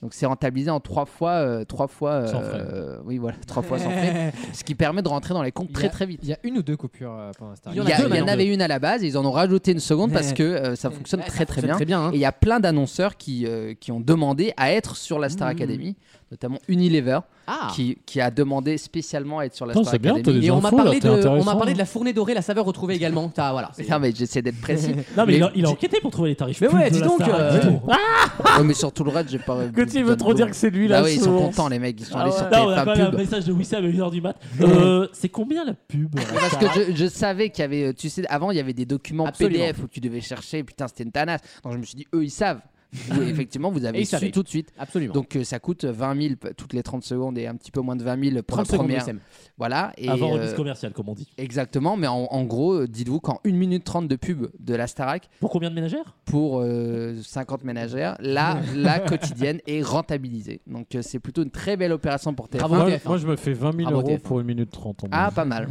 Speaker 11: Donc c'est rentabilisé en trois fois, euh, trois fois,
Speaker 3: Sans
Speaker 11: euh, oui voilà, trois fois sans frais, ce qui permet de rentrer dans les comptes
Speaker 3: Il y
Speaker 11: très
Speaker 3: a-
Speaker 11: très vite.
Speaker 3: Il y a une ou deux coupures euh, pendant Star
Speaker 11: Il y, a- il y en avait une à la base, et ils en ont rajouté une seconde parce que euh, ça fonctionne très très
Speaker 3: fonctionne
Speaker 11: bien.
Speaker 3: très bien, hein.
Speaker 11: Et il y a plein d'annonceurs qui, euh, qui ont demandé à être sur la Star Academy, notamment Unilever,
Speaker 2: Ah.
Speaker 11: qui, qui a demandé spécialement à être sur la
Speaker 5: Putain,
Speaker 11: Star
Speaker 5: c'est bien,
Speaker 11: Academy.
Speaker 5: t'as des
Speaker 2: Et on m'a
Speaker 5: infos, là,
Speaker 2: parlé,
Speaker 5: t'es
Speaker 2: de, on m'a
Speaker 5: intéressant.
Speaker 2: parlé de la fournée dorée, la saveur retrouvée également. T'as- voilà. c'est-
Speaker 11: Non Ah, mais j'essaie d'être précis.
Speaker 6: Non, mais il a- il a enquêté pour trouver les tarifs.
Speaker 2: Mais
Speaker 6: pubs
Speaker 2: ouais,
Speaker 6: de
Speaker 2: dis
Speaker 6: la
Speaker 2: donc,
Speaker 6: Starac,
Speaker 2: euh,
Speaker 6: dis donc.
Speaker 11: Ouais, mais sur tout le reste, j'ai pas.
Speaker 6: Gauthier veut trop dire que c'est lui, là,
Speaker 11: Bah oui, ils sont
Speaker 6: souvent.
Speaker 11: contents les mecs, ils sont
Speaker 6: Ah
Speaker 11: allés
Speaker 6: ouais.
Speaker 11: sur
Speaker 6: Là, on a
Speaker 11: TF1
Speaker 6: quand même
Speaker 11: pub.
Speaker 6: un message de Wissam à 1h du mat. Euh, c'est combien la pub à la
Speaker 11: Mais Parce que
Speaker 6: Starac
Speaker 11: je, je savais qu'il y avait, euh, tu sais, avant il y avait des documents
Speaker 2: Absolument.
Speaker 11: PDF où tu devais chercher, putain c'était une tanasse. Donc je me suis dit, eux ils savent. Vous, effectivement, vous
Speaker 2: Et
Speaker 11: avez
Speaker 2: ils savaient.
Speaker 11: su tout de suite.
Speaker 2: Absolument.
Speaker 11: Donc euh, ça coûte 20 000 p- toutes les 30 secondes et un petit peu moins de 20 000 pour
Speaker 6: 30
Speaker 11: la
Speaker 6: secondes,
Speaker 11: première.
Speaker 6: Wissem.
Speaker 11: voilà. Et,
Speaker 6: Avant
Speaker 11: euh,
Speaker 6: remise commerciale, comme on dit.
Speaker 11: Exactement, mais en, en gros, euh, dites-vous qu'en 1 minute 30 de pub de la Starac.
Speaker 6: Pour combien de ménagères
Speaker 11: Pour euh, 50 ménagères, la, la quotidienne est rentabilisée. Donc euh, c'est plutôt une très belle opération pour TF1.
Speaker 5: moi, moi, je me fais 20 000
Speaker 11: Bravo,
Speaker 5: euros
Speaker 11: TF1.
Speaker 5: pour une minute 30. en
Speaker 11: Ah,
Speaker 5: moyenne.
Speaker 11: pas mal.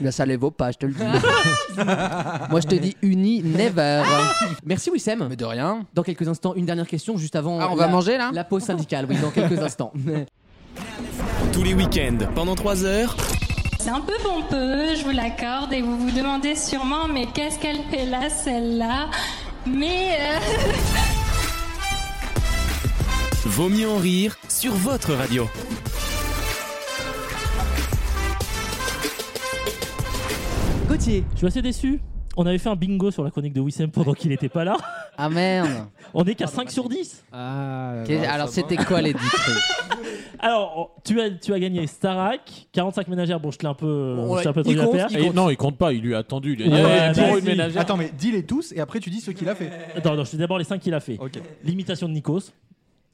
Speaker 11: Mais ça les vaut pas, je te le dis. Moi, je te dis uni never.
Speaker 2: Merci Wissem. Mais
Speaker 11: de rien.
Speaker 2: Dans quelques instants, une dernière question juste avant.
Speaker 11: Ah, on
Speaker 2: la-
Speaker 11: va manger, là
Speaker 2: La pause syndicale, oui, dans quelques instants.
Speaker 14: Tous les week-ends, pendant 3 heures.
Speaker 15: C'est un peu pompeux, je vous l'accorde, et vous vous demandez sûrement, mais qu'est-ce qu'elle fait là, celle-là Mais. euh,
Speaker 14: Vaut mieux en rire sur votre radio.
Speaker 2: Gauthier.
Speaker 6: Je suis assez déçu. On avait fait un bingo sur la chronique de Wissem pendant qu'il n'était pas là.
Speaker 11: Ah merde.
Speaker 6: On est qu'à 5 sur 10.
Speaker 3: Ah,
Speaker 11: Qu'est- alors, c'était quoi les 10 trucs
Speaker 6: Alors, on- tu as, tu as gagné Starac, 45 ménagères. Bon, je te l'ai un peu. Euh,
Speaker 11: Oh,
Speaker 6: je t'ai un peu tendu la perche.
Speaker 5: Et non, il compte pas, il lui a attendu. Il a dit,
Speaker 6: Ouais,
Speaker 2: Euh,
Speaker 5: Eh, pour
Speaker 6: vas-y.
Speaker 5: une ménagère.
Speaker 6: Attends,
Speaker 4: mais dis-les tous et après tu dis ce qu'il a fait.
Speaker 6: Non, non, je fais d'abord les 5 qu'il a fait. L'imitation de Nikos.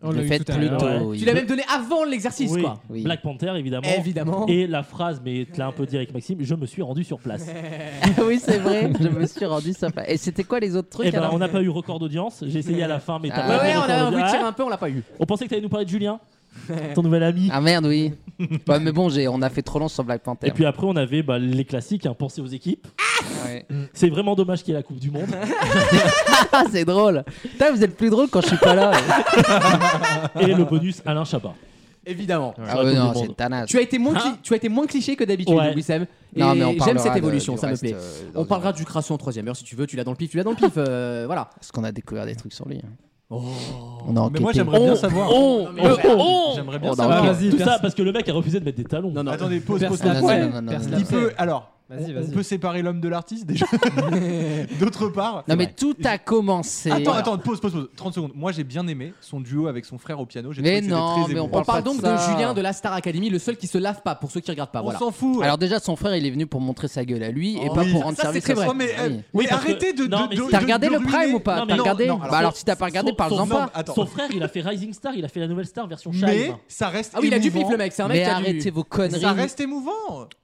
Speaker 2: On l'a Le eu fait tout à l'heure. plutôt, oui. Tu l'as même donné avant l'exercice,
Speaker 6: Oui.
Speaker 2: quoi. Oui.
Speaker 6: Black Panther, évidemment.
Speaker 2: Évidemment.
Speaker 6: Et la phrase, mais tu l'as un peu dit avec Maxime, je me suis rendu sur place.
Speaker 11: Ah Oui, c'est vrai, je me suis rendu sympa. Et c'était quoi les autres trucs
Speaker 6: Eh ben,
Speaker 11: alors
Speaker 6: on n'a pas eu record d'audience. J'ai essayé à la fin, mais t'as
Speaker 11: Ah.
Speaker 6: pas
Speaker 11: Ouais,
Speaker 6: eu
Speaker 11: on
Speaker 6: record
Speaker 11: avait envie de
Speaker 6: d'audience.
Speaker 11: tirer
Speaker 2: un peu, on l'a pas eu.
Speaker 6: On pensait que t'allais nous parler de Julien, ton nouvel ami.
Speaker 11: Ah merde, oui. Bah, mais bon, j'ai- on a fait trop long sur Black Panther.
Speaker 6: Et puis après, on avait bah, les classiques, hein, penser aux équipes. C'est vraiment dommage qu'il y ait la Coupe du Monde.
Speaker 11: Ah, c'est drôle. Putain, vous êtes plus drôle quand je suis pas là.
Speaker 6: Et le bonus, Alain Chabat.
Speaker 2: Évidemment.
Speaker 11: Ah ouais, non, c'est une tanasse.
Speaker 2: Tu as été moins, cli- tu as été moins cliché que d'habitude,
Speaker 11: Ouais.
Speaker 2: Wissem. Et
Speaker 11: Non, mais on
Speaker 2: j'aime
Speaker 11: parlera
Speaker 2: cette
Speaker 11: de-
Speaker 2: évolution,
Speaker 11: du
Speaker 2: ça me
Speaker 11: reste,
Speaker 2: plaît.
Speaker 11: euh,
Speaker 2: on parlera du crasso en troisième heure si tu veux. Tu l'as dans le pif, tu l'as dans le pif. euh, voilà. Oh.
Speaker 11: Parce qu'on a découvert des trucs sur lui. hein. On a enquêté.
Speaker 2: Mais moi, j'aimerais bien
Speaker 11: On-
Speaker 2: savoir.
Speaker 6: Oh,
Speaker 11: on-
Speaker 2: Non, mais
Speaker 11: on-
Speaker 2: j'aimerais-
Speaker 11: on-
Speaker 2: j'aimerais
Speaker 11: on a
Speaker 6: Ah,
Speaker 11: enquêté.
Speaker 6: Tout ça parce que le mec a refusé de mettre des talons.
Speaker 4: Attendez, pause, pause
Speaker 6: Personne-
Speaker 4: la poêle.
Speaker 6: non, non, non, non,
Speaker 4: Personne-
Speaker 6: non,
Speaker 4: Il
Speaker 6: non.
Speaker 4: peut. Alors,
Speaker 3: Vas-y,
Speaker 4: on-
Speaker 3: vas-y.
Speaker 4: on peut séparer l'homme de l'artiste déjà. D'autre part.
Speaker 2: Non, mais tout a commencé.
Speaker 4: Attends, attends, pause, pause, pause. 30 secondes. Moi, j'ai bien aimé son duo avec son frère au piano. J'ai
Speaker 2: Mais
Speaker 4: trouvé que c'était
Speaker 2: non,
Speaker 4: très
Speaker 2: mais on
Speaker 4: émouvant.
Speaker 2: parle,
Speaker 1: Parle donc de Julien de la Star Academy, le seul qui se lave pas, pour ceux qui regardent pas.
Speaker 2: On
Speaker 1: voilà.
Speaker 2: s'en fout. Alors déjà, son frère, il est venu pour montrer sa gueule à lui et
Speaker 1: Oh
Speaker 2: pas
Speaker 1: oui.
Speaker 2: pour rendre
Speaker 1: Ça, c'est
Speaker 2: service
Speaker 1: très
Speaker 2: à
Speaker 1: vrai.
Speaker 2: son
Speaker 11: Ah
Speaker 1: Mais,
Speaker 2: famille.
Speaker 1: euh, Oui, mais parce que- arrêtez de- non, de- mais de-
Speaker 2: T'as
Speaker 1: de-
Speaker 2: regardé
Speaker 1: de
Speaker 2: le
Speaker 1: ruiner.
Speaker 2: Prime ou pas
Speaker 1: Non, mais
Speaker 2: T'as
Speaker 1: non,
Speaker 2: regardé
Speaker 1: non,
Speaker 2: Bah alors si t'as pas regardé,
Speaker 16: son-
Speaker 2: parle-en
Speaker 16: son-
Speaker 2: pas.
Speaker 16: Son frère, il a fait Rising Star, il a fait la nouvelle star version Shine.
Speaker 4: Mais ça reste.
Speaker 2: Ah oui, il a du
Speaker 4: émouvant.
Speaker 2: pif, le mec, c'est un mec Mais qui a du- arrêtez vos conneries.
Speaker 4: Ça reste émouvant.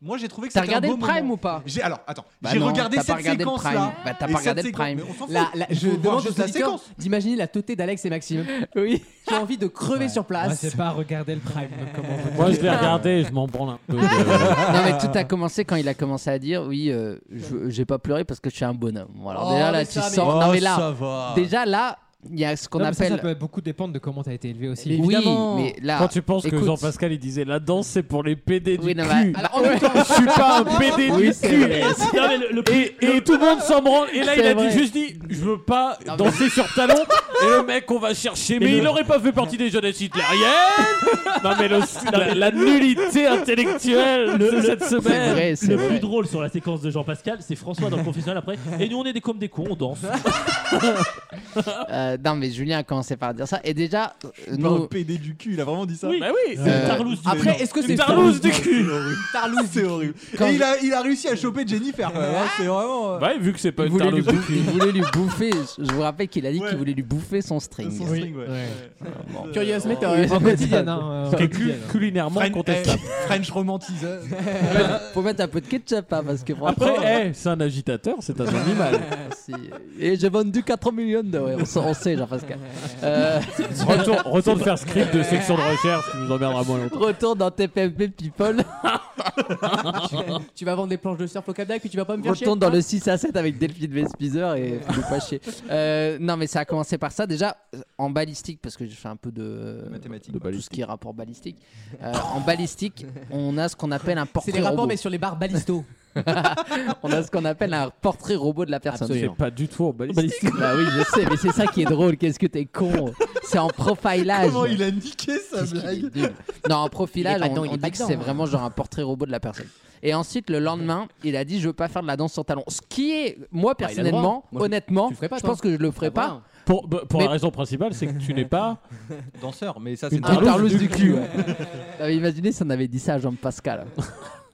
Speaker 4: Moi, j'ai trouvé que
Speaker 2: T'as
Speaker 4: c'était un
Speaker 2: regardé
Speaker 4: beau
Speaker 2: le Prime
Speaker 4: moment.
Speaker 2: ou pas
Speaker 4: J'ai alors attends,
Speaker 2: Bah
Speaker 4: j'ai
Speaker 2: non,
Speaker 4: regardé
Speaker 2: t'as pas
Speaker 4: cette
Speaker 2: regardé le
Speaker 4: séquence
Speaker 2: Prime.
Speaker 4: là.
Speaker 2: Bah, t'as pas regardé le Prime.
Speaker 1: La- la- je demande aux
Speaker 4: juste la
Speaker 1: auditeurs
Speaker 4: séquence.
Speaker 1: d'imaginer la totée d'Alex et Maxime oui. qui ont envie de crever sur
Speaker 3: Moi,
Speaker 1: place.
Speaker 3: c'est pas regarder le prime. comment vous
Speaker 5: Moi,
Speaker 3: dire.
Speaker 5: je l'ai regardé et je m'en branle un peu.
Speaker 2: non mais tout a commencé quand il a commencé à dire oui euh, je- j'ai pas pleuré parce que je suis un bonhomme. Bon, alors
Speaker 1: Oh,
Speaker 2: déjà là
Speaker 1: mais
Speaker 2: tu
Speaker 1: ça, mais-
Speaker 2: sens non
Speaker 1: Oh,
Speaker 2: mais là
Speaker 1: ça va.
Speaker 2: déjà là il y a ce qu'on
Speaker 3: Non, mais ça,
Speaker 2: appelle
Speaker 3: Ça, peut beaucoup dépendre de comment t'as été élevé aussi.
Speaker 2: Oui, Évidemment. mais là,
Speaker 5: Quand tu penses que
Speaker 2: Ah. écoute.
Speaker 5: Jean-Pascal il disait la danse c'est pour les PD du
Speaker 2: Oui, non,
Speaker 5: cul.
Speaker 2: bah,
Speaker 1: alors, en même temps-
Speaker 5: Je suis pas un PD
Speaker 1: Oui,
Speaker 5: du
Speaker 1: c'est
Speaker 5: cul.
Speaker 1: vrai.
Speaker 16: Non, mais le- le-
Speaker 5: et, et tout le monde s'en branle. Et là il
Speaker 16: C'est
Speaker 5: a
Speaker 16: vrai.
Speaker 5: dit juste dit je veux pas danser sur talon. Et le mec on va chercher. Mais,
Speaker 16: le-
Speaker 5: il aurait pas fait partie des jeunesses hitlériennes. non mais le- la, la nullité intellectuelle de cette semaine.
Speaker 16: le plus drôle sur la séquence de Jean-Pascal, c'est François dans le confessionnal après. Et nous, on est des comme des cons, on danse.
Speaker 2: euh, non mais Julien a commencé par dire ça et déjà euh,
Speaker 4: Par le
Speaker 2: nous
Speaker 4: PD du cul, il a vraiment dit ça.
Speaker 5: Oui. Bah oui,
Speaker 2: c'est une tarlouse du Après, cul. est-ce que c'est-
Speaker 4: une tarlouse du
Speaker 2: C'est
Speaker 4: cul Tarlouse, c'est horrible.
Speaker 2: Quand
Speaker 4: Et
Speaker 2: je-
Speaker 4: il a, il a réussi à choper Jennifer. quand même, hein, C'est vraiment. euh,
Speaker 5: Ouais, vu que c'est pas
Speaker 2: il
Speaker 5: une
Speaker 2: voulait, lui
Speaker 5: tarlouse du
Speaker 2: bouffer,
Speaker 5: cul.
Speaker 2: il voulait lui bouffer je je vous rappelle qu'il a dit qu'il voulait lui bouffer son string.
Speaker 4: son string, ouais.
Speaker 1: Curieusement, t'as
Speaker 2: Oui.
Speaker 1: raison.
Speaker 2: Quotidienne,
Speaker 3: hein,
Speaker 5: Qui est cul- culinairement
Speaker 4: Fren-
Speaker 5: contestable.
Speaker 4: eh, French romantiseur.
Speaker 2: Faut mettre un peu de ketchup hein, parce que
Speaker 5: Après,
Speaker 2: franchement euh,
Speaker 5: eh, c'est un agitateur, c'est un animal.
Speaker 2: et j'ai vendu 4 millions de ouais, on, s- on sait Jean-Pascal. Euh,
Speaker 5: Retour, retourne faire script de section de recherche, tu nous emmerderas moins longtemps.
Speaker 2: Retour dans TPMP People.
Speaker 1: Tu- tu vas vendre des planches de surf au Canada et puis tu vas pas me faire chier hein
Speaker 2: Retourne dans le 6 à 7 avec Delphine Vespizer et fais-nous pas chier. Euh, non, mais ça a commencé par ça. Déjà, euh, en balistique, parce que j'ai fait un peu de,
Speaker 4: Mathématiques.
Speaker 2: de tout ce qui est rapport balistique. Euh, en balistique, on a ce qu'on appelle un portrait
Speaker 1: C'est les rapports,
Speaker 2: robot.
Speaker 1: mais sur les barres balisto.
Speaker 2: on a ce qu'on appelle un portrait robot de la personne.
Speaker 5: C'est pas du tout en balistique.
Speaker 2: Bah oui, je sais, mais c'est ça qui est drôle. Qu'est-ce que t'es con C'est en profilage.
Speaker 4: Comment il a niqué sa
Speaker 2: Qu'est-ce qu'il est
Speaker 4: blague
Speaker 2: nul. Non, en
Speaker 1: Il est
Speaker 2: profilage,
Speaker 1: pas
Speaker 2: on,
Speaker 1: dedans, il
Speaker 2: on
Speaker 1: est pas
Speaker 2: dit que
Speaker 1: dedans,
Speaker 2: c'est
Speaker 1: hein.
Speaker 2: vraiment genre un portrait robot de la personne. Et ensuite, le lendemain, il a dit Je veux pas faire de la danse sur talon. Ce qui est, moi
Speaker 1: Ah, il a le droit.
Speaker 2: personnellement,
Speaker 1: Moi, je-
Speaker 2: honnêtement,
Speaker 1: tu le ferais pas,
Speaker 2: je
Speaker 1: toi.
Speaker 2: pense que je le ferai
Speaker 1: Ah,
Speaker 2: pas.
Speaker 1: voilà.
Speaker 5: Pour, bah, pour
Speaker 2: Mais-
Speaker 5: la raison principale, c'est que tu n'es pas
Speaker 4: Danseur, mais ça c'est
Speaker 5: une
Speaker 2: Un
Speaker 5: tarlouse Ah, du cul.
Speaker 2: ouais. Non, mais imaginez si on avait dit ça à Jean-Pascal.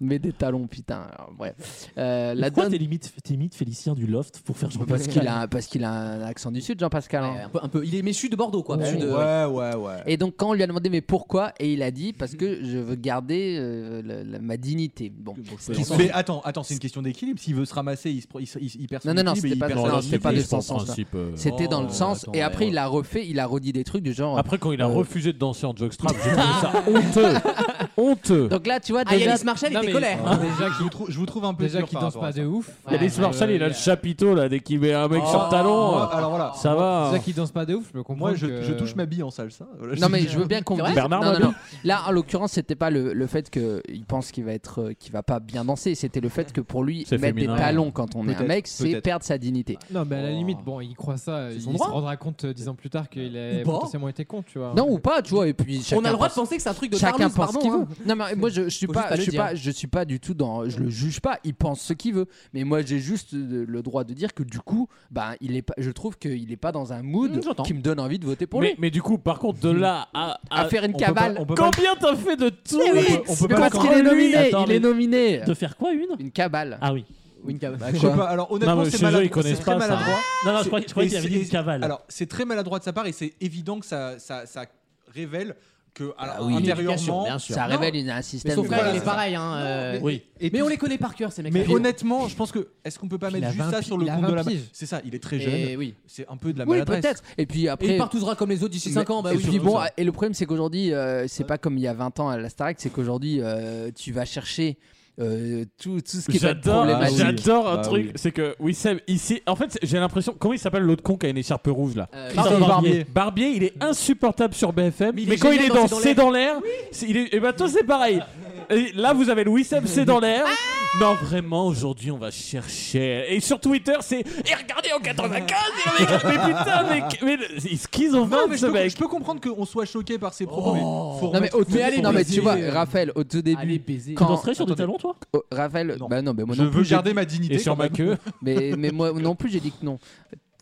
Speaker 2: Mais des talons, putain. Alors, bref. Euh, la
Speaker 16: Pourquoi
Speaker 2: danse-
Speaker 16: t'es limite, t'es limite Félicien du Loft pour faire Jean-Pascal
Speaker 2: Parce qu'il a, parce qu'il a un accent du sud, Jean-Pascal. hein.
Speaker 1: un peu, un peu- Il est méchu de Bordeaux, quoi.
Speaker 2: Ouais.
Speaker 1: Sud, euh,
Speaker 4: Ouais, ouais, ouais.
Speaker 2: Et donc quand on lui a demandé mais pourquoi et il a dit parce que je veux garder euh, la- la- ma dignité. Bon, ce qui sont-
Speaker 4: Mais attends, attends, c'est une question d'équilibre. S'il veut se ramasser, il, se pro- il, se- il, il perd son
Speaker 2: Non, non, non, c'était
Speaker 4: équilibre et il
Speaker 2: pas,
Speaker 4: perd
Speaker 2: non,
Speaker 4: son
Speaker 2: non, c'était
Speaker 4: équilipe.
Speaker 2: pas de
Speaker 5: je
Speaker 2: ce
Speaker 5: pense,
Speaker 2: sens-là.
Speaker 5: principe, euh,
Speaker 2: C'était dans le
Speaker 4: oh,
Speaker 2: sens.
Speaker 4: attends,
Speaker 2: et après,
Speaker 4: ouais,
Speaker 2: il a refait, il a redit des trucs du genre.
Speaker 5: Après, quand il a
Speaker 2: euh,
Speaker 5: refusé de danser en jockstrap, j'ai trouvé ça honteux. Honteux.
Speaker 2: Donc là, tu vois,
Speaker 1: Ah,
Speaker 2: déjà.
Speaker 1: Yanis Marshall, il
Speaker 3: Non,
Speaker 1: était
Speaker 3: mais-
Speaker 1: colère.
Speaker 3: Déjà
Speaker 4: Hein. Je vous trouve, je vous trouve un peu
Speaker 3: Déjà
Speaker 4: dur
Speaker 3: qui
Speaker 4: par
Speaker 3: danse
Speaker 4: rapport à
Speaker 3: pas
Speaker 4: ça.
Speaker 3: de ouf.
Speaker 5: Il y a des Marshall, il a le chapiteau là, dès qu'il met un mec
Speaker 2: Oh.
Speaker 5: sur talon. euh,
Speaker 4: Alors voilà.
Speaker 5: Ça va. hein.
Speaker 3: Déjà qui danse pas de ouf, je peux comprendre.
Speaker 4: Moi, je,
Speaker 3: que-
Speaker 4: je touche ma bille en salsa. Voilà,
Speaker 2: Non
Speaker 4: je-
Speaker 2: mais je veux bien qu'on
Speaker 1: C'est
Speaker 2: me
Speaker 1: vrai
Speaker 2: dise-
Speaker 5: Bernard
Speaker 2: non, non,
Speaker 5: Mabille.
Speaker 2: non. Là en l'occurrence c'était pas le, le fait qu'il pense qu'il va être euh, qu'il va pas bien danser, c'était le fait que pour lui
Speaker 5: C'est
Speaker 2: mettre
Speaker 5: féminin.
Speaker 2: des talons quand on est un
Speaker 4: Peut-être,
Speaker 2: mec c'est
Speaker 4: peut-être.
Speaker 2: perdre sa dignité.
Speaker 3: Non, mais à la limite, bon, il croit ça. Il
Speaker 1: son
Speaker 3: se
Speaker 1: droit.
Speaker 3: rendra compte euh, dix ans plus tard qu'il a
Speaker 1: Ou pas.
Speaker 3: potentiellement été con, tu vois.
Speaker 2: Non ou pas tu vois et puis
Speaker 1: On a
Speaker 2: chacun
Speaker 1: le droit de
Speaker 2: pense-
Speaker 1: penser que c'est un truc de
Speaker 2: Chacun
Speaker 1: tarlouse,
Speaker 2: pense ce
Speaker 1: pardon.
Speaker 2: qu'il veut.
Speaker 1: hein.
Speaker 2: Non mais moi je, je suis
Speaker 1: Faut
Speaker 2: pas,
Speaker 1: juste pas
Speaker 2: je
Speaker 1: le
Speaker 2: suis
Speaker 1: dire.
Speaker 2: pas je suis pas du tout dans je le juge pas, il pense ce qu'il veut. Mais moi j'ai juste euh, le droit de dire que du coup, bah il est pas je trouve qu'il est pas dans un mood
Speaker 1: Mm, j'entends.
Speaker 2: qui me donne envie de voter pour
Speaker 5: mais,
Speaker 2: lui.
Speaker 5: mais du coup, par contre, de là à,
Speaker 2: À faire une cavale.
Speaker 4: on peut pas-
Speaker 5: Combien t'as fait de
Speaker 2: Mais oui,
Speaker 5: tweets
Speaker 4: on peut
Speaker 2: mais
Speaker 4: pas
Speaker 2: parce qu'il est
Speaker 5: contre lui.
Speaker 2: nominé,
Speaker 16: Attends,
Speaker 2: il
Speaker 16: mais-
Speaker 2: est nominé.
Speaker 16: De faire quoi une
Speaker 2: Une cabale.
Speaker 16: Ah oui.
Speaker 1: Ou une cavale.
Speaker 4: Je sais pas. Alors
Speaker 5: Non,
Speaker 4: honnêtement,
Speaker 5: mais
Speaker 4: c'est
Speaker 5: chez eux, ils
Speaker 4: maladroit.
Speaker 5: connaissent
Speaker 4: c'est très
Speaker 5: pas ça.
Speaker 4: maladrois.
Speaker 16: Non, non, je croyais, je croyais
Speaker 4: Et
Speaker 16: qu'il avait
Speaker 4: c'est-
Speaker 16: dit une
Speaker 4: et-
Speaker 16: cavale.
Speaker 4: Alors, c'est très maladroit de sa part et c'est évident que ça, ça, ça révèle que alors,
Speaker 2: Bah oui,
Speaker 4: intérieurement.
Speaker 2: Ça révèle une- un
Speaker 1: Mais
Speaker 2: système.
Speaker 1: son frère,
Speaker 2: voilà.
Speaker 1: il est pareil. hein, euh,
Speaker 4: mais-
Speaker 5: Oui.
Speaker 4: et
Speaker 1: Mais
Speaker 4: tout-
Speaker 1: on les connaît par cœur, ces mecs.
Speaker 4: mais honnêtement, je pense que est-ce qu'on peut pas
Speaker 3: Il a
Speaker 4: mettre juste
Speaker 3: 20
Speaker 4: ça
Speaker 3: pi-
Speaker 4: sur le
Speaker 3: il a
Speaker 4: compte de
Speaker 3: 20
Speaker 4: la
Speaker 3: piges.
Speaker 4: C'est ça, il est très
Speaker 1: Et
Speaker 4: jeune.
Speaker 1: oui.
Speaker 4: C'est un peu de la
Speaker 2: Oui,
Speaker 4: maladresse.
Speaker 2: peut-être. Et puis
Speaker 1: Et
Speaker 2: après
Speaker 1: il partouzera comme les autres d'ici 5 ans. Bah
Speaker 2: et
Speaker 1: oui,
Speaker 2: puis
Speaker 1: surtout
Speaker 2: bon,
Speaker 1: ça.
Speaker 2: et le problème c'est qu'aujourd'hui, euh, c'est pas comme il y a 20 ans à la Starac, c'est qu'aujourd'hui euh, tu vas chercher euh, tout, tout ce qui va être
Speaker 5: J'adore,
Speaker 4: hein.
Speaker 2: problématique.
Speaker 5: j'adore un
Speaker 4: Bah
Speaker 5: truc,
Speaker 4: oui.
Speaker 5: c'est que Wissem ici, en fait, j'ai l'impression, comment il s'appelle l'autre con qui a une écharpe rouge là
Speaker 1: Euh,
Speaker 5: Christophe
Speaker 4: Barbier.
Speaker 5: Barbier, il est insupportable sur BFM,
Speaker 1: Mais
Speaker 5: mais,
Speaker 1: il est
Speaker 5: quand il
Speaker 1: génial dans
Speaker 5: est dans
Speaker 1: C'est dans
Speaker 5: C'est dans l'air, c'est- il est- et ben eh toi c'est pareil. Et là, vous avez Louis Seb, c'est dans l'air.
Speaker 4: Ah
Speaker 5: non, vraiment, aujourd'hui, on va chercher. Et sur Twitter, c'est. Et regardez en 95, il en est- Mais putain, mais, mais, mais
Speaker 4: Non, mais je, peux, je peux comprendre qu'on soit choqué par ses propos.
Speaker 5: Oh.
Speaker 4: mais faut
Speaker 2: Non mais,
Speaker 4: remettre-
Speaker 2: au tout,
Speaker 4: Mais allez,
Speaker 2: non, mais
Speaker 4: baiser,
Speaker 2: tu vois,
Speaker 4: euh,
Speaker 2: Raphaël, au tout
Speaker 4: Allez
Speaker 2: début,
Speaker 4: baiser.
Speaker 2: quand-
Speaker 4: Tu danserais sur des
Speaker 2: Attendez.
Speaker 4: talons, toi
Speaker 2: Oh, Raphaël, bah non, mais moi
Speaker 4: Je
Speaker 2: non
Speaker 4: veux
Speaker 2: plus, j'ai-
Speaker 4: garder ma dignité, Et sur quand ma même. queue.
Speaker 2: mais, mais moi non plus, j'ai dit que non.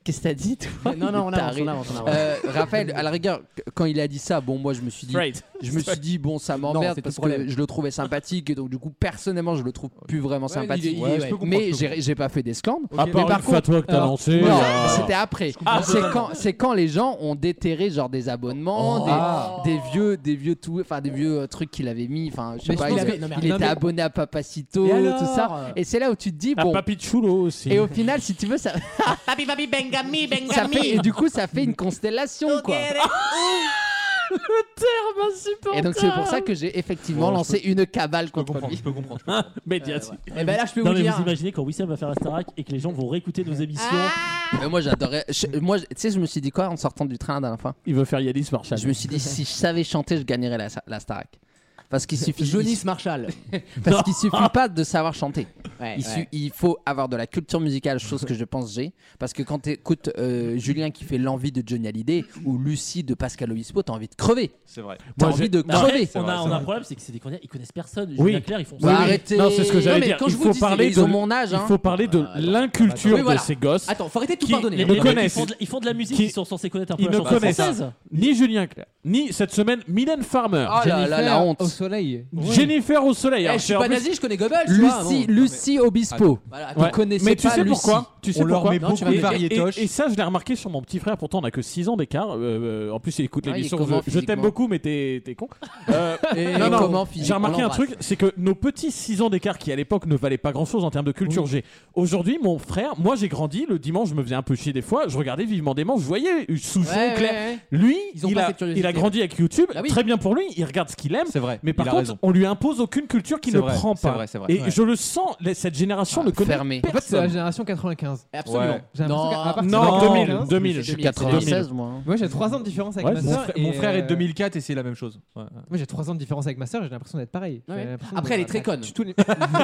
Speaker 2: Qu'est-ce que t'as dit toi
Speaker 8: Non, non, on avance,
Speaker 2: Taré.
Speaker 8: on avance, on avance.
Speaker 2: Euh, Raphaël, à la rigueur, qu- quand il a dit ça, bon, moi je me suis dit,
Speaker 8: Straight.
Speaker 2: je me suis dit, bon, ça
Speaker 8: Non,
Speaker 2: m'emmerde
Speaker 8: c'est
Speaker 2: parce
Speaker 8: ton problème.
Speaker 2: que je le trouvais sympathique et donc du coup, personnellement, je le trouve plus vraiment
Speaker 8: Ouais,
Speaker 2: sympathique.
Speaker 8: il est- il est- je peux comprendre, je
Speaker 2: Mais
Speaker 8: peux
Speaker 2: j'ai j'ai pas fait des scandales.
Speaker 5: À part une fatwa que t'as lancée,
Speaker 2: non,
Speaker 8: Ah.
Speaker 5: euh,
Speaker 2: c'était après.
Speaker 5: comprends
Speaker 2: C'est
Speaker 5: totalement.
Speaker 2: quand, c'est quand les gens ont déterré genre des abonnements,
Speaker 5: Oh.
Speaker 2: des,
Speaker 5: Ah.
Speaker 2: des vieux, des vieux tout, enfin des vieux euh, trucs qu'il avait mis. Enfin, je sais
Speaker 8: Mais
Speaker 2: pas,
Speaker 8: je
Speaker 2: il,
Speaker 8: pense que-
Speaker 2: avait-
Speaker 8: non, mais-
Speaker 2: il
Speaker 8: non,
Speaker 2: était
Speaker 8: mais-
Speaker 2: abonné à Papacito,
Speaker 8: Et
Speaker 2: tout
Speaker 8: alors
Speaker 2: ça. Et c'est là où tu te dis
Speaker 5: À
Speaker 2: bon.
Speaker 5: Papi Chulo aussi.
Speaker 2: Et au final, si tu veux, ça,
Speaker 8: Papi, papi, bengami, bengami.
Speaker 2: ça fait, et du coup, ça fait une constellation quoi.
Speaker 8: Le terme insupportable.
Speaker 2: Et donc c'est pour ça que j'ai effectivement
Speaker 11: Bon, je
Speaker 2: lancé une cabale contre lui.
Speaker 11: Médiatique.
Speaker 2: Eh ben là, je peux
Speaker 11: non,
Speaker 2: vous
Speaker 11: mais
Speaker 2: dire-
Speaker 11: Vous imaginez quand Wissam va faire un Starac et que les gens vont réécouter nos émissions.
Speaker 5: Ah.
Speaker 2: Mais moi j'adorais. je- Moi, je- tu sais, je me suis dit quoi en sortant du train la dernière fois
Speaker 5: Il veut faire Yanis Marshall.
Speaker 2: Je me suis dit si je savais chanter, je gagnerais la, la Starac. Parce qu'il suffit.
Speaker 8: Jonis Marshall.
Speaker 2: Parce qu'il suffit pas de savoir chanter.
Speaker 8: Ouais,
Speaker 2: il, su-
Speaker 8: ouais.
Speaker 2: il faut avoir de la culture musicale, chose que je pense j'ai. Parce que quand t'écoutes euh, Julien qui fait l'envie de Johnny Hallyday ou Lucie de Pascal Obispo, t'as envie de crever.
Speaker 4: C'est vrai.
Speaker 2: T'as
Speaker 11: Moi,
Speaker 2: envie
Speaker 11: j'ai-
Speaker 2: de
Speaker 11: Mais après,
Speaker 2: crever.
Speaker 11: on, a, on a un problème, c'est que c'est des candidats, ils connaissent personne.
Speaker 2: Oui.
Speaker 11: Julien Clerc, ils font
Speaker 2: Oui,
Speaker 11: ça.
Speaker 2: oui. Arrêtez.
Speaker 5: Non, c'est ce que j'allais
Speaker 2: Non, mais
Speaker 5: dire.
Speaker 2: quand
Speaker 5: il
Speaker 2: je
Speaker 5: faut
Speaker 2: vous dis,
Speaker 5: parler
Speaker 2: ils
Speaker 5: de
Speaker 2: ont mon âge, hein.
Speaker 5: Il faut parler de l'inculture
Speaker 11: Oui, voilà.
Speaker 5: de ces gosses.
Speaker 11: Ah, Attends, faut arrêter de tout
Speaker 5: qui
Speaker 11: pardonner.
Speaker 5: Ne
Speaker 11: Les mecs,
Speaker 5: connaissent.
Speaker 11: ils font de- ils font de la musique, ils sont censés connaître un peu
Speaker 5: Ils
Speaker 11: la
Speaker 5: ne
Speaker 11: chanson
Speaker 5: connaissent
Speaker 11: française.
Speaker 5: ni Julien Clerc, ni cette semaine Mylène Farmer.
Speaker 2: Ah là là, la Jennifer honte.
Speaker 3: au soleil.
Speaker 5: Jennifer au soleil.
Speaker 2: Eh,
Speaker 5: Alors,
Speaker 2: je suis
Speaker 5: c'est en
Speaker 2: pas
Speaker 5: plus-
Speaker 2: nazi, je connais Goebbels, tu vois,
Speaker 5: Lucie-
Speaker 2: bon. Lucie Obispo.
Speaker 5: Voilà,
Speaker 2: Vous connaissez
Speaker 5: Mais tu
Speaker 2: pas
Speaker 5: sais
Speaker 2: Lucie.
Speaker 5: pourquoi Tu sais
Speaker 2: On leur
Speaker 5: pourquoi
Speaker 2: met Non, tu beaucoup vas me de dire. variétoches.
Speaker 5: Et, et ça, je l'ai remarqué sur mon petit frère. Pourtant, on a que 6 ans d'écart. Euh, euh, en plus, il écoute
Speaker 2: Ah, il est
Speaker 5: l'émission.
Speaker 2: comment
Speaker 5: Je- je t'aime
Speaker 2: physiquement
Speaker 5: beaucoup, mais t'es t'es con. Euh,
Speaker 2: Et
Speaker 5: non,
Speaker 2: il est
Speaker 5: non,
Speaker 2: comment
Speaker 5: J'ai
Speaker 2: physiquement
Speaker 5: remarqué un
Speaker 2: L'embrasse.
Speaker 5: truc, c'est que nos petits 6 ans d'écart qui à l'époque ne valaient pas grand chose en termes de culture G. Aujourd'hui, mon frère, moi j'ai grandi, le dimanche je me faisais un peu chier des fois, je regardais vivement des manches, je voyais euh, Souchon,
Speaker 8: Ouais, ouais,
Speaker 5: Claire.
Speaker 8: ouais.
Speaker 5: Lui,
Speaker 8: Ils ont
Speaker 5: il,
Speaker 8: pas
Speaker 5: a,
Speaker 8: cette curiosité.
Speaker 5: il a grandi avec YouTube,
Speaker 8: Bah oui.
Speaker 5: très bien pour lui, il regarde ce qu'il aime. C'est vrai. Mais par
Speaker 4: il a
Speaker 5: contre,
Speaker 4: raison.
Speaker 5: on lui impose aucune culture qu'il
Speaker 4: C'est
Speaker 5: ne
Speaker 4: vrai,
Speaker 5: prend
Speaker 4: c'est
Speaker 5: pas.
Speaker 4: vrai, c'est vrai.
Speaker 5: Et
Speaker 4: Ouais.
Speaker 5: je le sens, la- cette génération ne connaît
Speaker 3: fermé. En fait, c'est la
Speaker 5: personne.
Speaker 3: génération 95.
Speaker 5: Absolument. Ouais.
Speaker 3: J'ai l'impression qu'à partir
Speaker 5: Non,
Speaker 3: de
Speaker 5: 2000,
Speaker 3: 95,
Speaker 5: 2000, je suis 96, moi.
Speaker 4: hein.
Speaker 3: Moi, j'ai 3 ans de différence avec
Speaker 4: Ouais,
Speaker 3: ma
Speaker 4: mon
Speaker 3: sœur.
Speaker 4: frère- Mon
Speaker 3: et,
Speaker 4: frère est
Speaker 3: euh,
Speaker 4: de 2004 et c'est la même chose. Ouais, ouais.
Speaker 3: Moi j'ai 3 ans de différence avec ma sœur, j'ai l'impression d'être pareil. J'ai
Speaker 4: Ouais.
Speaker 3: l'impression
Speaker 4: Après,
Speaker 3: de-
Speaker 4: elle est très
Speaker 3: bah,
Speaker 4: conne.
Speaker 3: tu- tous les- Non, mais on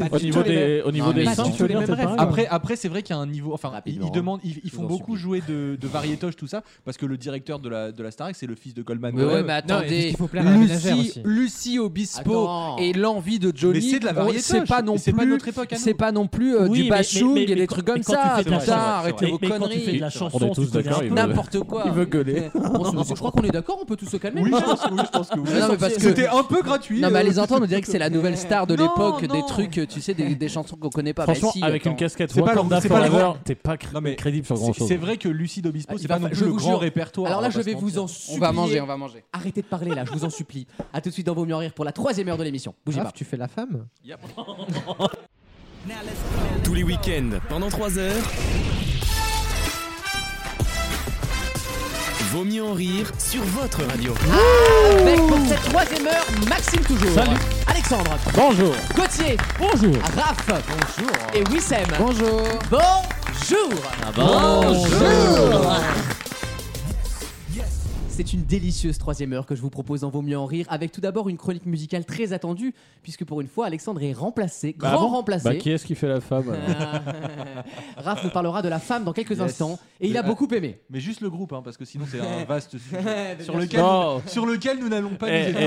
Speaker 3: a pas
Speaker 4: Au
Speaker 3: du
Speaker 4: niveau
Speaker 3: tout les
Speaker 4: des-
Speaker 3: mêmes-
Speaker 4: au niveau
Speaker 3: Non,
Speaker 4: des Ah,
Speaker 3: mais
Speaker 4: seins,
Speaker 3: pas
Speaker 4: tu
Speaker 3: tous
Speaker 4: veux
Speaker 3: les
Speaker 4: dire,
Speaker 3: mêmes
Speaker 4: c'est
Speaker 3: rêves.
Speaker 4: pareil. Après, après c'est vrai qu'il y a un niveau. Enfin, ils, ils demandent, ils, ils
Speaker 8: Je
Speaker 4: font
Speaker 8: vous en
Speaker 4: beaucoup jouer de, de variétoche tout ça parce que le directeur de la de la Starac, c'est le fils de Goldman.
Speaker 2: Mais ouais,
Speaker 4: Goldman.
Speaker 2: mais attendez, Lucie, Lucie Obispo
Speaker 4: Attends.
Speaker 2: et l'envie de Johnny.
Speaker 4: Mais c'est de la
Speaker 2: on-
Speaker 4: variétoche.
Speaker 2: C'est pas non
Speaker 4: C'est pas
Speaker 2: plus.
Speaker 4: notre époque à nous.
Speaker 2: C'est pas non plus euh,
Speaker 4: Oui,
Speaker 2: du
Speaker 4: mais-
Speaker 2: bashung
Speaker 4: mais-
Speaker 2: et
Speaker 4: mais-
Speaker 2: des
Speaker 4: mais
Speaker 2: trucs
Speaker 4: quand-
Speaker 2: comme
Speaker 4: quand tu
Speaker 2: ça.
Speaker 4: fais de la
Speaker 2: Putain,
Speaker 4: chanson,
Speaker 2: arrêtez
Speaker 4: c'est
Speaker 2: vos
Speaker 4: vrai. Mais quand tu
Speaker 2: conneries.
Speaker 4: fais de la chanson, On est tous tu connais d'accord, un il peu. veut-
Speaker 2: N'importe quoi.
Speaker 4: il veut gueuler.
Speaker 2: On se- Je crois qu'on est d'accord, on peut tous se calmer.
Speaker 4: Oui, je pense que oui, je pense que oui.
Speaker 2: Non, mais parce que-
Speaker 4: C'était un peu gratuit.
Speaker 2: Non, mais à les
Speaker 4: euh.
Speaker 2: entendre, on dirait que c'est la nouvelle star de
Speaker 4: Non,
Speaker 2: l'époque, des
Speaker 4: non.
Speaker 2: trucs, tu sais, des, des chansons qu'on connaît pas.
Speaker 5: Franchement,
Speaker 2: Bah si,
Speaker 5: avec
Speaker 2: attends.
Speaker 5: une casquette
Speaker 2: C'est pas le-
Speaker 5: Wakanda
Speaker 2: c'est pas le
Speaker 5: Forever,
Speaker 2: grand-
Speaker 5: t'es pas cr- crédible sur
Speaker 4: c'est-
Speaker 5: grand chose.
Speaker 4: C'est vrai que Lucie d'Obispo, c'est
Speaker 8: Il
Speaker 4: pas
Speaker 8: va
Speaker 4: non
Speaker 8: fa-
Speaker 4: plus le
Speaker 8: vous
Speaker 4: grand
Speaker 8: jure.
Speaker 4: répertoire. hein,
Speaker 8: Alors
Speaker 4: on
Speaker 8: là,
Speaker 4: va
Speaker 8: je
Speaker 4: pas se
Speaker 8: vais vous
Speaker 4: mentir.
Speaker 8: en supplier.
Speaker 2: On va manger, on va manger.
Speaker 8: Arrêtez de parler là, je vous en supplie. À tout de suite dans Vos mieux en rire pour la troisième heure de l'émission. Bougez
Speaker 3: Raph,
Speaker 8: pas.
Speaker 3: tu fais la femme
Speaker 1: Tous les week-ends, pendant 3 heures. Vaut mieux en rire sur votre radio.
Speaker 8: Avec pour cette troisième heure, Maxime toujours.
Speaker 1: Salut.
Speaker 8: Alexandre.
Speaker 5: Bonjour.
Speaker 8: Gauthier.
Speaker 5: Bonjour.
Speaker 8: Raph. Bonjour. Et Wissem.
Speaker 2: Bonjour.
Speaker 8: Bonjour.
Speaker 2: Bonjour.
Speaker 8: C'est une délicieuse troisième heure que je vous propose dans Vaut mieux en rire, avec tout d'abord une chronique musicale très attendue, puisque pour une fois, Alexandre est remplacé, grand
Speaker 5: Bah bon
Speaker 8: remplacé.
Speaker 5: Bah, qui est-ce qui fait la femme
Speaker 2: Euh.
Speaker 5: alors
Speaker 8: Raph nous parlera de la femme dans quelques
Speaker 4: Yes.
Speaker 8: instants, et il a
Speaker 4: Mais-
Speaker 8: beaucoup aimé.
Speaker 4: Mais juste le groupe, hein, parce que sinon c'est un vaste sujet
Speaker 8: Mais
Speaker 4: sur
Speaker 8: bien
Speaker 4: lequel
Speaker 5: sûr.
Speaker 4: sur lequel nous n'allons pas.
Speaker 5: Eh,
Speaker 4: nous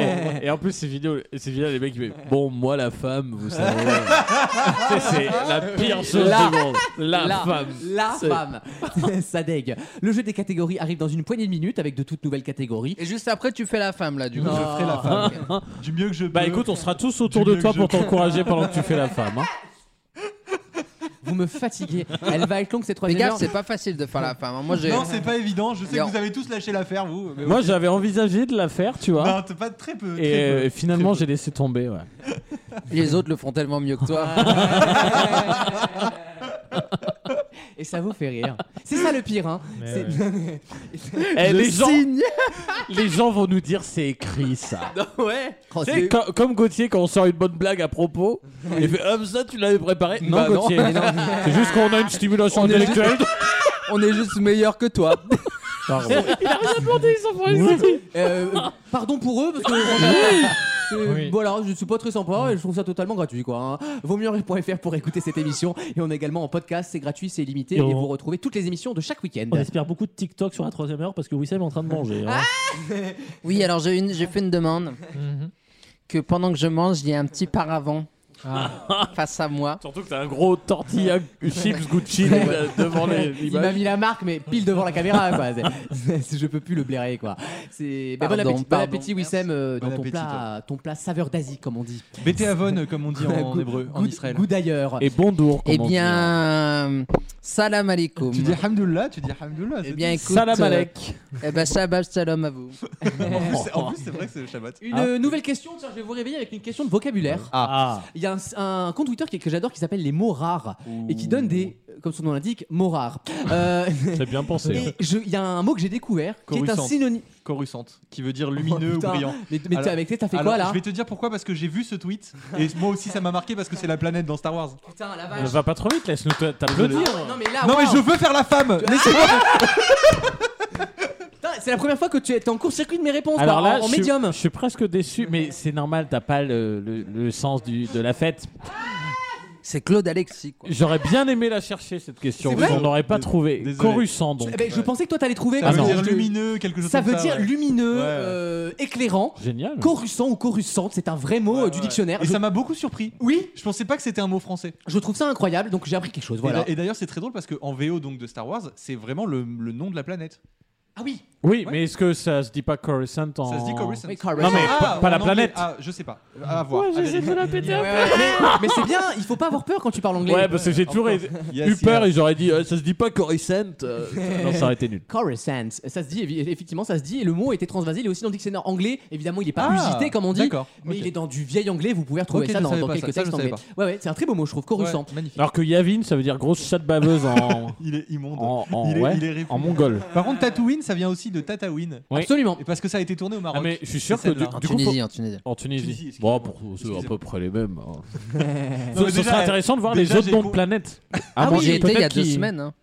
Speaker 5: eh, Et en plus, ces vidéos, ces vidéos, les mecs, ils font, bon, moi la femme, vous savez. C'est- c'est la pire chose
Speaker 8: La-
Speaker 5: du monde. La,
Speaker 8: la
Speaker 5: femme.
Speaker 8: La
Speaker 5: C'est-
Speaker 8: femme. Ça dégue. Le jeu des catégories arrive dans une poignée de minutes avec de toutes nouvelles catégories.
Speaker 2: Et juste après, tu fais la femme là, du coup.
Speaker 8: Je ferai la
Speaker 5: femme.
Speaker 4: du mieux que je peux.
Speaker 5: Bah écoute, on sera tous autour de
Speaker 4: mieux
Speaker 5: toi
Speaker 4: que
Speaker 5: pour
Speaker 4: je peux.
Speaker 5: t'encourager pendant que tu fais la femme. hein.
Speaker 8: Vous me fatiguez. Elle va être longue cette
Speaker 2: Les
Speaker 8: troisième
Speaker 2: gars,
Speaker 8: heure.
Speaker 2: c'est pas facile de faire la femme. hein. Moi, j'ai.
Speaker 4: Non, c'est pas évident. Je sais
Speaker 2: Non.
Speaker 4: que vous avez tous lâché l'affaire, vous. mais
Speaker 5: Moi,
Speaker 4: ok.
Speaker 5: j'avais envisagé de la faire, tu vois.
Speaker 4: Non, t'es pas très peu.
Speaker 5: et
Speaker 4: très peu.
Speaker 5: euh, finalement, j'ai laissé tomber. Ouais.
Speaker 2: Les autres le font tellement mieux que toi.
Speaker 8: Et ça vous fait rire. C'est ça le pire. Hein.
Speaker 5: Mais
Speaker 8: C'est-
Speaker 5: Eh,
Speaker 8: Je
Speaker 5: les, gens,
Speaker 8: signe.
Speaker 5: les gens vont nous dire c'est écrit ça.
Speaker 8: Ouais.
Speaker 5: Tu sais, co- comme Gauthier quand on sort une bonne blague à propos, il fait ah, mais ça tu l'avais préparé. Non
Speaker 2: Bah non,
Speaker 5: Gauthier,
Speaker 2: mais non.
Speaker 5: c'est juste qu'on a une stimulation
Speaker 2: On est juste-
Speaker 5: intellectuelle.
Speaker 2: On est juste meilleur que toi.
Speaker 5: Pardon.
Speaker 8: Il a rien demandé, ils s'en font les
Speaker 5: Oui.
Speaker 8: Euh, Pardon pour eux, parce que.
Speaker 2: C'est- Voilà, je suis pas très sympa et je trouve ça totalement gratuit quoi. hein. Vaut mieux rire.fr pour écouter cette émission et on est également en podcast, c'est gratuit, c'est illimité et,
Speaker 6: Et on-
Speaker 2: vous retrouvez toutes les émissions de chaque week-end.
Speaker 6: On espère beaucoup de TikTok sur la troisième heure parce que Wissem est en train de manger. hein.
Speaker 11: Ah Oui, alors j'ai une- j'ai fait une demande
Speaker 6: Mhm.
Speaker 11: que pendant que je mange, il y ait un petit paravent
Speaker 6: Ah.
Speaker 11: face à moi.
Speaker 5: Surtout que t'as un gros tortilla chips Gucci
Speaker 2: Ouais.
Speaker 5: euh, devant les
Speaker 2: Il m'a mis la marque, mais pile devant la caméra. Quoi. C'est- c'est- je peux plus le blairer. Quoi. C'est... mais bon
Speaker 11: Pardon,
Speaker 2: appétit, bon
Speaker 11: pardon.
Speaker 2: appétit, Wissem, euh, dans
Speaker 4: Bon
Speaker 2: ton,
Speaker 4: appétit,
Speaker 2: plat, ton plat saveur d'Asie, comme on dit.
Speaker 4: Béthéavon, comme on dit en, en
Speaker 2: Goût-
Speaker 4: hébreu, en
Speaker 2: goût-
Speaker 4: Israël.
Speaker 2: Goût d'ailleurs.
Speaker 5: Et bondour,
Speaker 11: Eh
Speaker 6: hein.
Speaker 11: bien, salam alaikum.
Speaker 4: Tu dis Hamdoullah, tu dis Hamdoullah.
Speaker 11: Eh bien, écoute,
Speaker 2: Salam
Speaker 11: euh,
Speaker 2: alek.
Speaker 11: eh ben, shabbat shalom à vous.
Speaker 4: en plus, c'est vrai que c'est le Shabbat.
Speaker 2: Une euh, nouvelle question, tiens, je vais vous réveiller avec une question de vocabulaire.
Speaker 4: Ah.
Speaker 2: Il y a un, un compte Twitter qui- que j'adore qui s'appelle les mots rares et qui donne des, euh, comme son nom l'indique, mots rares. Euh,
Speaker 5: C'est bien pensé.
Speaker 2: et je- Il y a un mot que j'ai découvert qui est un
Speaker 4: Coruscant.
Speaker 2: synonyme.
Speaker 4: Coruscante, qui veut dire lumineux
Speaker 2: Oh, putain.
Speaker 4: ou brillant.
Speaker 2: Mais- mais t'es
Speaker 4: Alors-
Speaker 2: avec- t'as fait quoi,
Speaker 4: alors,
Speaker 2: là
Speaker 4: Je vais te dire pourquoi, parce que j'ai vu ce tweet et moi aussi ça m'a marqué parce que c'est la planète dans Star Wars.
Speaker 2: Putain, la
Speaker 5: Ne va pas trop vite, laisse-nous te- t'applaudir.
Speaker 2: Ah ouais, non, mais là,
Speaker 4: non, mais
Speaker 2: wow.
Speaker 4: je veux faire la femme Laissez-moi
Speaker 2: Putain, C'est la première fois que tu es t'es en court-circuit de mes réponses.
Speaker 5: Alors
Speaker 2: quoi,
Speaker 5: là,
Speaker 2: en- en,
Speaker 5: je, suis-
Speaker 2: médium.
Speaker 5: je suis presque déçu, mais c'est normal, t'as pas le, le- le sens du- de la fête.
Speaker 11: C'est Claude Alexis.
Speaker 5: J'aurais bien aimé la chercher cette question,
Speaker 2: C'est
Speaker 5: mais
Speaker 2: vrai
Speaker 5: on n'aurait pas
Speaker 2: Dés-
Speaker 5: trouvé. Coruscant donc.
Speaker 2: Eh ben, Je pensais que toi t'allais trouver.
Speaker 5: Ça veut
Speaker 2: parce que
Speaker 5: dire
Speaker 2: je-
Speaker 4: Ah lumineux, quelque chose
Speaker 2: Ça
Speaker 4: comme
Speaker 2: veut
Speaker 4: ça,
Speaker 2: dire
Speaker 4: ouais.
Speaker 2: lumineux,
Speaker 4: Ouais, ouais.
Speaker 2: euh, éclairant.
Speaker 5: Génial.
Speaker 2: Coruscant ou coruscante, c'est un vrai mot euh, du dictionnaire.
Speaker 4: Et
Speaker 2: Je-
Speaker 4: ça m'a beaucoup surpris.
Speaker 2: Oui.
Speaker 4: Je pensais pas que c'était un mot français.
Speaker 2: Je trouve ça incroyable, donc j'ai appris quelque chose.
Speaker 4: Et
Speaker 2: Voilà.
Speaker 4: d'a- Et d'ailleurs, c'est très drôle parce que en VO donc de Star Wars, c'est vraiment le, le nom de la planète.
Speaker 2: Ah oui.
Speaker 5: Oui, mais est-ce que ça se dit pas Coruscant en.
Speaker 4: Ça se dit Coruscant.
Speaker 5: Non,
Speaker 2: Eh,
Speaker 5: mais
Speaker 4: Ah,
Speaker 5: pas, pas
Speaker 4: en
Speaker 5: la
Speaker 4: anglais-
Speaker 5: planète.
Speaker 4: Ah, je sais pas. À voir.
Speaker 5: Ouais, j'essaie de la péter un peu.
Speaker 2: Mais c'est bien, il faut pas avoir peur quand tu parles anglais.
Speaker 5: Ouais, parce que j'ai toujours eu eu peur et j'aurais dit euh, ça se dit pas Coruscant. euh, non, ça aurait été nul.
Speaker 2: Coruscant, ça se dit évi- effectivement, ça se dit et le mot était transvasé. Il est aussi dans le dictionnaire anglais. Évidemment, il est pas
Speaker 4: Ah,
Speaker 2: usité comme on dit,
Speaker 4: d'accord,
Speaker 2: mais
Speaker 4: ok.
Speaker 2: il est dans du vieil anglais. Vous pouvez retrouver
Speaker 4: Ok,
Speaker 2: ça
Speaker 4: je
Speaker 2: dans,
Speaker 4: savais
Speaker 2: dans
Speaker 4: pas
Speaker 2: quelques
Speaker 4: ça, ça, je
Speaker 2: textes
Speaker 4: savais
Speaker 2: anglais. Ouais, ouais, c'est un très beau mot, je trouve. Coruscant.
Speaker 4: Ouais, magnifique.
Speaker 5: Alors que Yavin, ça veut dire grosse chatte baveuse en.
Speaker 4: Il est immonde.
Speaker 5: En, en-
Speaker 4: il est,
Speaker 5: ouais,
Speaker 4: il est réputé.
Speaker 5: en mongol.
Speaker 4: Par contre, Tatooine, ça vient aussi de Tatawin.
Speaker 5: Oui.
Speaker 2: Absolument.
Speaker 4: Et parce que ça a été tourné au Maroc.
Speaker 5: Ah, mais je suis sûr que du,
Speaker 4: En
Speaker 5: du coup,
Speaker 11: Tunisie,
Speaker 5: faut-
Speaker 11: en Tunisie.
Speaker 5: En Tunisie.
Speaker 4: Tunisie,
Speaker 5: bon,
Speaker 4: excusez-moi.
Speaker 5: pour, c'est à
Speaker 4: Excusez-moi.
Speaker 5: peu près les mêmes. hein.
Speaker 4: Non,
Speaker 5: Ce
Speaker 4: mais
Speaker 5: serait
Speaker 4: déjà,
Speaker 5: intéressant de voir
Speaker 4: déjà,
Speaker 5: les autres
Speaker 4: j'ai
Speaker 5: noms de
Speaker 4: con-
Speaker 5: planètes.
Speaker 11: Ah oui,
Speaker 5: bon,
Speaker 11: j'y étais il y a
Speaker 5: peut-être
Speaker 11: deux
Speaker 5: qu'ils-
Speaker 11: semaines. hein.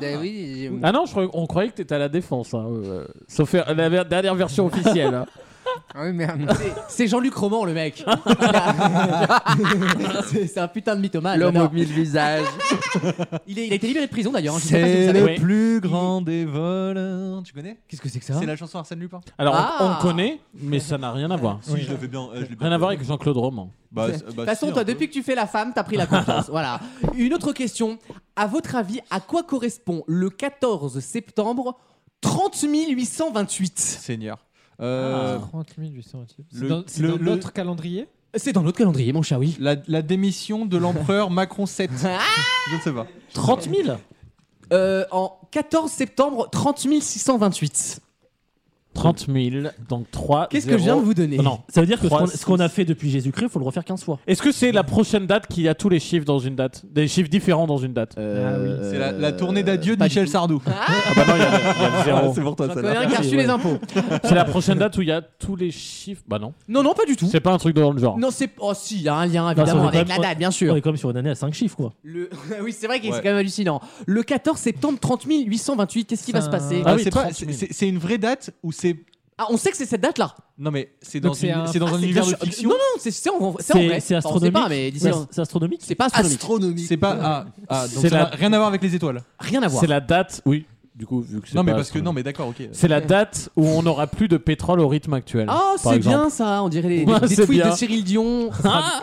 Speaker 11: Ben oui, j'ai-
Speaker 5: Ah non, je croyais- on croyait que t'étais à la défense. hein, euh, sauf la ver- dernière version officielle. hein.
Speaker 11: Ah oui, merde.
Speaker 2: C'est- C'est Jean-Luc Roman, le mec. Il a- c'est c'est un putain de mythomane.
Speaker 11: L'homme
Speaker 2: non.
Speaker 11: au mille visages.
Speaker 2: Il, est- il a été libéré de prison d'ailleurs. hein, je sais pas si vous
Speaker 4: C'est
Speaker 2: savez.
Speaker 4: le
Speaker 5: Oui.
Speaker 4: plus grand des voleurs. Tu connais
Speaker 2: Qu'est-ce que c'est que ça
Speaker 3: Hein
Speaker 4: C'est la chanson Arsène Lupin.
Speaker 5: Alors, on-
Speaker 2: Ah.
Speaker 5: on connaît, mais ça n'a rien à voir.
Speaker 4: Si, je l'avais bien. euh, je l'ai bien
Speaker 5: Rien à voir avec Jean-Claude Roman.
Speaker 4: Bah,
Speaker 2: De
Speaker 4: c'est- bah,
Speaker 2: toute façon,
Speaker 4: si,
Speaker 2: toi,
Speaker 4: un peu.
Speaker 2: depuis que tu fais la femme, t'as pris la confiance. voilà. Une autre question. À votre avis, à quoi correspond le 14 septembre 30 828
Speaker 4: Seigneur. Euh,
Speaker 3: 30 828.
Speaker 4: le-
Speaker 3: C'est dans, c'est
Speaker 4: le-
Speaker 3: dans
Speaker 4: le-
Speaker 3: notre calendrier
Speaker 2: C'est dans notre calendrier, mon chat, oui.
Speaker 4: la, la démission de l'empereur Macron 7. je ne sais pas.
Speaker 5: 30 000
Speaker 2: Euh, en 14 septembre 30 628.
Speaker 5: 30 000, donc 3.
Speaker 2: Qu'est-ce que je viens de vous donner
Speaker 5: Non.
Speaker 6: Ça veut dire que ce
Speaker 5: Trois,
Speaker 6: qu'on-
Speaker 5: six.
Speaker 6: ce qu'on a fait depuis Jésus-Christ, faut le refaire 15 fois.
Speaker 5: Est-ce que c'est la prochaine date qui a tous les chiffres dans une date Des chiffres différents dans une date
Speaker 2: Euh,
Speaker 4: C'est la, la tournée d'adieu de
Speaker 2: pas du
Speaker 4: Michel
Speaker 2: tout.
Speaker 4: Sardou. Ah,
Speaker 5: Ah bah non, il y, a le- il y a le zéro.
Speaker 4: C'est pour toi,
Speaker 2: J'en
Speaker 4: ça.
Speaker 2: connais un qui a reçu les impôts.
Speaker 5: C'est la prochaine date où il y a tous les chiffres. Bah non.
Speaker 2: Non, non, pas du tout.
Speaker 5: C'est pas un truc dans le genre.
Speaker 2: Non, c'est. Oh, si, il y a un lien
Speaker 6: ça
Speaker 2: évidemment
Speaker 6: fait
Speaker 2: avec
Speaker 6: quand
Speaker 2: la
Speaker 6: même-
Speaker 2: date, bien sûr.
Speaker 6: On est quand même sur une année à 5 chiffres, quoi.
Speaker 2: Le- oui, c'est vrai que
Speaker 4: Ouais.
Speaker 2: c'est quand même hallucinant. Le 14 septembre 30 828, qu'est-ce qui va
Speaker 3: Ça-
Speaker 2: se passer
Speaker 5: Ah
Speaker 4: Ah
Speaker 5: oui,
Speaker 4: c'est pas-
Speaker 5: 30 000.
Speaker 4: c'est- c'est c'est une vraie date ou c'est.
Speaker 2: Ah, on sait que c'est cette date-là.
Speaker 4: Non, mais c'est
Speaker 3: Donc
Speaker 4: dans,
Speaker 3: c'est
Speaker 4: une-
Speaker 3: un-
Speaker 4: c'est dans
Speaker 2: Ah,
Speaker 4: un
Speaker 2: c'est
Speaker 4: univers
Speaker 2: bien
Speaker 4: de
Speaker 2: sûr-
Speaker 4: fiction.
Speaker 2: Non, non, c'est c'est en, c'est en vrai.
Speaker 6: C'est c'est
Speaker 2: Enfin, on sait
Speaker 6: astronomique.
Speaker 2: pas, mais d'ici-
Speaker 6: Ouais, c'est astronomique.
Speaker 2: c'est pas astronomique.
Speaker 4: C'est pas. Ah, ah, donc
Speaker 5: C'est
Speaker 4: ça
Speaker 5: la-
Speaker 4: n'a rien à voir avec les étoiles.
Speaker 2: Rien à voir.
Speaker 5: C'est la date. Oui. Du coup, vu que c'est
Speaker 4: Non, mais
Speaker 5: pas
Speaker 4: parce que.
Speaker 5: astronomique.
Speaker 4: Non, mais d'accord, ok.
Speaker 5: C'est la date où on n'aura plus de pétrole au rythme actuel.
Speaker 2: Oh,
Speaker 5: par
Speaker 2: c'est
Speaker 5: exemple.
Speaker 2: bien ça, on dirait les,
Speaker 5: Ouais,
Speaker 2: des
Speaker 5: c'est
Speaker 2: tweets
Speaker 5: bien.
Speaker 2: de Cyril Dion.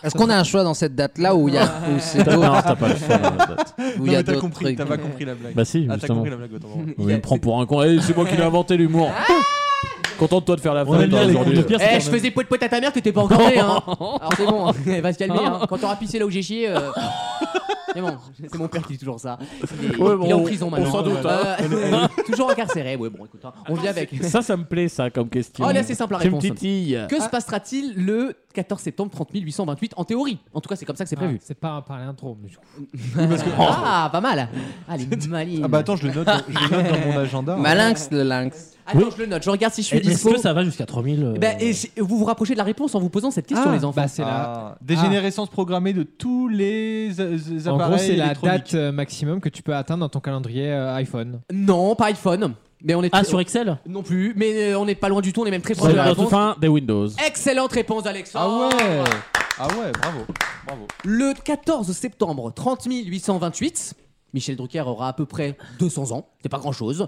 Speaker 11: Est-ce qu'on a un choix dans cette date-là où il y a où c'est
Speaker 5: T'as-
Speaker 11: d'autres-
Speaker 5: Non, t'as pas le choix. la date.
Speaker 11: où
Speaker 4: Non,
Speaker 11: il y a
Speaker 4: mais t'as
Speaker 11: d'autres
Speaker 4: compris,
Speaker 11: trucs
Speaker 4: t'as pas compris la blague.
Speaker 5: Bah si,
Speaker 4: Ah, t'as
Speaker 5: justement.
Speaker 4: compris la blague, autant pour moi.
Speaker 5: Il me prend pour un con. Eh, c'est moi qui l'ai inventé l'humour. Content de toi de faire la
Speaker 6: On aime
Speaker 5: fête
Speaker 6: bien
Speaker 5: hein,
Speaker 6: les
Speaker 5: aujourd'hui.
Speaker 6: contes de pire,
Speaker 2: Eh,
Speaker 6: c'est
Speaker 2: je
Speaker 6: qu'on aime-
Speaker 2: faisais poète poète à ta mère que t'es pas encore né, hein. Alors c'est bon, elle va se calmer, hein. Quand t'auras pissé là où j'ai chié. euh, C'est bon, c'est mon père qui dit toujours ça. Il est,
Speaker 5: Ouais, bon,
Speaker 2: il est en
Speaker 5: on-
Speaker 2: prison
Speaker 5: on
Speaker 2: maintenant.
Speaker 5: s'en doute, hein.
Speaker 2: Euh, toujours incarcéré, ouais, bon, écoute, hein, on vit avec.
Speaker 5: Ça, ça me plaît, ça, comme question.
Speaker 2: Oh, là, c'est simple, la
Speaker 5: Tu me
Speaker 2: réponse.
Speaker 5: titilles.
Speaker 2: Que se passera-t-il le 14 septembre 30 828 en théorie En tout cas, c'est comme ça que c'est prévu.
Speaker 3: Ah, c'est pas par l'intro. mais du coup.
Speaker 2: Ah, pas mal. Allez, maligne.
Speaker 4: Ah, bah attends, je le note dans- je le note dans mon agenda.
Speaker 11: Malinx, le lynx.
Speaker 2: Attends, je le note. Je regarde si je suis
Speaker 6: Est-ce
Speaker 2: dispo.
Speaker 6: que ça va jusqu'à 3000 euh,
Speaker 2: Eh ben, et si- vous vous rapprochez de la réponse en vous posant cette question,
Speaker 3: Ah,
Speaker 2: les enfants. Euh,
Speaker 3: bah, c'est la-
Speaker 4: Ah, Dégénérescence programmée de tous les, euh, z-
Speaker 3: En
Speaker 4: appareils
Speaker 3: gros, c'est la
Speaker 4: électroniques.
Speaker 3: date euh, maximum que tu peux atteindre dans ton calendrier euh, iPhone.
Speaker 2: Non, pas iPhone. Mais on est
Speaker 6: Ah,
Speaker 2: très-
Speaker 6: sur Excel
Speaker 2: Non plus, mais euh, on n'est pas loin du tout, on est même très proche de la
Speaker 5: Notre
Speaker 2: réponse.
Speaker 5: fin des Windows.
Speaker 2: Excellente réponse d'Alexandre.
Speaker 4: Ah ouais, bravo. bravo.
Speaker 2: Le 14 septembre 30 828, Michel Drucker aura à peu près 200 ans, c'est pas grand-chose.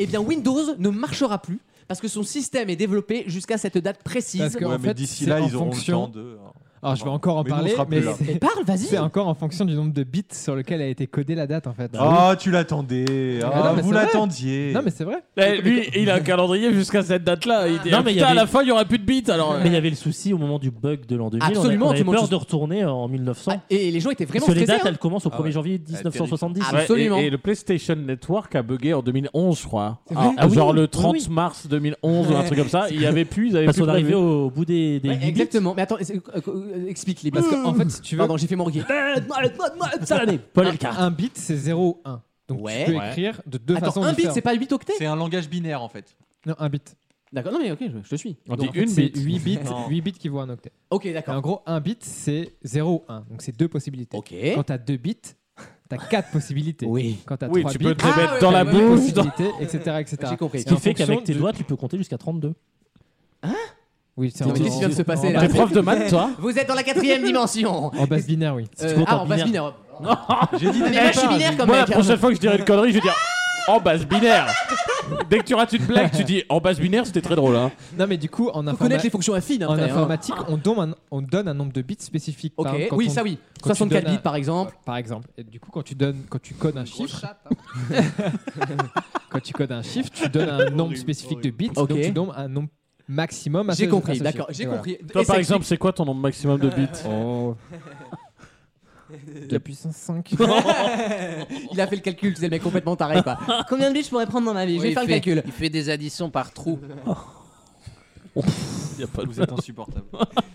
Speaker 2: Eh bien, Windows ne marchera plus parce que son système est développé jusqu'à cette date précise.
Speaker 3: Parce que, en fait, c'est en fonction-
Speaker 4: hein.
Speaker 3: Alors je vais encore en
Speaker 4: Mais nous, on
Speaker 3: parler,
Speaker 4: sera plus
Speaker 3: mais,
Speaker 4: là.
Speaker 2: Mais Eh, parle, vas-y.
Speaker 3: C'est encore en fonction du nombre de bits sur lequel a été codée la date en fait.
Speaker 4: Ah, tu l'attendais.
Speaker 3: Bah Mais
Speaker 4: Ah,
Speaker 3: non, mais
Speaker 4: vous
Speaker 3: c'est vrai.
Speaker 4: l'attendiez.
Speaker 3: Non mais c'est vrai.
Speaker 5: Eh, lui, il a un calendrier jusqu'à cette date-là. Il dit, ah, putain, à la fin, il n'y aurait plus de bits. Alors,
Speaker 6: Mais il y avait le souci au moment du bug de l'an 2000.
Speaker 5: Absolument,
Speaker 6: on a- on avait
Speaker 5: tout le monde
Speaker 6: peur
Speaker 5: se-
Speaker 6: de retourner en 1900.
Speaker 2: Ah, et les gens étaient vraiment
Speaker 6: Parce que les
Speaker 2: stressés,
Speaker 6: dates,
Speaker 2: hein.
Speaker 6: elles commencent au
Speaker 5: Ah
Speaker 6: 1er
Speaker 5: ouais.
Speaker 6: janvier
Speaker 5: Ah, terrible.
Speaker 6: 1970.
Speaker 5: Ouais, et, et le PlayStation Network a bugué en 2011, je crois.
Speaker 6: C'est vrai
Speaker 5: Ah,
Speaker 6: Ah oui,
Speaker 5: genre
Speaker 6: oui,
Speaker 5: le 30
Speaker 6: oui.
Speaker 5: mars 2011 ou un truc comme ça. Il y avait plus, ils avaient
Speaker 6: Parce
Speaker 5: plus
Speaker 6: qu'on arrivait
Speaker 5: prévu.
Speaker 6: au bout des. des
Speaker 2: hein. Ouais,
Speaker 6: huit bits.
Speaker 2: exactement, mais attends, c'est- euh, euh, explique-les parce que en
Speaker 3: Mmh.
Speaker 2: fait, si tu veux. Pardon, j'ai fait morguer. Ça l'année, Paul Elkart.
Speaker 6: Ah,
Speaker 3: Un bit c'est 0 1. Donc
Speaker 2: Ouais.
Speaker 3: tu peux
Speaker 2: Ouais.
Speaker 3: écrire de deux
Speaker 2: Attends,
Speaker 3: façons
Speaker 2: un bit,
Speaker 3: différentes.
Speaker 2: c'est pas 8 octets
Speaker 4: C'est un langage binaire en fait.
Speaker 3: Non, un bit.
Speaker 2: D'accord, non mais ok, je, je te suis.
Speaker 3: Donc,
Speaker 2: Donc,
Speaker 3: en fait, c'est 8 bits,
Speaker 2: Non.
Speaker 3: 8 bits qui vaut un octet.
Speaker 2: Ok, d'accord.
Speaker 3: Et En gros, un bit c'est 0 1. Donc c'est deux possibilités. Quand t'as deux bits, t'as quatre possibilités.
Speaker 2: Oui.
Speaker 3: Quand t'as
Speaker 5: Oui,
Speaker 3: trois
Speaker 5: tu
Speaker 3: bits,
Speaker 5: peux te les mettre
Speaker 6: Ah
Speaker 3: t'as
Speaker 5: dans la
Speaker 3: quatre
Speaker 5: bouche,
Speaker 3: possibilités,
Speaker 5: dans-
Speaker 3: etc., etc.
Speaker 2: J'ai compris.
Speaker 6: Ce
Speaker 3: Et
Speaker 6: qui
Speaker 3: en
Speaker 6: fait qu'avec
Speaker 3: fonction
Speaker 6: tes
Speaker 3: de-
Speaker 6: doigts, tu peux compter jusqu'à 32.
Speaker 3: Oui, c'est
Speaker 6: Mais
Speaker 3: en-
Speaker 6: qu'est-ce qui vient de se passer,
Speaker 3: en-
Speaker 6: là T'es prof de maths, toi
Speaker 2: Vous êtes dans la quatrième dimension.
Speaker 3: En base binaire, oui.
Speaker 2: Euh, ah, en base binaire.
Speaker 5: J'ai dit
Speaker 2: Mais
Speaker 5: des
Speaker 2: moi, je suis
Speaker 5: bâtards.
Speaker 2: binaire comme
Speaker 5: Eh, Moi,
Speaker 2: mec,
Speaker 5: la
Speaker 2: hein.
Speaker 5: prochaine fois que je dirai une connerie, je vais dire en base binaire. Dès que tu rates une blague, tu dis en base binaire, c'était très drôle. Hein.
Speaker 3: Non, mais du coup, en, informa-
Speaker 5: connaître les fonctions affines,
Speaker 3: en
Speaker 5: après, hein.
Speaker 3: informatique, on, donne un, on donne un nombre de bits spécifique.
Speaker 2: Ok,
Speaker 3: Par exemple, quand
Speaker 2: oui,
Speaker 3: on-
Speaker 2: ça oui.
Speaker 3: quand tu
Speaker 2: 64
Speaker 3: donnes un-
Speaker 2: bits, par exemple.
Speaker 3: Par exemple. Et du coup, quand tu donnes, quand tu codes un chiffre, quand tu codes un chiffre, tu donnes un nombre spécifique de bits,
Speaker 2: Ok.
Speaker 3: donc tu donnes un nombre maximum. à
Speaker 2: J'ai
Speaker 3: ce-
Speaker 2: compris,
Speaker 3: à ce
Speaker 2: d'accord,
Speaker 3: chiffre.
Speaker 2: j'ai
Speaker 3: Et
Speaker 2: compris.
Speaker 5: Toi, par exemple, c'est quoi ton nombre maximum de bits
Speaker 6: Oh.
Speaker 3: De la puissance 5.
Speaker 2: Il a fait le calcul, c'est le mec complètement taré quoi. Combien de bits je pourrais prendre dans ma vie Je
Speaker 11: Oui,
Speaker 2: vais
Speaker 11: il
Speaker 2: faire le
Speaker 11: fait-
Speaker 2: calcul.
Speaker 11: Il fait des additions par trou.
Speaker 5: Vous êtes insupportable.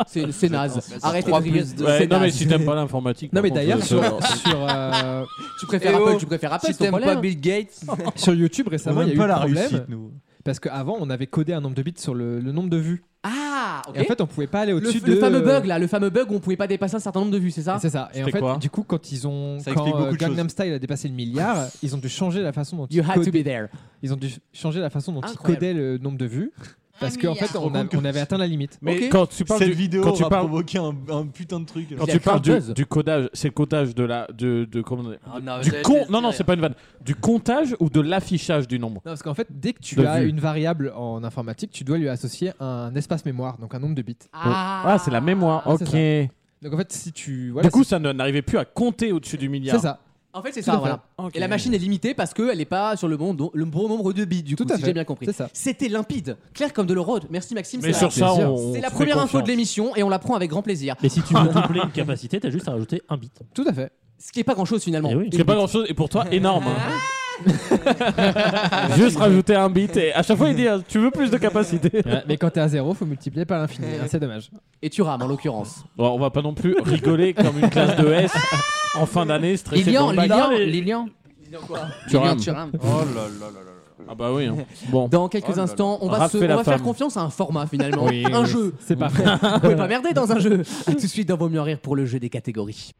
Speaker 2: C'est c'est naze. Arrêtez
Speaker 5: Trois
Speaker 2: de
Speaker 5: plus
Speaker 2: rigoler.
Speaker 5: deux.
Speaker 2: C'est
Speaker 5: Ouais, non, mais
Speaker 2: naze.
Speaker 5: si t'aimes pas l'informatique.
Speaker 3: Non, mais
Speaker 5: par contre,
Speaker 3: d'ailleurs,
Speaker 5: je-
Speaker 3: sur.
Speaker 5: je-
Speaker 3: sur, euh,
Speaker 2: Tu préfères
Speaker 3: Eh
Speaker 2: Apple,
Speaker 3: oh,
Speaker 2: tu préfères Apple,
Speaker 3: si
Speaker 2: c'est ton
Speaker 3: t'aimes
Speaker 2: problème.
Speaker 3: pas Bill Gates. sur YouTube récemment,
Speaker 4: On aime
Speaker 3: il y a eu
Speaker 4: pas
Speaker 3: un
Speaker 4: la
Speaker 3: problème.
Speaker 4: réussite, nous.
Speaker 3: Parce qu'avant, on avait codé un nombre de bits sur le, le nombre de vues.
Speaker 2: Ah, ok.
Speaker 3: Et en fait, on pouvait pas aller
Speaker 2: le,
Speaker 3: au-dessus de.
Speaker 2: le fameux bug là, le fameux bug où on pouvait pas dépasser un certain nombre de vues, c'est ça
Speaker 3: C'est ça. Et en fait, du coup, quand ils ont
Speaker 2: Ça
Speaker 3: quand
Speaker 2: explique beaucoup
Speaker 3: euh,
Speaker 2: de
Speaker 3: Gangnam
Speaker 2: choses.
Speaker 3: Style a dépassé le milliard, ils ont dû changer la façon dont
Speaker 2: You
Speaker 3: ils
Speaker 2: had to
Speaker 3: codaient-
Speaker 2: be there.
Speaker 3: Ils ont dû changer la façon dont ils
Speaker 2: Incroyable.
Speaker 3: codaient le nombre de vues parce
Speaker 2: Un
Speaker 3: qu'en
Speaker 2: milliard.
Speaker 3: fait, on, a-
Speaker 4: Je me rends
Speaker 3: on avait atteint la limite.
Speaker 5: Mais quand tu parles
Speaker 4: Cette
Speaker 5: du-
Speaker 4: vidéo
Speaker 5: quand tu
Speaker 4: va
Speaker 5: parles-
Speaker 4: provoquer un, un putain de truc.
Speaker 5: Quand tu parles du, du codage, c'est le codage de la de, de comment on dit-
Speaker 11: non,
Speaker 5: du
Speaker 11: je-
Speaker 5: con-
Speaker 11: je-
Speaker 5: non non c'est pas une vanne du comptage ou de l'affichage du nombre.
Speaker 3: Non, parce qu'en fait, dès que tu
Speaker 5: De
Speaker 3: as
Speaker 5: vues.
Speaker 3: une variable en informatique, tu dois lui associer un espace mémoire, donc un nombre de bits.
Speaker 5: Ah, c'est la mémoire.
Speaker 3: Ah,
Speaker 5: Ok.
Speaker 3: c'est Donc en fait, si tu voilà,
Speaker 5: du coup
Speaker 3: si-
Speaker 5: ça ne- n'arrivait plus à compter au-dessus du milliard.
Speaker 3: c'est ça.
Speaker 2: En fait, c'est
Speaker 3: Tout
Speaker 2: ça,
Speaker 3: à fait.
Speaker 2: voilà.
Speaker 3: Ok.
Speaker 2: Et la machine est limitée parce qu'elle n'est pas sur le bon, do- le bon nombre de bits, du coup,
Speaker 3: à
Speaker 2: si
Speaker 3: fait.
Speaker 2: j'ai bien compris.
Speaker 3: C'est ça.
Speaker 2: C'était limpide, clair comme de l'eau Merci Maxime.
Speaker 6: Mais
Speaker 2: c'est
Speaker 6: sur
Speaker 2: la-
Speaker 6: ça, on-
Speaker 2: C'est
Speaker 6: on
Speaker 2: la
Speaker 6: fait
Speaker 2: première info
Speaker 6: confiance.
Speaker 2: de l'émission et on la prend avec grand plaisir.
Speaker 6: Mais si tu veux doubler une capacité, t'as juste à rajouter un bit.
Speaker 3: Tout à fait.
Speaker 2: Ce qui est pas grand chose finalement.
Speaker 6: Eh oui.
Speaker 5: C'est pas grand chose et pour toi énorme. hein. Juste rajouter un bit et à chaque fois il dit euh, tu veux plus de capacité.
Speaker 3: Ouais, mais quand t'es à zéro, faut multiplier par l'infini. hein, c'est dommage.
Speaker 2: Et tu rames en l'occurrence.
Speaker 5: Bon, on va pas non plus rigoler comme une classe de S en fin d'année stressé.
Speaker 11: Lilian,
Speaker 5: pour le bac.
Speaker 11: Lilian,
Speaker 5: Non, mais-
Speaker 11: Lilian.
Speaker 5: Tu rames.
Speaker 11: rames.
Speaker 5: Oh là là là là. Ah bah oui. hein. Bon.
Speaker 2: Dans quelques instants, on va,
Speaker 5: Raph
Speaker 2: se,
Speaker 5: fait
Speaker 2: on
Speaker 5: la
Speaker 2: va faire
Speaker 5: femme.
Speaker 2: confiance à un format finalement.
Speaker 5: Oui,
Speaker 2: un
Speaker 5: oui.
Speaker 2: jeu.
Speaker 3: C'est parfait.
Speaker 2: Vous pouvez pas merder dans un jeu. A tout de suite dans Vaut mieux en rire pour le jeu des catégories.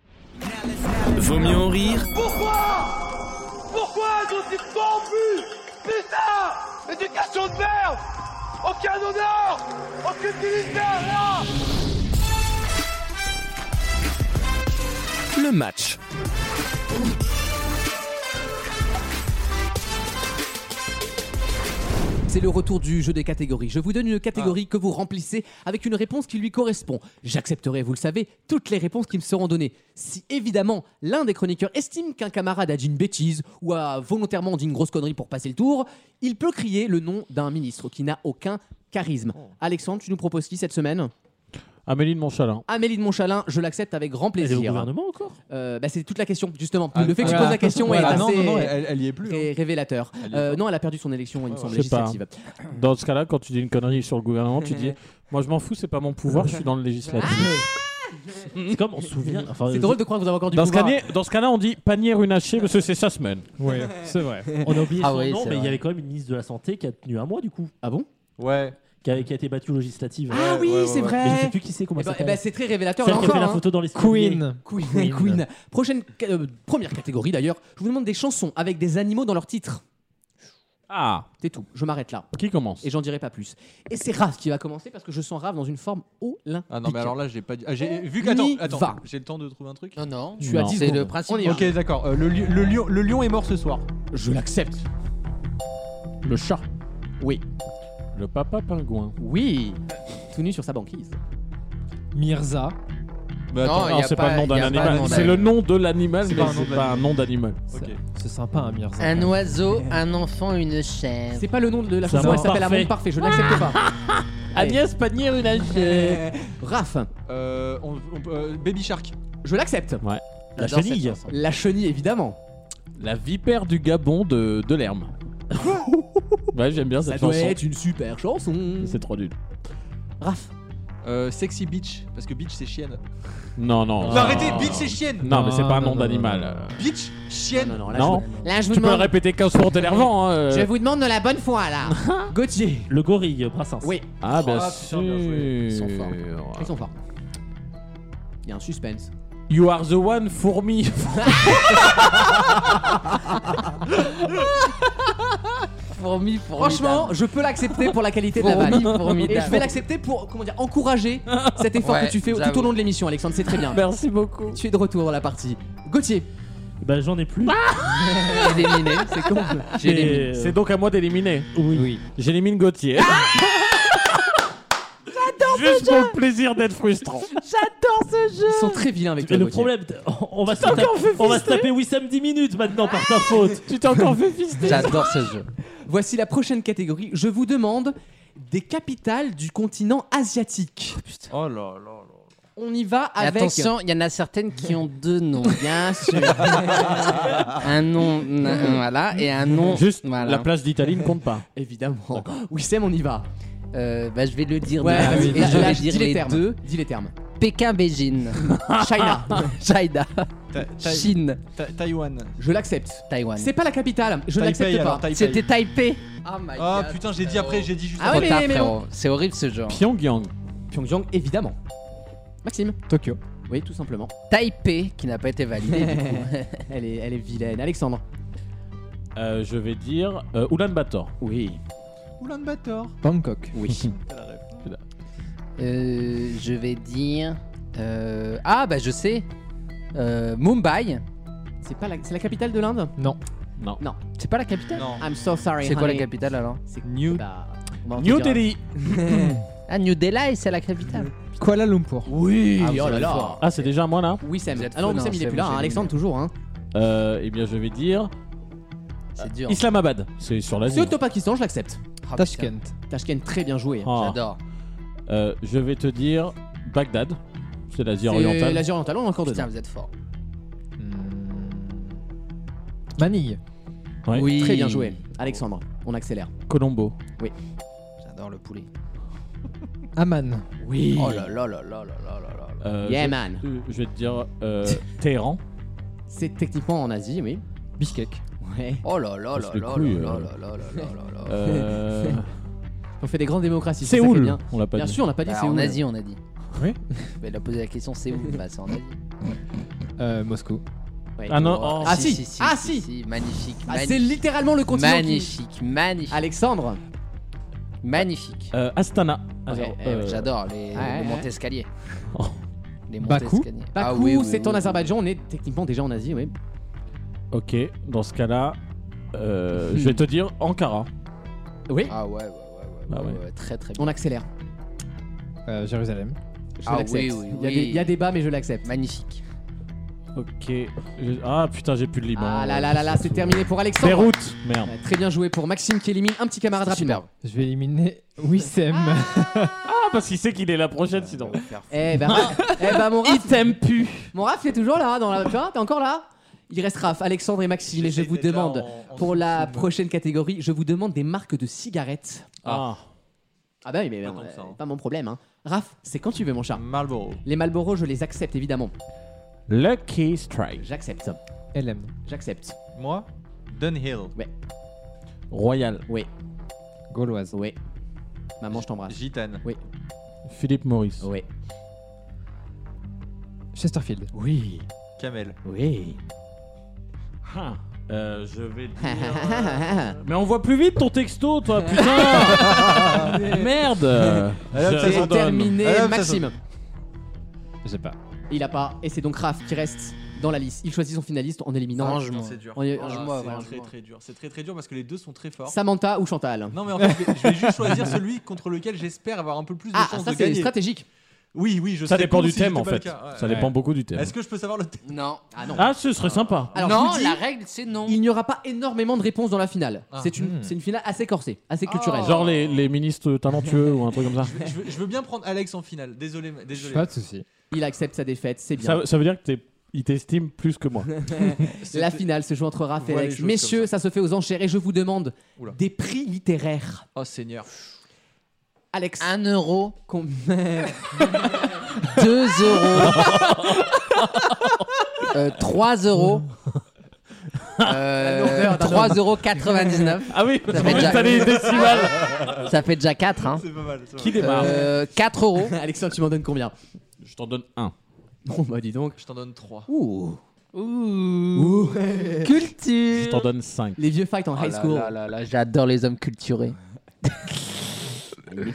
Speaker 14: Vaut mieux en rire
Speaker 1: Pourquoi Pourquoi je suis corrompu Putain Éducation de merde Aucun honneur Aucune dignité rien
Speaker 14: le match.
Speaker 2: C'est le retour du jeu des catégories. Je vous donne une catégorie que vous remplissez avec une réponse qui lui correspond. J'accepterai, vous le savez, toutes les réponses qui me seront données. Si évidemment l'un des chroniqueurs estime qu'un camarade a dit une bêtise ou a volontairement dit une grosse connerie pour passer le tour, il peut crier le nom d'un ministre qui n'a aucun charisme. Alexandre, tu nous proposes qui cette semaine
Speaker 5: Amélie de Montchalin.
Speaker 2: Amélie de Montchalin, je l'accepte avec grand
Speaker 6: Elle est
Speaker 2: plaisir.
Speaker 6: au gouvernement encore
Speaker 2: Euh, bah, C'est toute la question, justement.
Speaker 4: Ah,
Speaker 2: le fait que
Speaker 4: ah,
Speaker 2: tu poses la question
Speaker 4: voilà.
Speaker 2: est
Speaker 4: Ah, non,
Speaker 2: assez
Speaker 4: non, non, elle- elle y est plus, hein.
Speaker 2: ré- révélateur. Euh, non, elle a perdu son élection, il me semble,
Speaker 5: Je sais pas.
Speaker 2: législative.
Speaker 5: Dans ce cas-là, quand tu dis une connerie sur le gouvernement, tu dis Moi, je m'en fous, c'est pas mon pouvoir, je suis dans le législatif.
Speaker 6: C'est comme on se souvient. enfin,
Speaker 2: C'est
Speaker 6: je-
Speaker 2: drôle de croire que vous avez encore du
Speaker 5: Dans ce,
Speaker 2: pouvoir.
Speaker 5: cas-là, dans ce cas-là, on dit panier runaché parce que c'est sa semaine.
Speaker 3: Oui, c'est vrai.
Speaker 6: On a oublié
Speaker 5: Ah
Speaker 6: son
Speaker 5: oui,
Speaker 6: nom,
Speaker 5: c'est
Speaker 6: mais il y
Speaker 5: vrai.
Speaker 6: avait quand même une ministre de la Santé qui a tenu un mois du coup.
Speaker 2: Ah bon
Speaker 4: Ouais.
Speaker 6: Qui a, qui a été battue aux législatives.
Speaker 2: Ah oui, c'est vrai.
Speaker 6: Mais je sais plus qui c'est, comment
Speaker 2: Eh ben-
Speaker 6: elle
Speaker 2: eh ben,
Speaker 6: s'appelle.
Speaker 2: c'est très révélateur.
Speaker 6: Celle
Speaker 2: là
Speaker 6: qui a fait
Speaker 2: encore,
Speaker 6: la
Speaker 2: hein.
Speaker 6: photo dans les
Speaker 2: Queen.
Speaker 6: Queen.
Speaker 2: Queen. Prochaine ca- euh, première catégorie d'ailleurs. Je vous demande des chansons avec des animaux dans leur titre.
Speaker 5: Ah.
Speaker 2: C'est tout. Je m'arrête là.
Speaker 5: Qui commence
Speaker 2: Et j'en dirai pas plus. Et c'est Raph qui va commencer parce que je sens Raph dans une forme olympique.
Speaker 4: Ah non, mais alors là, j'ai pas. dit- Ah, j'ai vu
Speaker 2: On
Speaker 4: qu'attends,
Speaker 2: y
Speaker 4: attends,
Speaker 2: va.
Speaker 4: j'ai le temps de trouver un truc.
Speaker 2: Non, non.
Speaker 4: Tu as Non. 10
Speaker 2: C'est
Speaker 4: secondes.
Speaker 2: le principe.
Speaker 4: On y va. Ok, d'accord. Euh, le lion- le lion- le lion est mort ce soir.
Speaker 2: Je l'accepte.
Speaker 5: Le chat.
Speaker 2: Oui.
Speaker 5: Le papa pingouin.
Speaker 2: Oui. Tout nu sur sa banquise.
Speaker 3: Mirza.
Speaker 5: Mais Bah, attends, non, c'est pas le nom d'un animal. C'est le nom de l'animal,
Speaker 3: C'est
Speaker 5: mais
Speaker 3: pas un nom
Speaker 5: c'est
Speaker 3: de
Speaker 5: pas un nom d'animal.
Speaker 3: C'est sympa, un Mirza.
Speaker 11: Un oiseau, un enfant, une chèvre.
Speaker 2: C'est pas le nom de la
Speaker 11: Ça
Speaker 2: chanson,
Speaker 11: va.
Speaker 2: elle s'appelle
Speaker 11: Parfait.
Speaker 2: Amour Parfait, je l'accepte pas. Agnès Pannier, une chèvre. Raph.
Speaker 4: Euh, on- on peut- euh, Baby Shark.
Speaker 2: Je l'accepte.
Speaker 5: Ouais. La
Speaker 2: J'adore
Speaker 5: chenille.
Speaker 2: cette chanson. La chenille, évidemment.
Speaker 5: La vipère du Gabon de, de l'herbe. ouais, j'aime bien cette
Speaker 2: Ça
Speaker 5: chanson.
Speaker 2: doit être une super chanson.
Speaker 5: C'est trop nul.
Speaker 2: Raph.
Speaker 4: Euh, sexy Beach, parce que Beach c'est chienne.
Speaker 5: Non, non.
Speaker 4: Non,
Speaker 5: non.
Speaker 4: arrêtez, bitch, c'est chienne.
Speaker 5: Non, mais c'est pas un
Speaker 4: Non,
Speaker 5: nom
Speaker 4: non,
Speaker 5: d'animal.
Speaker 4: Beach, chienne. Non, non,
Speaker 5: Non.
Speaker 11: Là, je vous
Speaker 5: tu peux
Speaker 11: demande-
Speaker 5: le répéter 15 fois en t'énervant. hein, euh.
Speaker 11: Je vous demande de la bonne foi là.
Speaker 2: Gauthier.
Speaker 6: Le gorille, Brassens.
Speaker 2: Oui.
Speaker 5: Ah, bien
Speaker 2: Ah,
Speaker 5: sûr.
Speaker 2: putain, bien joué. Ils sont forts.
Speaker 5: Ouais.
Speaker 2: Ils sont forts. Il y a un suspense.
Speaker 5: You are the one for me.
Speaker 11: Fourmi,
Speaker 2: Franchement, je peux l'accepter pour la qualité de la
Speaker 11: Fourmi,
Speaker 2: vanne.
Speaker 11: formidable.
Speaker 2: Et je vais l'accepter pour comment dire, encourager cet effort
Speaker 11: Ouais,
Speaker 2: que tu fais tout
Speaker 11: j'avoue.
Speaker 2: au long de l'émission, Alexandre. C'est très bien.
Speaker 5: Merci beaucoup.
Speaker 2: Tu es de retour dans la partie. Gauthier.
Speaker 6: Bah, j'en ai plus.
Speaker 11: Éliminé, c'est con.
Speaker 5: J'élimine. C'est donc à moi d'éliminer. Oui. J'élimine Gauthier. Juste pour le plaisir d'être frustrant.
Speaker 6: J'adore ce jeu.
Speaker 2: Ils sont très vilains avec
Speaker 6: toi. le problème, t- on va, se taper, on va se taper Wissam 10 minutes maintenant par ta faute.
Speaker 5: Tu t'es encore fait fister.
Speaker 11: J'adore ce jeu.
Speaker 2: Voici la prochaine catégorie. Je vous demande des capitales du continent asiatique.
Speaker 4: Oh là là là.
Speaker 2: On y va
Speaker 11: Et
Speaker 2: avec.
Speaker 11: Attention, il y en a certaines qui ont deux noms, bien sûr. un nom, un- un- voilà, et un nom.
Speaker 5: Juste,
Speaker 11: voilà.
Speaker 5: la place d'Italie ne compte pas.
Speaker 2: Évidemment. Wissem, on y va.
Speaker 11: Euh, bah, je vais le dire.
Speaker 2: Ouais,
Speaker 11: d'un
Speaker 2: vas-y,
Speaker 11: coup, et
Speaker 2: là,
Speaker 11: je
Speaker 2: là,
Speaker 11: vais
Speaker 2: dis
Speaker 11: dire
Speaker 2: les
Speaker 11: les,
Speaker 2: termes.
Speaker 11: deux.
Speaker 2: Dis les termes.
Speaker 11: Pékin, Beijing.
Speaker 2: China.
Speaker 11: China.
Speaker 4: Ta- ta-
Speaker 11: Chine.
Speaker 4: Ta- Taïwan.
Speaker 2: Je l'accepte.
Speaker 11: Taïwan.
Speaker 2: C'est pas la capitale. Je ne
Speaker 4: Taipei,
Speaker 2: l'accepte
Speaker 4: alors,
Speaker 2: pas.
Speaker 4: Taipei.
Speaker 11: C'était Taipei.
Speaker 2: Oh my
Speaker 4: Ah
Speaker 2: God.
Speaker 4: putain, j'ai dit après, j'ai dit juste
Speaker 2: Ah
Speaker 4: après.
Speaker 2: oui,
Speaker 11: Trop tard,
Speaker 2: mais, mais
Speaker 11: frérot.
Speaker 2: bon.
Speaker 11: C'est horrible ce genre.
Speaker 5: Pyongyang.
Speaker 2: Pyongyang, évidemment. Maxime.
Speaker 3: Tokyo.
Speaker 2: Oui, tout simplement.
Speaker 11: Taipei qui n'a pas été validé. du coup.
Speaker 2: elle, est, elle est vilaine. Alexandre.
Speaker 5: Euh, je vais dire euh, Ulan Bator.
Speaker 2: Oui.
Speaker 4: Oulan Bator.
Speaker 3: Bangkok.
Speaker 2: Oui.
Speaker 11: Euh, je vais dire. euh, Ah bah je sais. Euh, Mumbai.
Speaker 2: C'est pas la, c'est la capitale de l'Inde
Speaker 3: Non.
Speaker 5: Non.
Speaker 2: Non.
Speaker 11: C'est pas la capitale
Speaker 4: Non.
Speaker 2: I'm so sorry.
Speaker 11: C'est quoi la
Speaker 2: honey.
Speaker 11: capitale alors
Speaker 2: C'est
Speaker 5: New,
Speaker 2: Bah, on va en
Speaker 5: New
Speaker 2: te dire.
Speaker 5: Delhi.
Speaker 11: Ah New Delhi, c'est la capitale.
Speaker 3: Kuala Lumpur.
Speaker 5: Oui.
Speaker 2: Ah, oh là là.
Speaker 5: Ah, c'est déjà à moi là
Speaker 2: Wissem.
Speaker 11: Vous êtes
Speaker 2: Ah non,
Speaker 11: fous, non,
Speaker 2: Wissem, il
Speaker 11: c'est
Speaker 2: est plus
Speaker 11: bon,
Speaker 2: là. hein.
Speaker 11: j'ai mis.
Speaker 2: Alexandre, toujours. Hein.
Speaker 5: Euh, Eh bien, je vais dire
Speaker 11: C'est dur.
Speaker 5: Islamabad. C'est sur l'Asie.
Speaker 2: C'est au Pakistan, je l'accepte.
Speaker 11: Ah, putain,
Speaker 3: Tashkent.
Speaker 2: Tashkent, très bien joué.
Speaker 5: Ah.
Speaker 11: J'adore.
Speaker 5: Euh, je vais te dire Bagdad. C'est l'Asie
Speaker 2: C'est
Speaker 5: orientale.
Speaker 2: l'Asie orientale, on est encore dedans.
Speaker 11: Putain, Ah, vous êtes fort.
Speaker 3: Manille.
Speaker 5: Ouais.
Speaker 11: Oui.
Speaker 2: Très bien joué. Alexandre, on accélère.
Speaker 5: Colombo.
Speaker 11: J'adore le poulet.
Speaker 3: Amman.
Speaker 2: Oui.
Speaker 11: Oh là là là là là là là là.
Speaker 5: Euh,
Speaker 2: Yeah,
Speaker 5: je-
Speaker 2: man.
Speaker 5: euh, Je vais te dire euh, Téhéran.
Speaker 2: C'est techniquement en Asie, oui.
Speaker 3: Bishkek.
Speaker 2: Ouais.
Speaker 11: Oh là là là
Speaker 5: Parce que
Speaker 11: là là
Speaker 5: couille,
Speaker 11: là
Speaker 5: euh.
Speaker 11: là là là là là.
Speaker 5: Euh,
Speaker 2: On fait des grandes démocraties. c'est ça qui est
Speaker 5: Séoul.
Speaker 2: bien.
Speaker 5: On l'a pas
Speaker 2: Bien
Speaker 5: dit.
Speaker 2: sûr, on n'a pas dit
Speaker 11: Bah,
Speaker 2: Séoul.
Speaker 11: en Asie, on a dit.
Speaker 3: Oui.
Speaker 11: Mais il a posé la question, c'est où Bah, c'est en Asie.
Speaker 3: Euh, Moscou.
Speaker 11: Ouais.
Speaker 5: Ah non,
Speaker 11: Oh,
Speaker 5: oh.
Speaker 2: Ah si, ah si.
Speaker 11: Magnifique.
Speaker 2: Ah, c'est
Speaker 11: magnifique.
Speaker 2: littéralement le continent. qui-
Speaker 11: Magnifique, magnifique,
Speaker 2: Alexandre.
Speaker 11: magnifique.
Speaker 5: Euh, Astana. Alors,
Speaker 11: Eh,
Speaker 5: euh,
Speaker 11: J'adore les,
Speaker 2: ouais,
Speaker 11: les
Speaker 2: ouais.
Speaker 11: montées escaliers.
Speaker 5: Oh.
Speaker 11: Les montées
Speaker 3: Bakou
Speaker 11: escaliers.
Speaker 2: Bakou,
Speaker 11: Ah oui, oui,
Speaker 2: c'est
Speaker 11: oui,
Speaker 2: en
Speaker 11: oui.
Speaker 2: Azerbaïdjan. On est techniquement déjà en Asie, oui.
Speaker 5: Ok, dans ce cas-là, euh, je vais te dire Ankara.
Speaker 2: Oui.
Speaker 11: Ah ouais, ouais, ouais, ouais,
Speaker 5: Ah
Speaker 11: ouais,
Speaker 5: ouais.
Speaker 11: ouais, très très bien.
Speaker 2: On accélère.
Speaker 3: Euh, Jérusalem.
Speaker 2: Je
Speaker 11: Ah
Speaker 2: l'accepte.
Speaker 11: oui, oui,
Speaker 2: il, y a
Speaker 11: oui.
Speaker 2: des- il y a débat, mais je l'accepte.
Speaker 11: Magnifique.
Speaker 5: Ok. je- Ah putain, j'ai plus de Liban.
Speaker 2: Ah là là là là, c'est terminé pour Alexandre.
Speaker 5: Beyrouth. Merde.
Speaker 2: Ouais, Très bien joué pour Maxime qui élimine un petit camarade rapidement.
Speaker 3: Je vais éliminer Wissem.
Speaker 5: Ah parce qu'il sait qu'il est la prochaine sinon.
Speaker 2: Eh ben,
Speaker 4: Ah,
Speaker 2: eh ben mon Raph, mon Raph est toujours là dans la. Tu vois, t'es encore là. Il reste Raph, Alexandre et Maxime. Et je vous demande pour la prochaine catégorie, je vous demande des marques de cigarettes.
Speaker 5: Ah.
Speaker 2: Ah bah oui, mais
Speaker 4: Pas
Speaker 2: euh,
Speaker 4: tant que ça, hein.
Speaker 2: pas mon problème. Hein. Raph, c'est quand tu veux, mon chat.
Speaker 4: Marlboro.
Speaker 2: Les Malboro, je les accepte évidemment.
Speaker 5: Lucky Strike.
Speaker 2: J'accepte.
Speaker 3: LM.
Speaker 2: J'accepte.
Speaker 4: Moi Dunhill.
Speaker 5: Royal.
Speaker 2: Oui,
Speaker 3: Gauloise.
Speaker 2: oui. Maman, je t'embrasse.
Speaker 4: Gitane.
Speaker 5: Philippe Maurice.
Speaker 2: Oui.
Speaker 3: Chesterfield.
Speaker 2: Oui.
Speaker 4: Camel.
Speaker 2: Oui.
Speaker 5: Ah. Euh, je vais te dire, euh, Mais on voit plus vite ton texto, toi, putain
Speaker 4: Ah,
Speaker 5: Merde
Speaker 2: Allez, hop, ça
Speaker 5: J'abandonne.
Speaker 2: s'ordonne. terminé,
Speaker 5: Allez, hop, Ah, ça
Speaker 2: Maxime.
Speaker 5: s'ordonne.
Speaker 3: Je sais pas.
Speaker 2: Il a pas, et c'est donc Raph qui reste dans la liste. Il choisit son finaliste en éliminant.
Speaker 4: Franchement, c'est dur.
Speaker 2: En é-
Speaker 4: Ah,
Speaker 2: Range-moi,
Speaker 4: c'est
Speaker 2: ouais.
Speaker 4: très très dur. C'est très très dur parce que les deux sont très forts.
Speaker 2: Samantha ou Chantal
Speaker 4: Non mais en fait, je vais- je vais juste choisir celui contre lequel j'espère avoir un peu plus de
Speaker 2: Ah,
Speaker 4: chances
Speaker 2: ça,
Speaker 4: de
Speaker 2: c'est
Speaker 4: gagner.
Speaker 2: stratégique.
Speaker 4: Oui, oui, je
Speaker 5: Ça
Speaker 4: serais
Speaker 5: dépend
Speaker 4: con
Speaker 5: du
Speaker 4: si j'étais
Speaker 5: thème, en
Speaker 4: pas le
Speaker 5: fait.
Speaker 4: cas. Ouais,
Speaker 5: Ça
Speaker 4: ouais.
Speaker 5: dépend beaucoup du thème.
Speaker 4: Est-ce que je peux savoir le thème
Speaker 11: Non. Ah non.
Speaker 5: Ah, ce serait sympa.
Speaker 2: Alors,
Speaker 11: non,
Speaker 2: je vous dis,
Speaker 11: la règle, c'est non.
Speaker 2: Il n'y aura pas énormément de réponses dans la finale.
Speaker 5: Ah.
Speaker 2: C'est une,
Speaker 5: Hmm.
Speaker 2: c'est une finale assez corsée, assez culturelle.
Speaker 5: Genre les, les ministres talentueux ou un truc comme ça.
Speaker 4: je, veux, je veux bien prendre Alex en finale. Désolé, ma- désolé.
Speaker 2: Il accepte sa défaite, c'est bien.
Speaker 5: Ça, ça veut dire que t'es- il t'estime plus que moi.
Speaker 2: la finale se joue entre Raph et
Speaker 5: Voilà les
Speaker 2: Alex.
Speaker 5: choses
Speaker 2: Messieurs, ça. se fait aux enchères et je vous demande
Speaker 4: Oula.
Speaker 2: des prix littéraires.
Speaker 4: Oh Seigneur.
Speaker 2: Alex.
Speaker 11: 1 euro.
Speaker 2: Combien
Speaker 11: 2 euros. 3 euros. Euh, 3 euros 99.
Speaker 5: Ah oui,
Speaker 11: ça fait déjà
Speaker 5: t'allais décimal.
Speaker 11: Ça fait déjà 4 hein.
Speaker 5: C'est pas mal, c'est pas Qui mal. démarre
Speaker 11: Euh, 4 euros.
Speaker 2: Alexandre, tu m'en donnes combien
Speaker 5: Je t'en donne un.
Speaker 2: Bon bah dis donc.
Speaker 4: Je t'en donne 3.
Speaker 2: Ouh.
Speaker 11: Ouh. Culture.
Speaker 5: Je t'en donne 5.
Speaker 2: Les vieux fights en
Speaker 11: Oh
Speaker 2: high
Speaker 11: là
Speaker 2: school.
Speaker 11: là là là, J'adore les hommes culturés.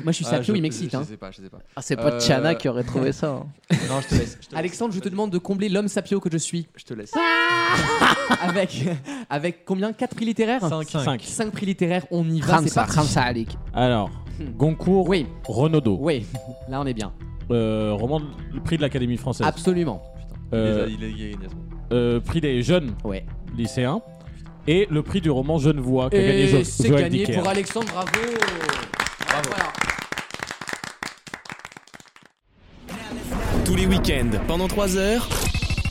Speaker 2: Moi je suis
Speaker 11: Ah,
Speaker 2: sapio,
Speaker 11: je-
Speaker 2: il m'excite.
Speaker 11: je-
Speaker 2: hein.
Speaker 11: je sais pas, je sais pas. Ah, c'est pas Tchana qui aurait trouvé ça, hein.
Speaker 4: non, je te laisse. Je te laisse.
Speaker 2: Euh, Alexandre, je te demande de combler l'homme sapio que je suis.
Speaker 4: Je te laisse.
Speaker 2: avec, avec combien 4 prix littéraires
Speaker 5: Cinq.
Speaker 2: 5.
Speaker 5: Cinq.
Speaker 2: prix littéraires, on y va.
Speaker 11: Ramsa,
Speaker 2: C'est parti.
Speaker 11: Ramsa Alik.
Speaker 5: Alors, Goncourt,
Speaker 2: oui.
Speaker 5: Renaudot.
Speaker 2: Oui, là on est bien.
Speaker 5: Euh, roman, de- le prix de l'Académie française.
Speaker 2: Absolument.
Speaker 5: Euh,
Speaker 4: Il est- il est gagné.
Speaker 5: euh, prix des jeunes
Speaker 2: ouais.
Speaker 5: lycéens. Et le prix du roman Genevois qu'a gagné
Speaker 2: Et
Speaker 5: jo
Speaker 2: c'est
Speaker 5: Joël
Speaker 2: gagné
Speaker 5: Dicker.
Speaker 2: pour Alexandre, bravo.
Speaker 14: Tous les week-ends, pendant 3 heures.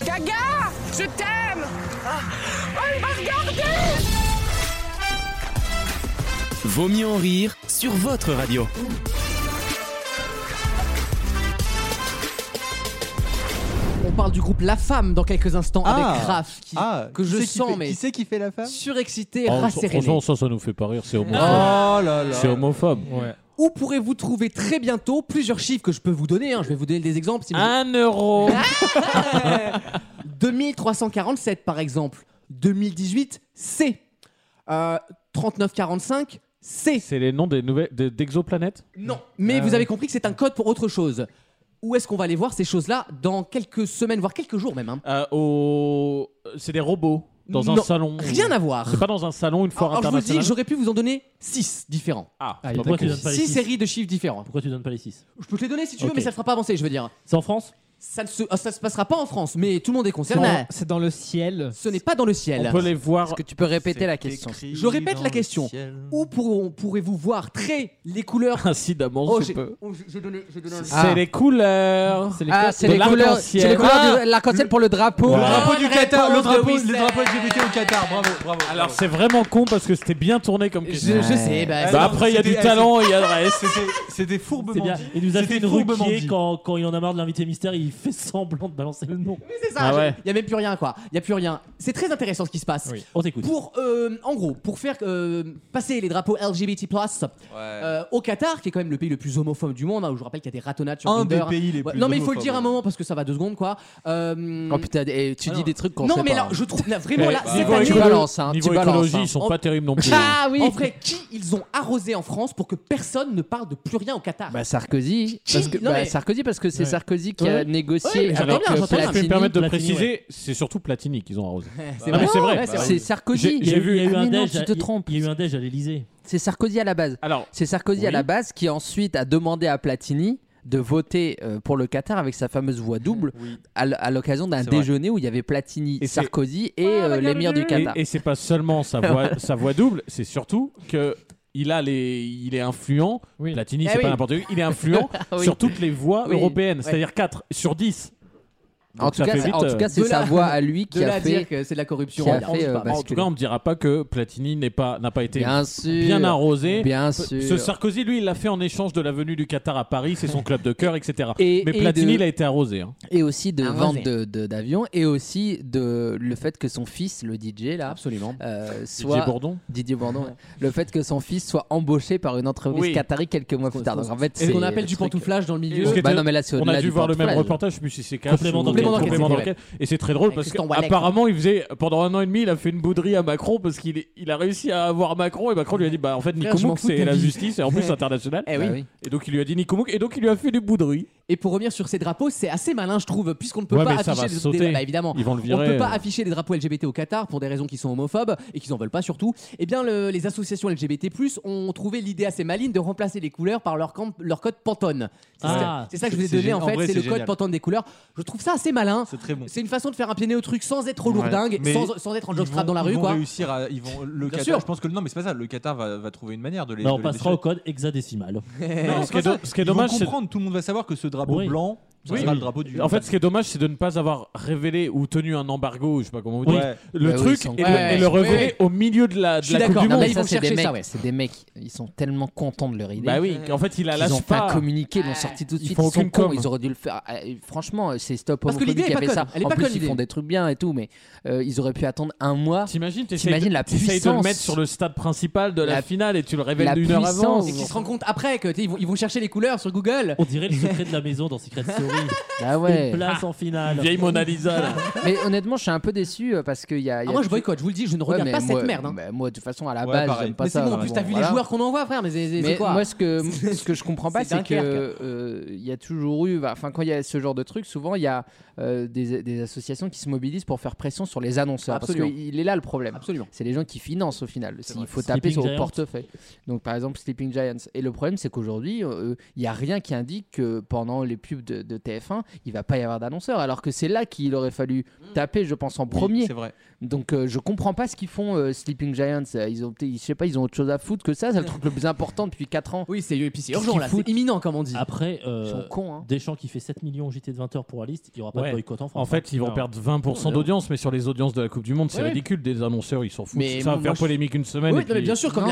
Speaker 1: Gaga, je t'aime. Oh, il m'a regardé.
Speaker 14: Vaut mieux en rire sur votre radio.
Speaker 2: On parle du groupe La Femme dans quelques instants
Speaker 4: Ah.
Speaker 2: avec Raph, qui-
Speaker 4: Ah,
Speaker 2: que
Speaker 4: qui
Speaker 2: je
Speaker 4: c'est qui
Speaker 2: sens
Speaker 4: fait-
Speaker 2: mais
Speaker 4: qui c'est qui fait la femme
Speaker 2: surexcité,
Speaker 5: Oh,
Speaker 2: rasséréné.
Speaker 5: franchement, ça, ça nous fait pas rire, c'est homophobe.
Speaker 2: Ah.
Speaker 4: Oh là là.
Speaker 5: C'est homophobe.
Speaker 2: Où pourrez-vous trouver très bientôt plusieurs chiffres que je peux vous donner hein. Je vais vous donner des exemples. Si vous-
Speaker 4: Ah.
Speaker 5: Un euro
Speaker 2: Ah. 2347 par exemple. 2018, C. Euh, 3945, C.
Speaker 5: C'est les noms des nouvelles des- d'exoplanètes
Speaker 2: Non. Mais
Speaker 5: Euh.
Speaker 2: vous avez compris que c'est un code pour autre chose. Où est-ce qu'on va aller voir ces choses-là dans quelques semaines, voire quelques jours même hein.
Speaker 5: Euh, au- C'est des robots dans un
Speaker 2: Non,
Speaker 5: salon.
Speaker 2: rien à voir.
Speaker 5: C'est pas dans un salon, une foire
Speaker 2: Alors, je vous le dis,
Speaker 5: internationale.
Speaker 2: j'aurais pu vous en donner 6 différents.
Speaker 5: Ah,
Speaker 6: Ah, pourquoi tu donnes pas les
Speaker 2: 6
Speaker 6: six
Speaker 2: séries de chiffres différents.
Speaker 6: Pourquoi tu donnes pas les 6
Speaker 2: Je peux te les donner si tu veux,
Speaker 6: Ok.
Speaker 2: mais ça ne fera pas avancer, je veux dire.
Speaker 6: C'est en France
Speaker 2: Ça ne se, ah, ça se passera pas en France, mais tout le monde est concerné.
Speaker 3: C'est dans le ciel.
Speaker 2: Ce n'est pas dans le ciel.
Speaker 5: On peut les voir. Est-ce que
Speaker 11: tu peux répéter la
Speaker 4: question
Speaker 2: Je répète la question. Où pourront- pourrez-vous voir très les couleurs
Speaker 5: Incidemment,
Speaker 2: Oh,
Speaker 5: je
Speaker 2: j'ai-
Speaker 5: peux.
Speaker 2: oh, je, je donne, je donne un-
Speaker 5: C'est les couleurs.
Speaker 3: C'est les
Speaker 11: Ah, c'est les couleurs, c'est les couleurs
Speaker 3: Ah
Speaker 11: de l'arc-en-ciel pour le drapeau.
Speaker 5: Le drapeau
Speaker 4: du Qatar, le drapeau, le drapeau LGBT au Qatar, bravo, bravo.
Speaker 5: Alors c'est vraiment con parce que c'était bien tourné comme question.
Speaker 2: je sais, bah,
Speaker 5: Bah,
Speaker 2: c'est-
Speaker 5: après il y a du
Speaker 4: c'était-
Speaker 5: talent et il y a le reste.
Speaker 4: C'était fourbement
Speaker 6: C'est bien.
Speaker 4: dit.
Speaker 6: Il nous a
Speaker 4: C'était
Speaker 6: fait une
Speaker 4: fourbement
Speaker 6: ruquier
Speaker 4: dit.
Speaker 6: quand, quand il en a marre de l'invité mystère, il fait semblant de balancer le nom.
Speaker 2: C'est ça,
Speaker 6: Ah
Speaker 2: je-
Speaker 6: ouais.
Speaker 2: il y a même plus rien quoi. Il y a plus rien. C'est très intéressant ce qui se passe.
Speaker 6: On t'écoute.
Speaker 2: Pour euh, en gros, pour faire euh, passer les drapeaux LGBT+ euh, au Qatar qui est quand même le pays le plus homophobe du monde hein, où je vous rappelle qu'il y a des ratonnades sur
Speaker 4: Un
Speaker 2: Tinder.
Speaker 4: des pays les plus
Speaker 2: Non mais il faut le
Speaker 4: homophobes.
Speaker 2: dire un moment parce que ça va deux secondes quoi. Euh,
Speaker 11: Oh putain, et tu dis des trucs qu'on
Speaker 2: non,
Speaker 11: sait
Speaker 2: mais
Speaker 11: pas.
Speaker 2: là, je trouve là, vraiment
Speaker 11: Eh,
Speaker 2: là,
Speaker 11: bah,
Speaker 2: cette
Speaker 11: niveau
Speaker 2: année,
Speaker 11: écolo- Tu balances, hein,
Speaker 5: niveau
Speaker 11: tu balances,
Speaker 5: écologie,
Speaker 11: hein.
Speaker 5: ils sont
Speaker 2: En-
Speaker 5: pas terribles non plus. hein.
Speaker 11: Ah oui.
Speaker 2: En vrai, qui ils ont arrosé en France pour que personne ne parle de plus rien au Qatar
Speaker 11: Bah Sarkozy,
Speaker 2: Qui
Speaker 11: parce que,
Speaker 2: Non,
Speaker 11: bah,
Speaker 2: mais-
Speaker 11: Sarkozy parce que c'est
Speaker 2: Ouais.
Speaker 11: Sarkozy qui a
Speaker 2: Ouais. Ouais,
Speaker 11: négocié
Speaker 2: j'entends
Speaker 11: avec
Speaker 2: bien,
Speaker 11: euh,
Speaker 2: j'entends bien.
Speaker 5: Si je peux me permettre de
Speaker 11: Platini,
Speaker 5: préciser,
Speaker 11: ouais.
Speaker 5: c'est surtout Platini qu'ils ont arrosé.
Speaker 2: C'est
Speaker 5: Non, mais
Speaker 11: vrai.
Speaker 5: c'est
Speaker 11: Ouais,
Speaker 5: vrai. Bah
Speaker 11: c'est vrai. C'est Sarkozy.
Speaker 5: J'ai-
Speaker 11: Il y a
Speaker 5: J'ai
Speaker 11: eu- il y
Speaker 5: vu.
Speaker 11: a eu-
Speaker 6: Il y a eu un
Speaker 11: Mais non,
Speaker 6: déj
Speaker 5: hein.
Speaker 11: tu
Speaker 6: à-
Speaker 11: te
Speaker 6: il-
Speaker 11: trompes.
Speaker 6: Il y a eu un déj à l'Elysée.
Speaker 11: C'est Sarkozy à la base.
Speaker 5: Alors,
Speaker 11: c'est Sarkozy à
Speaker 6: oui.
Speaker 11: la base qui ensuite a demandé à Platini de voter euh, pour le Qatar avec sa fameuse voix double à l- à l'occasion d'un déjeuner où il y avait Platini,
Speaker 5: Et c'est-
Speaker 11: Sarkozy et euh, l'émir du Qatar.
Speaker 5: Et, et c'est pas seulement sa voix, sa voix double, c'est surtout que il a les, il est influent. Platini,
Speaker 11: Eh
Speaker 5: c'est
Speaker 11: oui. Ah
Speaker 5: pas n'importe qui. Il est influent
Speaker 11: Oui.
Speaker 5: sur toutes les voix
Speaker 11: Oui.
Speaker 5: européennes,
Speaker 11: Ouais.
Speaker 5: c'est-à-dire 4 sur 10
Speaker 11: En tout cas, c'est- en tout cas,
Speaker 5: euh,
Speaker 11: c'est De sa là- voix à lui qui de a là à fait- dire que
Speaker 2: c'est de la corruption.
Speaker 11: qui a fait, euh,
Speaker 5: en tout
Speaker 11: basculer.
Speaker 5: cas, on ne dira pas que Platini n'est pas n'a pas été
Speaker 11: Bien sûr.
Speaker 5: bien arrosé.
Speaker 11: Bien
Speaker 5: Ce
Speaker 11: sûr.
Speaker 5: Sarkozy, lui, il l'a fait en échange de la venue du Qatar à Paris, c'est son club de cœur, etc.
Speaker 11: Et-
Speaker 5: Mais
Speaker 11: et
Speaker 5: Platini,
Speaker 11: de-
Speaker 5: il a été arrosé. hein.
Speaker 11: et aussi de
Speaker 5: Arrosé.
Speaker 11: vente de- de- d'avions et aussi de le fait que son fils le DJ là
Speaker 2: absolument
Speaker 11: soit
Speaker 5: Bourdon.
Speaker 11: Didier Bourdon ouais. le fait que son fils soit embauché par une entreprise
Speaker 5: Oui.
Speaker 11: qatari quelques mois plus tard donc en fait
Speaker 2: C'est
Speaker 11: c'est
Speaker 2: ce qu'on appelle
Speaker 11: le
Speaker 2: du
Speaker 11: truc-
Speaker 2: pantouflage dans le euh, milieu.
Speaker 11: Bah non, mais là, c'est
Speaker 5: on
Speaker 11: au-delà
Speaker 5: a dû
Speaker 11: du
Speaker 5: voir le même
Speaker 11: portefeuille.
Speaker 5: reportage, je sais plus si c'est cash
Speaker 11: Complément
Speaker 5: ou-
Speaker 11: d'emploi.
Speaker 2: Complément d'enquête,
Speaker 5: complément
Speaker 2: c'était,
Speaker 5: d'enquête. Et c'est très drôle
Speaker 2: Avec
Speaker 5: parce
Speaker 2: Christian Wallet,
Speaker 5: qu'apparemment, il faisait pendant un an et demi, il a fait une bouderie à Macron parce qu'il est- il a réussi à avoir Macron et Macron lui a dit Bah en fait,
Speaker 2: Frère, je m'en
Speaker 5: Nikomouk,
Speaker 2: fous de
Speaker 5: c'est
Speaker 2: ta
Speaker 5: la
Speaker 2: vie.
Speaker 5: justice et en plus internationale.
Speaker 2: Eh oui. Bah oui.
Speaker 5: Et donc il lui a dit Nikomouk et donc il lui a fait des bouderies.
Speaker 2: Et pour revenir sur ces drapeaux, c'est assez malin, je trouve, puisqu'on ne peut
Speaker 5: Ouais,
Speaker 2: pas
Speaker 5: mais ça
Speaker 2: afficher
Speaker 5: va
Speaker 2: des- des-
Speaker 5: sauter.
Speaker 2: bah, évidemment.
Speaker 5: Ils vont le
Speaker 2: On
Speaker 5: virer,
Speaker 2: peut pas
Speaker 5: euh.
Speaker 2: afficher les drapeaux LGBT au Qatar pour des raisons qui sont homophobes et qu'ils en veulent pas surtout. Eh bien, le- les associations LGBT+ ont trouvé l'idée assez maligne de remplacer les couleurs par leur, camp- leur code Pantone. C'est
Speaker 5: Ah.
Speaker 2: ça- c'est ça que je vous ai
Speaker 5: C'est
Speaker 2: donné
Speaker 5: génial.
Speaker 2: en
Speaker 5: En
Speaker 2: fait,
Speaker 5: vrai,
Speaker 2: c'est
Speaker 5: c'est
Speaker 2: le code
Speaker 5: génial.
Speaker 2: Pantone des couleurs. Je trouve ça assez malin.
Speaker 4: C'est très bon.
Speaker 2: C'est une façon de faire un pied nez au truc sans être lourdingue,
Speaker 4: Ouais, mais
Speaker 2: sans, sans être en
Speaker 4: ils
Speaker 2: jockstrap
Speaker 4: vont-
Speaker 2: dans la rue
Speaker 4: Ils vont
Speaker 2: quoi.
Speaker 4: réussir à. Ils vont, le
Speaker 2: Bien
Speaker 4: Qatar,
Speaker 2: sûr.
Speaker 4: je pense que non, mais c'est pas ça. Le Qatar va, va trouver une manière de les.
Speaker 6: Bah, on
Speaker 4: de les
Speaker 6: passera
Speaker 4: déchirer.
Speaker 6: au code hexadécimal.
Speaker 4: Non,
Speaker 5: ce qui est
Speaker 4: c'est pas
Speaker 5: do-
Speaker 4: ça.
Speaker 5: ce qui est
Speaker 4: Ils vont
Speaker 5: dommage, c'est-
Speaker 4: comprendre, tout le monde va savoir que ce drapeau
Speaker 5: Oui.
Speaker 4: blanc, ça
Speaker 5: Oui.
Speaker 4: sera le drapeau du.
Speaker 5: En fait, ce qui est dommage, c'est de ne pas avoir révélé ou tenu un embargo, je sais pas comment vous
Speaker 4: Oui.
Speaker 5: dites, le
Speaker 11: Bah oui,
Speaker 5: truc
Speaker 11: ils sont
Speaker 5: et,
Speaker 11: cons.
Speaker 5: le, et le
Speaker 11: Ouais, ouais.
Speaker 5: révéler au milieu de la,
Speaker 2: Bah
Speaker 11: Je
Speaker 5: de
Speaker 11: suis
Speaker 5: la Coupe
Speaker 11: d'accord.
Speaker 5: du
Speaker 11: Non,
Speaker 5: Monde.
Speaker 11: mais ça, c'est des mecs. C'est des mecs. Ils sont tellement contents de leur idée.
Speaker 5: Bah oui, qu'en fait, il la lâche
Speaker 11: ils ont
Speaker 5: pas.
Speaker 11: pas communiqué, ils l'ont sorti tout de
Speaker 5: Ils
Speaker 11: suite.
Speaker 5: font
Speaker 11: Ils, sont
Speaker 5: aucune
Speaker 11: cons,
Speaker 5: com.
Speaker 11: ils auraient dû le faire. Ah, et Franchement, c'est stop
Speaker 2: Parce que
Speaker 11: homophobie
Speaker 2: l'idée,
Speaker 11: qui
Speaker 2: elle
Speaker 11: a
Speaker 2: est
Speaker 11: fait
Speaker 2: pas
Speaker 11: ça.
Speaker 2: conne. Elle est
Speaker 11: en
Speaker 2: pas
Speaker 11: plus,
Speaker 2: conne,
Speaker 11: ils
Speaker 2: l'idée.
Speaker 11: font des trucs bien et tout, mais euh, ils auraient pu attendre un mois.
Speaker 5: T'imagines,
Speaker 11: T'imagines la
Speaker 5: T'essayes de le
Speaker 11: puissance
Speaker 5: mettre sur le stade principal de la,
Speaker 11: La-
Speaker 5: finale et tu le
Speaker 11: la
Speaker 5: révèles d'une heure avant.
Speaker 11: puissance.
Speaker 2: Et qui se rendent compte après que tu sais, ils vont, ils vont chercher les couleurs sur Google.
Speaker 6: On dirait le secret de la maison dans Secret Story.
Speaker 11: Ah ouais.
Speaker 6: Une place en finale.
Speaker 5: Vieille Mona Lisa. là.
Speaker 11: Mais honnêtement, je suis un peu déçu euh, parce qu'il y a. il y a-
Speaker 2: moi, je boycotte, je vous le dis, je ne
Speaker 11: Ouais,
Speaker 2: regarde
Speaker 11: mais
Speaker 2: pas
Speaker 11: moi-
Speaker 2: cette merde. hein.
Speaker 11: bah, moi, de toute façon, à la
Speaker 2: Ouais,
Speaker 11: base,
Speaker 2: pareil.
Speaker 11: j'aime pas
Speaker 2: Mais
Speaker 11: ça.
Speaker 2: c'est bon, en plus,
Speaker 11: Bon,
Speaker 2: t'as vu
Speaker 11: voilà.
Speaker 2: les joueurs qu'on envoie, frère, mais c'est c'est-
Speaker 11: Mais
Speaker 2: c'est quoi
Speaker 11: moi, ce que, ce que je comprends pas,
Speaker 2: C'est
Speaker 11: c'est que
Speaker 2: Dunkerque.
Speaker 11: euh, il y a toujours eu, bah, enfin, quand il y a ce genre de truc, souvent il y a euh, des, des associations qui se mobilisent pour faire pression sur les annonceurs. Parce
Speaker 2: Absolument.
Speaker 11: qu'il est là le problème. C'est les gens qui financent au final. Il faut taper
Speaker 6: Sleeping
Speaker 11: sur le
Speaker 6: Giants.
Speaker 11: portefeuille. Donc, par exemple, Sleeping Giants. Et le problème, c'est qu'aujourd'hui, euh, il y n'y a rien qui indique que pendant les pubs de, de TF1, il va pas y avoir d'annonceurs. Alors que c'est là qu'il aurait fallu taper, je pense, en premier.
Speaker 4: c'est vrai.
Speaker 11: Donc euh, je comprends pas ce qu'ils font euh, Sleeping Giants. Euh, Ils ont, peut-être- je sais pas, ils ont autre chose à foutre que ça. C'est le truc le plus important depuis 4 ans.
Speaker 2: Oui, c'est et puis c'est urgent là, c'est imminent comme on dit.
Speaker 6: Après, euh,
Speaker 11: Ils sont cons, hein.
Speaker 6: Deschamps qui fait 7 millions au JT de 20h pour la liste, il n'y aura pas
Speaker 5: Ouais.
Speaker 6: de boycott en France. hein.
Speaker 5: fait, ils vont
Speaker 6: Non.
Speaker 5: perdre 20% d'audience, mais sur les audiences de la Coupe du Monde, c'est
Speaker 6: Ouais.
Speaker 5: ridicule. Des annonceurs, ils s'en foutent.
Speaker 11: Mais
Speaker 5: ça va
Speaker 11: moi,
Speaker 5: faire
Speaker 11: je-
Speaker 5: polémique une semaine. et puis-
Speaker 11: Non,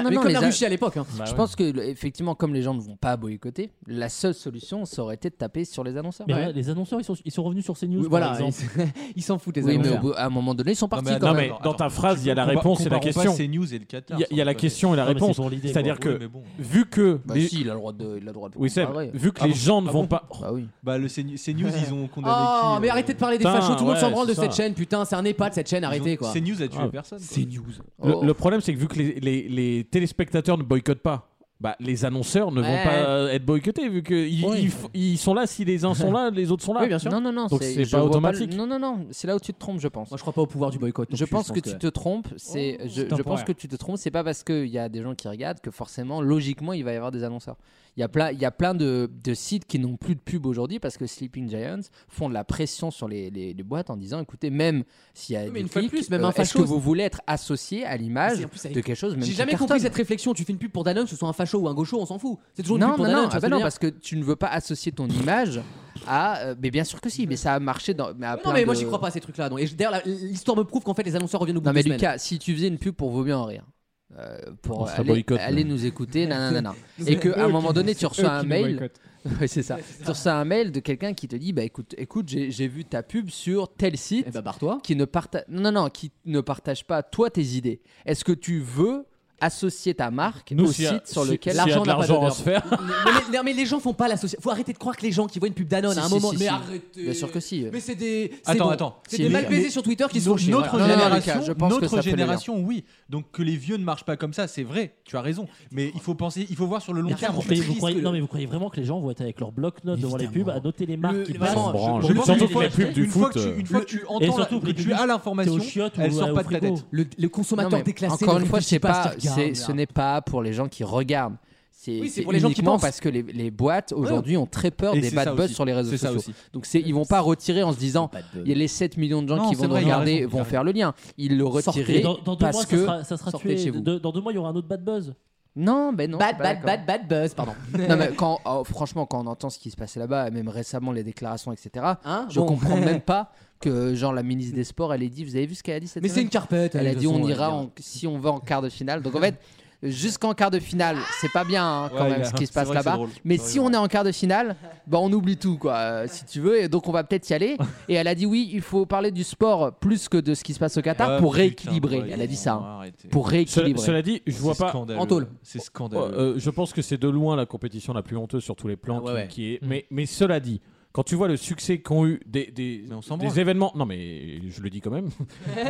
Speaker 11: non, non, les a-
Speaker 2: Russie à l'époque, hein. Bah
Speaker 11: je
Speaker 2: ouais.
Speaker 11: pense que le- effectivement, comme les gens ne vont pas boycotter, la seule solution, ça aurait été de taper sur les annonceurs.
Speaker 6: Mais là, les annonceurs, ils sont, ils sont revenus sur CNews.
Speaker 11: Oui,
Speaker 6: news
Speaker 11: voilà,
Speaker 6: par exemple.
Speaker 2: Ils s'en foutent, les
Speaker 11: Oui, mais
Speaker 6: annonceurs.
Speaker 11: au bout- à un moment donné, ils sont
Speaker 6: Non, mais
Speaker 11: partis.
Speaker 6: attends,
Speaker 11: quand
Speaker 5: Non,
Speaker 11: même.
Speaker 5: mais dans ta phrase, il y a la
Speaker 4: Compa-
Speaker 5: réponse et la
Speaker 4: comparons pas
Speaker 5: question.
Speaker 4: CNews et le Qatar,
Speaker 5: Il y a- il y a la
Speaker 4: sans-
Speaker 5: question et la
Speaker 4: Non, mais c'est
Speaker 5: réponse.
Speaker 4: pour l'idée,
Speaker 5: C'est-à-dire
Speaker 4: quoi.
Speaker 5: que
Speaker 4: Oui, mais bon.
Speaker 5: vu que
Speaker 11: Bah
Speaker 5: les-
Speaker 11: si, il a le droit de, il a le droit de
Speaker 5: Oui, Seb,
Speaker 11: comparer.
Speaker 5: vu que
Speaker 11: Ah
Speaker 5: les
Speaker 11: bon
Speaker 5: gens ne
Speaker 11: Ah
Speaker 5: vont
Speaker 11: bon
Speaker 5: pas.
Speaker 6: Oh,
Speaker 11: Bah oui.
Speaker 4: Bah, le CNews, CNews, ils ont condamné.
Speaker 2: Oh,
Speaker 4: qui,
Speaker 2: mais
Speaker 4: euh,
Speaker 2: arrêtez de parler des
Speaker 5: Putain,
Speaker 2: fachos, tout le monde
Speaker 5: ouais,
Speaker 2: s'en branle de
Speaker 5: c'est
Speaker 2: cette
Speaker 5: ça.
Speaker 2: chaîne, putain, c'est un EHPAD cette chaîne, arrêtez quoi.
Speaker 4: CNews a tué
Speaker 5: Ah.
Speaker 4: personne. quoi.
Speaker 2: CNews.
Speaker 5: Le,
Speaker 2: Oh.
Speaker 5: le problème, c'est que vu que les, les- les téléspectateurs ne boycottent pas, bah, les annonceurs ne
Speaker 11: Ouais.
Speaker 5: vont pas euh, être boycottés, vu qu'ils
Speaker 11: Ouais.
Speaker 5: ils sont là. Si les uns sont là, les autres sont là.
Speaker 11: Non, non, non.
Speaker 5: Donc c'est
Speaker 11: je
Speaker 5: pas
Speaker 11: vois le-
Speaker 5: automatique.
Speaker 11: non, non, non. C'est là où tu te trompes, je pense.
Speaker 2: Moi, je crois pas au pouvoir du boycott. non
Speaker 11: Je
Speaker 2: plus,
Speaker 11: pense que tu te trompes. C'est,
Speaker 2: Oh,
Speaker 11: je,
Speaker 2: c'est
Speaker 11: je pense
Speaker 2: temporaire.
Speaker 11: que tu te trompes. C'est pas parce qu'il y a des gens qui regardent que forcément, logiquement, il va y avoir des annonceurs. Il y a plein, il y a plein de, de sites qui n'ont plus de pub aujourd'hui parce que Sleeping Giants font de la pression sur les, les- les boîtes en disant, écoutez, même s'il y a
Speaker 2: mais
Speaker 11: des
Speaker 2: une fois de
Speaker 11: clics, euh,
Speaker 2: plus, même un
Speaker 11: est-ce que
Speaker 2: facho-
Speaker 11: vous voulez être associé à l'image
Speaker 2: C'est- en plus, avec-
Speaker 11: de quelque chose même
Speaker 2: J'ai
Speaker 11: qui
Speaker 2: jamais
Speaker 11: cartonne
Speaker 2: compris cette réflexion. Tu fais une pub pour Danone, que ce soit un facho ou un gaucho, on s'en fout. C'est toujours une
Speaker 11: non,
Speaker 2: pub pour
Speaker 11: non,
Speaker 2: Danone.
Speaker 11: non,
Speaker 2: tu vois
Speaker 11: ah
Speaker 2: ce
Speaker 11: bah
Speaker 2: que je
Speaker 11: non,
Speaker 2: veux dire
Speaker 11: parce que tu ne veux pas associer ton image à. euh, mais bien sûr que si, mais ça a marché dans. Mais à
Speaker 2: Non,
Speaker 11: Ah, plein
Speaker 2: mais moi,
Speaker 11: de-
Speaker 2: j'y crois pas à ces trucs-là. non. Et je- d'ailleurs, la- l'histoire me prouve qu'en fait, les annonceurs reviennent au bout
Speaker 11: Non, mais
Speaker 2: de deux
Speaker 11: Lucas, si tu faisais une pub pour Vaut mieux en rire. euh,
Speaker 2: On
Speaker 11: pour
Speaker 2: se
Speaker 11: aller,
Speaker 2: boycotte,
Speaker 11: aller
Speaker 2: nous.
Speaker 11: nous écouter, nanana, nanana.
Speaker 2: C'est
Speaker 11: et qu'à
Speaker 2: eux
Speaker 11: un moment
Speaker 2: qui-
Speaker 11: donné,
Speaker 2: c'est
Speaker 11: tu reçois
Speaker 2: eux
Speaker 11: un
Speaker 2: qui nous
Speaker 11: mail,
Speaker 17: Bah,
Speaker 2: boycottent.
Speaker 11: Ouais, c'est ça. Tu reçois un mail de quelqu'un qui te dit, bah écoute, écoute, j'ai j'ai vu ta pub sur tel site, qui ne partage, non, non, qui ne partage pas toi tes idées. Est-ce que tu veux associer ta marque
Speaker 5: Nous,
Speaker 11: au
Speaker 5: s'il y a-
Speaker 11: site sur
Speaker 5: si-
Speaker 11: lequel
Speaker 5: s'il y a de l'argent à se faire.
Speaker 2: Non, mais, non, mais les gens font pas l'association. Faut arrêter de croire que les gens qui voient une pub Danone
Speaker 11: Si,
Speaker 2: à un
Speaker 11: si,
Speaker 2: moment.
Speaker 11: si,
Speaker 2: mais
Speaker 11: si.
Speaker 2: arrêtez.
Speaker 11: Bien sûr que si.
Speaker 2: Mais c'est des. c'est
Speaker 4: Attends,
Speaker 2: bon.
Speaker 4: attends.
Speaker 2: C'est des mal baisés sur Twitter qui se font chier.
Speaker 4: Notre
Speaker 2: voilà.
Speaker 4: génération,
Speaker 11: Lucas, je pense que
Speaker 4: notre
Speaker 11: ça fait le lien.
Speaker 4: génération oui. Donc que les vieux ne marchent pas comme ça, c'est vrai. Tu as raison. Mais il faut penser, il faut voir sur le long
Speaker 6: Mais
Speaker 4: terme.
Speaker 6: vous croyez- vous croyez- non mais vous croyez vraiment que les gens vont être avec leur bloc-notes devant les pubs à noter les marques qui passent
Speaker 4: Vraiment, je- je pense qu'une fois- une fois que tu- une fois que tu entends
Speaker 6: et
Speaker 4: la-
Speaker 6: surtout
Speaker 4: que
Speaker 6: les
Speaker 4: tu
Speaker 6: pubs,
Speaker 4: as l'information,
Speaker 6: t'es aux chiottes
Speaker 4: elle
Speaker 6: ou
Speaker 4: sort
Speaker 6: à-
Speaker 4: pas
Speaker 6: au
Speaker 4: de ta
Speaker 6: frigo.
Speaker 4: tête.
Speaker 2: Le, le consommateur
Speaker 11: Non, mais
Speaker 2: déclassé.
Speaker 11: Encore
Speaker 2: ne
Speaker 11: une fois,
Speaker 2: réfléchit
Speaker 11: c'est
Speaker 2: pas à
Speaker 11: pas,
Speaker 2: ce qu'il regarde,
Speaker 11: c'est, ce
Speaker 2: merde.
Speaker 11: n'est pas pour les gens qui regardent. C'est,
Speaker 2: Oui, c'est
Speaker 11: c'est
Speaker 2: pour les gens qui
Speaker 11: uniquement
Speaker 2: pensent.
Speaker 11: parce que les, les boîtes aujourd'hui ont très peur
Speaker 4: Et
Speaker 11: des
Speaker 4: c'est
Speaker 11: bad
Speaker 4: ça
Speaker 11: buzz
Speaker 4: aussi.
Speaker 11: sur les réseaux
Speaker 4: C'est ça
Speaker 11: sociaux.
Speaker 4: aussi.
Speaker 11: Donc c'est, ils vont pas retirer en se disant il y a les 7 millions de gens
Speaker 6: Non,
Speaker 11: qui
Speaker 6: c'est
Speaker 11: vont nous
Speaker 6: vrai, il a
Speaker 11: regarder
Speaker 6: raison, il a
Speaker 11: vont faire le lien. Ils le
Speaker 6: Sortez.
Speaker 11: retireraient
Speaker 6: dans, dans deux
Speaker 11: parce
Speaker 6: mois,
Speaker 11: que
Speaker 6: ça sera, ça sera
Speaker 11: sortez
Speaker 6: tué.
Speaker 11: chez vous.
Speaker 6: De- dans deux mois, il y aura un autre bad buzz.
Speaker 11: Non, ben non.
Speaker 2: Bad, bad, bad, bad buzz, pardon.
Speaker 11: non mais quand oh, franchement quand on entend ce qui se passait là-bas, même récemment les déclarations etc.
Speaker 2: Hein
Speaker 11: je
Speaker 2: Bon.
Speaker 11: comprends même pas que genre la ministre des Sports elle ait dit vous avez vu ce qu'elle a dit cette
Speaker 2: Mais c'est
Speaker 11: semaine
Speaker 2: une carpette,
Speaker 11: Elle
Speaker 2: elle,
Speaker 11: a
Speaker 2: de
Speaker 11: dit
Speaker 2: toute
Speaker 11: on
Speaker 2: façon,
Speaker 11: ira
Speaker 2: elle hein.
Speaker 11: en- si on va en quart de finale. Donc en fait jusqu'en quart de finale c'est pas bien hein, quand
Speaker 4: Ouais,
Speaker 11: même
Speaker 4: il a-
Speaker 11: ce qui se
Speaker 4: c'est
Speaker 11: passe
Speaker 4: vrai que c'est
Speaker 11: là-bas.
Speaker 4: drôle.
Speaker 11: Mais
Speaker 4: C'est
Speaker 11: si on est en quart de finale, bah on oublie tout quoi euh, si tu veux et donc on va peut-être y aller. Et elle a dit oui il faut parler du sport plus que de ce qui se passe au Qatar
Speaker 4: Ah,
Speaker 11: pour
Speaker 4: putain,
Speaker 11: rééquilibrer.
Speaker 4: ouais,
Speaker 11: elle a dit ça hein.
Speaker 4: arrêtez.
Speaker 11: pour rééquilibrer.
Speaker 5: Cela, cela dit, je vois pas.
Speaker 4: scandaleux. En tôle. C'est scandaleux.
Speaker 5: euh, Ouais, euh, je pense que c'est de loin la compétition la plus honteuse sur tous les plans qui,
Speaker 4: Ah ouais,
Speaker 2: Mm.
Speaker 4: ouais.
Speaker 5: qui est. Mais, mais cela dit, Quand tu vois le succès qu'ont eu des, des,
Speaker 4: s'en
Speaker 5: des
Speaker 4: branle.
Speaker 5: événements, non mais je le dis quand même,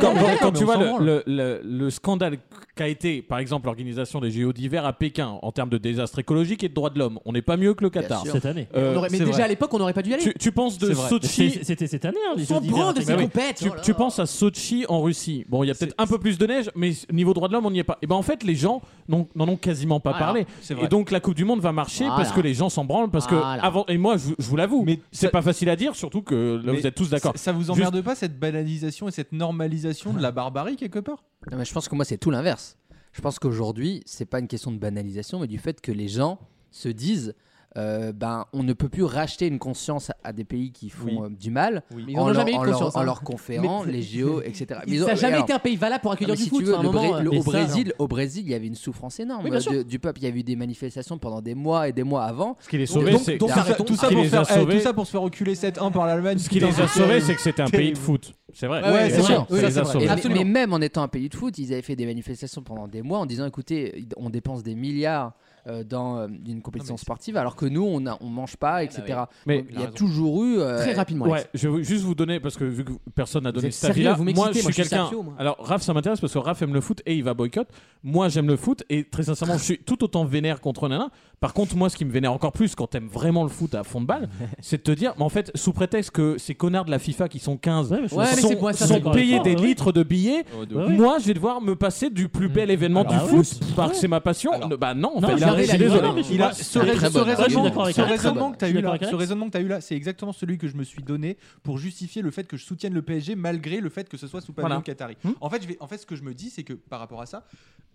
Speaker 5: quand, quand- quand
Speaker 4: Non, mais
Speaker 5: tu
Speaker 4: on
Speaker 5: vois
Speaker 4: s'en
Speaker 5: le,
Speaker 4: branle.
Speaker 5: le- le- le scandale qu'a été par exemple l'organisation des JO d'hiver à Pékin en termes de désastre écologique et de droits de l'homme, on n'est pas mieux que le Qatar.
Speaker 6: sûr. Cette année.
Speaker 5: Euh,
Speaker 2: On aurait- mais
Speaker 5: c'est
Speaker 2: déjà
Speaker 5: vrai.
Speaker 2: à l'époque, on n'aurait pas dû y aller.
Speaker 5: Tu, tu penses de
Speaker 2: C'est vrai.
Speaker 5: Sochi.
Speaker 2: C'était- c'était cette année, hein, les
Speaker 5: On
Speaker 2: Jeux
Speaker 5: s'en
Speaker 2: d'hiver,
Speaker 5: branle de
Speaker 2: c'est
Speaker 5: ces
Speaker 2: vrai.
Speaker 5: compètes.
Speaker 2: Oh
Speaker 5: Tu,
Speaker 2: là là.
Speaker 5: tu penses à Sochi en Russie. Bon, il y a peut-être un peu plus de neige, mais niveau droit de l'homme, on n'y est pas. Et ben en fait, les gens n'ont- n'en ont quasiment pas
Speaker 17: Ah,
Speaker 4: Voilà.
Speaker 5: parlé.
Speaker 4: C'est vrai.
Speaker 5: Et donc la Coupe du Monde va marcher
Speaker 4: Voilà.
Speaker 5: parce que les gens s'en branlent. Parce que
Speaker 4: Voilà.
Speaker 5: avant et moi, je, je vous l'avoue, c'est pas facile à dire, surtout que là
Speaker 4: Mais
Speaker 5: vous êtes tous d'accord.
Speaker 4: ça- Ça vous emmerde pas cette banalisation et cette normalisation de la barbarie quelque part
Speaker 17: Non, mais je pense que moi, c'est tout l'inverse. Je pense qu'aujourd'hui, c'est pas une question de banalisation, mais du fait que les gens se disent. euh, ben, on ne peut plus racheter une conscience à des pays qui font
Speaker 2: Oui.
Speaker 17: euh, du mal
Speaker 2: Oui. Mais ils
Speaker 17: en,
Speaker 2: en ont
Speaker 17: leur,
Speaker 2: jamais eu de
Speaker 17: en leur-
Speaker 2: conscience,
Speaker 17: en
Speaker 2: hein.
Speaker 17: leur conférant
Speaker 2: Mais-
Speaker 17: les JO, etc.
Speaker 2: Il-
Speaker 17: Mais ils ont-
Speaker 2: ça a jamais
Speaker 17: alors-
Speaker 2: été un pays valable pour
Speaker 17: Non,
Speaker 2: accueillir
Speaker 17: mais
Speaker 2: du
Speaker 17: si
Speaker 2: foot,
Speaker 17: tu veux,
Speaker 2: à un
Speaker 17: le
Speaker 2: moment,
Speaker 17: Bré-
Speaker 2: euh,
Speaker 17: le-
Speaker 2: mais
Speaker 17: au,
Speaker 2: ça-
Speaker 17: Brésil, au Brésil, il y avait une souffrance énorme
Speaker 2: Oui, bien
Speaker 17: euh,
Speaker 2: sûr.
Speaker 17: de- du peuple. Il y avait eu des manifestations pendant des mois et des mois avant.
Speaker 5: Ce qui les
Speaker 17: Donc-
Speaker 5: sauvait,
Speaker 17: donc-
Speaker 5: c'est-
Speaker 17: donc
Speaker 5: Ce qui-
Speaker 17: arrêtons-
Speaker 5: tout ça
Speaker 17: arrêtons-
Speaker 5: pour faire-
Speaker 4: Eh,
Speaker 5: Sauvé.
Speaker 4: Tout ça pour se faire reculer 7-1 par l'Allemagne.
Speaker 5: Ce qui les a sauvés, c'est que c'était un pays de foot. C'est vrai.
Speaker 17: Ouais,
Speaker 5: Ouais,
Speaker 17: c'est
Speaker 5: ouais,
Speaker 17: sûr.
Speaker 5: ça, c'est
Speaker 17: Et-
Speaker 5: vrai.
Speaker 17: mais-
Speaker 5: Absolument.
Speaker 17: Mais même en étant un pays de foot, ils avaient fait des manifestations pendant des mois en disant écoutez, on dépense des milliards euh, dans euh, une compétition sportive, alors que nous, on ne on mange pas, etc.
Speaker 5: Mais-
Speaker 17: Donc,
Speaker 5: il
Speaker 17: il
Speaker 5: a
Speaker 17: y a
Speaker 5: raison.
Speaker 17: toujours eu. euh,
Speaker 5: Ouais, je vais juste vous donner, parce que vu que personne n'a donné
Speaker 17: êtes
Speaker 5: cet avis-là,
Speaker 17: sérieux, vous
Speaker 5: moi je
Speaker 17: m'excitez,
Speaker 5: suis
Speaker 17: moi, je suis
Speaker 5: quelqu'un.
Speaker 17: Sergio, moi.
Speaker 5: Alors Raph, ça m'intéresse parce que Raph aime le foot et il va boycott. Moi j'aime le foot et très sincèrement, je suis tout autant vénère contre Nana. Par contre, moi ce qui me vénère encore plus quand t'aimes vraiment le foot à fond de balle, c'est de te dire, mais en fait, sous prétexte que ces connards de la FIFA qui sont 15
Speaker 4: mais je suis
Speaker 5: sont,
Speaker 4: d'accord. Ouais, mais c'est moi, ça,
Speaker 5: sont
Speaker 4: c'est
Speaker 5: payés
Speaker 4: correct.
Speaker 5: des
Speaker 4: Ouais, ouais.
Speaker 5: litres de billets,
Speaker 4: Ouais, de ouf.
Speaker 5: moi je vais devoir me passer du plus
Speaker 6: Mmh.
Speaker 5: bel événement
Speaker 6: Ah bah
Speaker 4: Alors,
Speaker 5: du
Speaker 4: ouais,
Speaker 5: foot parce que c'est ma passion. Ne- bah non, en
Speaker 4: Non,
Speaker 5: fait,
Speaker 4: il a raison,
Speaker 5: désolé.
Speaker 4: non, mais je
Speaker 5: Il a
Speaker 4: pense-
Speaker 5: ce
Speaker 4: Très
Speaker 5: rais-
Speaker 4: bon
Speaker 5: ce
Speaker 4: argument.
Speaker 5: raisonnement.
Speaker 4: Ce raisonnement que t'as
Speaker 5: Je suis
Speaker 4: eu
Speaker 5: d'accord
Speaker 4: là,
Speaker 5: avec
Speaker 4: ce
Speaker 5: Alex.
Speaker 4: raisonnement que t'as eu là, c'est exactement celui que je me suis donné pour justifier le fait que je soutienne le PSG malgré le fait que ce soit sous pavillon
Speaker 5: Voilà.
Speaker 4: qatari.
Speaker 5: Hmm.
Speaker 4: En fait, je vais, en fait, ce que je me dis, c'est que par rapport à ça.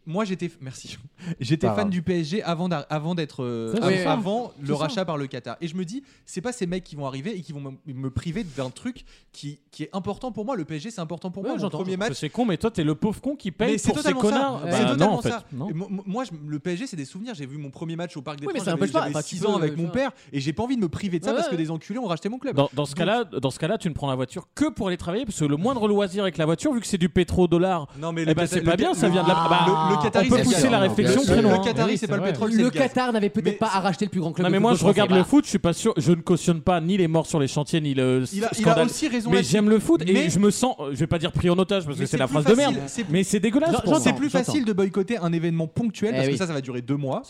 Speaker 4: Moi j'étais merci j'étais
Speaker 5: Pas
Speaker 4: fan
Speaker 5: grave.
Speaker 4: du PSG avant d'ar- avant d'être euh,
Speaker 5: Ça,
Speaker 4: avant,
Speaker 5: c'est ça.
Speaker 4: avant
Speaker 5: C'est
Speaker 4: le
Speaker 5: ça.
Speaker 4: rachat par le Qatar et je me dis c'est pas ces mecs qui vont arriver et qui vont me, me priver d'un truc qui, qui est important pour moi le PSG c'est important pour moi
Speaker 5: Ouais,
Speaker 4: mon
Speaker 5: j'entends.
Speaker 4: premier match
Speaker 5: C'est con, mais toi, t'es le pauvre con qui
Speaker 4: mais
Speaker 5: paye
Speaker 4: c'est
Speaker 5: pour ces
Speaker 4: totalement
Speaker 5: connards.
Speaker 4: ça.
Speaker 5: Bah,
Speaker 4: c'est totalement
Speaker 5: non, en fait.
Speaker 4: ça. Et mo- mo- moi, je- le PSG, c'est des souvenirs. J'ai vu mon premier match au Parc des
Speaker 2: Oui, mais
Speaker 4: Princes,
Speaker 2: ça n'empêche
Speaker 4: j'avais-
Speaker 2: pas.
Speaker 4: j'avais
Speaker 2: Enfin, tu
Speaker 4: 6 ans
Speaker 2: peux,
Speaker 4: avec
Speaker 2: enfin.
Speaker 4: mon père et j'ai pas envie de me priver de ça
Speaker 2: Ouais,
Speaker 4: parce que
Speaker 2: ouais.
Speaker 4: des enculés ont racheté mon club.
Speaker 5: Dans, dans ce cas-là, dans ce cas-là, tu ne prends la voiture que pour aller travailler parce que le moindre loisir avec la voiture, vu que c'est du pétrodollar,
Speaker 4: Non, mais
Speaker 5: eh
Speaker 4: le
Speaker 5: ben,
Speaker 4: Qatar-
Speaker 5: c'est
Speaker 4: le
Speaker 5: pas
Speaker 4: Qa-
Speaker 5: bien, ça
Speaker 4: le-
Speaker 5: vient de la.
Speaker 4: le-
Speaker 5: bah,
Speaker 4: le- le Qataris,
Speaker 5: on peut
Speaker 4: c'est
Speaker 5: pousser
Speaker 4: bien,
Speaker 5: la
Speaker 4: non,
Speaker 5: réflexion
Speaker 4: bien
Speaker 5: très
Speaker 4: sûr.
Speaker 5: loin.
Speaker 4: Le Qataris, Oui, c'est c'est pas le vrai. pétrole, c'est
Speaker 2: Le
Speaker 4: le gaz.
Speaker 2: Qatar n'avait peut-être pas à racheter le plus grand club.
Speaker 5: Non mais
Speaker 2: de
Speaker 5: moi
Speaker 2: foot,
Speaker 5: je
Speaker 2: j'en sais
Speaker 5: regarde
Speaker 2: pas.
Speaker 5: le foot, je suis pas sûr, je ne cautionne pas ni les morts sur les chantiers ni le
Speaker 4: Il a- il a
Speaker 5: scandale.
Speaker 4: aussi raison
Speaker 5: mais
Speaker 4: là-dessus.
Speaker 5: j'aime le foot
Speaker 4: Mais-
Speaker 5: et je me sens, euh, je vais pas dire pris en otage parce que
Speaker 4: Mais
Speaker 5: c'est la
Speaker 4: plus
Speaker 5: phrase de
Speaker 4: facile,
Speaker 5: merde,
Speaker 4: c'est-
Speaker 5: mais c'est dégueulasse. pour moi.
Speaker 4: C'est plus facile de boycotter un événement ponctuel
Speaker 5: Eh
Speaker 4: parce que
Speaker 5: oui.
Speaker 4: ça, ça va durer deux mois.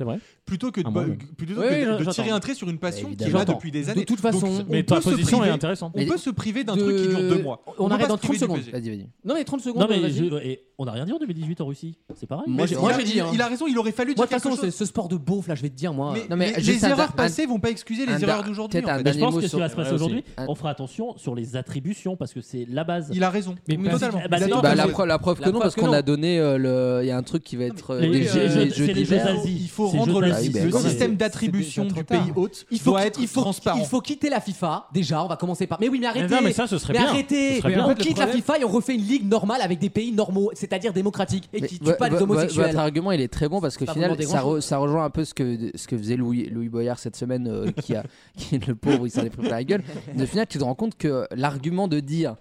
Speaker 4: Plutôt que de,
Speaker 5: Un mois,
Speaker 4: boy-
Speaker 5: oui.
Speaker 4: plutôt
Speaker 5: Oui,
Speaker 4: que de-
Speaker 5: oui,
Speaker 4: de
Speaker 5: j'entends.
Speaker 4: tirer un trait sur une passion
Speaker 5: Mais
Speaker 4: qui est
Speaker 5: évidemment.
Speaker 4: là depuis des
Speaker 5: De
Speaker 4: années.
Speaker 5: toute façon,
Speaker 4: Donc, on
Speaker 5: mais
Speaker 4: peut
Speaker 5: ta
Speaker 4: se
Speaker 5: position
Speaker 4: priver-
Speaker 5: est intéressante.
Speaker 4: On
Speaker 5: Mais-
Speaker 4: peut se priver d'un truc qui dure deux mois.
Speaker 2: On
Speaker 4: peut
Speaker 2: arrête
Speaker 4: pas
Speaker 2: dans
Speaker 4: se priver
Speaker 2: 30
Speaker 4: du
Speaker 2: secondes.
Speaker 4: PSG.
Speaker 2: Non, mais 30 secondes.
Speaker 6: Non, mais
Speaker 2: vas-y.
Speaker 6: je- et on n'a rien dit en 2018 en Russie. C'est pareil.
Speaker 2: Moi, j'ai- moi, j'ai dit. hein.
Speaker 4: il a raison, il aurait fallu
Speaker 2: Moi,
Speaker 4: dire
Speaker 2: de toute façon,
Speaker 4: quelque
Speaker 2: c'est
Speaker 4: chose.
Speaker 2: ce sport de beauf, là, je vais te dire, moi.
Speaker 4: Mais- mais les erreurs passées vont pas excuser les erreurs d'aujourd'hui. en fait.
Speaker 6: Mais je pense que ce qui va se passer aujourd'hui, on fera attention sur les attributions parce que c'est la base.
Speaker 4: Il a raison.
Speaker 6: Mais
Speaker 4: Oui, totalement.
Speaker 6: Bah,
Speaker 4: Il
Speaker 6: non,
Speaker 4: a raison.
Speaker 6: parce
Speaker 17: Bah, la,
Speaker 6: que-
Speaker 17: preuve, la preuve que
Speaker 6: la
Speaker 17: non,
Speaker 6: preuve
Speaker 17: parce
Speaker 6: que
Speaker 17: qu'on
Speaker 6: non.
Speaker 17: a donné. euh, le- Il y a un truc qui va être. euh,
Speaker 6: Les-
Speaker 17: des
Speaker 6: les-
Speaker 17: jeux-
Speaker 6: les-
Speaker 17: des
Speaker 6: c'est
Speaker 17: jeux
Speaker 6: les jeux
Speaker 17: d'hiver.
Speaker 6: d'Asie.
Speaker 4: Il faut
Speaker 17: Ces
Speaker 4: rendre
Speaker 17: jeux
Speaker 4: le,
Speaker 17: d'Asie,
Speaker 4: le
Speaker 17: ben, c'est-
Speaker 4: système d'attribution du pays hôte.
Speaker 2: Il faut,
Speaker 4: doit être
Speaker 2: il faut,
Speaker 4: transparent.
Speaker 2: il faut quitter la FIFA. Déjà, on va commencer par. Mais oui, mais arrêtez.
Speaker 5: non, mais ça, ce serait
Speaker 2: Mais
Speaker 5: bien.
Speaker 2: arrêtez.
Speaker 5: Ce serait bien.
Speaker 2: On
Speaker 5: En fait, le
Speaker 2: quitte la
Speaker 5: problème-
Speaker 2: FIFA et on refait une ligue normale avec des pays normaux, c'est-à-dire démocratiques et qui
Speaker 17: Mais
Speaker 2: tuent pas
Speaker 17: vo-
Speaker 2: les
Speaker 17: vo-
Speaker 2: homosexuels.
Speaker 17: Votre argument, il est très bon parce qu'au
Speaker 2: Pas
Speaker 17: final,
Speaker 2: vraiment des
Speaker 17: ça,
Speaker 2: grands
Speaker 17: re- ça rejoint un peu ce que, ce que faisait Louis, Louis Boyard cette semaine, euh, qui, a, qui est le pauvre, il s'en est pris par la gueule. Mais au final, tu te rends compte que l'argument de dire.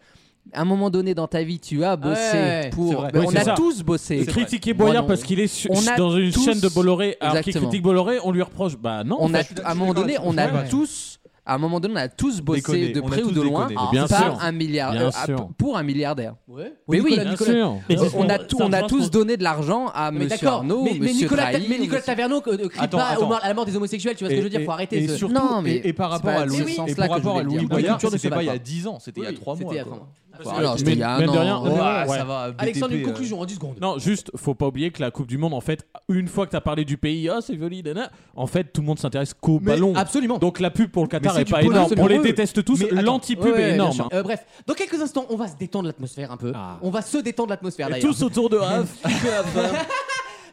Speaker 17: À un moment donné dans ta vie, tu as bossé
Speaker 5: Ouais, c'est
Speaker 17: pour.
Speaker 5: vrai.
Speaker 17: Ben,
Speaker 5: Ouais,
Speaker 17: on
Speaker 5: c'est
Speaker 17: a
Speaker 5: ça.
Speaker 17: tous bossé.
Speaker 5: Et critiquer
Speaker 17: Moi,
Speaker 5: Boyard
Speaker 17: non.
Speaker 5: parce qu'il est su-
Speaker 17: On a
Speaker 5: dans une
Speaker 17: tous-
Speaker 5: chaîne de Bolloré, alors qu'il
Speaker 17: Exactement.
Speaker 5: critique Bolloré, on lui reproche. Bah non.
Speaker 17: on
Speaker 5: en
Speaker 17: a,
Speaker 5: fait.
Speaker 17: à un moment donné, on a tous. À un moment donné, on a tous bossé
Speaker 5: Déconné,
Speaker 17: de
Speaker 5: on a
Speaker 17: près ou
Speaker 5: tous
Speaker 17: de loin
Speaker 5: déconné. Bien
Speaker 17: par
Speaker 5: sûr.
Speaker 17: un milliard,
Speaker 5: Bien
Speaker 17: euh, à-
Speaker 5: sûr.
Speaker 17: pour un milliardaire.
Speaker 2: Oui,
Speaker 17: Mais oui,
Speaker 2: Nicolas, Bien Nicolas. sûr. Mais
Speaker 17: Euh,
Speaker 2: c'est-
Speaker 17: on a,
Speaker 2: ça
Speaker 17: tout, on a
Speaker 2: rejoint ce
Speaker 17: tous
Speaker 2: qu'on-
Speaker 17: donné de l'argent à
Speaker 2: Mais
Speaker 17: Monsieur
Speaker 2: d'accord,
Speaker 17: Arnaud,
Speaker 2: mais, mais
Speaker 17: Monsieur
Speaker 2: Nicolas,
Speaker 17: Drahi,
Speaker 2: mais
Speaker 17: monsieur-
Speaker 2: Nicolas Taverneau euh, euh, crie
Speaker 17: Attends,
Speaker 2: pas
Speaker 17: attends.
Speaker 2: au mort- à la mort des homosexuels, tu vois ce que je veux dire Faut arrêter
Speaker 4: et
Speaker 2: ce-
Speaker 4: surtout-
Speaker 17: Non, mais
Speaker 4: et, et par
Speaker 17: c'est
Speaker 4: rapport
Speaker 17: pas
Speaker 4: à
Speaker 17: dans ce
Speaker 4: Louis, et
Speaker 17: sens-là que
Speaker 4: par
Speaker 17: je
Speaker 4: rapport à
Speaker 17: voulais le
Speaker 4: Louis
Speaker 17: dire.
Speaker 4: Boyard,
Speaker 17: Culture de
Speaker 4: c'était
Speaker 17: ce
Speaker 4: pas il y a
Speaker 17: matin.
Speaker 4: 10 ans, c'était il y a
Speaker 2: Oui,
Speaker 4: 3 mois.
Speaker 2: c'était il y a
Speaker 4: quoi.
Speaker 2: trois mois.
Speaker 4: Ah,
Speaker 5: Bon,
Speaker 4: c'est-
Speaker 5: alors,
Speaker 4: Mais-
Speaker 5: c'était il y a un
Speaker 4: mine de
Speaker 5: an,
Speaker 4: rien,
Speaker 5: ouais.
Speaker 4: bah,
Speaker 5: Ouais.
Speaker 4: ça va, BDP,
Speaker 2: Alexandre, une
Speaker 4: euh,
Speaker 2: conclusion en 10 secondes.
Speaker 5: Non, juste, faut pas oublier que la Coupe du Monde, en fait, une fois que t'as parlé du pays, ah c'est joli, nana, en fait, tout le monde s'intéresse qu'au
Speaker 2: Mais
Speaker 5: ballon.
Speaker 2: Absolument.
Speaker 5: Donc la pub pour le Qatar
Speaker 2: Mais
Speaker 5: est
Speaker 2: c'est
Speaker 5: pas
Speaker 2: du
Speaker 5: énorme.
Speaker 2: bonheur,
Speaker 5: On les
Speaker 2: eux.
Speaker 5: déteste tous.
Speaker 2: Mais attends,
Speaker 5: L'anti-pub
Speaker 2: ouais, ouais,
Speaker 5: est
Speaker 2: bien
Speaker 5: énorme.
Speaker 2: sûr.
Speaker 5: hein.
Speaker 2: Euh, bref, dans quelques instants, on va se détendre l'atmosphère un peu. On va se détendre l'atmosphère
Speaker 5: Et
Speaker 2: d'ailleurs.
Speaker 5: tous autour de Raph.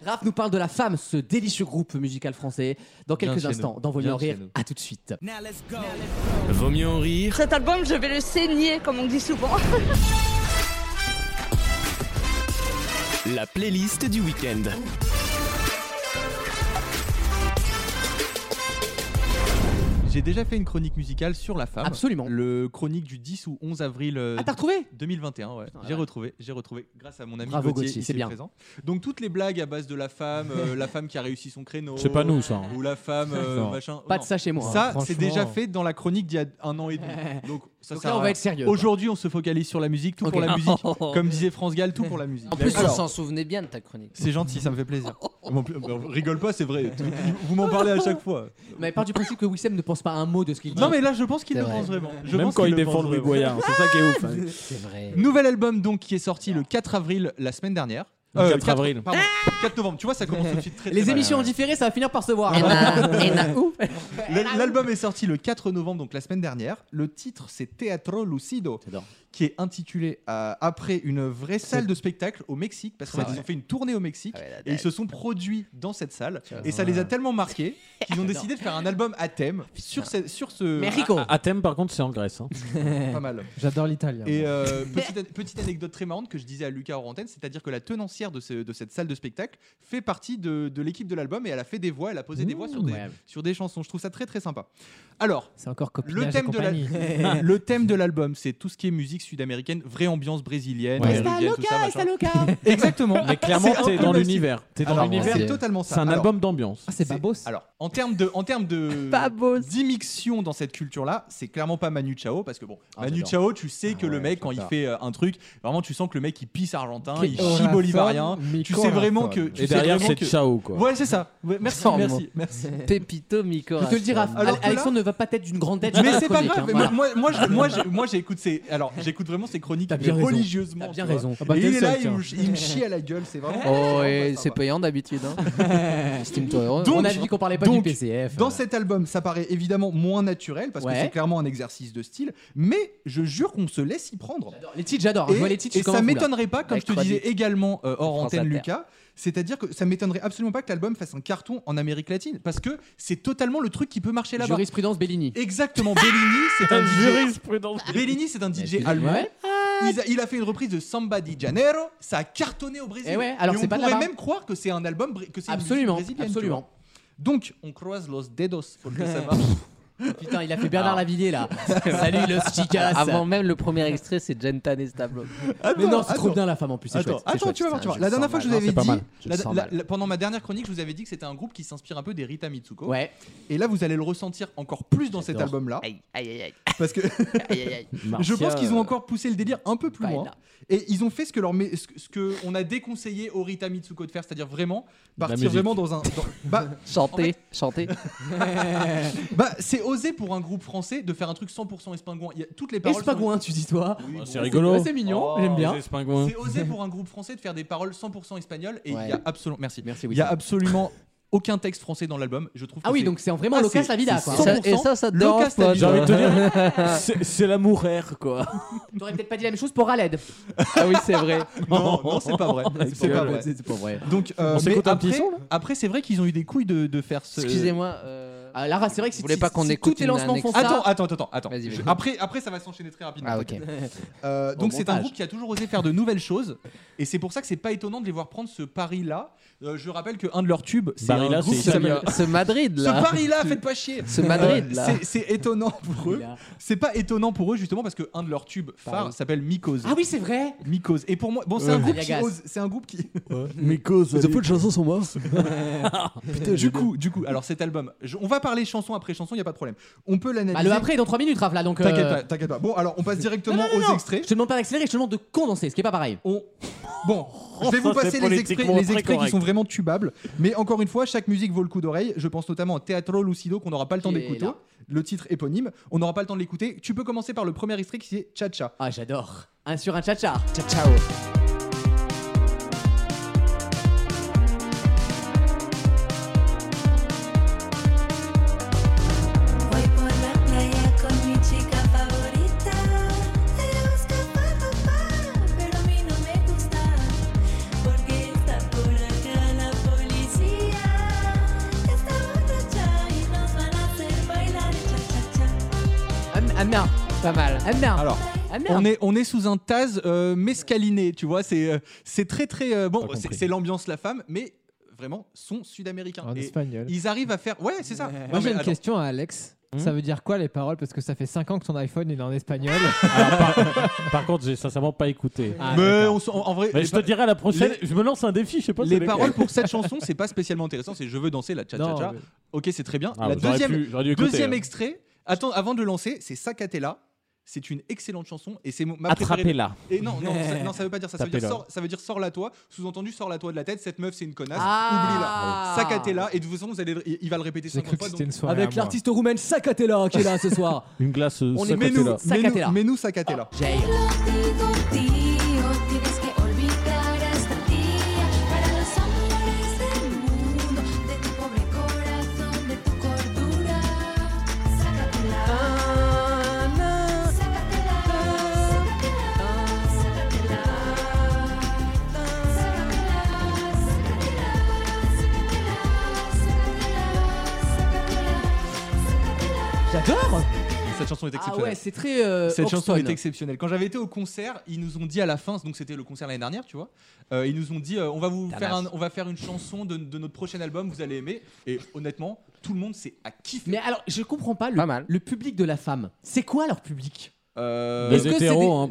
Speaker 2: Raph nous parle de La Femme, ce délicieux groupe musical français. Dans
Speaker 14: Viens
Speaker 2: quelques
Speaker 14: chez
Speaker 2: instants,
Speaker 14: nous.
Speaker 2: dans Vos Mieux
Speaker 14: Viens
Speaker 2: en
Speaker 14: chez
Speaker 2: Rire,
Speaker 14: nous.
Speaker 2: à tout de
Speaker 4: Ah
Speaker 2: suite.
Speaker 14: Vaut mieux en rire.
Speaker 18: Cet album, je vais le saigner, comme on dit souvent.
Speaker 14: La playlist du week-end.
Speaker 4: J'ai déjà fait une chronique musicale sur la femme.
Speaker 2: Absolument.
Speaker 4: Le chronique du 10 ou 11 avril. euh,
Speaker 2: Ah, t'as retrouvé
Speaker 4: 2021, ouais. j'ai retrouvé, j'ai retrouvé grâce à mon ami
Speaker 2: Bravo,
Speaker 4: Gauthier,
Speaker 2: Gauthier,
Speaker 4: ici
Speaker 2: c'est bien.
Speaker 4: présent. Donc toutes les blagues à base de la femme, euh, la femme qui a réussi son créneau.
Speaker 5: C'est pas nous, ça, hein.
Speaker 4: Ou la femme euh,
Speaker 5: Non.
Speaker 4: machin.
Speaker 2: Pas de ça chez moi, hein,
Speaker 4: Ça,
Speaker 2: franchement.
Speaker 4: c'est déjà fait dans la chronique d'il y a un an et demi. Donc ça
Speaker 2: Donc
Speaker 4: sert
Speaker 2: là, on
Speaker 4: à
Speaker 2: va
Speaker 4: rien.
Speaker 2: être sérieux, quoi.
Speaker 4: Aujourd'hui, on se focalise sur la musique, tout pour
Speaker 2: Ok.
Speaker 4: la musique. Comme disait France Gall, tout pour la musique.
Speaker 17: En plus, on
Speaker 4: Alors,
Speaker 17: s'en souvenait bien de ta chronique.
Speaker 4: c'est gentil, ça me fait plaisir. Bon, bah, rigole pas, c'est vrai. Vous m'en parlez à chaque fois.
Speaker 2: Mais part du principe que Wissem ne pense pas un mot de ce qu'il dit.
Speaker 4: Non, mais là, je pense qu'il le pense vraiment. Je
Speaker 5: Même
Speaker 4: pense
Speaker 5: quand
Speaker 4: qu'il
Speaker 5: il
Speaker 4: le
Speaker 5: défend
Speaker 4: pense
Speaker 5: Louis
Speaker 4: vraiment.
Speaker 5: Boyard, c'est ça qui est ouf, hein.
Speaker 17: C'est vrai.
Speaker 4: Nouvel album donc qui est sorti le 4 avril la semaine dernière. Euh,
Speaker 5: Le 4 avril.
Speaker 4: pardon, 4 novembre. Tu vois, ça commence tout de suite très, très
Speaker 2: Les
Speaker 4: mal.
Speaker 2: émissions en différé, ça va finir par se voir.
Speaker 4: Le- L'album est sorti le 4 novembre, donc la semaine dernière. Le titre, c'est Teatro Lucido, qui est intitulé euh, après une vraie salle de spectacle au Mexique, parce qu'ils
Speaker 5: Ah ouais.
Speaker 4: ont fait une tournée au Mexique et ils se sont produits dans cette salle. Et ça
Speaker 5: Ouais.
Speaker 4: les a tellement marqués qu'ils ont décidé de faire un album à thème sur, ce- sur ce. Ah,
Speaker 5: À, à thème, par contre, c'est en Grèce. hein.
Speaker 4: Pas mal.
Speaker 3: J'adore
Speaker 5: Ah
Speaker 3: l'Italie. hein.
Speaker 4: Et
Speaker 3: moi.
Speaker 4: euh, petite, an- petite anecdote très marrante que je disais à Lucas hors antenne, c'est-à-dire que la tenancière de, ce- de cette salle de spectacle fait partie de, de l'équipe de l'album et elle a fait des voix, elle a posé des voix
Speaker 5: Mmh,
Speaker 4: sur des, sur des chansons. Je trouve ça très très sympa. Alors,
Speaker 3: C'est encore
Speaker 4: le
Speaker 3: copinage
Speaker 4: thème,
Speaker 3: et
Speaker 4: de la-
Speaker 5: Eh.
Speaker 3: compagnie.
Speaker 4: le thème de l'album, c'est tout ce qui est musique sud-américaine, vraie ambiance brésilienne.
Speaker 5: Ouais.
Speaker 4: péruvienne, Ah, tout ça, machin.
Speaker 5: Exactement. Mais clairement,
Speaker 4: C'est un
Speaker 5: t'es
Speaker 4: peu
Speaker 5: dans
Speaker 4: le style.
Speaker 5: l'univers. T'es dans
Speaker 4: Alors,
Speaker 5: l'univers.
Speaker 4: C'est totalement ça.
Speaker 5: C'est un
Speaker 4: Alors,
Speaker 5: album d'ambiance.
Speaker 17: Ah,
Speaker 3: c'est Babos.
Speaker 4: alors, en termes de, en termes de, d'immixion dans cette culture-là, c'est clairement pas Manu Chao parce que bon, Manu
Speaker 5: j'adore.
Speaker 4: Chao, tu sais que le mec quand il
Speaker 5: j'adore.
Speaker 4: fait euh, un truc, vraiment tu sens que le mec il pisse argentin,
Speaker 5: Quel
Speaker 4: il chie
Speaker 5: oraphone,
Speaker 4: bolivarien,
Speaker 5: mais
Speaker 4: tu
Speaker 5: quel
Speaker 4: sais vraiment que,
Speaker 5: oraphone.
Speaker 4: tu
Speaker 5: Et
Speaker 4: sais
Speaker 5: derrière,
Speaker 4: vraiment
Speaker 5: c'est
Speaker 4: que-
Speaker 5: Chao, quoi.
Speaker 4: Ouais, c'est ça. Ouais, merci,
Speaker 5: Sans
Speaker 4: merci,
Speaker 5: mots.
Speaker 4: merci.
Speaker 17: Pépito Micora.
Speaker 2: Je te le dis, Raph,
Speaker 4: Alors que là-
Speaker 2: Alexandre ne va pas être d'une grande tête.
Speaker 4: Mais
Speaker 2: sur
Speaker 4: c'est
Speaker 2: la
Speaker 4: pas
Speaker 2: chronique,
Speaker 4: grave.
Speaker 2: hein,
Speaker 4: mais
Speaker 2: voilà.
Speaker 4: Moi, moi, je- moi, je- moi, j'écoute ces. Alors, j'écoute vraiment ces chroniques
Speaker 2: bien
Speaker 4: mais
Speaker 2: raison.
Speaker 4: religieusement.
Speaker 2: T'as bien
Speaker 4: tu vois.
Speaker 2: raison. Ah bah,
Speaker 4: et
Speaker 2: t'es
Speaker 4: il
Speaker 2: le
Speaker 4: est là,
Speaker 2: seul,
Speaker 4: il me,
Speaker 2: tiens.
Speaker 4: il me chie à la gueule. C'est vraiment.
Speaker 17: Oh,
Speaker 2: bah,
Speaker 17: et c'est payant d'habitude. Hein. Estime-toi heureux.
Speaker 4: Donc-
Speaker 2: on a dit qu'on parlait pas
Speaker 4: donc,
Speaker 2: du PCF.
Speaker 4: Dans cet album, ça paraît évidemment moins naturel parce
Speaker 2: Ouais.
Speaker 4: que c'est clairement un exercice de style, mais je jure qu'on se laisse y prendre.
Speaker 2: Les titres, j'adore. Je vois les titres. je
Speaker 4: et
Speaker 2: suis comme
Speaker 4: ça
Speaker 2: un fou, là.
Speaker 4: m'étonnerait pas, comme
Speaker 2: Avec
Speaker 4: je te
Speaker 2: trois
Speaker 4: disais
Speaker 2: titres.
Speaker 4: également euh, hors
Speaker 2: France
Speaker 4: antenne,
Speaker 2: Inter.
Speaker 4: Lucas, c'est-à-dire que ça m'étonnerait absolument pas que l'album fasse un carton en Amérique latine parce que c'est totalement le truc qui peut marcher là-bas.
Speaker 2: Jurisprudence Bellini.
Speaker 4: Exactement, Bellini, c'est un DJ.
Speaker 5: Jurisprudence.
Speaker 4: Bellini, c'est un DJ
Speaker 2: excusez-moi.
Speaker 4: allemand. Il a, il a fait une reprise de Samba di Janeiro, ça a cartonné au Brésil.
Speaker 2: Eh ouais, alors
Speaker 4: Et
Speaker 2: c'est
Speaker 4: on
Speaker 2: pas de
Speaker 4: pourrait
Speaker 2: là-bas.
Speaker 4: même croire que c'est un album bré- que c'est une musique
Speaker 2: Absolument,
Speaker 4: brésilienne, tu
Speaker 2: absolument.
Speaker 4: vois. Donc on croise los dedos pour que ça marche.
Speaker 2: Putain, il a fait Bernard Lavillier là. Salut le chicas.
Speaker 17: Avant même le premier extrait, c'est Genta Nestablo.
Speaker 2: Mais non, c'est
Speaker 4: attends.
Speaker 2: trop bien la femme en plus. C'est
Speaker 4: Attends,
Speaker 2: chouette. c'est
Speaker 4: attends,
Speaker 2: chouette.
Speaker 4: tu vas voir, tu vas voir. La
Speaker 2: Putain,
Speaker 4: dernière fois que
Speaker 2: je
Speaker 4: je
Speaker 2: le
Speaker 4: vous avais
Speaker 2: sens mal.
Speaker 4: dit,
Speaker 2: Non, c'est pas mal. Je
Speaker 4: la-
Speaker 2: le sens
Speaker 4: la-
Speaker 2: mal.
Speaker 4: la- pendant ma dernière chronique, je vous avais dit que c'était un groupe qui s'inspire un peu des Rita Mitsuko.
Speaker 2: Ouais.
Speaker 4: Et là, vous allez le ressentir encore plus dans cet album-là. Parce que je
Speaker 5: Marcia,
Speaker 4: pense qu'ils ont
Speaker 5: euh,
Speaker 4: encore poussé le délire un peu plus loin. Et ils ont fait ce que leur, mé- ce que- ce que on a déconseillé aux Rita Mitsuko de faire, c'est-à-dire vraiment
Speaker 17: la
Speaker 4: partir
Speaker 17: musique.
Speaker 4: vraiment dans un. dans- bah,
Speaker 17: Chanter, chanter.
Speaker 4: bah, c'est osé pour un groupe français de faire un truc 100% espingouin. Il y a toutes les paroles. sont-
Speaker 2: Espingouin, tu dis toi.
Speaker 4: Oui,
Speaker 5: C'est
Speaker 4: bon,
Speaker 5: rigolo.
Speaker 2: c'est mignon, j'aime bien.
Speaker 5: les espingouins.
Speaker 4: C'est osé pour un groupe français de faire des paroles 100% espagnoles et il y
Speaker 2: Ouais.
Speaker 4: a absolument merci.
Speaker 2: Merci,
Speaker 4: Il y a
Speaker 2: Wissem.
Speaker 4: absolument aucun texte français dans l'album, je trouve.
Speaker 2: Ah
Speaker 4: que
Speaker 2: oui,
Speaker 4: c'est-
Speaker 2: donc c'est en vraiment Lucas
Speaker 4: c'est-
Speaker 2: Lavida,
Speaker 4: c'est
Speaker 2: quoi.
Speaker 4: 100%
Speaker 17: Et ça, ça te
Speaker 4: Lucas
Speaker 17: dérange pas,
Speaker 4: Lavida.
Speaker 5: J'ai envie de te dire,
Speaker 17: Ah.
Speaker 5: c'est- c'est l'amour air, quoi.
Speaker 2: T'aurais peut-être pas dit la même chose pour Aled.
Speaker 17: Ah oui, c'est vrai.
Speaker 4: Non, non, c'est pas vrai. C'est pas vrai.
Speaker 2: C'est pas vrai.
Speaker 4: Donc, euh,
Speaker 5: On
Speaker 4: mais
Speaker 5: s'écoute un
Speaker 4: après,
Speaker 5: petit son, là
Speaker 4: après, c'est vrai qu'ils ont eu des couilles de, de faire ce.
Speaker 17: Excusez-moi. euh,
Speaker 2: Ah, Lara, c'est vrai que si
Speaker 17: Vous voulez pas
Speaker 2: si-
Speaker 17: qu'on
Speaker 2: si
Speaker 17: écoute
Speaker 2: tous tes
Speaker 17: une
Speaker 2: lancements font ça.
Speaker 4: Attends, attends, attends, attends.
Speaker 17: Vas-y, vas-y.
Speaker 4: Je- Après, après, ça va s'enchaîner très rapidement.
Speaker 17: Ah, ok.
Speaker 4: t'inquiète. Euh,
Speaker 17: Bon
Speaker 4: donc c'est un
Speaker 17: montage.
Speaker 4: groupe qui a toujours osé faire de nouvelles choses, et c'est pour ça que c'est pas étonnant de les voir prendre ce pari-là. Euh, je rappelle que un de leurs tubes, c'est
Speaker 5: Barilla,
Speaker 4: un groupe
Speaker 5: c'est
Speaker 4: qui s'appelle-
Speaker 5: italien.
Speaker 17: Ce Madrid
Speaker 4: Ce
Speaker 17: là.
Speaker 4: Paris-là, faites pas chier.
Speaker 17: Ce Madrid,
Speaker 4: Euh,
Speaker 17: là.
Speaker 4: c'est- C'est étonnant pour eux. C'est pas étonnant pour eux justement parce que un de leurs tubes
Speaker 2: Pardon.
Speaker 4: phares s'appelle Mycose.
Speaker 2: Ah oui, c'est vrai.
Speaker 4: Mycose. Et pour moi, bon, c'est un
Speaker 2: Ouais.
Speaker 4: groupe qui
Speaker 2: Yagasse.
Speaker 4: ose- c'est un groupe qui.
Speaker 5: Mycose.
Speaker 10: Les peu de chansons sont morts.
Speaker 4: du coup, du coup, alors cet album, je- on va parler chanson après chanson, il y a pas de problème. On peut l'analyser.
Speaker 2: Bah, le après est dans 3 minutes, Raph là. Donc. euh,
Speaker 4: T'inquiète pas, t'inquiète pas. Bon, alors on passe
Speaker 2: Non,
Speaker 4: directement
Speaker 2: non, non,
Speaker 4: aux
Speaker 2: non.
Speaker 4: extraits.
Speaker 2: Je te demande pas d'accélérer, je te demande de condenser, ce qui est pas pareil.
Speaker 4: On... Bon, je vais
Speaker 2: Oh,
Speaker 5: Ça,
Speaker 4: vous
Speaker 5: c'est
Speaker 4: passer les extraits,
Speaker 5: politiquement
Speaker 4: les
Speaker 5: très
Speaker 4: extraits qui
Speaker 5: correct.
Speaker 4: sont vraiment tubables. Mais encore une fois, chaque musique vaut le coup d'oreille. Je pense notamment à Teatro Lucido qu'on n'aura pas le temps
Speaker 2: Qui est
Speaker 4: d'écouter.
Speaker 2: là.
Speaker 4: Le titre éponyme, on n'aura pas le temps de l'écouter. Tu peux commencer par le premier extrait qui est Cha-Cha.
Speaker 2: Ah, j'adore. Un sur un cha-cha.
Speaker 4: Cha-Chao.
Speaker 19: Voy por la playa con mi chica favorita. Tenemos que papá, pero a mí no me gusta. Porque está por acá la policía. Está muchacha y nos van a hacer bailar cha-cha-cha.
Speaker 2: Ah merde.
Speaker 17: Pas mal.
Speaker 2: Ah merde.
Speaker 4: Alors,
Speaker 2: Ah merde.
Speaker 4: on est, on est sous un Taz euh, mescaliné, tu vois. C'est euh, c'est très, très. euh, bon, c'est c'est l'ambiance la femme, mais vraiment, son sud-américain.
Speaker 3: En
Speaker 4: Et
Speaker 3: espagnol.
Speaker 4: Ils arrivent à faire. Ouais, c'est ça. Non,
Speaker 3: Moi,
Speaker 4: mais Hmm
Speaker 3: j'ai une
Speaker 4: attends.
Speaker 3: question à Alex. Ça veut dire quoi les paroles Parce que ça fait 5 ans que ton iPhone il est en espagnol.
Speaker 5: Alors, Ah, par, par contre, j'ai sincèrement pas écouté.
Speaker 3: Ah,
Speaker 4: Mais
Speaker 3: d'accord.
Speaker 4: on s- en- en vrai,
Speaker 5: Mais
Speaker 4: les
Speaker 5: je te
Speaker 4: pa-
Speaker 5: dirai à la prochaine.
Speaker 4: les-
Speaker 5: Je me lance un défi, je sais pas. c'est
Speaker 4: Les
Speaker 5: lequel.
Speaker 4: paroles pour cette chanson, c'est pas spécialement intéressant. C'est je veux danser la cha cha
Speaker 5: Non,
Speaker 4: cha.
Speaker 5: mais-
Speaker 4: Ok, c'est très bien.
Speaker 5: Ah,
Speaker 4: la
Speaker 5: j'aurais
Speaker 4: deuxième,
Speaker 5: pu- j'aurais dû écouter,
Speaker 4: deuxième
Speaker 5: hein.
Speaker 4: extrait. Attends, avant de le lancer, c'est Sacatella. C'est une excellente chanson et c'est mo- ma
Speaker 5: Attrapez-la.
Speaker 4: préférée. Et non, non, ça, non, ça veut pas dire ça. Ça veut dire,
Speaker 5: Tapez-la.
Speaker 4: sors, ça veut dire sors-la toi. Sous-entendu, sors-la toi de la tête. Cette meuf, c'est une connasse.
Speaker 20: Ah.
Speaker 4: Oublie-la. Sacatella. Et de toute façon, vous allez, il- il va le répéter 50 fois. donc-
Speaker 20: Avec l'artiste roumaine Sakatela qui est là ce soir.
Speaker 5: Une glace. euh,
Speaker 4: On est
Speaker 5: Sakatella.
Speaker 4: mais nous, mais nous, Sacatella.
Speaker 2: Ah.
Speaker 11: Digo tío, tienes que olvidar a esta tía Para los amores del mundo De tu pobre corazón, de tu cordura Sácatela Sácatela Sácatela Sácatela Sácatela Sácatela
Speaker 20: J'adore
Speaker 4: Cette chanson est
Speaker 2: Ah
Speaker 4: exceptionnelle.
Speaker 2: ouais, c'est très, euh,
Speaker 4: Cette chanson
Speaker 2: Hoxton.
Speaker 4: est exceptionnelle. Quand j'avais été au concert, ils nous ont dit à la fin, donc c'était le concert l'année dernière, tu vois, euh, ils nous ont dit euh, on va vous
Speaker 2: Damas.
Speaker 4: faire un- on va faire une chanson de, de notre prochain album, vous allez aimer. Et honnêtement, tout le monde s'est à kiffer.
Speaker 2: Mais alors, je comprends pas le, le public de la femme. C'est quoi leur public
Speaker 4: Euh,
Speaker 2: Est-ce que c'est des-
Speaker 4: Non,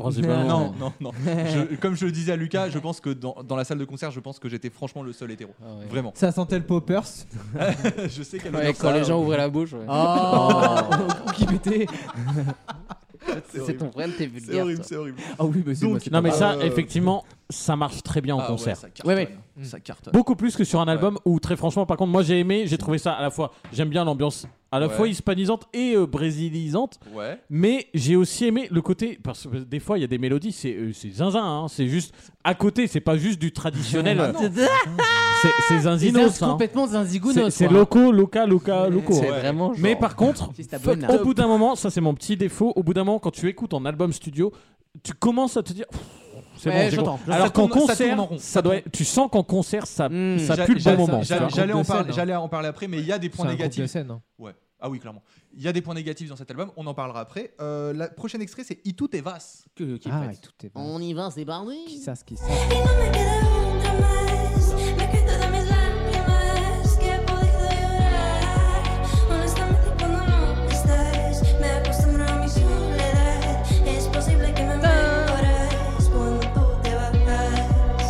Speaker 4: non, non. Je- comme je le disais à Lucas, je pense que dans, dans la salle de concert, je pense que j'étais franchement le seul hétéro. Vraiment.
Speaker 3: Ça sentait le poppers.
Speaker 4: je sais qu'elle
Speaker 3: Ouais,
Speaker 4: adore
Speaker 3: quand
Speaker 4: ça.
Speaker 3: les gens ouvraient la bouche, ouais.
Speaker 2: Oh, ou qui pétait.
Speaker 4: C'est
Speaker 2: horrible.
Speaker 21: ton problème, t'es vulgaire,
Speaker 2: Oh, C'est horrible,
Speaker 21: toi.
Speaker 2: c'est horrible. Ah oui, mais c'est moi, c'est
Speaker 5: non,
Speaker 2: pas
Speaker 5: mais
Speaker 2: grave.
Speaker 5: ça,
Speaker 2: Euh,
Speaker 5: effectivement, ça marche très bien en
Speaker 2: Ah ouais,
Speaker 5: concert.
Speaker 2: ça cartonne. Ouais, ouais. Ça cartonne.
Speaker 5: Beaucoup plus que sur un album où, très franchement, par contre, moi j'ai aimé, j'ai trouvé ça à la fois, j'aime bien l'ambiance à la
Speaker 4: Ouais.
Speaker 5: fois hispanisante et euh, brésilisante.
Speaker 4: Ouais.
Speaker 5: Mais j'ai aussi aimé le côté, parce que des fois il y a des mélodies, c'est euh, c'est zinzin, hein, c'est juste à côté, c'est pas juste du traditionnel.
Speaker 2: Ah non.
Speaker 5: C'est- c'est
Speaker 2: Ils
Speaker 5: zinzinos.
Speaker 2: dansent
Speaker 5: hein.
Speaker 2: complètement zinzigounos,
Speaker 5: C'est- C'est
Speaker 2: quoi.
Speaker 5: loco, loca, loca, loco.
Speaker 2: C'est
Speaker 5: hein.
Speaker 2: vraiment
Speaker 5: Mais
Speaker 2: genre-
Speaker 5: par contre,
Speaker 2: Fiesta
Speaker 5: fuck,
Speaker 2: buena.
Speaker 5: au bout d'un moment, ça c'est mon petit défaut. Au bout d'un moment, quand tu écoutes en album studio, tu commences à te dire. Pff, C'est
Speaker 4: Ouais,
Speaker 5: bon, j'ai
Speaker 4: j'entends.
Speaker 5: compris.
Speaker 4: Ça
Speaker 5: Alors qu'en
Speaker 4: tourne- ça
Speaker 5: concert,
Speaker 4: tourne en rond.
Speaker 5: ça doit être- tu sens qu'en concert, ça, ça
Speaker 4: J'a-
Speaker 5: pue le
Speaker 4: j'a-
Speaker 5: bon moment.
Speaker 4: j'a-
Speaker 5: tu vois.
Speaker 4: J'allais en, parler- j'allais en parler après, mais il y a des points
Speaker 5: C'est un groupe
Speaker 4: négatifs.
Speaker 5: de scène, hein.
Speaker 4: Ouais. Ah oui, clairement. Il y a des points négatifs dans cet album, on en parlera après. Euh, la prochaine extrait, c'est Itu te vas.
Speaker 3: Ah, prête. Itu
Speaker 4: On y va, c'est parti.
Speaker 3: Qui ça, ce qui ça
Speaker 11: Me quito de mis lágrimas que he podido llorar Honestamente cuando no estás Me acostumbro a mi soledad Es posible que me mejoras Cuando tú te bajas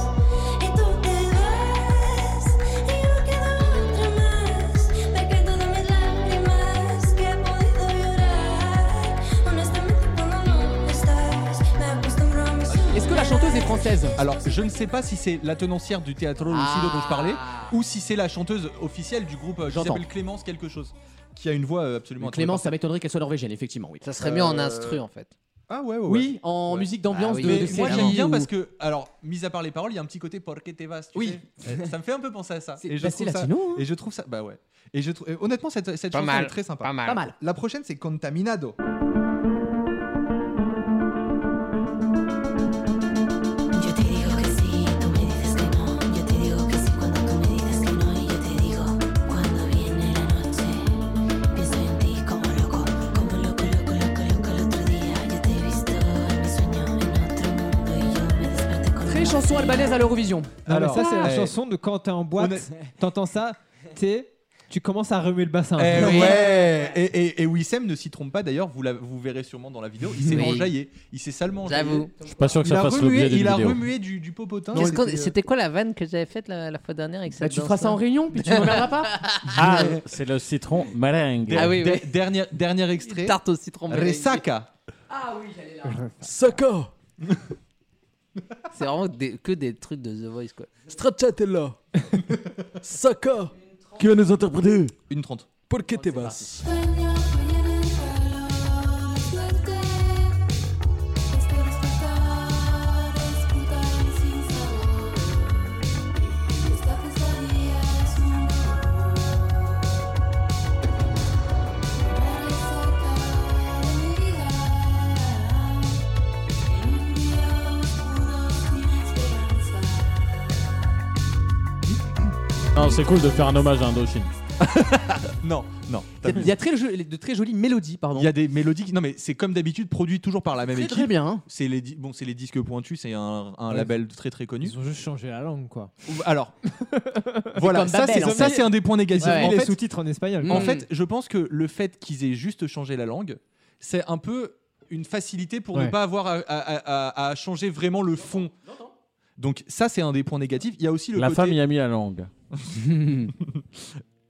Speaker 11: Y tú te vas Y yo me quedo otra más Me quito de mis lágrimas que he podido llorar Honestamente cuando no estás Me acostumbro a mi soledad
Speaker 2: Est-ce que la chanteuse est française
Speaker 4: Alors, je ne sais pas si c'est la tenancière du théâtre Lucido
Speaker 2: Ah.
Speaker 4: dont je parlais, ou si c'est la chanteuse officielle du groupe euh, qui
Speaker 2: J'entends.
Speaker 4: s'appelle Clémence quelque chose, qui a une voix euh, absolument
Speaker 2: Clémence, ça m'étonnerait qu'elle soit norvégienne, effectivement, oui. Ça
Speaker 4: serait mieux en Euh, instru, en fait. Ah ouais, ouais, ouais.
Speaker 2: Oui, en musique d'ambiance
Speaker 4: Mais
Speaker 2: de, de
Speaker 4: Moi
Speaker 2: série
Speaker 4: j'aime bien
Speaker 2: ou-
Speaker 4: parce que, alors, mis à part les paroles, il y a un petit côté porque te vas. tu
Speaker 2: Oui.
Speaker 4: sais. Euh, ça me fait un peu penser à ça.
Speaker 2: C'est-
Speaker 4: Et je
Speaker 2: bah,
Speaker 4: trouve
Speaker 2: c'est
Speaker 4: ça-
Speaker 2: latino, hein.
Speaker 4: Et je trouve ça, bah ouais. Et je trou- euh, honnêtement, cette, cette
Speaker 2: Pas
Speaker 4: chanson
Speaker 2: mal,
Speaker 4: est très sympa.
Speaker 2: pas mal. Pas mal.
Speaker 4: La prochaine, c'est Contaminado.
Speaker 11: Yo te digo que sí, tú me dices que no. Yo te digo que sí cuando tú me dices que no. Y yo te digo, cuando viene la noche, pienso en ti como loco, como loco, loco, loco, loco. El otro día yo te he visto en mi sueño en otro mundo y yo me desperté con
Speaker 2: Très chanson albanaise à l'Eurovision.
Speaker 3: Non, mais ça, c'est la
Speaker 4: Ouais.
Speaker 3: chanson de quand t'es en boîte,
Speaker 4: eh. On est-
Speaker 3: t'entends ça, t'es. Tu commences à remuer le bassin. un
Speaker 4: Eh
Speaker 3: peu.
Speaker 4: ouais. Et, et- et Wissem ne s'y trompe pas d'ailleurs, vous, la- vous verrez sûrement dans la vidéo, il s'est
Speaker 21: Oui.
Speaker 4: enjaillé. Il s'est salement enjaillé.
Speaker 21: J'avoue. Je
Speaker 5: suis pas sûr que
Speaker 4: Il
Speaker 5: ça
Speaker 4: a
Speaker 5: fasse
Speaker 4: remué-
Speaker 5: l'objet d'une
Speaker 4: Il a
Speaker 5: vidéo.
Speaker 4: remué du, du popotin.
Speaker 21: Qu'est-ce qu'on-
Speaker 4: C'était, euh,
Speaker 21: C'était quoi la vanne que j'avais faite la, la fois dernière avec cette
Speaker 2: Bah, tu feras
Speaker 21: danse-là
Speaker 2: ça en réunion, puis tu me regarderas pas.
Speaker 5: Ah, c'est le citron meringue.
Speaker 21: Ah oui, oui.
Speaker 4: Dernier, dernier extrait.
Speaker 21: Tarte au citron meringue.
Speaker 4: Resaca.
Speaker 2: Ah oui, j'allais là.
Speaker 21: Saka C'est vraiment des- que des trucs de The Voice quoi. Stracciatella Saka
Speaker 5: Qui va nous interpréter
Speaker 4: Une 30.
Speaker 20: Paul vas
Speaker 11: Sueño, mañana en calor, suerte. Espero despertar, disfrutar sin sabor. Esta pesadilla es un horror. Para sacar de mi vida, en un día oscuro sin esperanza.
Speaker 5: Non, c'est cool de faire un hommage à Indochine.
Speaker 4: non, non.
Speaker 2: Il y a- il y a très jo- de très jolies mélodies, pardon.
Speaker 4: Il y a des mélodies qui. Non, mais c'est comme d'habitude produit toujours par la même
Speaker 2: Très,
Speaker 4: équipe.
Speaker 2: très bien, hein.
Speaker 4: C'est les, di- bon, c'est les disques pointus, c'est un, un
Speaker 3: Ouais.
Speaker 4: label très très connu.
Speaker 3: Ils ont juste changé la langue, quoi.
Speaker 4: Alors, voilà, ça c'est ça, c'est un des points négatifs.
Speaker 3: Ils ont mis
Speaker 4: En
Speaker 3: les
Speaker 4: fait-
Speaker 3: sous-titres en espagnol.
Speaker 4: En
Speaker 3: Mm.
Speaker 4: fait, je pense que le fait qu'ils aient juste changé la langue, c'est un peu une facilité pour ne
Speaker 3: Ouais.
Speaker 4: pas avoir à, à- à- à changer vraiment le fond. Donc ça c'est un des points négatifs. Il y a aussi le
Speaker 5: La
Speaker 4: côté-
Speaker 5: femme y a mis la langue.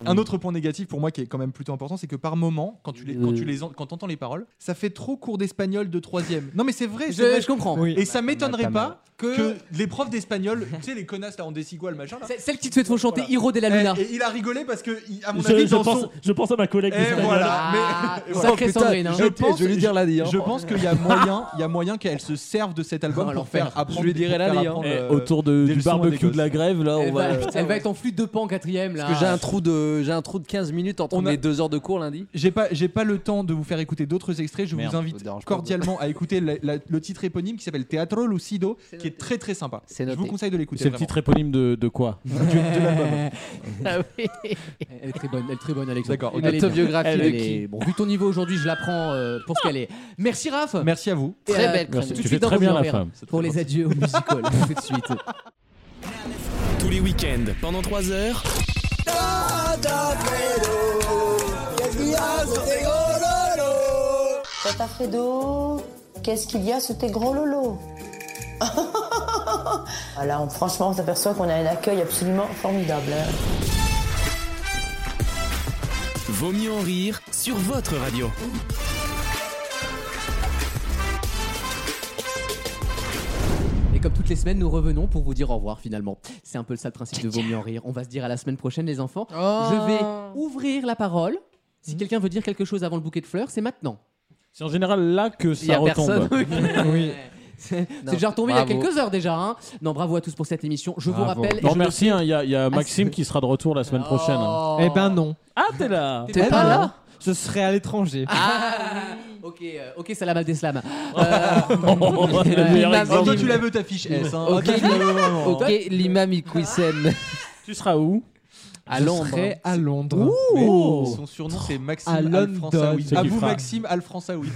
Speaker 4: Un autre point négatif pour moi qui est quand même plutôt important, c'est que par moment, quand tu les, quand tu les en- quand entends les paroles, ça fait trop cours d'espagnol de troisième. Non mais c'est vrai, c'est
Speaker 2: Je-
Speaker 4: vrai.
Speaker 2: je comprends. Oui.
Speaker 4: Et ça m'étonnerait
Speaker 2: Pas mal.
Speaker 4: pas que... les profs d'espagnol, tu sais les connasses là en desigual machin. là.
Speaker 2: Celle qui te fait trop chanter Hiro de la Luna.
Speaker 4: Eh, Et, et il a rigolé parce que il- à mon
Speaker 6: Je,
Speaker 4: avis
Speaker 6: je
Speaker 4: dans
Speaker 6: pense,
Speaker 4: son-
Speaker 6: je pense à ma collègue.
Speaker 4: Eh,
Speaker 6: d'espagnol.
Speaker 4: voilà,
Speaker 2: Ah,
Speaker 4: mais
Speaker 2: sacré Sandrine, hein.
Speaker 4: Je pense,
Speaker 6: Je vais lui dire la dire.
Speaker 4: Je pense qu'il y a moyen, il y a moyen qu'elle se serve de cet album pour faire apprendre. pour faire apprendre,
Speaker 5: Eh,
Speaker 4: euh,
Speaker 5: Autour de-
Speaker 4: des
Speaker 5: du
Speaker 4: leçons à des
Speaker 5: barbecue de la
Speaker 4: gosses.
Speaker 5: grève, là, on
Speaker 2: Elle
Speaker 5: va.
Speaker 2: va, elle va être en flûte de pan quatrième là.
Speaker 17: Parce que j'ai un trou de j'ai un trou de 15 minutes entre
Speaker 4: On a-
Speaker 17: mes deux heures de cours lundi.
Speaker 4: J'ai pas, j'ai pas le temps de vous faire écouter d'autres extraits. Je
Speaker 17: Merde,
Speaker 4: vous
Speaker 17: ça
Speaker 4: invite
Speaker 17: dérange pas.
Speaker 4: cordialement à écouter la- la- le titre éponyme qui s'appelle Teatro Lucido, qui est très très sympa. Je vous conseille de l'écouter.
Speaker 5: C'est le titre
Speaker 4: vraiment.
Speaker 5: éponyme de, de quoi
Speaker 4: de l'album.
Speaker 2: Ah Elle est très bonne, elle est très bonne, Alexandre.
Speaker 4: D'accord, ok.
Speaker 2: Elle est bien.
Speaker 4: Autobiographie
Speaker 2: Elle
Speaker 4: de
Speaker 2: est-
Speaker 4: qui
Speaker 2: Bon, vu ton niveau aujourd'hui, je la prends euh, pour ce qu'elle est. Merci Raph.
Speaker 4: Merci à vous.
Speaker 2: Et,
Speaker 17: Très
Speaker 2: euh,
Speaker 17: belle
Speaker 2: Tout
Speaker 17: chronique.
Speaker 2: de
Speaker 17: Tu
Speaker 2: suite
Speaker 17: fais
Speaker 2: dans
Speaker 17: très
Speaker 2: Rouge
Speaker 17: bien
Speaker 2: en
Speaker 17: la
Speaker 2: Rire,
Speaker 17: femme. C'est
Speaker 2: hein, Pour
Speaker 17: très
Speaker 2: les
Speaker 17: gentil.
Speaker 2: adieux au musical, tout de suite.
Speaker 14: Tous les week-ends, pendant 3 heures.
Speaker 8: Tata Fredo, qu'est-ce qu'il y a sous tes gros lolos Ah Là, on, franchement, on s'aperçoit qu'on a un accueil absolument formidable. hein.
Speaker 14: Vaut mieux en rire sur votre radio.
Speaker 2: Et comme toutes les semaines, nous revenons pour vous dire au revoir finalement. C'est un peu le sale principe de Vaut mieux en rire. On va se dire à la semaine prochaine, les enfants. Je vais ouvrir la parole. Si quelqu'un veut dire quelque chose avant le bouquet de fleurs, c'est maintenant.
Speaker 5: C'est en général là que
Speaker 2: Il y
Speaker 5: ça
Speaker 2: a personne.
Speaker 5: retombe.
Speaker 2: Oui. C'est c'est déjà retombé il y a
Speaker 5: bravo.
Speaker 2: quelques heures déjà. hein. Non, bravo à tous pour cette émission. Je vous rappelle.
Speaker 5: Non,
Speaker 2: je le
Speaker 5: merci,
Speaker 2: fais-
Speaker 5: hein, il y, a- il y a Maxime
Speaker 2: c'est- Oh.
Speaker 5: qui sera de retour la semaine prochaine. hein.
Speaker 3: Eh ben non.
Speaker 5: Ah, t'es là
Speaker 2: T'es pas là
Speaker 3: Je serai à l'étranger.
Speaker 2: Ah, ok, euh, ok, Salam Abdeslam.
Speaker 17: Ah,
Speaker 5: meilleur exemple.
Speaker 4: toi, tu la veux, ta fiche S, hein.
Speaker 17: Ok,
Speaker 4: Toi, tu la veux vraiment.
Speaker 17: ok, l'imam Iquissen.
Speaker 5: Tu seras où
Speaker 17: À
Speaker 4: Je
Speaker 17: Londres.
Speaker 4: serai
Speaker 3: à Londres.
Speaker 4: Mais
Speaker 5: Ouh.
Speaker 4: son surnom c'est Maxime
Speaker 5: À
Speaker 4: Al-Françaoui.
Speaker 5: London. C'est
Speaker 4: À
Speaker 5: qui
Speaker 4: vous
Speaker 5: fera.
Speaker 4: Maxime Al-Françaoui.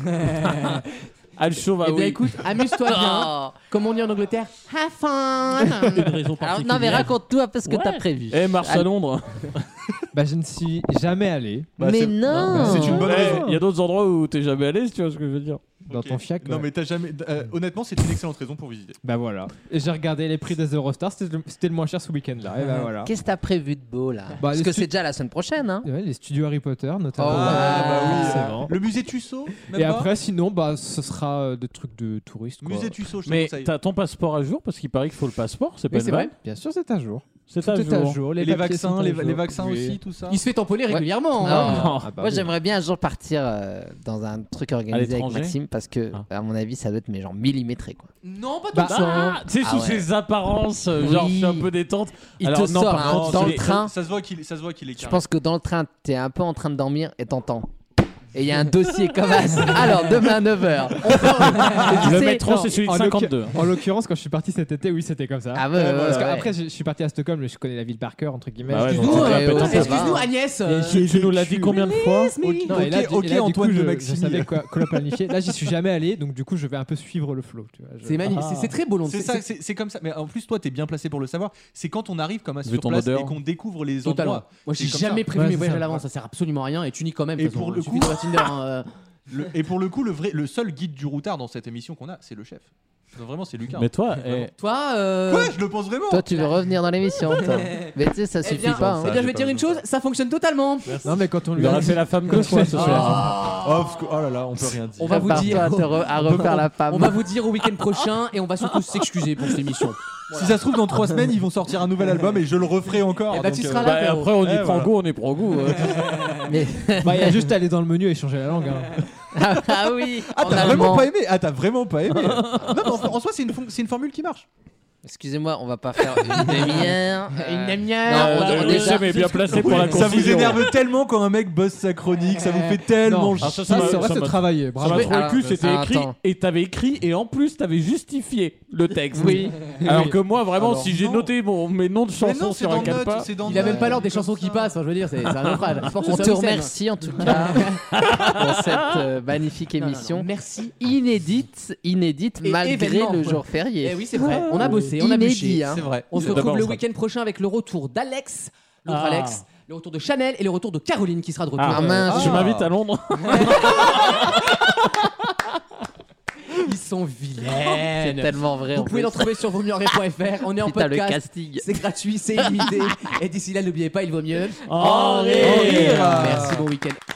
Speaker 5: Al
Speaker 4: Ah
Speaker 5: Chauvaoui.
Speaker 2: Eh bien, écoute, amuse-toi bien. Comme on dit en Angleterre, have fun.
Speaker 17: Oh. Alors, non, mais raconte-nous un peu ce que t'as prévu.
Speaker 5: Eh, marche à Londres
Speaker 3: Bah, je ne suis jamais allé. Ah.
Speaker 17: Bah, Mais c'est- non.
Speaker 4: C'est une bonne
Speaker 5: Eh,
Speaker 4: raison.
Speaker 5: Il y a d'autres endroits où t'es jamais allé, si tu vois ce que je veux dire.
Speaker 3: Dans ton fiac.
Speaker 4: Non
Speaker 3: ouais.
Speaker 4: mais t'as jamais. euh, honnêtement, c'est une excellente raison pour visiter.
Speaker 3: Bah voilà. Et j'ai regardé les prix des Eurostars, c'était le, c'était le moins cher ce week-end là. Et bah voilà.
Speaker 17: Qu'est-ce que t'as prévu de beau là
Speaker 3: Bah,
Speaker 17: Parce
Speaker 3: les
Speaker 17: que
Speaker 3: stu-
Speaker 17: c'est déjà la semaine prochaine. Hein.
Speaker 3: Ouais, les studios Harry Potter notamment.
Speaker 17: Oh, Ah,
Speaker 4: ouais. bah oui.
Speaker 3: Forcément.
Speaker 4: Le musée Tussaud. même
Speaker 3: Et
Speaker 4: pas
Speaker 3: après, sinon, bah, ce sera euh, des trucs de touristes. quoi.
Speaker 4: Musée Tussaud, je te
Speaker 5: Mais
Speaker 4: conseille.
Speaker 5: t'as ton passeport à jour parce qu'il paraît qu'il faut le passeport, c'est pas
Speaker 3: Oui,
Speaker 5: une
Speaker 3: c'est
Speaker 5: vanne
Speaker 3: vrai. Bien sûr, c'est à jour.
Speaker 5: C'est
Speaker 3: Tout
Speaker 5: à,
Speaker 3: est à
Speaker 5: jour.
Speaker 3: jour.
Speaker 4: Les,
Speaker 3: papiers sont
Speaker 4: vaccins,
Speaker 3: à
Speaker 4: les,
Speaker 3: jour.
Speaker 4: les vaccins
Speaker 3: Oui.
Speaker 4: aussi, tout ça.
Speaker 2: Il se fait tamponner
Speaker 17: Ah,
Speaker 2: régulièrement. hein.
Speaker 17: non.
Speaker 3: Ah, bah
Speaker 17: Moi,
Speaker 3: oui.
Speaker 17: j'aimerais bien un jour partir euh, dans un truc organisé avec
Speaker 5: l'étranger
Speaker 17: Maxime parce que, à mon avis, ça doit être mais genre millimétré quoi.
Speaker 2: Non, pas tout
Speaker 3: Bah,
Speaker 2: ça.
Speaker 5: Ah, tu sais,
Speaker 17: Ah
Speaker 5: sous
Speaker 17: ouais.
Speaker 5: ses apparences, euh, genre,
Speaker 17: Oui.
Speaker 5: je suis un peu détente.
Speaker 17: Il
Speaker 5: Alors,
Speaker 17: te
Speaker 5: non,
Speaker 17: sort,
Speaker 5: par
Speaker 17: hein,
Speaker 5: contre,
Speaker 17: dans
Speaker 5: il
Speaker 17: le
Speaker 5: est-
Speaker 17: train.
Speaker 4: Ça se voit qu'il, ça se voit qu'il est.
Speaker 17: Je pense que dans le train, t'es un peu en train de dormir et t'entends. Et il y a un dossier comme as. Alors, demain à 9h.
Speaker 5: Le métro, c'est celui de
Speaker 3: En l'oc-
Speaker 5: 52.
Speaker 3: En l'occurrence, quand je suis parti cet été, oui, c'était comme ça.
Speaker 17: Ah ouais, ouais, ouais,
Speaker 3: parce
Speaker 17: ouais.
Speaker 3: qu'après, je je suis parti à Stockholm, mais je connais la ville par cœur, entre guillemets.
Speaker 5: Bah ouais,
Speaker 3: Excuse-nous,
Speaker 5: bon,
Speaker 3: euh,
Speaker 5: ouais, ouais,
Speaker 3: pétanque,
Speaker 5: ouais,
Speaker 3: ça va.
Speaker 2: Excuse-nous, Agnès. euh,
Speaker 5: Tu, tu nous l'as dit combien de fois
Speaker 2: Smith.
Speaker 3: Non, et là,
Speaker 4: Ok,
Speaker 3: du- et
Speaker 4: ok,
Speaker 3: là, du
Speaker 4: Antoine
Speaker 3: coup,
Speaker 4: de
Speaker 3: je-
Speaker 4: Maximi.
Speaker 3: Je savais quoi, quoi planifier. Là, j'y suis jamais allé, donc du coup, je vais un peu suivre le flow. tu vois. Je-
Speaker 2: C'est magnifique, c'est- c'est très beau Londres.
Speaker 4: Ah. C'est ça, c'est c'est comme ça. Mais en plus, toi, t'es bien placé pour le savoir. C'est quand on arrive comme à
Speaker 5: Vu
Speaker 4: sur
Speaker 5: ton
Speaker 4: place
Speaker 5: odeur.
Speaker 4: et qu'on découvre les
Speaker 2: Totalement.
Speaker 4: endroits.
Speaker 2: Moi,
Speaker 4: C'est
Speaker 2: j'ai
Speaker 4: comme
Speaker 2: jamais
Speaker 4: ça.
Speaker 2: prévu
Speaker 3: Ouais,
Speaker 2: mes
Speaker 3: c'est
Speaker 2: voyages
Speaker 3: ça.
Speaker 2: à l'avance. Ça sert absolument à rien. Et tu nies quand même.
Speaker 4: Et pour le
Speaker 2: tu
Speaker 4: coup-
Speaker 2: Tinder. hein,
Speaker 4: Le- et pour le coup, le vrai, le seul guide du routard dans cette émission qu'on a, c'est le chef. Non, vraiment, c'est Lucas.
Speaker 5: Mais toi,
Speaker 4: Vraiment.
Speaker 5: eh,
Speaker 2: euh. Toi. euh,
Speaker 4: Quoi Je le pense vraiment.
Speaker 17: Toi, tu veux revenir dans l'émission, toi. Mais tu sais, ça
Speaker 2: Eh
Speaker 17: suffit
Speaker 2: bien,
Speaker 17: pas. hein.
Speaker 2: eh bien, je vais te dire une chose, ça fonctionne totalement.
Speaker 3: Non, mais quand on
Speaker 5: eh, il
Speaker 3: lui a
Speaker 5: aura
Speaker 3: dit- Ah.
Speaker 5: fait la femme de fois ce soir.
Speaker 4: Oh, parce que- oh là là, on peut rien dire.
Speaker 2: On va vous
Speaker 17: Prépare-toi
Speaker 2: dire,
Speaker 17: à, te re- à refaire la femme.
Speaker 2: on va vous dire au week-end prochain et on va surtout s'excuser pour cette émission.
Speaker 4: Si ça se trouve, dans trois semaines, ils vont sortir un nouvel album et je le referai encore.
Speaker 2: Eh bah,
Speaker 4: donc,
Speaker 2: tu
Speaker 4: euh,
Speaker 2: seras là.
Speaker 5: Bah, et après, on y
Speaker 4: Eh,
Speaker 5: prend
Speaker 4: voilà.
Speaker 5: goût, on y prend goût. hein. ouais.
Speaker 17: Mais-
Speaker 3: Bah, il y a juste à aller dans le menu et changer la langue. hein.
Speaker 17: ah oui,
Speaker 4: Ah,
Speaker 17: en
Speaker 4: t'as
Speaker 17: allemand.
Speaker 4: vraiment pas aimé Ah, t'as vraiment pas aimé Non, mais en, en soi, c'est une, fon- c'est une formule qui marche.
Speaker 17: Excusez-moi, on va pas faire une demi-heure.
Speaker 2: Une
Speaker 17: demi-heure.
Speaker 5: Euh, le
Speaker 17: déjà-
Speaker 5: CM est bien placé pour la
Speaker 4: Ça vous
Speaker 5: conclusion.
Speaker 4: énerve tellement quand un mec bosse sa chronique, ça vous fait tellement
Speaker 5: Non.
Speaker 4: chier.
Speaker 5: Ah, ça, ça m'a- ça m'a- Ça m'a trouvé le cul, c'était écrit et t'avais écrit et en plus t'avais justifié le texte.
Speaker 2: Oui.
Speaker 5: Ah Alors
Speaker 2: Oui.
Speaker 5: que moi vraiment,
Speaker 2: Alors,
Speaker 5: si j'ai noté mon, mes noms de chansons sur un calepin,
Speaker 2: Il a même pas l'ordre des chansons qui passent, hein, je veux dire, c'est c'est un naufrage.
Speaker 5: On
Speaker 2: Force au
Speaker 5: te
Speaker 2: service
Speaker 5: remercie,
Speaker 2: M.
Speaker 5: en tout
Speaker 11: cas, pour cette euh, magnifique
Speaker 2: Non, non, non,
Speaker 11: émission.
Speaker 2: Merci.
Speaker 11: Inédite, inédite,
Speaker 2: Et
Speaker 11: malgré
Speaker 2: événement,
Speaker 11: le
Speaker 2: quoi.
Speaker 11: jour férié.
Speaker 2: Eh oui, c'est vrai. On a bossé, on a bûché. On se retrouve le week-end prochain avec le retour d'Alex, l'autre
Speaker 11: Ah.
Speaker 2: Alex, le retour de Chanel et le retour de Caroline qui sera de retour.
Speaker 5: Ah, mince. Je m'invite à Londres.
Speaker 2: Ah, Ils sont vilains.
Speaker 11: C'est tellement vrai,
Speaker 2: Vous
Speaker 11: en
Speaker 2: pouvez
Speaker 11: plus.
Speaker 2: l'en trouver sur vosmieuxenrire.fr. On est en
Speaker 11: Putain, le
Speaker 2: podcast.
Speaker 11: casting.
Speaker 2: C'est gratuit, c'est illimité. Et d'ici là, n'oubliez pas, il vaut mieux
Speaker 11: En rire.
Speaker 2: Merci, bon week-end.